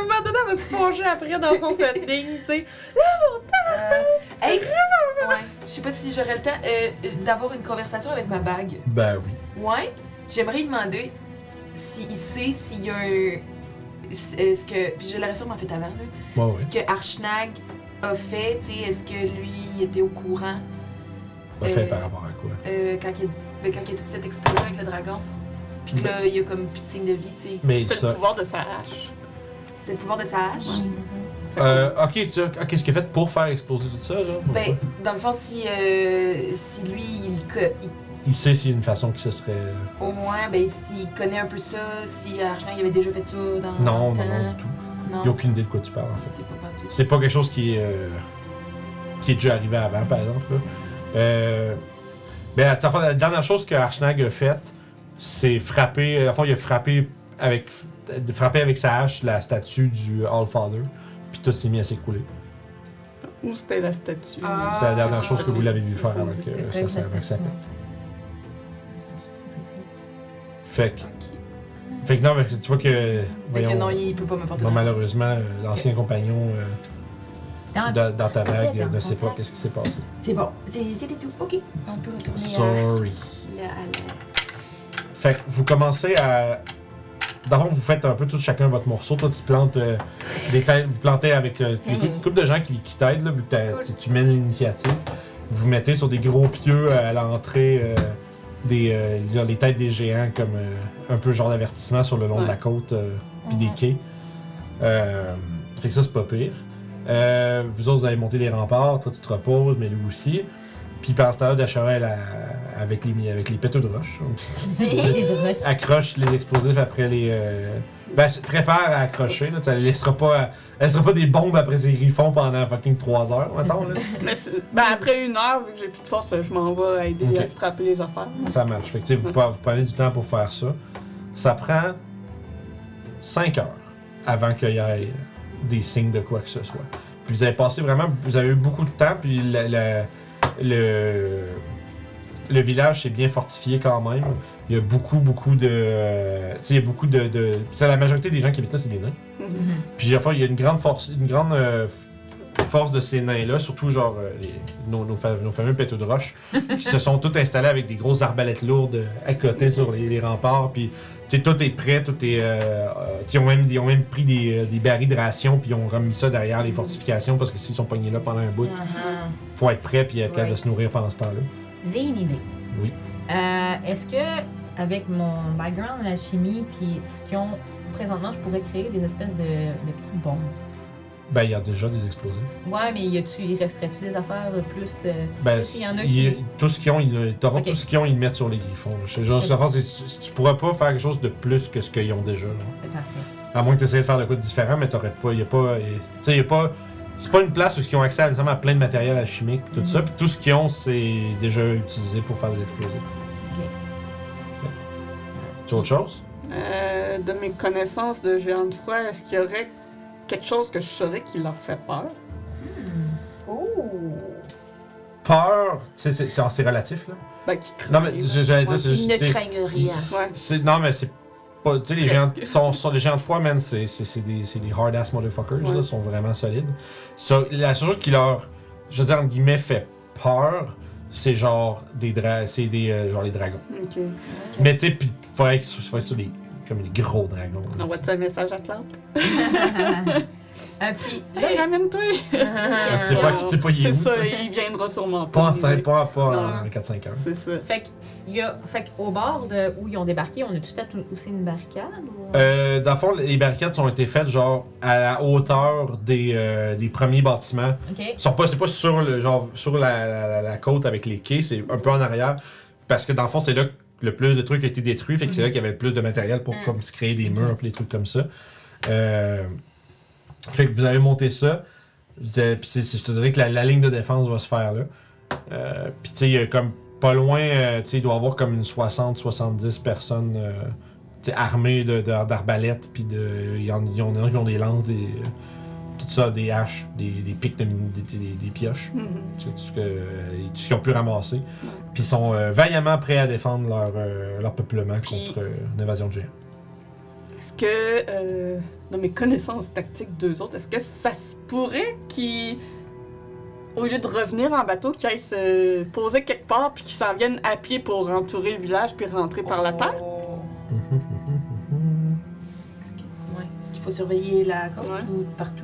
moment donné, elle va se plonger après dans son setting, tu sais.
Euh, hey, ouais. Je sais pas si j'aurai le temps euh, d'avoir une conversation avec ma bague.
Ben oui.
Ouais, j'aimerais lui demander s'il sait s'il y a un. si- euh, ce que. Puis je l'aurais sûrement fait avant, là.
Ouais,
Ce
ouais.
que Archnag a fait, tu sais, est-ce que lui il était au courant
Pas fait
euh,
par rapport à quoi.
euh, quand, il a, ben, quand il a tout fait exploser avec le dragon? Puis que là,
Ben.
il y a comme plus de signe de vie, tu sais.
Mais
C'est le
ça.
pouvoir de sa hache.
C'est le pouvoir de sa hache.
Euh, ok, tu ok, ce qu'il a fait pour faire exploser tout ça, là.
Ben, dans le fond, si, euh, si lui, il, co- il-
Il sait s'il y a une façon que ce serait. euh,
au moins, ben, s'il connaît un peu ça, si Archnag il avait déjà fait ça dans.
Non, non,
le temps.
non, du tout.
non.
Il a aucune idée de quoi tu parles, en fait.
C'est pas partout.
C'est pas quelque chose qui est, euh, qui est déjà arrivé avant, par exemple. là. Euh, ben, à- enfin, la dernière chose que Archnag a faite, c'est frapper. euh, En fond, il a frappé avec, de frapper avec sa hache la statue du Allfather, puis tout s'est mis à s'écrouler.
Ou c'était la statue.
Ah.
C'est la dernière chose que vous l'avez vu faire
C'est
avant que
peut-être
ça, ça-
la
avant que ça
station.
pète. Fait que,
Ok.
fait que non, mais tu vois que.
Fait que
voyons,
non, il peut pas m'apporter
non,
de réponse.
malheureusement, euh, l'ancien compagnon euh,
Dans-
dans, dans ta
ça fait
vague
dans
ne
le
sait pas
contact.
qu'est-ce qui s'est passé.
C'est bon, C'est- c'était tout. Ok, on peut retourner à-
Sorry.
à, à la-
Fait que vous commencez à. D'abord, vous faites un peu tout chacun votre morceau. Toi, tu plantes euh, des têtes- vous plantez avec euh, une cou- couple de gens qui, qui t'aident, là, vu que t'as- tu, tu mènes l'initiative. Vous vous mettez sur des gros pieux à l'entrée euh, des euh, genre les têtes des géants, comme euh, un peu genre d'avertissement sur le long de la côte, euh, puis des quais. Euh, fait que ça, c'est pas pire. Euh, vous autres, vous allez monter les remparts. Toi, tu te reposes, mais lui aussi. Puis pendant ce temps-là, Dacharel, à- avec les, avec les péteux de roche,
Des broches.
accroche les explosifs après les. euh, Ben, se prépare à accrocher, là. Elle laissera pas, elle laissera pas des bombes après ses griffons pendant fucking 3 heures, mettons, là.
Mais c'est- ben, après une heure, vu que j'ai plus de force, je m'en vais aider
Ok.
à strapper les affaires.
Ça marche. Fait que, tu sais, vous, pa- vous prenez du temps pour faire ça. Ça prend 5 heures avant qu'il y ait des signes de quoi que ce soit. Puis vous avez passé vraiment, vous avez eu beaucoup de temps, puis la- la- le, le village s'est bien fortifié quand même. Il y a beaucoup, beaucoup de. euh, tu sais, il y a beaucoup de. de- c'est la majorité des gens qui habitent là, c'est des nains.
Mhm.
Puis, à la fois, il y a une grande force, une grande euh, f- force de ces nains-là, surtout genre euh, les- nos, nos fa- nos fameux péteux de roche, qui se sont tous installés avec des grosses arbalètes lourdes à côté sur les, les remparts. Puis, tu sais, tout est prêt, tout est. euh, euh, tu sais, ils, ont même, ils ont même pris des, euh, des barils de ration, puis ils ont remis ça derrière les fortifications parce que s'ils sont pognés là pendant un bout, faut être prêt, puis être capable de se nourrir pendant ce temps-là.
J'ai une idée.
Oui.
Euh, Est-ce que, avec mon background en alchimie, puis ce qu'ils ont présentement, je pourrais créer des espèces de, de petites bombes?
Ben, il y a déjà des explosifs.
Ouais, mais y a-tu, il resterait-tu des affaires de plus. euh,
Ben,
Tu sais, il y en a
il-
qui-
tout ce qu'ils ont, ils le- t'as vraiment
Ok.
tout ce qu'ils ont, ils le mettent sur les griffons. là. Je sais, genre,
Ok.
la force, c'est- tu, tu pourrais pas faire quelque chose de plus que ce qu'ils ont déjà. là.
C'est parfait.
À moins que tu essaies de faire de quoi de différent, mais t'aurais pas. Y a pas. y- Tu sais, y a pas. C'est pas une place où ils ont accès à, nécessairement à plein de matériel alchimique pis tout ça.
Mhm.
Puis tout ce qu'ils ont, c'est déjà utilisé pour faire des explosifs. Ouais. Tu as autre chose?
Euh, de mes connaissances de géants de froid, est-ce qu'il y aurait quelque chose que je saurais qui leur fait peur?
Peur, tu sais, c'est- c'est c'est relatif, là.
Ben, qui craint.
Non, mais je- j'allais dire,
Ouais.
c'est juste.
Ils ne
tu sais,
craignent rien.
Ouais.
C'est- Non, mais c'est pas. Tu sais, les gens,
Presque.
sont, sont- les gens de foi, man, c'est c'est- c'est des, c'est des hard-ass motherfuckers,
Ouais.
là, sont vraiment solides. Ça, la seule chose qui leur, je veux dire, entre guillemets, fait peur, c'est genre des, dra c'est des, euh, genre les dragons.
Ok.
Mais tu sais, pis faudrait qu'ils soient sur des. comme des gros dragons. là.
On voit-tu un message à Claude?
Euh, puis,
Hey, ramène-toi!
Ah, tu sais pas, tu sais pas, il est
C'est
où,
ça,
tu sais.
il viendra sûrement
Pas
pas.
en cinq- pas, pas
Non.
en 4-5 heures.
C'est ça.
fait que, y a, fait qu'au bord de, où ils ont débarqué, on a-tu fait une- aussi une barricade? Ou...
Euh, dans le fond, les barricades ont été faites genre à la hauteur des, euh, des premiers bâtiments
Ok.
Ils sont pas, c'est pas sur le genre sur la, la- la- la côte avec les quais, c'est un peu en arrière. Parce que dans le fond, c'est là que le plus de trucs a été détruit, fait que c'est là qu'il y avait le plus de matériel pour comme se créer des murs pis des trucs comme ça. Euh, fait que vous avez monté ça. Vous avez- puis c'est- c'est- je te dirais que la, la ligne de défense va se faire là. Euh, puis tu sais, il y a comme pas loin, euh, tu sais, il doit y avoir comme une 60-70 personnes euh, tu sais, armées de- de- d'arbalètes, puis de. Il y en il y en a qui ont des lances, des tout ça, des haches, des, des pics, de mine- des, des- des pioches,
Mhm.
tout ce que- euh, tout ce qu'ils ont pu ramasser. Puis ils sont euh, vaillamment prêts à défendre leur, euh, leur peuplement
Puis-
contre euh, une invasion de géants.
Est-ce que, euh, dans mes connaissances tactiques d'eux autres, est-ce que ça se pourrait qu'ils, au lieu de revenir en bateau, qu'ils aillent se poser quelque part puis qu'ils s'en viennent à pied pour entourer le village puis rentrer par la terre?
Mhm.
Est-ce que- ouais. Est-ce qu'il faut surveiller la côte
Ouais.
ou partout?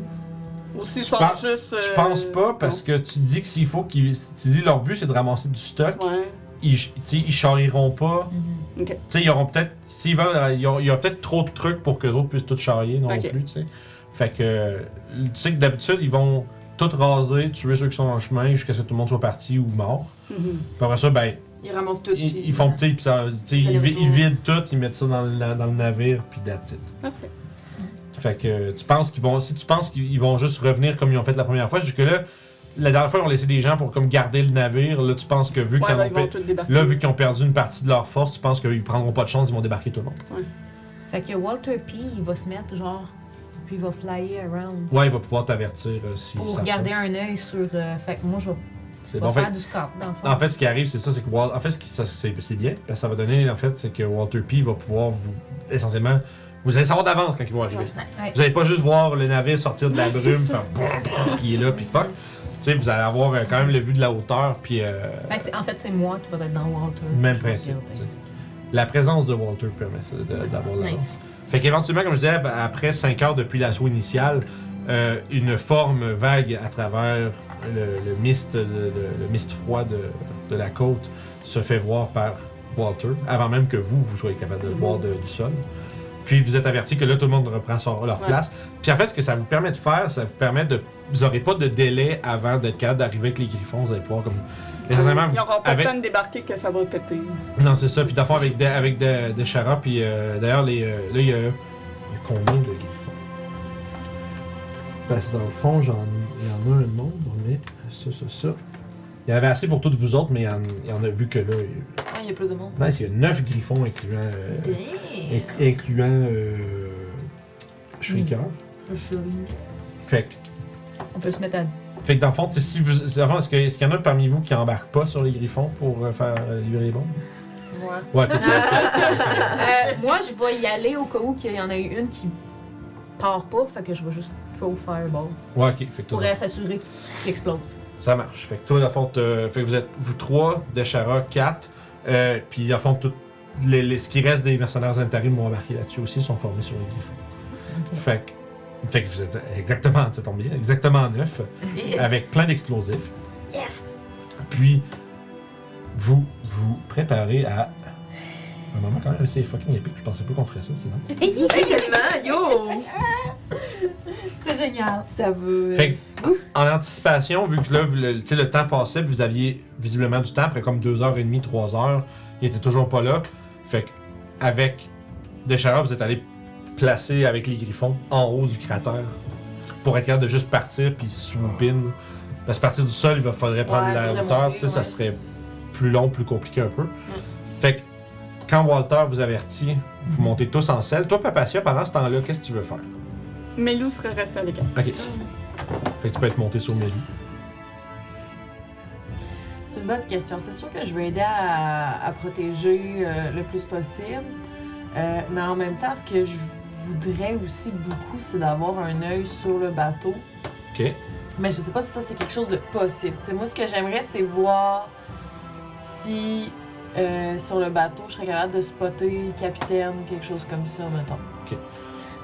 Ou s'ils
Tu
sont
penses-
juste. euh,
Tu penses pas parce que tu dis que s'il faut qu'ils. Tu dis leur but c'est de ramasser du stock.
Ouais.
Ils, tu sais, ils charrieront pas.
Mhm. Ok.
Tu sais, ils auront peut-être. S'ils veulent. euh, ils auront- Il y aura peut-être trop de trucs pour que les autres puissent tout charrier non
Ok.
plus, tu sais. Fait que. euh, Tu sais que d'habitude, ils vont tout raser, tuer ceux qui sont dans le chemin jusqu'à ce que tout le monde soit parti ou mort.
Mhm.
Puis après ça, ben,
Ils ramassent tout.
Ils,
puis-
ils font petit, puis ça, tu sais, ils, vi-
allers-retours.
ils vident tout, ils mettent ça dans le, dans le navire, puis that's it.
Parfait.
Fait que tu penses qu'ils vont, si tu penses qu'ils ils vont juste revenir comme ils ont fait la première fois, jusque là, la dernière fois ils ont laissé des gens pour comme garder le navire, là tu penses que vu
Ouais,
qu'ils
là,
ont
ben, ils vont
per-
tous débarquer.
là vu qu'ils ont perdu une partie de leur force, tu penses qu'ils prendront pas de chance, ils vont débarquer tout le monde.
Fait que Walter P, il va se mettre genre, puis il va flyer around
Ouais, il va pouvoir t'avertir euh, si
pour
ça
garder
approche.
un œil sur. euh, fait que moi, je vais,
C'est
je vais
bon, fait-
faire du scope dans le fond.
En fait, ce qui arrive, c'est ça, c'est que Wal- en fait, ce qui- ça, c'est c'est bien, parce que ça va donner, en fait, c'est que Walter P va pouvoir vous, essentiellement, vous allez savoir d'avance quand ils vont arriver.
Ouais.
Vous allez pas juste voir le navire sortir de la brume, faire brrr, brrr, qui est là, puis fuck. Tu sais, vous allez avoir euh, quand même le vue de la hauteur, puis euh,
Ben, c'est- en fait, c'est moi qui va être dans Walter.
même
Je vais
principe.
regarder.
tu sais. La présence de Walter permet ça, de- d'avoir l'avance.
Nice.
Fait qu'éventuellement, comme je disais, après 5 heures depuis l'assaut initial, euh, une forme vague à travers le, le mist, de- de- le mist froid de, de la côte se fait voir par Walter, avant même que vous, vous soyez capable de le voir de- du sol. Puis vous êtes averti que là, tout le monde reprend son- leur
Ouais.
place. Puis en fait, ce que ça vous permet de faire, ça vous permet de... Vous n'aurez pas de délai avant d'être capable d'arriver avec les griffons, vous allez pouvoir comme... Essentiellement,
Ah Ils n'auront pas
avec-
le temps de débarquer que ça va péter.
non, c'est ça. Puis d'abord avec des avec des des charas, puis euh, d'ailleurs, les, euh, là, il y, a il y a combien de griffons? Parce que dans le fond, j'en il y en a un nombre, mais ça, ça, ça. Il y en avait assez pour toutes vous autres, mais il y en, il y en a vu que là. il-
Ah, il y a plus de monde.
Nice, il y a 9 griffons, incluant. euh,
Damn.
inc- incluant. Euh, Shrieker.
Mm.
Fait que
On peut se mettre à.
fait que dans le fond, tu sais, si vous, dans le fond, est-ce que- est-ce qu'il y en a parmi vous qui embarquent pas sur les griffons pour euh, faire euh, livrer les bombes?
Moi.
Ouais, écoute, ça,
Euh, moi, je vais y aller au cas où qu'il y en a eu une qui part pas, fait que je vais juste throw fireball.
Ouais, ok. Fait que toi,
Pour euh, s'assurer qu'il explose.
ça marche. Fait que toi, dans le fond, t'as- fait que vous êtes vous trois, Deshara, quatre. Euh, puis, dans le fond, tout les, les- ce qui reste des mercenaires Zentari m'ont remarqué là-dessus aussi, ils sont formés sur les griffons. Fait que, fait que vous êtes exactement, ça tombe bien, exactement neuf, avec plein d'explosifs.
Yes!
Puis, vous vous préparez à. Un moment quand même assez fucking épique, je pensais pas qu'on ferait ça, sinon.
Hey, tellement, yo!
C'est génial.
Ça veut.
Fait que, en anticipation, vu que là, vous- le, tu sais, le temps passait, puis vous aviez visiblement du temps, après comme 2h30, 3h, il était toujours pas là. Fait que, avec Deschara, vous êtes allé placer avec les griffons en haut du cratère pour être capable de juste partir puis swoop in. Parce que partir du sol, il va- faudrait prendre
Ouais,
la
faudrait
hauteur,
monter,
tu sais, ça
ouais.
serait plus long, plus compliqué un peu. Fait que, quand Walter vous avertit, vous montez tous en selle. Toi, Papacia, pendant ce temps-là, qu'est-ce que tu veux faire?
Melou serait resté avec elle.
Ok. Fait que tu peux être monté sur Mélie.
C'est une bonne question. C'est sûr que je vais aider à, à protéger euh, le plus possible. Euh, mais en même temps, ce que je voudrais aussi beaucoup, c'est d'avoir un œil sur le bateau.
Ok.
Mais je sais pas si ça, c'est quelque chose de possible. Tu sais, moi, ce que j'aimerais, c'est voir si euh, sur le bateau, je serais capable de spotter le capitaine ou quelque chose comme ça, mettons.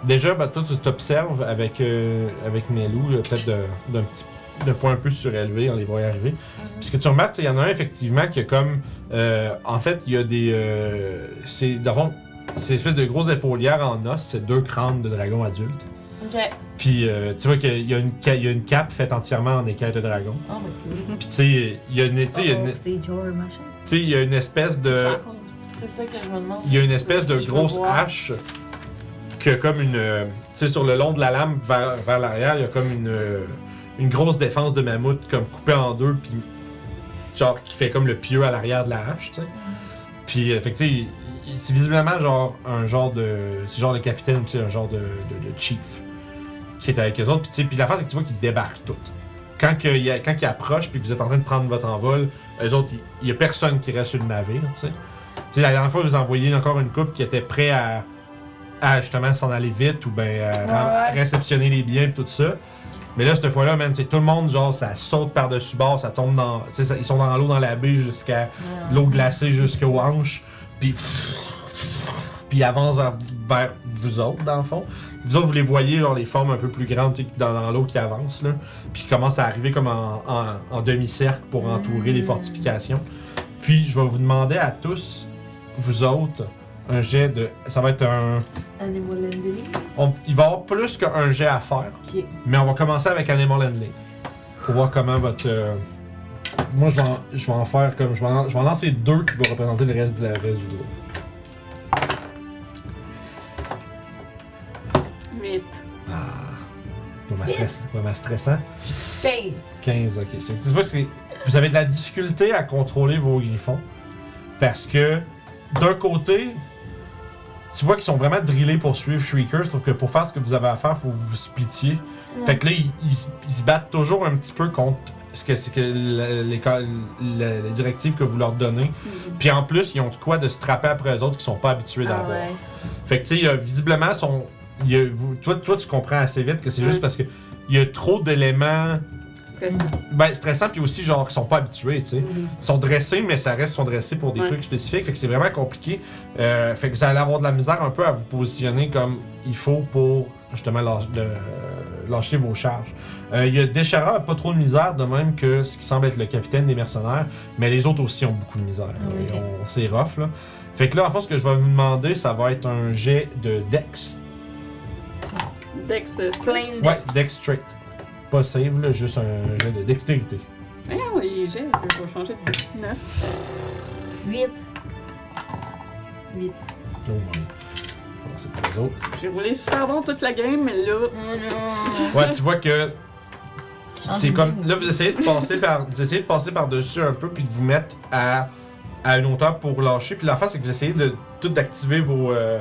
Déjà, ben, toi, tu t'observes avec, euh, avec Melou, là, peut-être d'un d'un petit d'un point un peu surélevé en les voyant arriver.
Mhm.
Puis ce que tu remarques, c'est qu'il y en a un effectivement qui a comme. euh, en fait, il y a des. euh, c'est. Dans le fond, c'est une espèce de grosse épaulière en os, c'est deux crânes de dragon adulte.
Ok.
Puis euh, tu vois qu'il y, a une ca- il y a une cape faite entièrement en écailles de dragon.
Oh, my God.
Puis tu sais, il y a une, tu sais, il y a une-
Oh,
tu
C'est Jor, machin.
sais, il y a une espèce de.
C'est ça que je me demande.
Il y a une espèce de
Je veux
grosse
voir.
hache qui a comme une. euh, Tu sais, sur le long de la lame vers, vers l'arrière, il y a comme une, euh, une grosse défense de mammouth, comme coupée en deux, puis genre qui fait comme le pieu à l'arrière de la hache, tu sais. Puis, euh, fait que, tu sais, il- il- c'est visiblement genre un genre de. C'est genre de capitaine, tu sais, un genre de, de- de chief qui est avec eux autres. Puis, tu sais, puis l'affaire, c'est que tu vois qu'ils débarquent toutes. Quand, que, il y a- quand ils approchent, puis que vous êtes en train de prendre votre envol, eux autres, il- il n'y a personne qui reste sur le navire, tu sais. Tu sais, la dernière fois, vous envoyez encore une coupe qui était prêt à, à justement s'en aller vite ou bien à réceptionner les biens et tout ça. Mais là, cette fois-là, man, c'est tout le monde, genre, ça saute par-dessus bord, ça tombe dans. tu sais, ça- ils sont dans l'eau dans la baie jusqu'à. l'eau glacée jusqu'aux hanches, puis. Puis ils avancent vers, vers vous autres, dans le fond. Vous autres, vous les voyez, genre, les formes un peu plus grandes, tu sais, dans, dans l'eau qui avancent, là. Puis ils commencent à arriver comme en, en- en demi-cercle pour entourer les fortifications. Puis je vais vous demander à tous, vous autres, un jet de. Ça va être un.
Animal handling.
on- il va y avoir plus qu'un jet à faire.
Ok.
Mais on va commencer avec Animal Handling. Pour voir comment votre. euh, Moi, je vais, en, je vais en faire comme. Je vais en, je vais en lancer deux qui vont représenter le reste, de la, reste du groupe.
8.
Ah. Pas ma, stress, pas ma stressant.
15.
15, ok. C'est- Tu vois, c'est- vous avez de la difficulté à contrôler vos griffons. Parce que, d'un côté, tu vois qu'ils sont vraiment drillés pour suivre Shrieker, sauf que pour faire ce que vous avez à faire, faut que vous vous splittiez. Fait que là, ils, ils s- ils se battent toujours un petit peu contre ce que c'est que la- les, ca- la- les directives que vous leur donnez. Puis en plus, ils ont de quoi de se trapper après eux autres qui sont pas habitués
Ah
d'avoir. Fait que tu sais, il y a visiblement son. il y a- vous- toi, toi, tu comprends assez vite que c'est juste parce que il y a trop d'éléments
Stressant.
ben, stressants, puis aussi, genre, qui sont pas habitués, tu sais. Ils sont dressés, mais ça reste, ils sont dressés pour des
Ouais.
trucs spécifiques. Fait que c'est vraiment compliqué. Euh, fait que vous allez avoir de la misère un peu à vous positionner comme il faut pour, justement, lâ- de- euh, lâcher vos charges. Euh, Il y a Deschara a pas trop de misère, de même que ce qui semble être le capitaine des mercenaires, mais les autres aussi ont beaucoup de misère. Ils ont- C'est rough, là. Fait que là, en fait, ce que je vais vous demander, ça va être un jet de Dex.
Dex. euh, strength.
Plein de.
Ouais, Dex straight. Pas save, là, juste un jet de dextérité.
Ah oui, j'ai. Je vais changer de 9.
8.
8.
Oh, ouais. Commencer par les autres.
J'ai roulé super bon toute la game, mais là.
Ouais, tu vois que c'est
Ah,
comme là vous essayez de passer par vous essayez de passer par-dessus un peu puis de vous mettre à, à une hauteur pour lâcher puis l'affaire c'est que vous essayez de tout d'activer vos euh,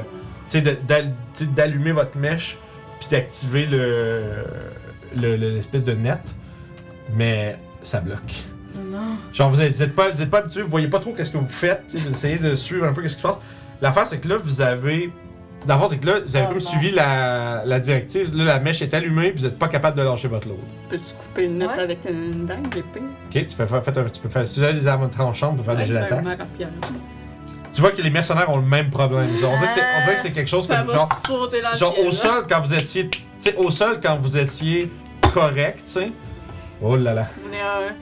tu sais de- d'al- tu sais, d'allumer votre mèche puis d'activer le le- le- l'espèce de net mais ça bloque.
Non.
Genre, vous êtes, vous êtes pas, vous êtes pas habitué, vous voyez pas trop qu'est-ce que vous faites, tu sais, vous essayez de suivre un peu qu'est-ce qui se passe. L'affaire, c'est que là, vous avez Dans le fond, c'est que là, vous avez
Oh
Ah,
comme
non.
suivi la, la directive. Là, la mèche est allumée, puis vous n'êtes pas capable de lâcher votre load.
Peux-tu couper une note
Ouais.
avec une dingue, l'épée?
Ok, tu, fais, fa- faites un, tu peux faire. Si vous avez des armes tranchantes, vous pouvez faire des jets
Avec un
d'attaque.
maire à pierre.
Tu vois que les mercenaires ont le même problème. Ils ont- On dirait que c'est- on dirait que c'est quelque chose
Ça
comme genre.
va sauter dans le
Genre
ciel, hein?
au
là.
sol quand vous étiez. tu sais, au sol quand vous étiez correct, tu sais. Oh là là.
hein. On est à un.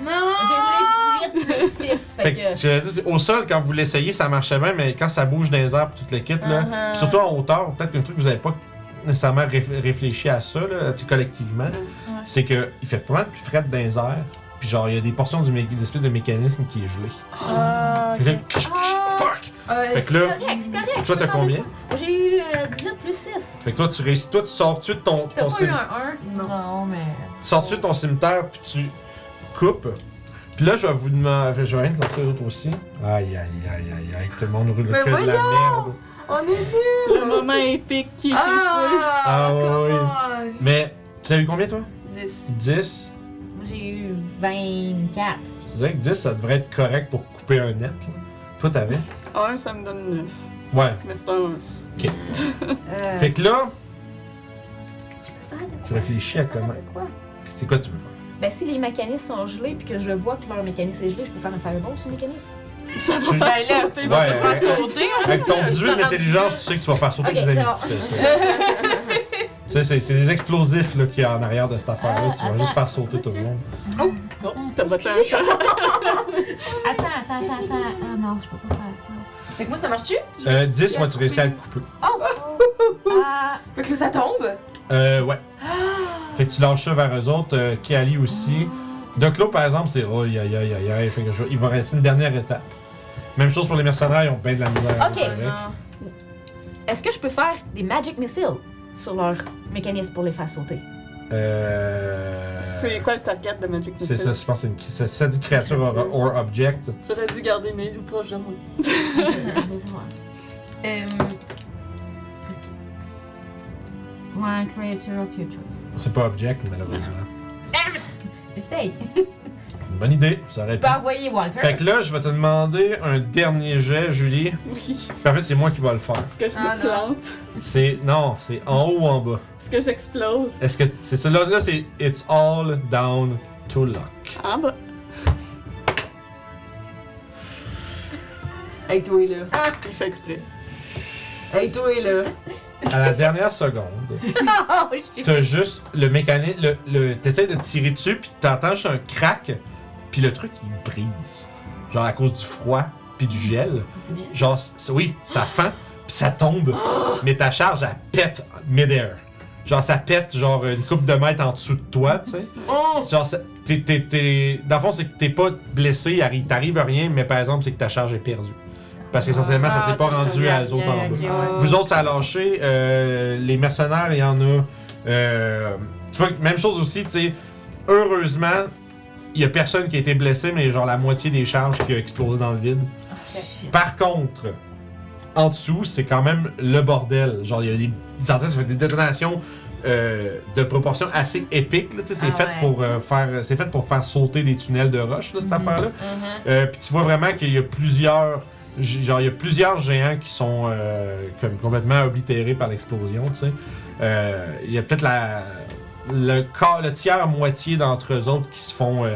J'ai roulé 18 plus 6.
Fait
Fait
que,
que.
j'allais dire, c'est- au sol, quand vous l'essayez, ça marchait bien, mais quand ça bouge dans les airs pour toute l'équipe, là,
Uh-huh.
puis surtout en hauteur, peut-être qu'un truc que vous n'avez pas nécessairement réf- réfléchi à ça, là, tu sais, collectivement,
Ah,
c'est que il fait pas mal plus fret dans les airs, puis genre, il y a des portions du mé- de l'espèce de mécanisme qui est gelé.
Ah,
Fait que là, tch, tch, fuck!
Ah
fait que là,
Correct, c'est correct.
toi, t'as combien?
J'ai eu euh, 18 plus 6.
Fait que toi, tu réussis, toi, tu sors tout de suite ton,
T'as
ton,
pas eu
cim-
un 1.
Non, mais.
tu sors dessus de ton cimetière, puis tu coupes. Puis là, je vais vous demander. Je vais rien te lancer les autres aussi. Aïe, aïe, aïe, aïe, aïe, tout le monde roule le
Mais
cul de la merde.
On est
Le moment épique qui est
Ah,
Ah, ouais,
come
Mais, tu as eu combien, toi
on. 10.
10.
J'ai eu 24.
Je dirais que 10, ça devrait être correct pour couper un net. là. Toi, t'avais
Ah, Un, ça me donne neuf.
Ouais.
Mais c'est un.
Euh,
Fait que là,
je peux faire de quoi?
je réfléchis à
Je peux faire
comment.
de quoi?
C'est quoi tu veux faire
Ben, si les mécanismes sont gelés puis que je vois que leur mécanisme est gelé, je peux faire un fireball sur le mécanisme.
Ça
Tu-
va faire sauter.
vas te faire
sauter,
Avec ton 18 d'intelligence, tu sais que tu vas faire sauter
Ok,
tes amis
c'est
si tu
bon.
fais ça. tu sais, c'est- c'est des explosifs là, qu'il y a en arrière de cette affaire-là.
Ah,
Tu vas
attends.
juste faire sauter tout le monde.
Bon, t'as voté un chat.
Attends, attends, attends, attends. Ah non, je peux pas faire ça.
Fait que moi, ça marche-tu?
Euh, 10, moi, tu réussis à le couper.
Oh! Ah,
Fait que là, ça tombe.
Euh, ouais. Fait que tu lâches ça vers eux autres, euh, Kali aussi. Doclo, par exemple, c'est oh, aïe aïe aïe aïe aïe. Fait que je- il va rester une dernière étape. Même chose pour les mercenaires, ils ont bien de la misère.
Ok.
avec.
est-ce que je peux faire des magic missiles sur leur mécanisme pour les faire sauter?
Euh.
C'est quoi le target de Magic
C'est
Missile?
ça, je pense que c'est une cri- ça, ça dit créature or,
Créature.
or object.
J'aurais dû garder mes loups proches de moi.
ouais,
Euh,
creature of futures.
C'est pas object, malheureusement.
Ah.
Tu sais,
Une bonne idée, ça aurait
je
pu.
peux envoyer Walter.
Fait que là, je vais te demander un dernier jet, Julie.
Oui.
Puis en fait, c'est moi qui vais le faire.
Est-ce que je
Ah,
me
non.
plante?
C'est. Non, c'est en haut ou en bas.
Est-ce que j'explose?
Est-ce que. C'est ça, là, là, c'est. It's all down to luck.
En bas.
Hey, toi, là.
Il fait exprès.
Hey, toi, là.
À la dernière seconde,
Oh, je suis-
t'as juste le mécanisme. Le, le, T'essayes de tirer dessus, puis t'entends juste un crack, puis le truc, il brise. Genre à cause du froid, puis du gel.
C'est bien.
Genre, c- oui, ça fend, puis ça tombe, mais ta charge, elle pète mid-air. Genre, ça pète, genre, une coupe de mètre en dessous de toi, tu sais.
Oh!
Genre, ça- t'es, t'es, t'es- Dans le fond, c'est que t'es pas blessé, il arrive- t'arrive à rien, mais par exemple, c'est que ta charge est perdue. Parce qu'essentiellement, Ah, ça s'est pas rendu à eux autres en bas. Vous autres, ça a lâché. euh, les mercenaires, il y en a. euh, tu vois, même chose aussi, tu sais. Heureusement, il y a personne qui a été blessé, mais genre la moitié des charges qui a explosé dans le vide. Ah, Par contre, en dessous, c'est quand même le bordel. Genre, il y a des. des artistes, ça fait des détonations euh, de proportions assez épiques. là. Tu sais, c'est
Ah
fait
ouais. Mhm,
pour euh, faire. C'est fait pour faire sauter des tunnels de roche, là, cette affaire-là. Euh, Puis tu vois vraiment qu'il y a plusieurs. g- Genre, il y a plusieurs géants qui sont euh, comme complètement oblitérés par l'explosion, tu sais. Euh, Il y a peut-être la. Le, quart- le tiers moitié d'entre eux autres qui se font euh,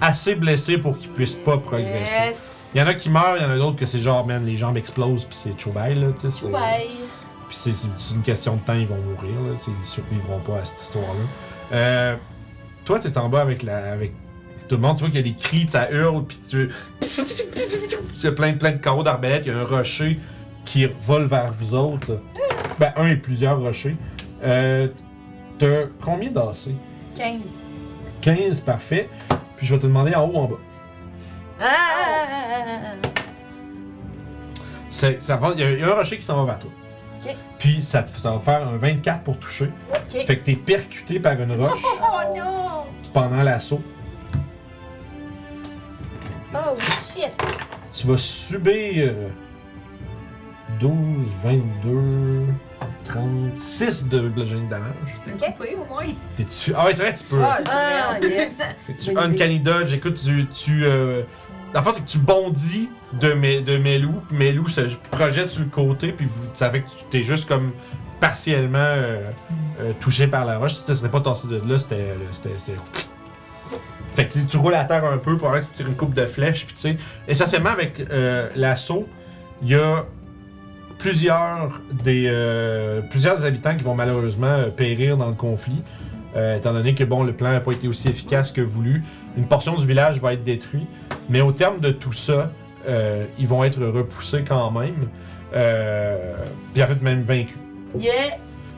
assez blessés pour qu'ils puissent pas progresser.
Yes.
Il y en a qui meurent, il y en a d'autres que c'est genre, man, les jambes explosent puis c'est choubaille, là, tu sais. c'est-
Bye.
Puis c'est- c'est c'est une question de temps, ils vont mourir, là, tu sais, ils survivront pas à cette histoire-là. Euh, toi, t'es en bas avec la, avec tout le monde, tu vois qu'il y a des cris, ça hurle, puis tu. Il y a plein, plein de carreaux d'arbalète, il y a un rocher qui vole vers vous autres. Ben, un et plusieurs rochers. Euh, T'as combien d'assez
15.
15, parfait. Puis je vais te demander en haut ou en bas.
Ah!
C'est- ça va- Il y, a- il y a un rocher qui s'en va vers toi.
Ok.
Puis ça, te- ça va faire un 24 pour toucher. Fait que t'es percuté par une roche
Oh non!
pendant l'assaut.
Oh shit!
Tu vas subir euh, 12, 22, 36 de bludgeoning damage.
Ok. Oui, au moins.
T'es tu Ah ouais, c'est vrai, tu peux.
Ah, yes.
Fait que tu uncanny dodge, écoute, tu, tu, euh, La force, c'est que tu bondis de mes, de mes loups, puis mes loups se projettent sur le côté, puis vous, ça fait que tu t'es juste comme partiellement euh, euh, touché par la roche. Si tu ne serais pas tossé de là, c'était. euh, c'était- c'est- Fait que tu, tu roules à terre un peu pour voir si tu tires une coupe de flèche, puis tu sais. Essentiellement, avec euh, l'assaut, il y a plusieurs des, euh, plusieurs des habitants qui vont malheureusement euh, périr dans le conflit. Euh, étant donné que bon, le plan n'a pas été aussi efficace que voulu, une portion du village va être détruite. Mais au terme de tout ça, euh, ils vont être repoussés quand même. Euh, puis en fait, même vaincus.
Yeah!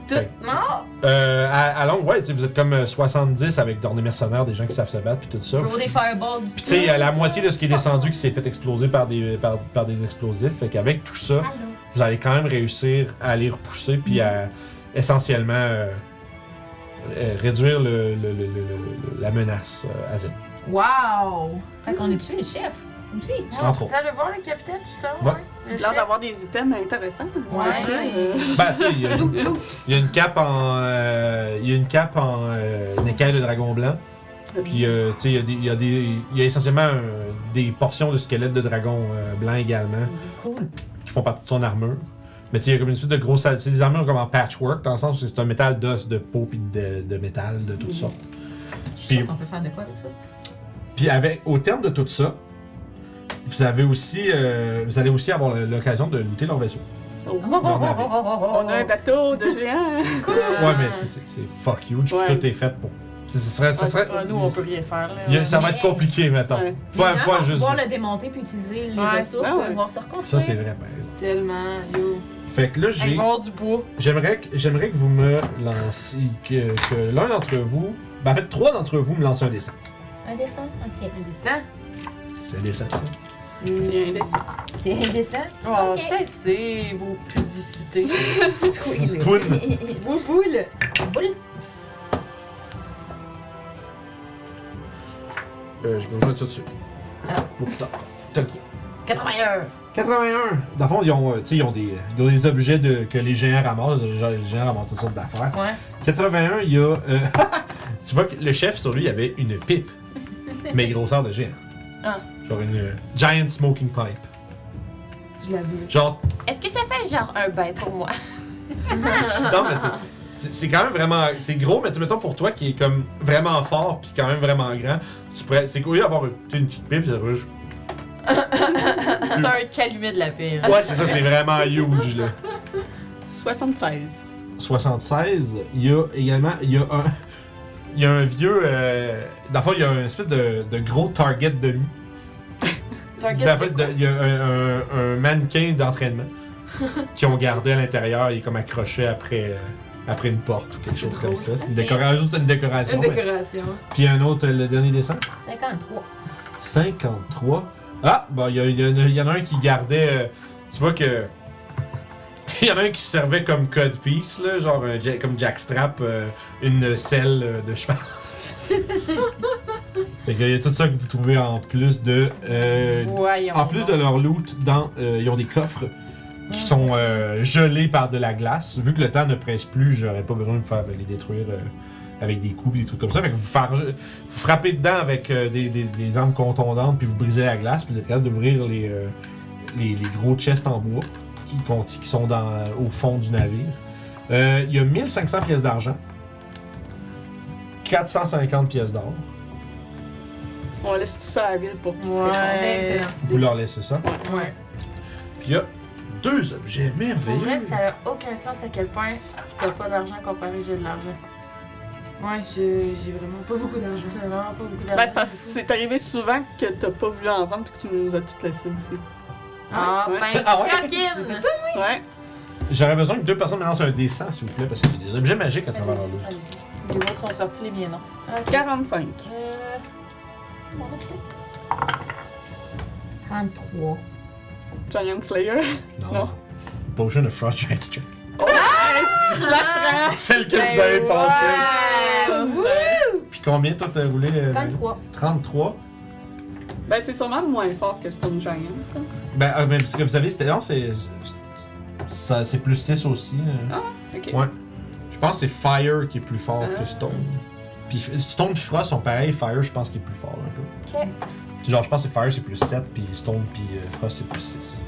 Tout
Ouais.
mort?
Euh, à, à longue, ouais, tu sais, vous êtes comme euh, 70 avec des mercenaires, des gens qui savent se battre, puis tout ça.
Je veux des fireballs.
Puis tu sais, il y a la moitié de ce qui est descendu qui s'est fait exploser par des, par, par des explosifs. Fait qu'avec tout ça, vous allez quand même réussir à les repousser puis à essentiellement euh, euh, réduire le, le- le- le- le- la menace euh, à zéro.
Wow!
Fait qu'on est tué le chef. Aussi.
Entre autres.
Ça le voir le capitaine, justement?
Ouais.
Le
l'air
chef.
d'avoir des items intéressants.
Ouais.
Euh,
Bah, tu sais, il y a une- il y a une cape en. euh, Il y a une cape en euh, une écaille de dragon blanc. Puis, euh, tu sais, il y a des- il y, a des- il y a essentiellement euh, des portions de squelette de dragon euh, blanc également.
Mm, Cool.
Qui font partie de son armure. Mais tu sais, il y a comme une espèce de grosse. C'est des armures comme en patchwork, dans le sens où c'est un métal d'os, de peau, puis de, de métal, de toutes
Mm.
sortes. Puis-
On peut faire de quoi avec ça?
Puis avec, au terme de tout ça, vous avez aussi, euh, vous allez aussi avoir l'occasion de looter leur vaisseau.
oh.
Leur navire.
On a un bateau de géant.
Ouais, mais c'est- c'est c'est fuck huge, puis
Ouais.
tout est fait pour. c'est- Ce serait, ça serait,
Nous, on peut rien faire, là.
il y a- ça va être
Mais-
compliqué maintenant.
Ouais.
Pas,
Évidemment,
pas
on va
juste.
pouvoir le démonter puis utiliser les
Ouais,
ressources
ça,
pour
ouais.
pouvoir se reconstruire.
Ça, c'est vrai, par exemple.
Tellement, yo.
Fait que là,
Hey,
j'ai.
voir du bois.
J'aimerais que, j'aimerais que vous me lanciez. Que, que l'un d'entre vous. Ben, en fait, trois d'entre vous me lancent un dessin.
Un dessin? Ok.
Un dessin?
C'est un dessin, ça.
C'est un dessin.
C'est un dessin?
Oh, cessez vos pudicités.
Poun!
Wou boule!
Boule.
Euh, je vais jouer tout de suite.
Ah.
Pour plus tard. T'as-
81!
81! Dans le fond, ils ont, euh, tu sais, ils ont, des, ils ont des objets de, que les géants ramassent. Les géants, les géants ramassent toutes sortes d'affaires.
Ouais.
81, il y a. euh, tu vois que le chef, sur lui, il avait une pipe. mais grosseur de géant.
Ah.
Genre une euh, giant smoking pipe.
Je la veux.
Genre.
Est-ce que ça fait genre un bain pour moi?
non, mais c'est- c'est. C'est quand même vraiment. C'est gros, mais tu sais, mettons pour toi qui est comme vraiment fort puis quand même vraiment grand. tu pourrais- C'est qu'au lieu d'avoir une, tu sais, une petite pipe, ça ruge.
T'as un calumet de la pile.
Ouais, c'est ça, c'est vraiment huge là.
76.
76, il y a également il y a un il y a un vieux euh, dans le fond, il y a une espèce de, de gros target de lui.
Target
Ben, en fait,
de
de- il y a un, un- un mannequin d'entraînement qui ont gardé à l'intérieur, il est comme accroché après euh, après une porte ou quelque chose comme ça. C'est une décoration, juste une décoration.
Une
mais-
décoration.
Puis un autre le dernier dessin
53.
53. Ah, bah il y, a- il y en a- il y en a un qui gardait. euh, tu vois que. Il y en a un qui servait comme codpiece, là, genre un ja- comme jackstrap, euh, une selle euh, de cheval. fait qu'il y a tout ça que vous trouvez en plus de. euh,
Voyons.
en plus de leur loot, dans, euh, ils ont des coffres qui sont euh, gelés par de la glace. Vu que le temps ne presse plus, j'aurais pas besoin de me faire les détruire euh, avec des coups, des trucs comme ça. Fait que vous, faire- vous frappez dedans avec euh, des, des- des armes contondantes, puis vous brisez la glace, puis vous êtes capable d'ouvrir les, euh, les, les gros chests en bois qui, conti- qui sont dans, euh, au fond du navire. Euh, Il y a 1500 pièces d'argent, 450 pièces d'or.
On laisse tout ça à la ville pour pisser.
Ouais.
Ouais.
Excellente
Vous
idée.
leur laissez ça.
Ouais.
Puis il y a deux objets merveilleux.
Pour vrai, ça n'a aucun sens à quel point t'as pas d'argent comparé que j'ai de l'argent. Ouais, j'ai j'ai vraiment pas beaucoup d'argent. J'ai vraiment pas beaucoup d'argent.
Ben, c'est parce que c'est arrivé souvent que t'as pas voulu en vendre puis que tu nous as toutes laissées aussi.
Ah,
Ouais.
ben,
Ah ouais?
coquine!
Ouais.
J'aurais besoin que deux personnes me lancent un dessin, s'il vous plaît, parce qu'il y a des objets magiques à travers leur loot.
Les autres sont sortis, les miens non.
45.
Euh,
33.
Giant Slayer. Non.
Potion of Frost Giant Strength.
Oh, nice! Flash Ram.
Celle que vous avez pensée.
Ah,
Ouais.
Puis combien toi t'as roulé euh,
33.
33.
Ben, c'est sûrement le moins fort que Stone Giant. là.
Ben, ah, ben, ce que vous avez, c'était. Non, c'est. c'est- ça- C'est plus 6 aussi. euh.
Ah. Ok.
Ouais. Je pense que c'est Fire qui est plus fort
Ah.
que Stone. Puis Stone et Frost sont pareils, Fire, je pense qu'il est plus fort un peu. Genre, je pense que Fire c'est plus 7, puis Stone, puis euh, Frost c'est plus 6.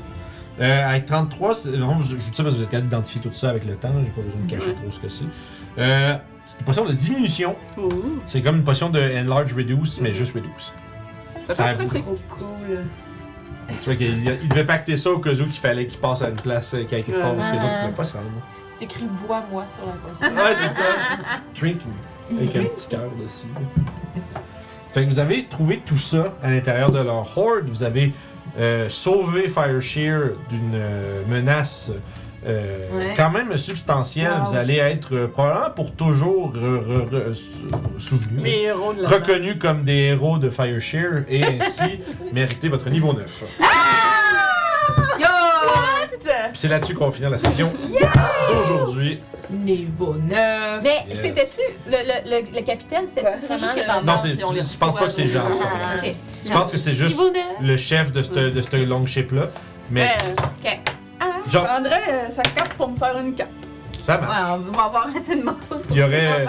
Euh, avec 33, c'est- non, je, je dis ça parce que vous êtes capable d'identifier tout ça avec le temps, j'ai pas besoin de cacher trop ce que c'est. Euh, c'est une potion de diminution,
Ouh,
c'est comme une potion de Enlarge Reduce, mais juste Reduce.
ça
Ça
fait
a
presque.
Trop cool.
Tu vois qu'il il devait pacter ça au cas où qu'il fallait qu'il passe à une place euh, quelque part parce que les autres ne pouvaient pas se rendre.
C'est écrit bois-moi sur la potion.
Ouais, c'est ça. Drink me. Avec un petit cœur dessus. Fait que vous avez trouvé tout ça à l'intérieur de leur horde. Vous avez euh, sauvé Fire Shear d'une euh, menace euh,
Ouais.
quand même substantielle.
Wow.
Vous allez être euh, probablement pour toujours euh, re- re- sou- souvenus,
Les héros de la
reconnus comme des héros de Fire Shear et ainsi mériter votre niveau 9.
Ah!
Yo!
Puis C'est là-dessus qu'on va finir la session d'aujourd'hui.
ben, Niveau 9.
Mais
Yes.
c'était-tu, le, le, le, le capitaine, c'était-tu
Ouais.
vraiment
Faut juste que
le-
t'en
Non,
Ah,
c'est-
puis
tu-
on les
je pense pas
reçoit,
que c'est
oui.
genre.
Ah.
Ok.
Je pense que c'est juste
Niveau de-
le chef de cette, de cette longue ship-là. Mais,
Euh,
Ouais. Je
genre,
prendrais euh, sa cape pour me faire une cape.
ça marche.
Ah. Ouais, on va avoir assez de morceaux pour
Il y aurait.
Aïe,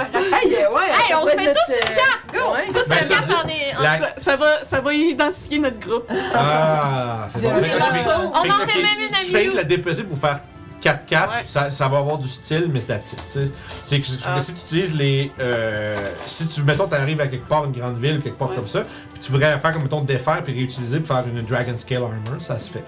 ouais.
Hey, on se fait
tous une cape, go!
Tous
Ben,
un
je te
cap
dis-
en est. en-
La...
Ça, Euh, ça va, ça va identifier notre groupe.
Ah, c'est bon.
J'aime
Fait que-
ça.
fait-
On en
fait que-
fait même une à
tu fais
Milou.
la dépecer pour faire 4 caps,
Ouais.
ça, ça va avoir du style, mais c'est la titre, tu sais. C'est que c'est que
Ah.
si tu utilises les. euh, si tu, mettons, t'arrives à quelque part, une grande ville, quelque part
Ouais.
comme ça, puis tu voudrais faire comme, mettons, défaire puis réutiliser pour faire une Dragon Scale Armor, ça se fait.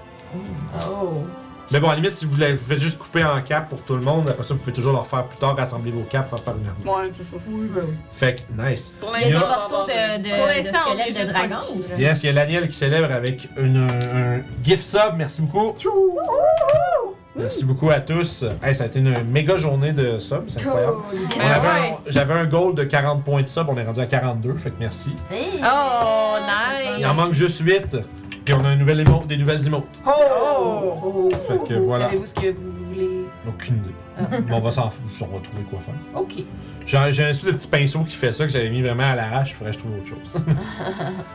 Oh.
Mais bon, à la limite, si vous voulez- vous faites juste couper en cap pour tout le monde, après ça, vous pouvez toujours leur faire plus tard, rassembler vos caps, faire faire une armure.
Ouais, c'est ça.
ben
Fait que, nice.
Pour
Il y a des
Yo.
l'instant,
morceaux de, de,
Pour
de
l'instant, on est
squelette de
juste
dragon
funky,
aussi.
Yes, il y a Laniel qui célèbre avec une, un gift sub. Merci beaucoup. Merci beaucoup à tous. Hey, ça a été une méga journée de sub, c'est incroyable. On
Ben
avait un-
ouais.
J'avais un goal de 40 points de sub, on est rendu à 42, fait que merci.
Hey.
Oh,
Il
nice!
Mm.
en manque juste 8, puis on a un nouvel émo- des nouvelles émotes.
Oh. oh.
Fait que voilà.
Savez-vous ce que vous voulez?
Aucune idée.
Ah.
Mais on va s'en foutre, on va trouver quoi faire.
Ok.
J'ai j'ai un espèce de petit pinceau qui fait ça que j'avais mis vraiment à l'arrache, il faudrait que je trouve autre chose.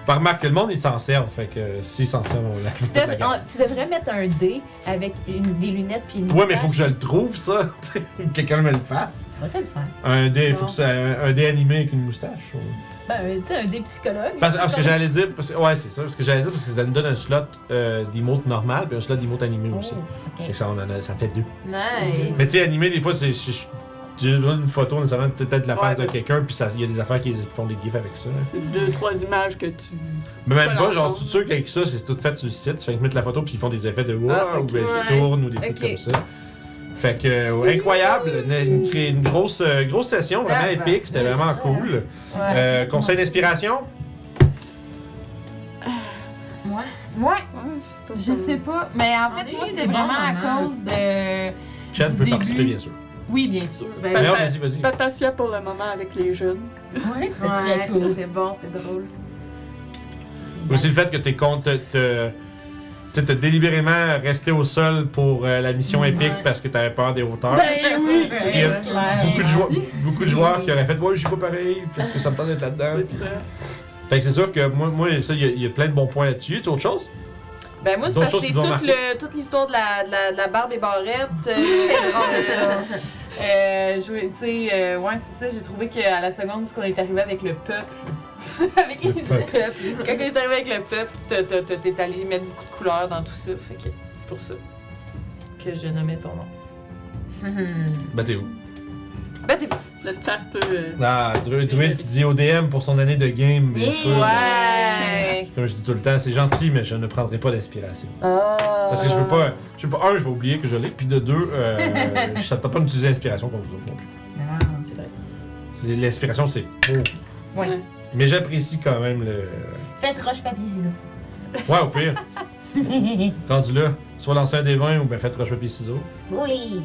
Par remarque que le monde, ils s'en servent, fait que s'ils s'en servent, on
Tu,
l'ajoute à la
devrais-
gamme.
oh, tu devrais mettre un dé avec une, des lunettes puis une.
Ouais, mais faut que je le trouve, ça. que quelqu'un me le fasse.
Va te le faire.
Un dé,
Bon.
faut que ça- un, un dé animé avec une moustache. ou-
Ben, tu sais, un dé psychologue.
Parce, ah, parce que j'allais dire, parce, que- ouais, c'est ça. Parce que j'allais dire, parce que ça nous donne un slot euh, d'emote normal, puis un slot d'emote animé
Oh,
aussi.
ok.
Fait que ça, on en a- ça fait deux.
Nice.
Mais tu sais, animé, des fois, c'est. c'est- Tu donnes une photo nécessairement peut-être de la face
Ouais.
de quelqu'un, puis ça- il y a des affaires qui, qui font des gifs avec ça.
deux, trois images que tu.
Mais même
Pas
pas,
l'enfant.
genre, tu es sûr qu'avec ça, c'est tout fait sur le site. Tu fais que mettre la photo, puis ils font des effets de wow,
Ah, ok.
ou ben, qui
Ouais.
tournent, ou des trucs
Ok.
comme ça. Fait que, euh, incroyable, une, une- une grosse, euh, grosse session, vraiment
Ah, bah,
épique, c'était vraiment cool.
Ouais.
Euh, conseil d'inspiration?
Ouais,
Ouais, c'est pas
je
comme-
sais pas. Mais en
On a
fait,
eu
moi,
des
c'est
bons
vraiment à
moments,
cause de.
Chad
Du
peut
début.
participer, bien sûr.
Oui, bien sûr.
Mais
Ben,
Parfait.
non, vas-y, vas-y.
Pas patient pour le moment avec les jeunes.
Ouais, c'était
ouais,
très cool.
c'était bon, c'était drôle.
Aussi le fait que t'es contre te, tu sais, t'as délibérément resté au sol pour euh, la mission épique
Ouais.
parce que t'avais peur des hauteurs.
Ben oui!
Il y a beaucoup, de joueurs, beaucoup de joueurs
Oui.
qui auraient fait Ouais, je suis pas pareil parce que ça me tente d'être là-dedans.
C'est ça.
Fait que c'est sûr que moi, moi ça, il y a- il y, a plein de bons points là-dessus. Tu as autre chose
Ben, moi, c'est
D'autres
parce que
choses
c'est
qui vous ont
toute
marqué?
le- toute l'histoire de la, de, la, de la barbe et barrette. euh, euh, jouer- tu sais, euh, ouais, c'est ça. J'ai trouvé qu'à la seconde, où ce qu'on est arrivé avec le peuple. avec
Le
les-
peuple.
Quand on est arrivé avec le peuple, t'as- t'as- t'as- t'es allé mettre beaucoup de couleurs dans tout ça. Fait que c'est pour ça que je nommais ton nom.
Ben, t'es où
Ben, t'es fou.
Le chat peut. euh,
Ah, Dru- Druid qui dit ODM pour son année de game, bien
Eh,
sûr.
Ouais!
Comme je dis tout le temps, c'est gentil, mais je ne prendrai pas d'inspiration. Parce que je veux pas. Je veux pas, un, je vais oublier que je l'ai, puis de deux, euh, ça ne tente pas d'utiliser l'inspiration contre vous autres non plus.
Ah,
C'est- L'inspiration, c'est pour
Ouais.
Mais j'apprécie quand même le.
Faites roche, papier, ciseaux.
Ouais, au pire. Rendu là, soit lancer un des 20 ou bien faites roche papier ciseaux.
Bullies.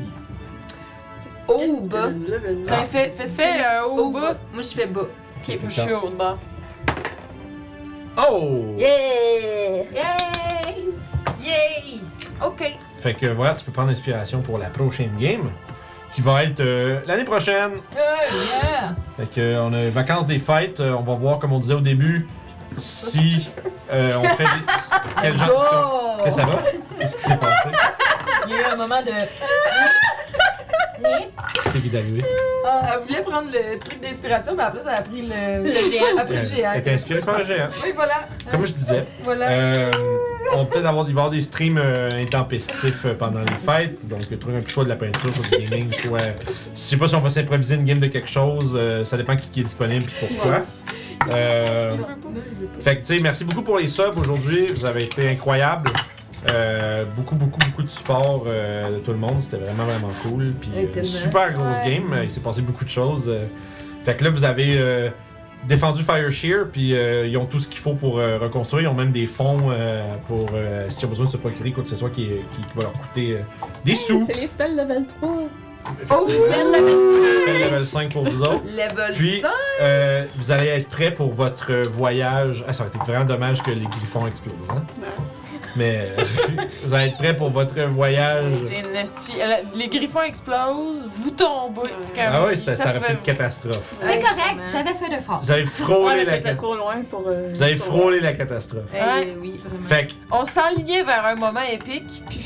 Oh, bas.
le- le-
Ah.
le-
Ben, fais, fais,
Fais un haut
Oh,
bas.
bas. Moi, je fais bas.
Fait
Ok,
que
je suis au bas.
Oh!
Yay!
Yay! Ok.
Fait que voilà, tu peux prendre inspiration pour la prochaine game qui va être euh, l'année prochaine.
Oh,
Fait que euh, on a les vacances des fêtes. euh, on va voir, comme on disait au début, si euh, on fait des... quel genre de
Oh!
Qu'est-ce que ça va? Qu'est-ce qui s'est passé?
Il y a eu un moment de.
C'est qui d'arriver.
Elle voulait prendre le truc d'inspiration, mais après, ça a pris le. Elle a pris le
Elle
géant.
était inspirée par un géant.
Oui, voilà.
Comme je disais,
Voilà.
euh, on va peut-être avoir, il va y avoir des streams euh, intempestifs euh, pendant les fêtes. Donc, euh, trouver un peu soit de la peinture, soit du gaming, soit. Je sais pas si on va s'improviser une game de quelque chose. euh, ça dépend qui, qui est disponible et pourquoi. Euh, fait que, tu sais, merci beaucoup pour les subs aujourd'hui. Vous avez été incroyables. Euh, beaucoup, beaucoup, beaucoup de support euh, de tout le monde. C'était vraiment, vraiment cool. Puis,
Ouais,
euh, une
tellement.
super grosse
Ouais.
game. Il s'est passé beaucoup de choses. euh. fait que là, vous avez. euh, défendu Fire Shear, puis euh, ils ont tout ce qu'il faut pour euh, reconstruire. Ils ont même des fonds euh, pour euh, s'ils ont besoin de se procurer quoi que ce soit qui, qui, qui va leur coûter euh, des sous.
C'est les spells level 3.
Oh,
Effectivement. Spell Euh, level 5 pour vous autres.
Level
Puis,
100.
euh, vous allez être prêt pour votre euh, voyage. Ah, ça aurait été vraiment dommage que les griffons explosent. Hein?
Ouais.
Mais euh, vous allez être prêt pour votre voyage.
T'es une estie- Elle- Les griffons explosent, vous tombez. C'est comme-
Ah ouais, c'était- ça aurait
pouvait-
pu une catastrophe.
C'est correct, j'avais fait le fort.
Vous avez
On
frôlé la
était
catastrophe.
trop loin pour. euh,
Vous avez
sur-
frôlé la catastrophe.
Eh, oui, vraiment.
Fait que
On s'enlignait vers un moment épique, puis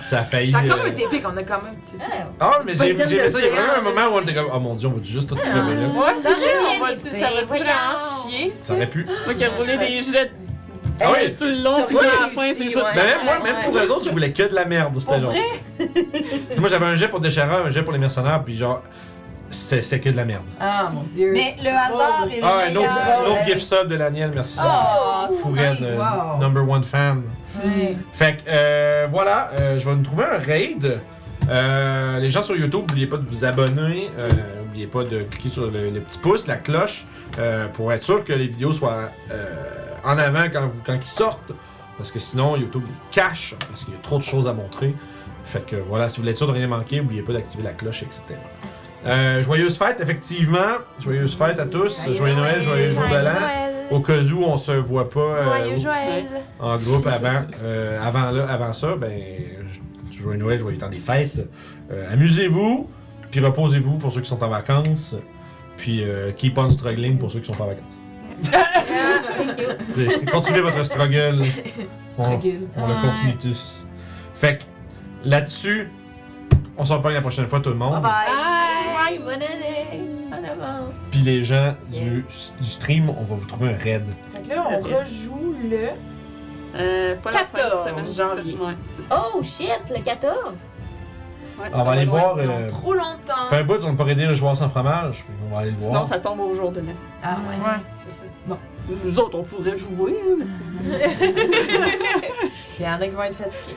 ça a failli.
Ça a quand
euh,
même été épique, on a quand même. tu-
Ah, mais j'ai
Bonne dame
j'ai aimé ça. Il y a
de
vraiment un
géant,
moment où on
là.
était comme, oh mon dieu, on va juste tout crever là.
Ouais, c'est ça,
aurait
on va
bien
dire,
été,
ça va
voyons.
vraiment chier.
Ça aurait pu.
Moi qui ai roulé des jets
Ah oui!
tout le long, puis
Ouais,
à la fin, c'est
réussi,
juste.
Mais même moi, même
ouais.
pour les autres, je voulais que de la merde, c'était
Pour
genre. moi, j'avais un jet pour Déchara, un jet pour les mercenaires, puis genre. C'était c'était que de la merde.
Ah mon dieu.
Mais le hasard est le
Ah, un
meilleur.
autre, un autre
ouais.
gift sub de l'Aniel, merci.
Oh,
Fouraine,
nice.
Ah, euh,
Wow.
number one fan.
Ouais.
Fait que euh, voilà, euh, je vais nous trouver un raid. Euh, les gens sur YouTube, n'oubliez pas de vous abonner. Euh, n'oubliez pas de cliquer sur le, le petit pouce, la cloche, euh, pour être sûr que les vidéos soient euh, en avant quand, vous, quand ils sortent. Parce que sinon, YouTube les cache, parce qu'il y a trop de choses à montrer. Fait que voilà, si vous voulez être sûr de rien manquer, n'oubliez pas d'activer la cloche, etc. Euh, joyeuse fête, effectivement. Joyeuse fête à tous. Joyeux, Noël, joyeux jour de l'an. Au cas où on se voit pas euh,
Joyeux
au-
Joël.
en groupe avant, euh, avant, là, avant ça, ben, je- joyeux Noël, joyeux temps des fêtes. Euh, Amusez-vous, puis reposez-vous pour ceux qui sont en vacances, puis euh, keep on struggling pour ceux qui sont pas en vacances. C'est- Continuez votre struggle. On,
Struggle.
on le continue tous. Fait que là-dessus, on s'en parle la prochaine fois, tout le monde.
Bye bye.
Bye, bonne année. En avant.
Puis les gens du, du stream, on va vous trouver un raid.
Fait que là, on rejoue le.
Euh, pas la fin de
14
semaine,
janvier.
Ouais, c'est ça.
Oh shit, le 14.
Ouais,
Ah, On va aller
loin.
voir.
Dans
euh,
Trop longtemps.
ça fait un bout, on ne peut aider le joueur sans fromage. fait qu'on va aller le voir.
Sinon, ça tombe au jour de l'an.
Ah ouais.
c'est ça.
Nous autres, on pourrait jouer. hein, mais-
Il y en a qui vont être fatigués.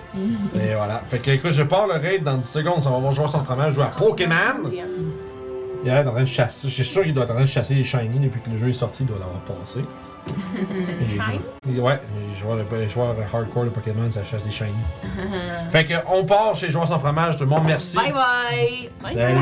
Et voilà. Fait que écoute, je pars le raid dans 10 secondes. Ça va voir joueur sans fromage jouer à Pokémon. Il est en train de chasser. Je suis sûr qu'il doit être en train de chasser les Shiny depuis que le jeu est sorti. Il doit l'avoir passé. Et- et- ouais, les joueurs, de- les joueurs hardcore de Pokémon, ça chasse des Shiny. fait que on part chez Joueur sans fromage. Tout le monde, merci.
Bye bye.
Salut.